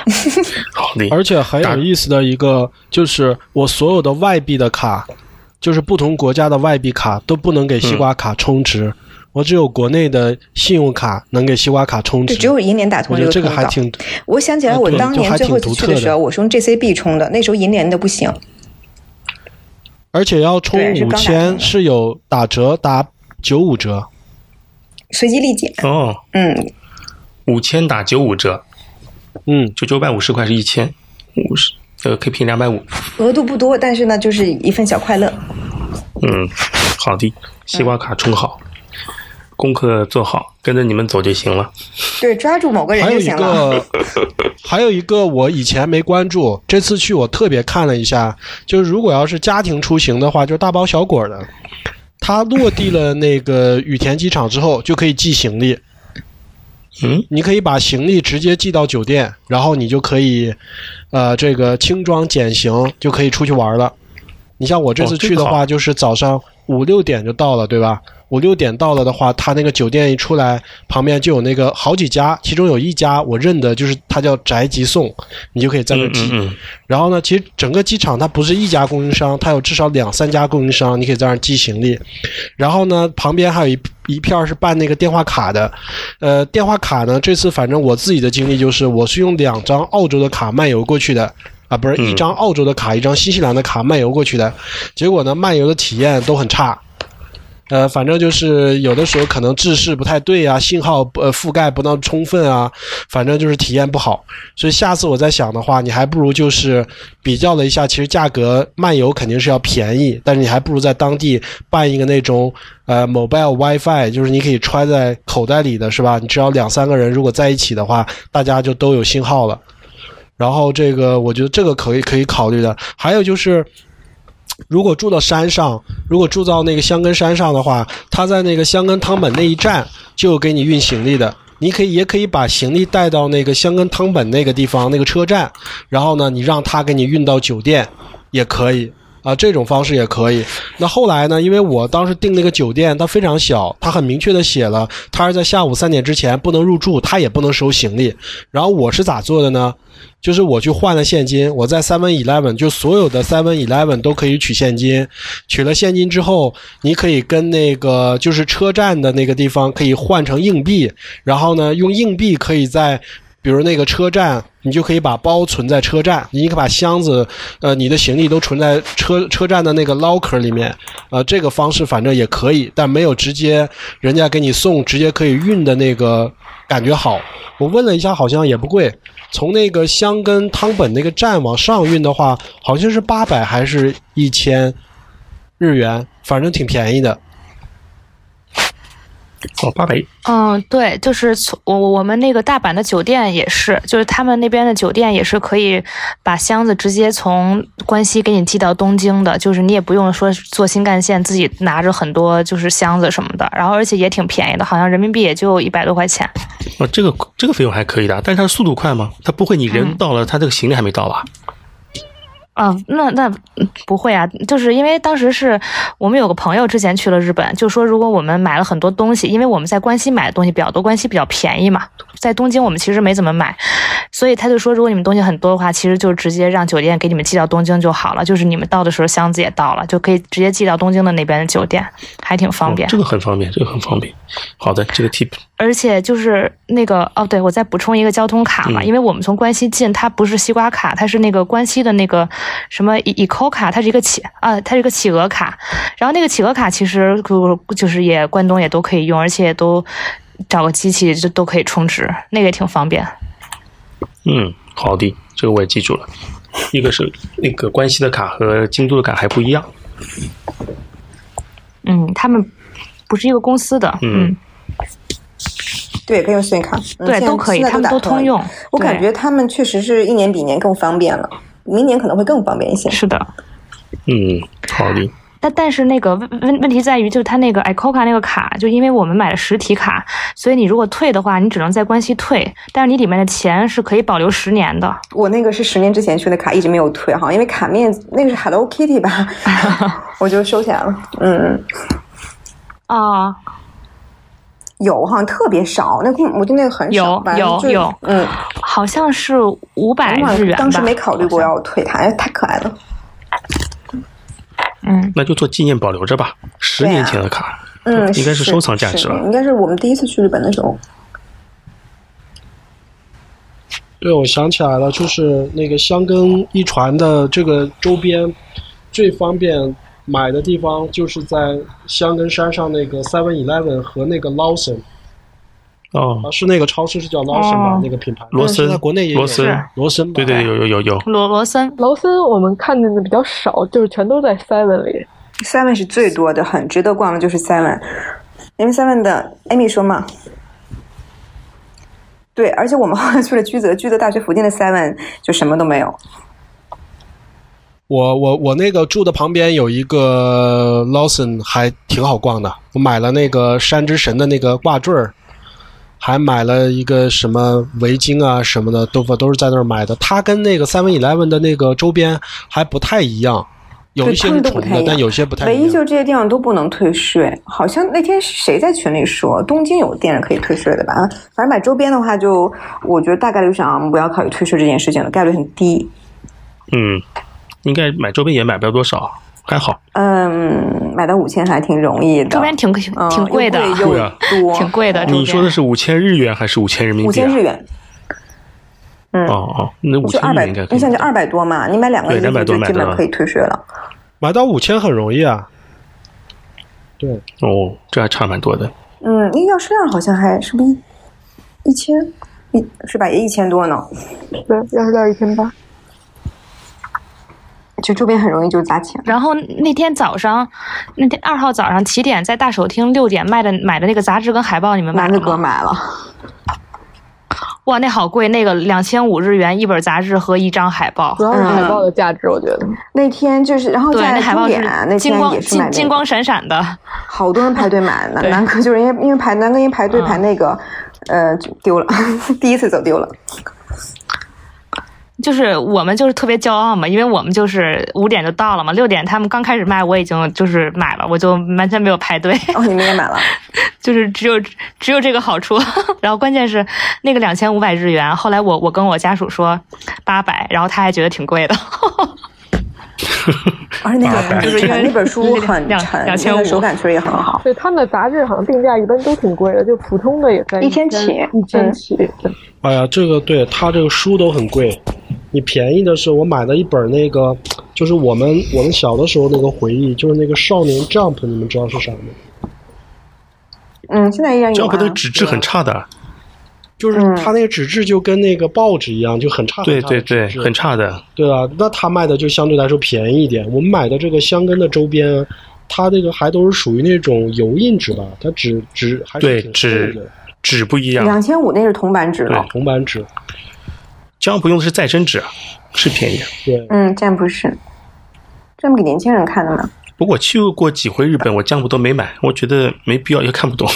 [SPEAKER 6] 而且很有意思的一个就是，我所有的外币的卡，就是不同国家的外币卡都不能给西瓜卡充值，我只有国内的信用卡能给西瓜卡充值。
[SPEAKER 4] 对只有银联打通
[SPEAKER 6] 我觉得
[SPEAKER 4] 这
[SPEAKER 6] 这
[SPEAKER 4] 个
[SPEAKER 6] 个还
[SPEAKER 4] 通
[SPEAKER 6] 挺
[SPEAKER 4] 道，我想起来，
[SPEAKER 6] 啊
[SPEAKER 4] 我
[SPEAKER 6] 对
[SPEAKER 4] 当
[SPEAKER 6] 就
[SPEAKER 4] 年
[SPEAKER 6] 还
[SPEAKER 4] 最后一
[SPEAKER 6] 挺
[SPEAKER 4] 次去
[SPEAKER 6] 独
[SPEAKER 4] 的
[SPEAKER 6] 特的
[SPEAKER 4] 时候，我是用 JCB 充的，那时候银联的不行。
[SPEAKER 6] 而且要充
[SPEAKER 4] 对是刚
[SPEAKER 6] 五
[SPEAKER 4] 打通
[SPEAKER 6] 千是有打折，打九五折。
[SPEAKER 4] 随机立减。
[SPEAKER 1] 哦，
[SPEAKER 4] 嗯，
[SPEAKER 1] 五千打九五折，
[SPEAKER 6] 嗯，
[SPEAKER 1] 就九百五十块是一千五十，呃，KP 两百五，
[SPEAKER 4] 额度不多，但是呢，就是一份小快乐。
[SPEAKER 1] 嗯，好的，西瓜卡充好，功课做好，跟着你们走就行了。
[SPEAKER 4] 对，抓住某个人
[SPEAKER 6] 还
[SPEAKER 4] 就
[SPEAKER 6] 有一
[SPEAKER 4] 行了
[SPEAKER 6] 个。， 还有一个我以前没关注，这次去我特别看了一下，就是如果要是家庭出行的话，就是大包小裹的。它落地了那个羽田机场之后，就可以寄行李。
[SPEAKER 1] 嗯，
[SPEAKER 6] 你可以把行李直接寄到酒店，然后你就可以，呃，这个轻装简行就可以出去玩了。你像我这次
[SPEAKER 1] 哦这
[SPEAKER 6] 去的
[SPEAKER 1] 个
[SPEAKER 6] 话，
[SPEAKER 1] 好
[SPEAKER 6] 就是早上五六点就到了，对吧？五六点到了的话，他那个酒店一出来，旁边就有那个好几家，其中有一家我认得，就是它叫宅急送，你就可以在那儿寄。
[SPEAKER 1] 嗯嗯嗯
[SPEAKER 6] 然后呢，其实整个机场它不是一家供应商，它有至少两三家供应商，你可以在那儿寄行李。然后呢，旁边还有一一片儿是办那个电话卡的，呃，电话卡呢，这次反正我自己的经历就是，我是用两张澳洲的卡漫游过去的。啊，不是一张澳洲的卡，一张新西兰的卡漫游过去的，结果呢，漫游的体验都很差，呃，反正就是有的时候可能制式不太对啊，信号不呃覆盖不那么充分啊，反正就是体验不好。所以下次我在想的话，你还不如就是比较了一下，其实价格漫游肯定是要便宜，但是你还不如在当地办一个那种呃 mobile WiFi，就是你可以揣在口袋里的是吧？你只要两三个人如果在一起的话，大家就都有信号了。然后这个我觉得这个可以可以考虑的。还有就是，如果住到山上，如果住到那个香根山上的话，他在那个香根汤本那一站就有给你运行李的。你可以也可以把行李带到那个香根汤本那个地方那个车站，然后呢，你让他给你运到酒店也可以。啊，这种方式也可以。那后来呢？因为我当时订那个酒店，它非常小，它很明确的写了，它是在下午三点之前不能入住，它也不能收行李。然后我是咋做的呢？就是我去换了现金，我在 Seven Eleven，就所有的 Seven Eleven 都可以取现金。取了现金之后，你可以跟那个就是车站的那个地方可以换成硬币，然后呢，用硬币可以在比比如那个车站，你就可以把包存在车站，你可以把箱子，呃，你的行李都存在车车站的那个 locker 里面，呃，这个方式反正也可以，但没有直接人家给你送，直接可以运的那个感觉好。我问了一下，好像也不贵，从那个箱根汤本那个站往上运的话，好像是八百还是一千日元，反正挺便宜的。
[SPEAKER 1] 哦，八百
[SPEAKER 5] 嗯，对，就是从我我们那个大阪的酒店也是，就是他们那边的酒店也是可以把箱子直接从关西给你寄到东京的，就是你也不用说坐新干线自己拿着很多就是箱子什么的，然后而且也挺便宜的，好像人民币也就一百多块钱。
[SPEAKER 1] 哦，这个这个费用还可以的，但是它速度快吗？它不会，你
[SPEAKER 5] 嗯
[SPEAKER 1] 人到了，它这个行李还没到吧？
[SPEAKER 5] 啊，那那不会啊，就是因为当时是我们有个朋友之前去了日本，就说如果我们买了很多东西，因为我们在关西买的东西比较多，关西比较便宜嘛，在东京我们其实没怎么买，所以他就说如果你们东西很多的话，其实就直接让酒店给你们寄到东京就好了，就是你们到的时候箱子也到了，就可以直接寄到东京的那边的酒店，还挺方便。
[SPEAKER 1] 哦这个很方便，这个很方便。好的，这个 tip
[SPEAKER 5] 而且就是那个哦，对我再补充一个交通卡嘛，
[SPEAKER 1] 嗯
[SPEAKER 5] 因为我们从关西进，它不是西瓜卡，它是那个关西的那个什么 e eco 卡，它是一个企啊，它是一个企鹅卡。然后那个企鹅卡其实就就是也关东也都可以用，而且都找个机器就都可以充值，那个也挺方便。
[SPEAKER 1] 嗯，好的，这个我也记住了。一个是那个关西的卡和京都的卡还不一样。
[SPEAKER 5] 嗯，他们不是一个公司的，
[SPEAKER 1] 嗯，
[SPEAKER 4] 对，可以用信用卡，嗯
[SPEAKER 5] 对
[SPEAKER 4] 现在
[SPEAKER 5] 都可以
[SPEAKER 4] 现在
[SPEAKER 5] 他们
[SPEAKER 4] 打
[SPEAKER 5] 都
[SPEAKER 4] 通了
[SPEAKER 5] 通用
[SPEAKER 4] 我
[SPEAKER 5] 对
[SPEAKER 4] 感觉他们确实是一年比一年更方便了，明年可能会更方便一些。
[SPEAKER 5] 是的，
[SPEAKER 1] 嗯，好的。
[SPEAKER 5] 但但是那个问问问题在于，就是它那个 iCoca 那个卡，就因为我们买了实体卡，所以你如果退的话，你只能在关西退，但是你里面的钱是可以保留十年的。
[SPEAKER 4] 我那个是十年之前去的卡，一直没有退哈，因为卡面那个是 Hello Kitty 吧，我就收起来了。嗯，
[SPEAKER 5] 啊，
[SPEAKER 4] 有好像特别少，那个我对那个很少
[SPEAKER 5] 有，
[SPEAKER 4] 反正
[SPEAKER 5] 有
[SPEAKER 4] 就
[SPEAKER 5] 有，
[SPEAKER 4] 嗯，
[SPEAKER 5] 好像是五百
[SPEAKER 4] 我好
[SPEAKER 5] 日
[SPEAKER 4] 像
[SPEAKER 5] 元吧。
[SPEAKER 4] 当时没考虑过要退它，哎太可爱了。
[SPEAKER 1] 那就做纪念保留着吧。十年前的卡，
[SPEAKER 4] 嗯，
[SPEAKER 1] 应该是收藏价值了。
[SPEAKER 4] 应该是我们第一次去日本的时候。
[SPEAKER 6] 对，我想起来了，就是那个箱根一传的这个周边最方便买的地方，就是在箱根山上那个 Seven Eleven 和那个 Lawson
[SPEAKER 1] 哦
[SPEAKER 6] 啊，，是那个超市是叫 Lawson 吧？
[SPEAKER 3] 哦
[SPEAKER 6] 那个品牌，
[SPEAKER 1] 罗
[SPEAKER 6] 但
[SPEAKER 1] 森
[SPEAKER 6] 是在国内也有
[SPEAKER 1] 罗森
[SPEAKER 6] 是罗森，
[SPEAKER 1] 对对，有有有有。
[SPEAKER 5] 罗罗森，
[SPEAKER 3] 罗森我们看见的比较少，就是全都在 Seven 里。
[SPEAKER 4] Seven 是最多的，很值得逛的就是 Seven，因为 Seven 的 Amy 说嘛，对，而且我们后来去了居泽，居泽大学附近的 Seven 就什么都没有。
[SPEAKER 6] 我我我那个住的旁边有一个呃 Lawson，还挺好逛的。我买了那个山之神的那个挂坠儿，还买了一个什么围巾啊什么的，都我都是在那儿买的。它跟那个 Seven Eleven 的那个周边还不太一样，有
[SPEAKER 4] 对
[SPEAKER 6] 一些
[SPEAKER 4] 他
[SPEAKER 6] 是
[SPEAKER 4] 们都
[SPEAKER 6] 重
[SPEAKER 4] 不太一
[SPEAKER 6] 的
[SPEAKER 4] 样，
[SPEAKER 6] 但有些不太
[SPEAKER 4] 唯
[SPEAKER 6] 一
[SPEAKER 4] 一
[SPEAKER 6] 样。
[SPEAKER 4] 就是这些地方都不能退税，好像那天谁在群里说东京有店是可以退税的吧？反正买周边的话就，我觉得大概率上不要考虑退税这件事情了，概率很低。
[SPEAKER 1] 嗯，应该买周边也买不了多少，还好。
[SPEAKER 4] 嗯，买到五千还挺容易的，周边
[SPEAKER 5] 挺
[SPEAKER 4] 哦
[SPEAKER 5] 挺贵的
[SPEAKER 4] 又
[SPEAKER 1] 对啊
[SPEAKER 4] 多，
[SPEAKER 5] 挺贵的
[SPEAKER 1] 你说的是五千日元还是五千人民币、啊？
[SPEAKER 4] 五千日。元，嗯，
[SPEAKER 1] 哦哦，那五
[SPEAKER 4] 就
[SPEAKER 1] 千
[SPEAKER 4] 二
[SPEAKER 1] 日
[SPEAKER 4] 百
[SPEAKER 1] 元应该，可
[SPEAKER 4] 你
[SPEAKER 1] 以。
[SPEAKER 4] 想就二百多嘛，你买两个
[SPEAKER 1] 对
[SPEAKER 4] 衣服
[SPEAKER 1] 200多
[SPEAKER 4] 就
[SPEAKER 1] 买
[SPEAKER 4] 基
[SPEAKER 1] 得
[SPEAKER 4] 本
[SPEAKER 1] 到
[SPEAKER 4] 可以退税了。
[SPEAKER 6] 买到五千很容易啊。对，
[SPEAKER 1] 哦，这还差蛮多的。
[SPEAKER 4] 嗯，那药师量好像还是不是一千一是吧？也一千多呢。
[SPEAKER 3] 对，要是到一千八，
[SPEAKER 4] 就周边很容易就砸钱。
[SPEAKER 5] 然后那天早上，那天二号早上七点在大手厅六点卖的买的那个杂志跟海报，你们买了吗？哥
[SPEAKER 4] 买了。
[SPEAKER 5] 哇，那好贵，那个两千五日元一本杂志和一张海报，
[SPEAKER 4] 主要是海报的
[SPEAKER 3] 价值，我觉得。
[SPEAKER 4] 那天就是，然后
[SPEAKER 5] 对，
[SPEAKER 4] 在
[SPEAKER 5] 那海
[SPEAKER 4] 终
[SPEAKER 5] 报
[SPEAKER 4] 点啊那
[SPEAKER 5] 金
[SPEAKER 4] 天
[SPEAKER 5] 光
[SPEAKER 4] 也是买
[SPEAKER 5] 金
[SPEAKER 4] 那
[SPEAKER 5] 金
[SPEAKER 4] 个
[SPEAKER 5] 光闪闪的，
[SPEAKER 4] 好多人排队买呢。
[SPEAKER 5] 对
[SPEAKER 4] 南哥就是因为因为排南哥因为排队
[SPEAKER 5] 嗯
[SPEAKER 4] 排那个，呃，就丢了， 第一次走丢了。
[SPEAKER 5] 就是我们就是特别骄傲嘛，因为我们就是五点就到了嘛，六点他们刚开始卖，我已经就是买了，我就完全没有排队。
[SPEAKER 4] 哦，你们也买了？
[SPEAKER 5] 就是只有只有这个好处。然后关键是那个两千五百日元，后来我我跟我家属说八百，然后他还觉得挺贵的。
[SPEAKER 4] 而 哦且那
[SPEAKER 1] 八百
[SPEAKER 4] 个就是那 本书很沉，
[SPEAKER 3] 两千
[SPEAKER 4] 那
[SPEAKER 3] 五
[SPEAKER 4] 个手感确实也很好。
[SPEAKER 3] 对他们的杂志好像定价一般都挺贵的，就普通的也在
[SPEAKER 4] 一千
[SPEAKER 3] 1000
[SPEAKER 4] 起嗯
[SPEAKER 3] 一千起。
[SPEAKER 6] 哎呀，这个对他这个书都很贵，你便宜的是我买了一本那个，就是我们我们小的时候那个回忆，就是那个少年 Jump，你们知道是啥吗？
[SPEAKER 4] 嗯，现在依然有、啊。
[SPEAKER 6] Jump 都
[SPEAKER 1] 纸质很差
[SPEAKER 6] 啊
[SPEAKER 1] 的，
[SPEAKER 6] 就是它那个纸质就跟那个报纸一样，就很差
[SPEAKER 1] 对
[SPEAKER 6] 很差
[SPEAKER 1] 对对
[SPEAKER 6] 的纸，质
[SPEAKER 1] 很差的。
[SPEAKER 6] 对啊，那他卖的就相对来说便宜一点。我们买的这个香根的周边啊，它这个还都是属于那种油印纸吧，它纸纸还是
[SPEAKER 1] 对
[SPEAKER 6] 挺厚
[SPEAKER 1] 纸
[SPEAKER 6] 的
[SPEAKER 1] 纸不一
[SPEAKER 4] 两
[SPEAKER 1] 样，
[SPEAKER 4] 千五那是铜版纸了
[SPEAKER 1] 对，
[SPEAKER 6] 铜版纸。
[SPEAKER 1] 这样不用的是再生纸，啊是便宜。
[SPEAKER 6] 对，
[SPEAKER 4] 嗯，这样不是，这么给年轻人看的吗？
[SPEAKER 1] 不过我去过几回日本，我浆糊都没买，我觉得没必要，也看不懂。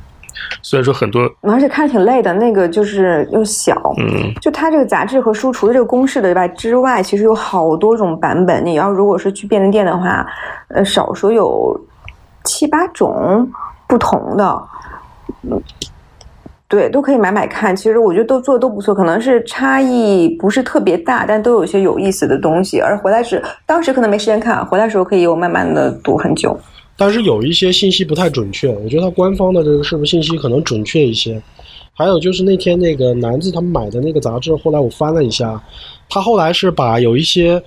[SPEAKER 1] 虽然说很多，
[SPEAKER 4] 而且看着挺累的，那个就是又小，
[SPEAKER 1] 嗯，
[SPEAKER 4] 就它这个杂志和书，除了这个公式的外之外，其实有好多种版本。你要如果是去便利店的话，呃，少说有七八种不同的，嗯，对，都可以买买看。其实我觉得都做的都不错，可能是差异不是特别大，但都有一些有意思的东西。而回来时，当时可能没时间看，回来时候可以我慢慢的读很久。
[SPEAKER 6] 但是有一些信息不太准确，我觉得它官方的这个是不是信息可能准确一些。还有就是那天那个南子他们买的那个杂志，后来我翻了一下，他后来是把有一些，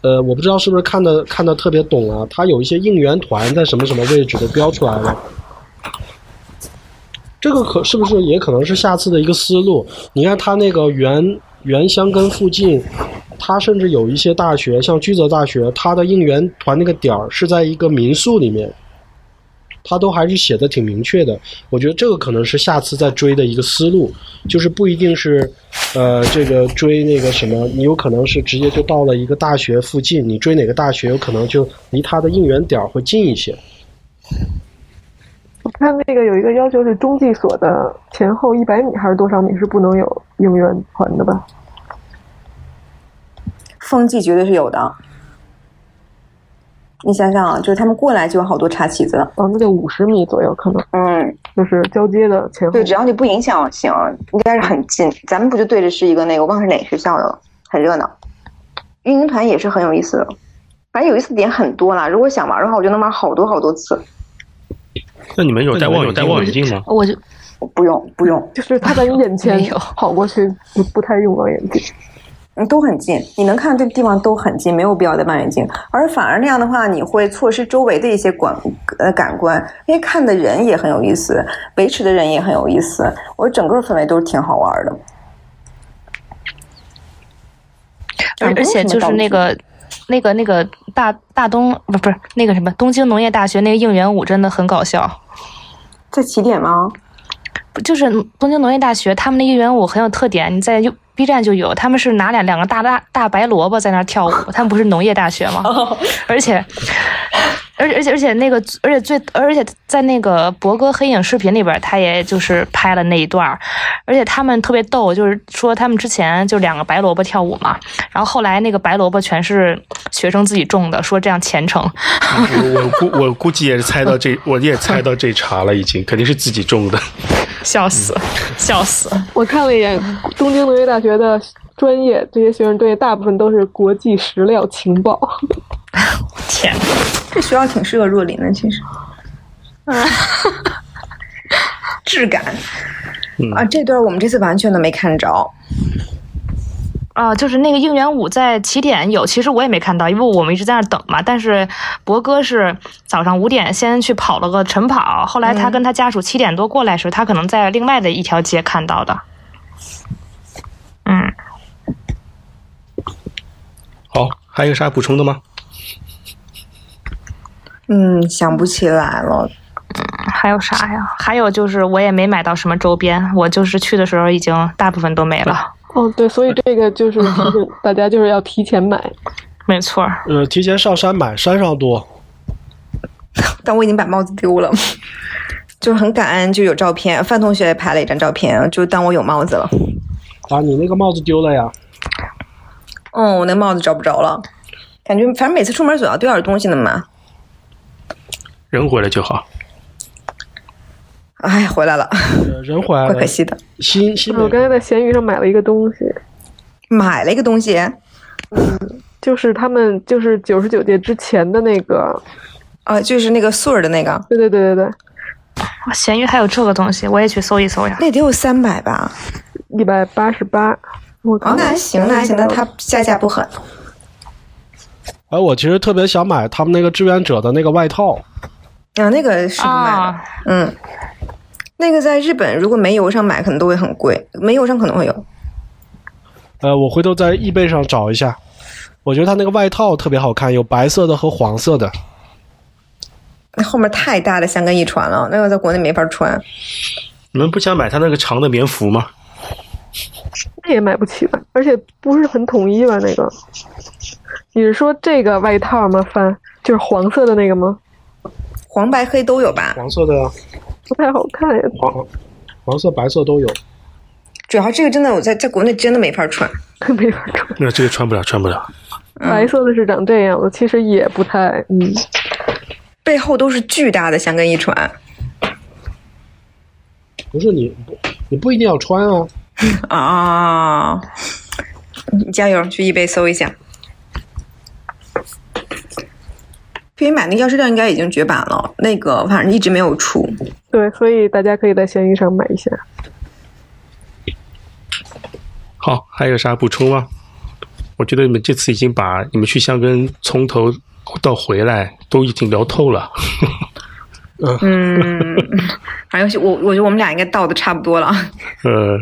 [SPEAKER 6] 呃，我不知道是不是看的看的特别懂啊，他有一些应援团在什么什么位置都标出来了。这个可是不是也可能是下次的一个思路？你看他那个原原香根附近，他甚至有一些大学，像居泽大学，他的应援团那个点儿是在一个民宿里面，他都还是写的挺明确的。我觉得这个可能是下次再追的一个思路，就是不一定是，呃，这个追那个什么，你有可能是直接就到了一个大学附近，你追哪个大学，有可能就离他的应援点儿会近一些。
[SPEAKER 3] 我看那个有一个要求是中继所的前后一百米还是多少米是不能有应援团的吧？
[SPEAKER 4] 风纪绝对是有的。你想想啊，就是他们过来就有好多插旗子了。
[SPEAKER 3] 哦，那就五十米左右可能。
[SPEAKER 4] 嗯，
[SPEAKER 3] 就是交接的前后。
[SPEAKER 4] 对，只要你不影响行，应该是很近。咱们不就对着是一个那个，我忘了是哪个学校的了，很热闹。运营团也是很有意思的，反正有意思的点很多啦。如果想玩的话，我就能玩好多好多次。
[SPEAKER 1] 那你们有戴望远
[SPEAKER 3] 那你们有戴望
[SPEAKER 1] 镜吗？
[SPEAKER 3] 我就
[SPEAKER 4] 不用不用，
[SPEAKER 3] 就是他在你眼 前跑过去，不不太用望远镜。
[SPEAKER 4] 嗯，都很近，你能看这个地方都很近，没有必要戴望远镜。而反而那样的话，你会错失周围的一些感呃感官，因为看的人也很有意思，维持的人也很有意思。我整个氛围都是挺好玩的。
[SPEAKER 5] 而
[SPEAKER 4] 啊
[SPEAKER 5] 而且就是那个。那个那个大大东不不是那个什么东京农业大学那个应援舞真的很搞笑，
[SPEAKER 4] 在起点吗？
[SPEAKER 5] 不就是东京农业大学他们那应援舞很有特点，你在 U B 站就有，他们是拿两两个大大大白萝卜在那儿跳舞，他们不是农业大学吗？而且而且而且而且那个，而且最而且在那个博哥黑影视频里边，他也就是拍了那一段儿而且他们特别逗，就是说他们之前就两个白萝卜跳舞嘛，然后后来那个白萝卜全是学生自己种的，说这样虔诚。
[SPEAKER 1] 我我估我估计也是猜到这，我也猜到这茬了，已经肯定是自己种的。
[SPEAKER 5] 笑死，笑死！
[SPEAKER 3] 我看了一眼东京农业大学的专业，这些学生专业大部分都是国际食料情报。
[SPEAKER 5] 天，
[SPEAKER 4] 这学校挺适合若琳的，其实。质感啊，这段我们这次完全都没看着。
[SPEAKER 5] 啊，就是那个应援舞在起点有，其实我也没看到，因为我们一直在那儿等嘛。但是博哥是早上五点先去跑了个晨跑，后来他
[SPEAKER 4] 嗯
[SPEAKER 5] 跟他家属七点多过来时，他可能在另外的一条街看到的。嗯，
[SPEAKER 1] 好，还有啥补充的吗？
[SPEAKER 4] 嗯，想不起来了。
[SPEAKER 5] 还有啥呀？还有就是我也没买到什么周边，我就是去的时候已经大部分都没了。
[SPEAKER 3] 哦，对，所以这个 就是提醒大家就是要提前买。
[SPEAKER 5] 没错，
[SPEAKER 6] 呃，提前上山买，山上 多。
[SPEAKER 4] 但我已经把帽子丢了， 就是很感恩，就有照片。范同学也拍了一张照片，就当我有帽子了。
[SPEAKER 6] 啊，你那个帽子丢了呀？
[SPEAKER 4] 嗯，我那帽子找不着了，感觉反正每次出门总要丢点东西的嘛。
[SPEAKER 1] 人回来就好。
[SPEAKER 4] 哎，回来了，
[SPEAKER 6] 人 回来
[SPEAKER 4] 怪可惜的。
[SPEAKER 6] 新新
[SPEAKER 3] 我刚才在闲鱼上买了一个东西，
[SPEAKER 4] 买了一个东西，
[SPEAKER 3] 就是他们就是九十九届之前的那个，
[SPEAKER 4] 啊，就是那个素儿的那个。
[SPEAKER 3] 对对对对对。
[SPEAKER 5] 哇，闲鱼还有这个东西，我也去搜一搜呀。
[SPEAKER 4] 那得有三百吧？
[SPEAKER 3] 一百八十八。我
[SPEAKER 4] 哦，那还行，那还行，那它下架不狠。
[SPEAKER 6] 哎，我其实特别想买他们那个志愿者的那个外套，
[SPEAKER 4] 啊，那个是不卖的，
[SPEAKER 5] 啊
[SPEAKER 4] 嗯，那个在日本如果没邮上买，可能都会很贵，没邮上可能会有。
[SPEAKER 6] 呃，我回头在易贝上找一下。我觉得他那个外套特别好看，有白色的和黄色的。
[SPEAKER 4] 那后面太大的香根一穿了，那个在国内没法穿。
[SPEAKER 1] 你们不想买他那个长的棉服吗？
[SPEAKER 3] 那也买不起吧？而且不是很统一吧？那个，你是说这个外套吗？翻就是黄色的那个吗？
[SPEAKER 4] 黄白黑都有吧？
[SPEAKER 6] 黄色的
[SPEAKER 3] 不太好看呀。
[SPEAKER 6] 黄黄色、白色都有。
[SPEAKER 4] 主要这个真的，我在在国内真的没法穿，
[SPEAKER 3] 没法穿。
[SPEAKER 1] 那这个穿不了，穿不了。
[SPEAKER 3] 白色的是长这样的，其实也不太嗯。
[SPEAKER 4] 背后都是巨大的香根一穿，
[SPEAKER 6] 不是你，你不一定要穿啊。
[SPEAKER 4] 啊！你加油，去易贝搜一下。飞买那个钥匙链应该已经绝版了，那个反正一直没有 出。
[SPEAKER 3] 对，所以大家可以在闲鱼上买一下。
[SPEAKER 1] 好，还有啥补充吗？我觉得你们这次已经把你们去香根从头到回来都已经聊透了。
[SPEAKER 4] 嗯，反正我我觉得我们俩应该到的差不多了。
[SPEAKER 1] 呃，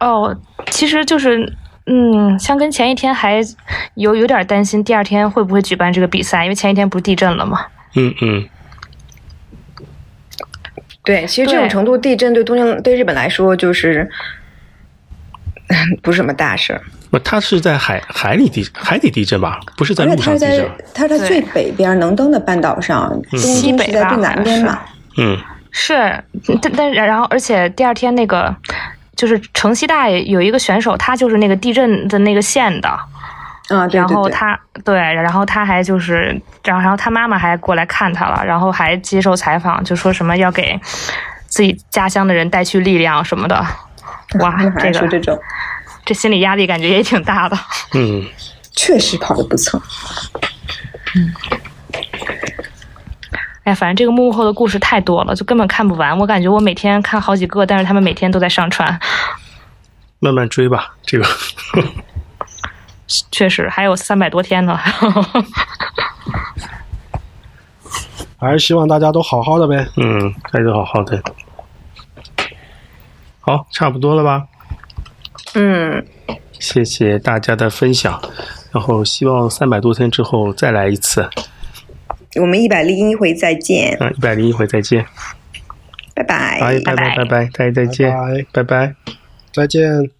[SPEAKER 5] 哦，其实就是，嗯，香根前一天还有有点担心，第二天会不会举办这个比赛？因为前一天不是地震了吗？
[SPEAKER 1] 嗯嗯，
[SPEAKER 4] 对，其实这种程度地震对东京对日本来说就是 不是什么大事儿，
[SPEAKER 1] 不，它是在海海里地海底地震吧？不哎是在
[SPEAKER 4] 而且
[SPEAKER 1] 路
[SPEAKER 4] 它
[SPEAKER 1] 上
[SPEAKER 4] 是
[SPEAKER 1] 地
[SPEAKER 4] 在
[SPEAKER 1] 震。
[SPEAKER 4] 它是在最北边能登的半岛上，
[SPEAKER 1] 嗯
[SPEAKER 4] 东京是在最南边嘛。
[SPEAKER 1] 嗯，
[SPEAKER 5] 是，嗯但但然后，而且第二天那个就是城西大爷有一个选手，他就是那个地震的那个县的。
[SPEAKER 4] 啊，对对
[SPEAKER 5] 然后
[SPEAKER 4] 对
[SPEAKER 5] 他对，然后他还就是，然后然后他妈妈还过来看他了，然后还接受采访，就说什么要给自己家乡的人带去力 量什么的。哇，
[SPEAKER 4] 那还
[SPEAKER 5] 这
[SPEAKER 4] 说
[SPEAKER 5] 个
[SPEAKER 4] 这种，
[SPEAKER 5] 这心理压力感觉也挺大的。
[SPEAKER 1] 嗯，
[SPEAKER 4] 确实跑的不错。
[SPEAKER 5] 哎，反正这个幕后的故事太多了，就根本看不完。我感觉我每天看好几个，但是他们每天都在上传。
[SPEAKER 1] 慢慢追吧，这个。
[SPEAKER 5] 确实还有三百多天呢。
[SPEAKER 6] 还是希望大家都好好的呗。
[SPEAKER 1] 嗯，大家好好的。好，差不多了吧？
[SPEAKER 4] 嗯，
[SPEAKER 1] 谢谢大家的分享，然后希望三百多天之后再来一次。啊
[SPEAKER 4] 我们一百零一回再见，
[SPEAKER 1] 啊，一百零一回再见。
[SPEAKER 4] 拜拜
[SPEAKER 1] 哎，拜拜拜拜，大家再见，拜拜，
[SPEAKER 6] 再见。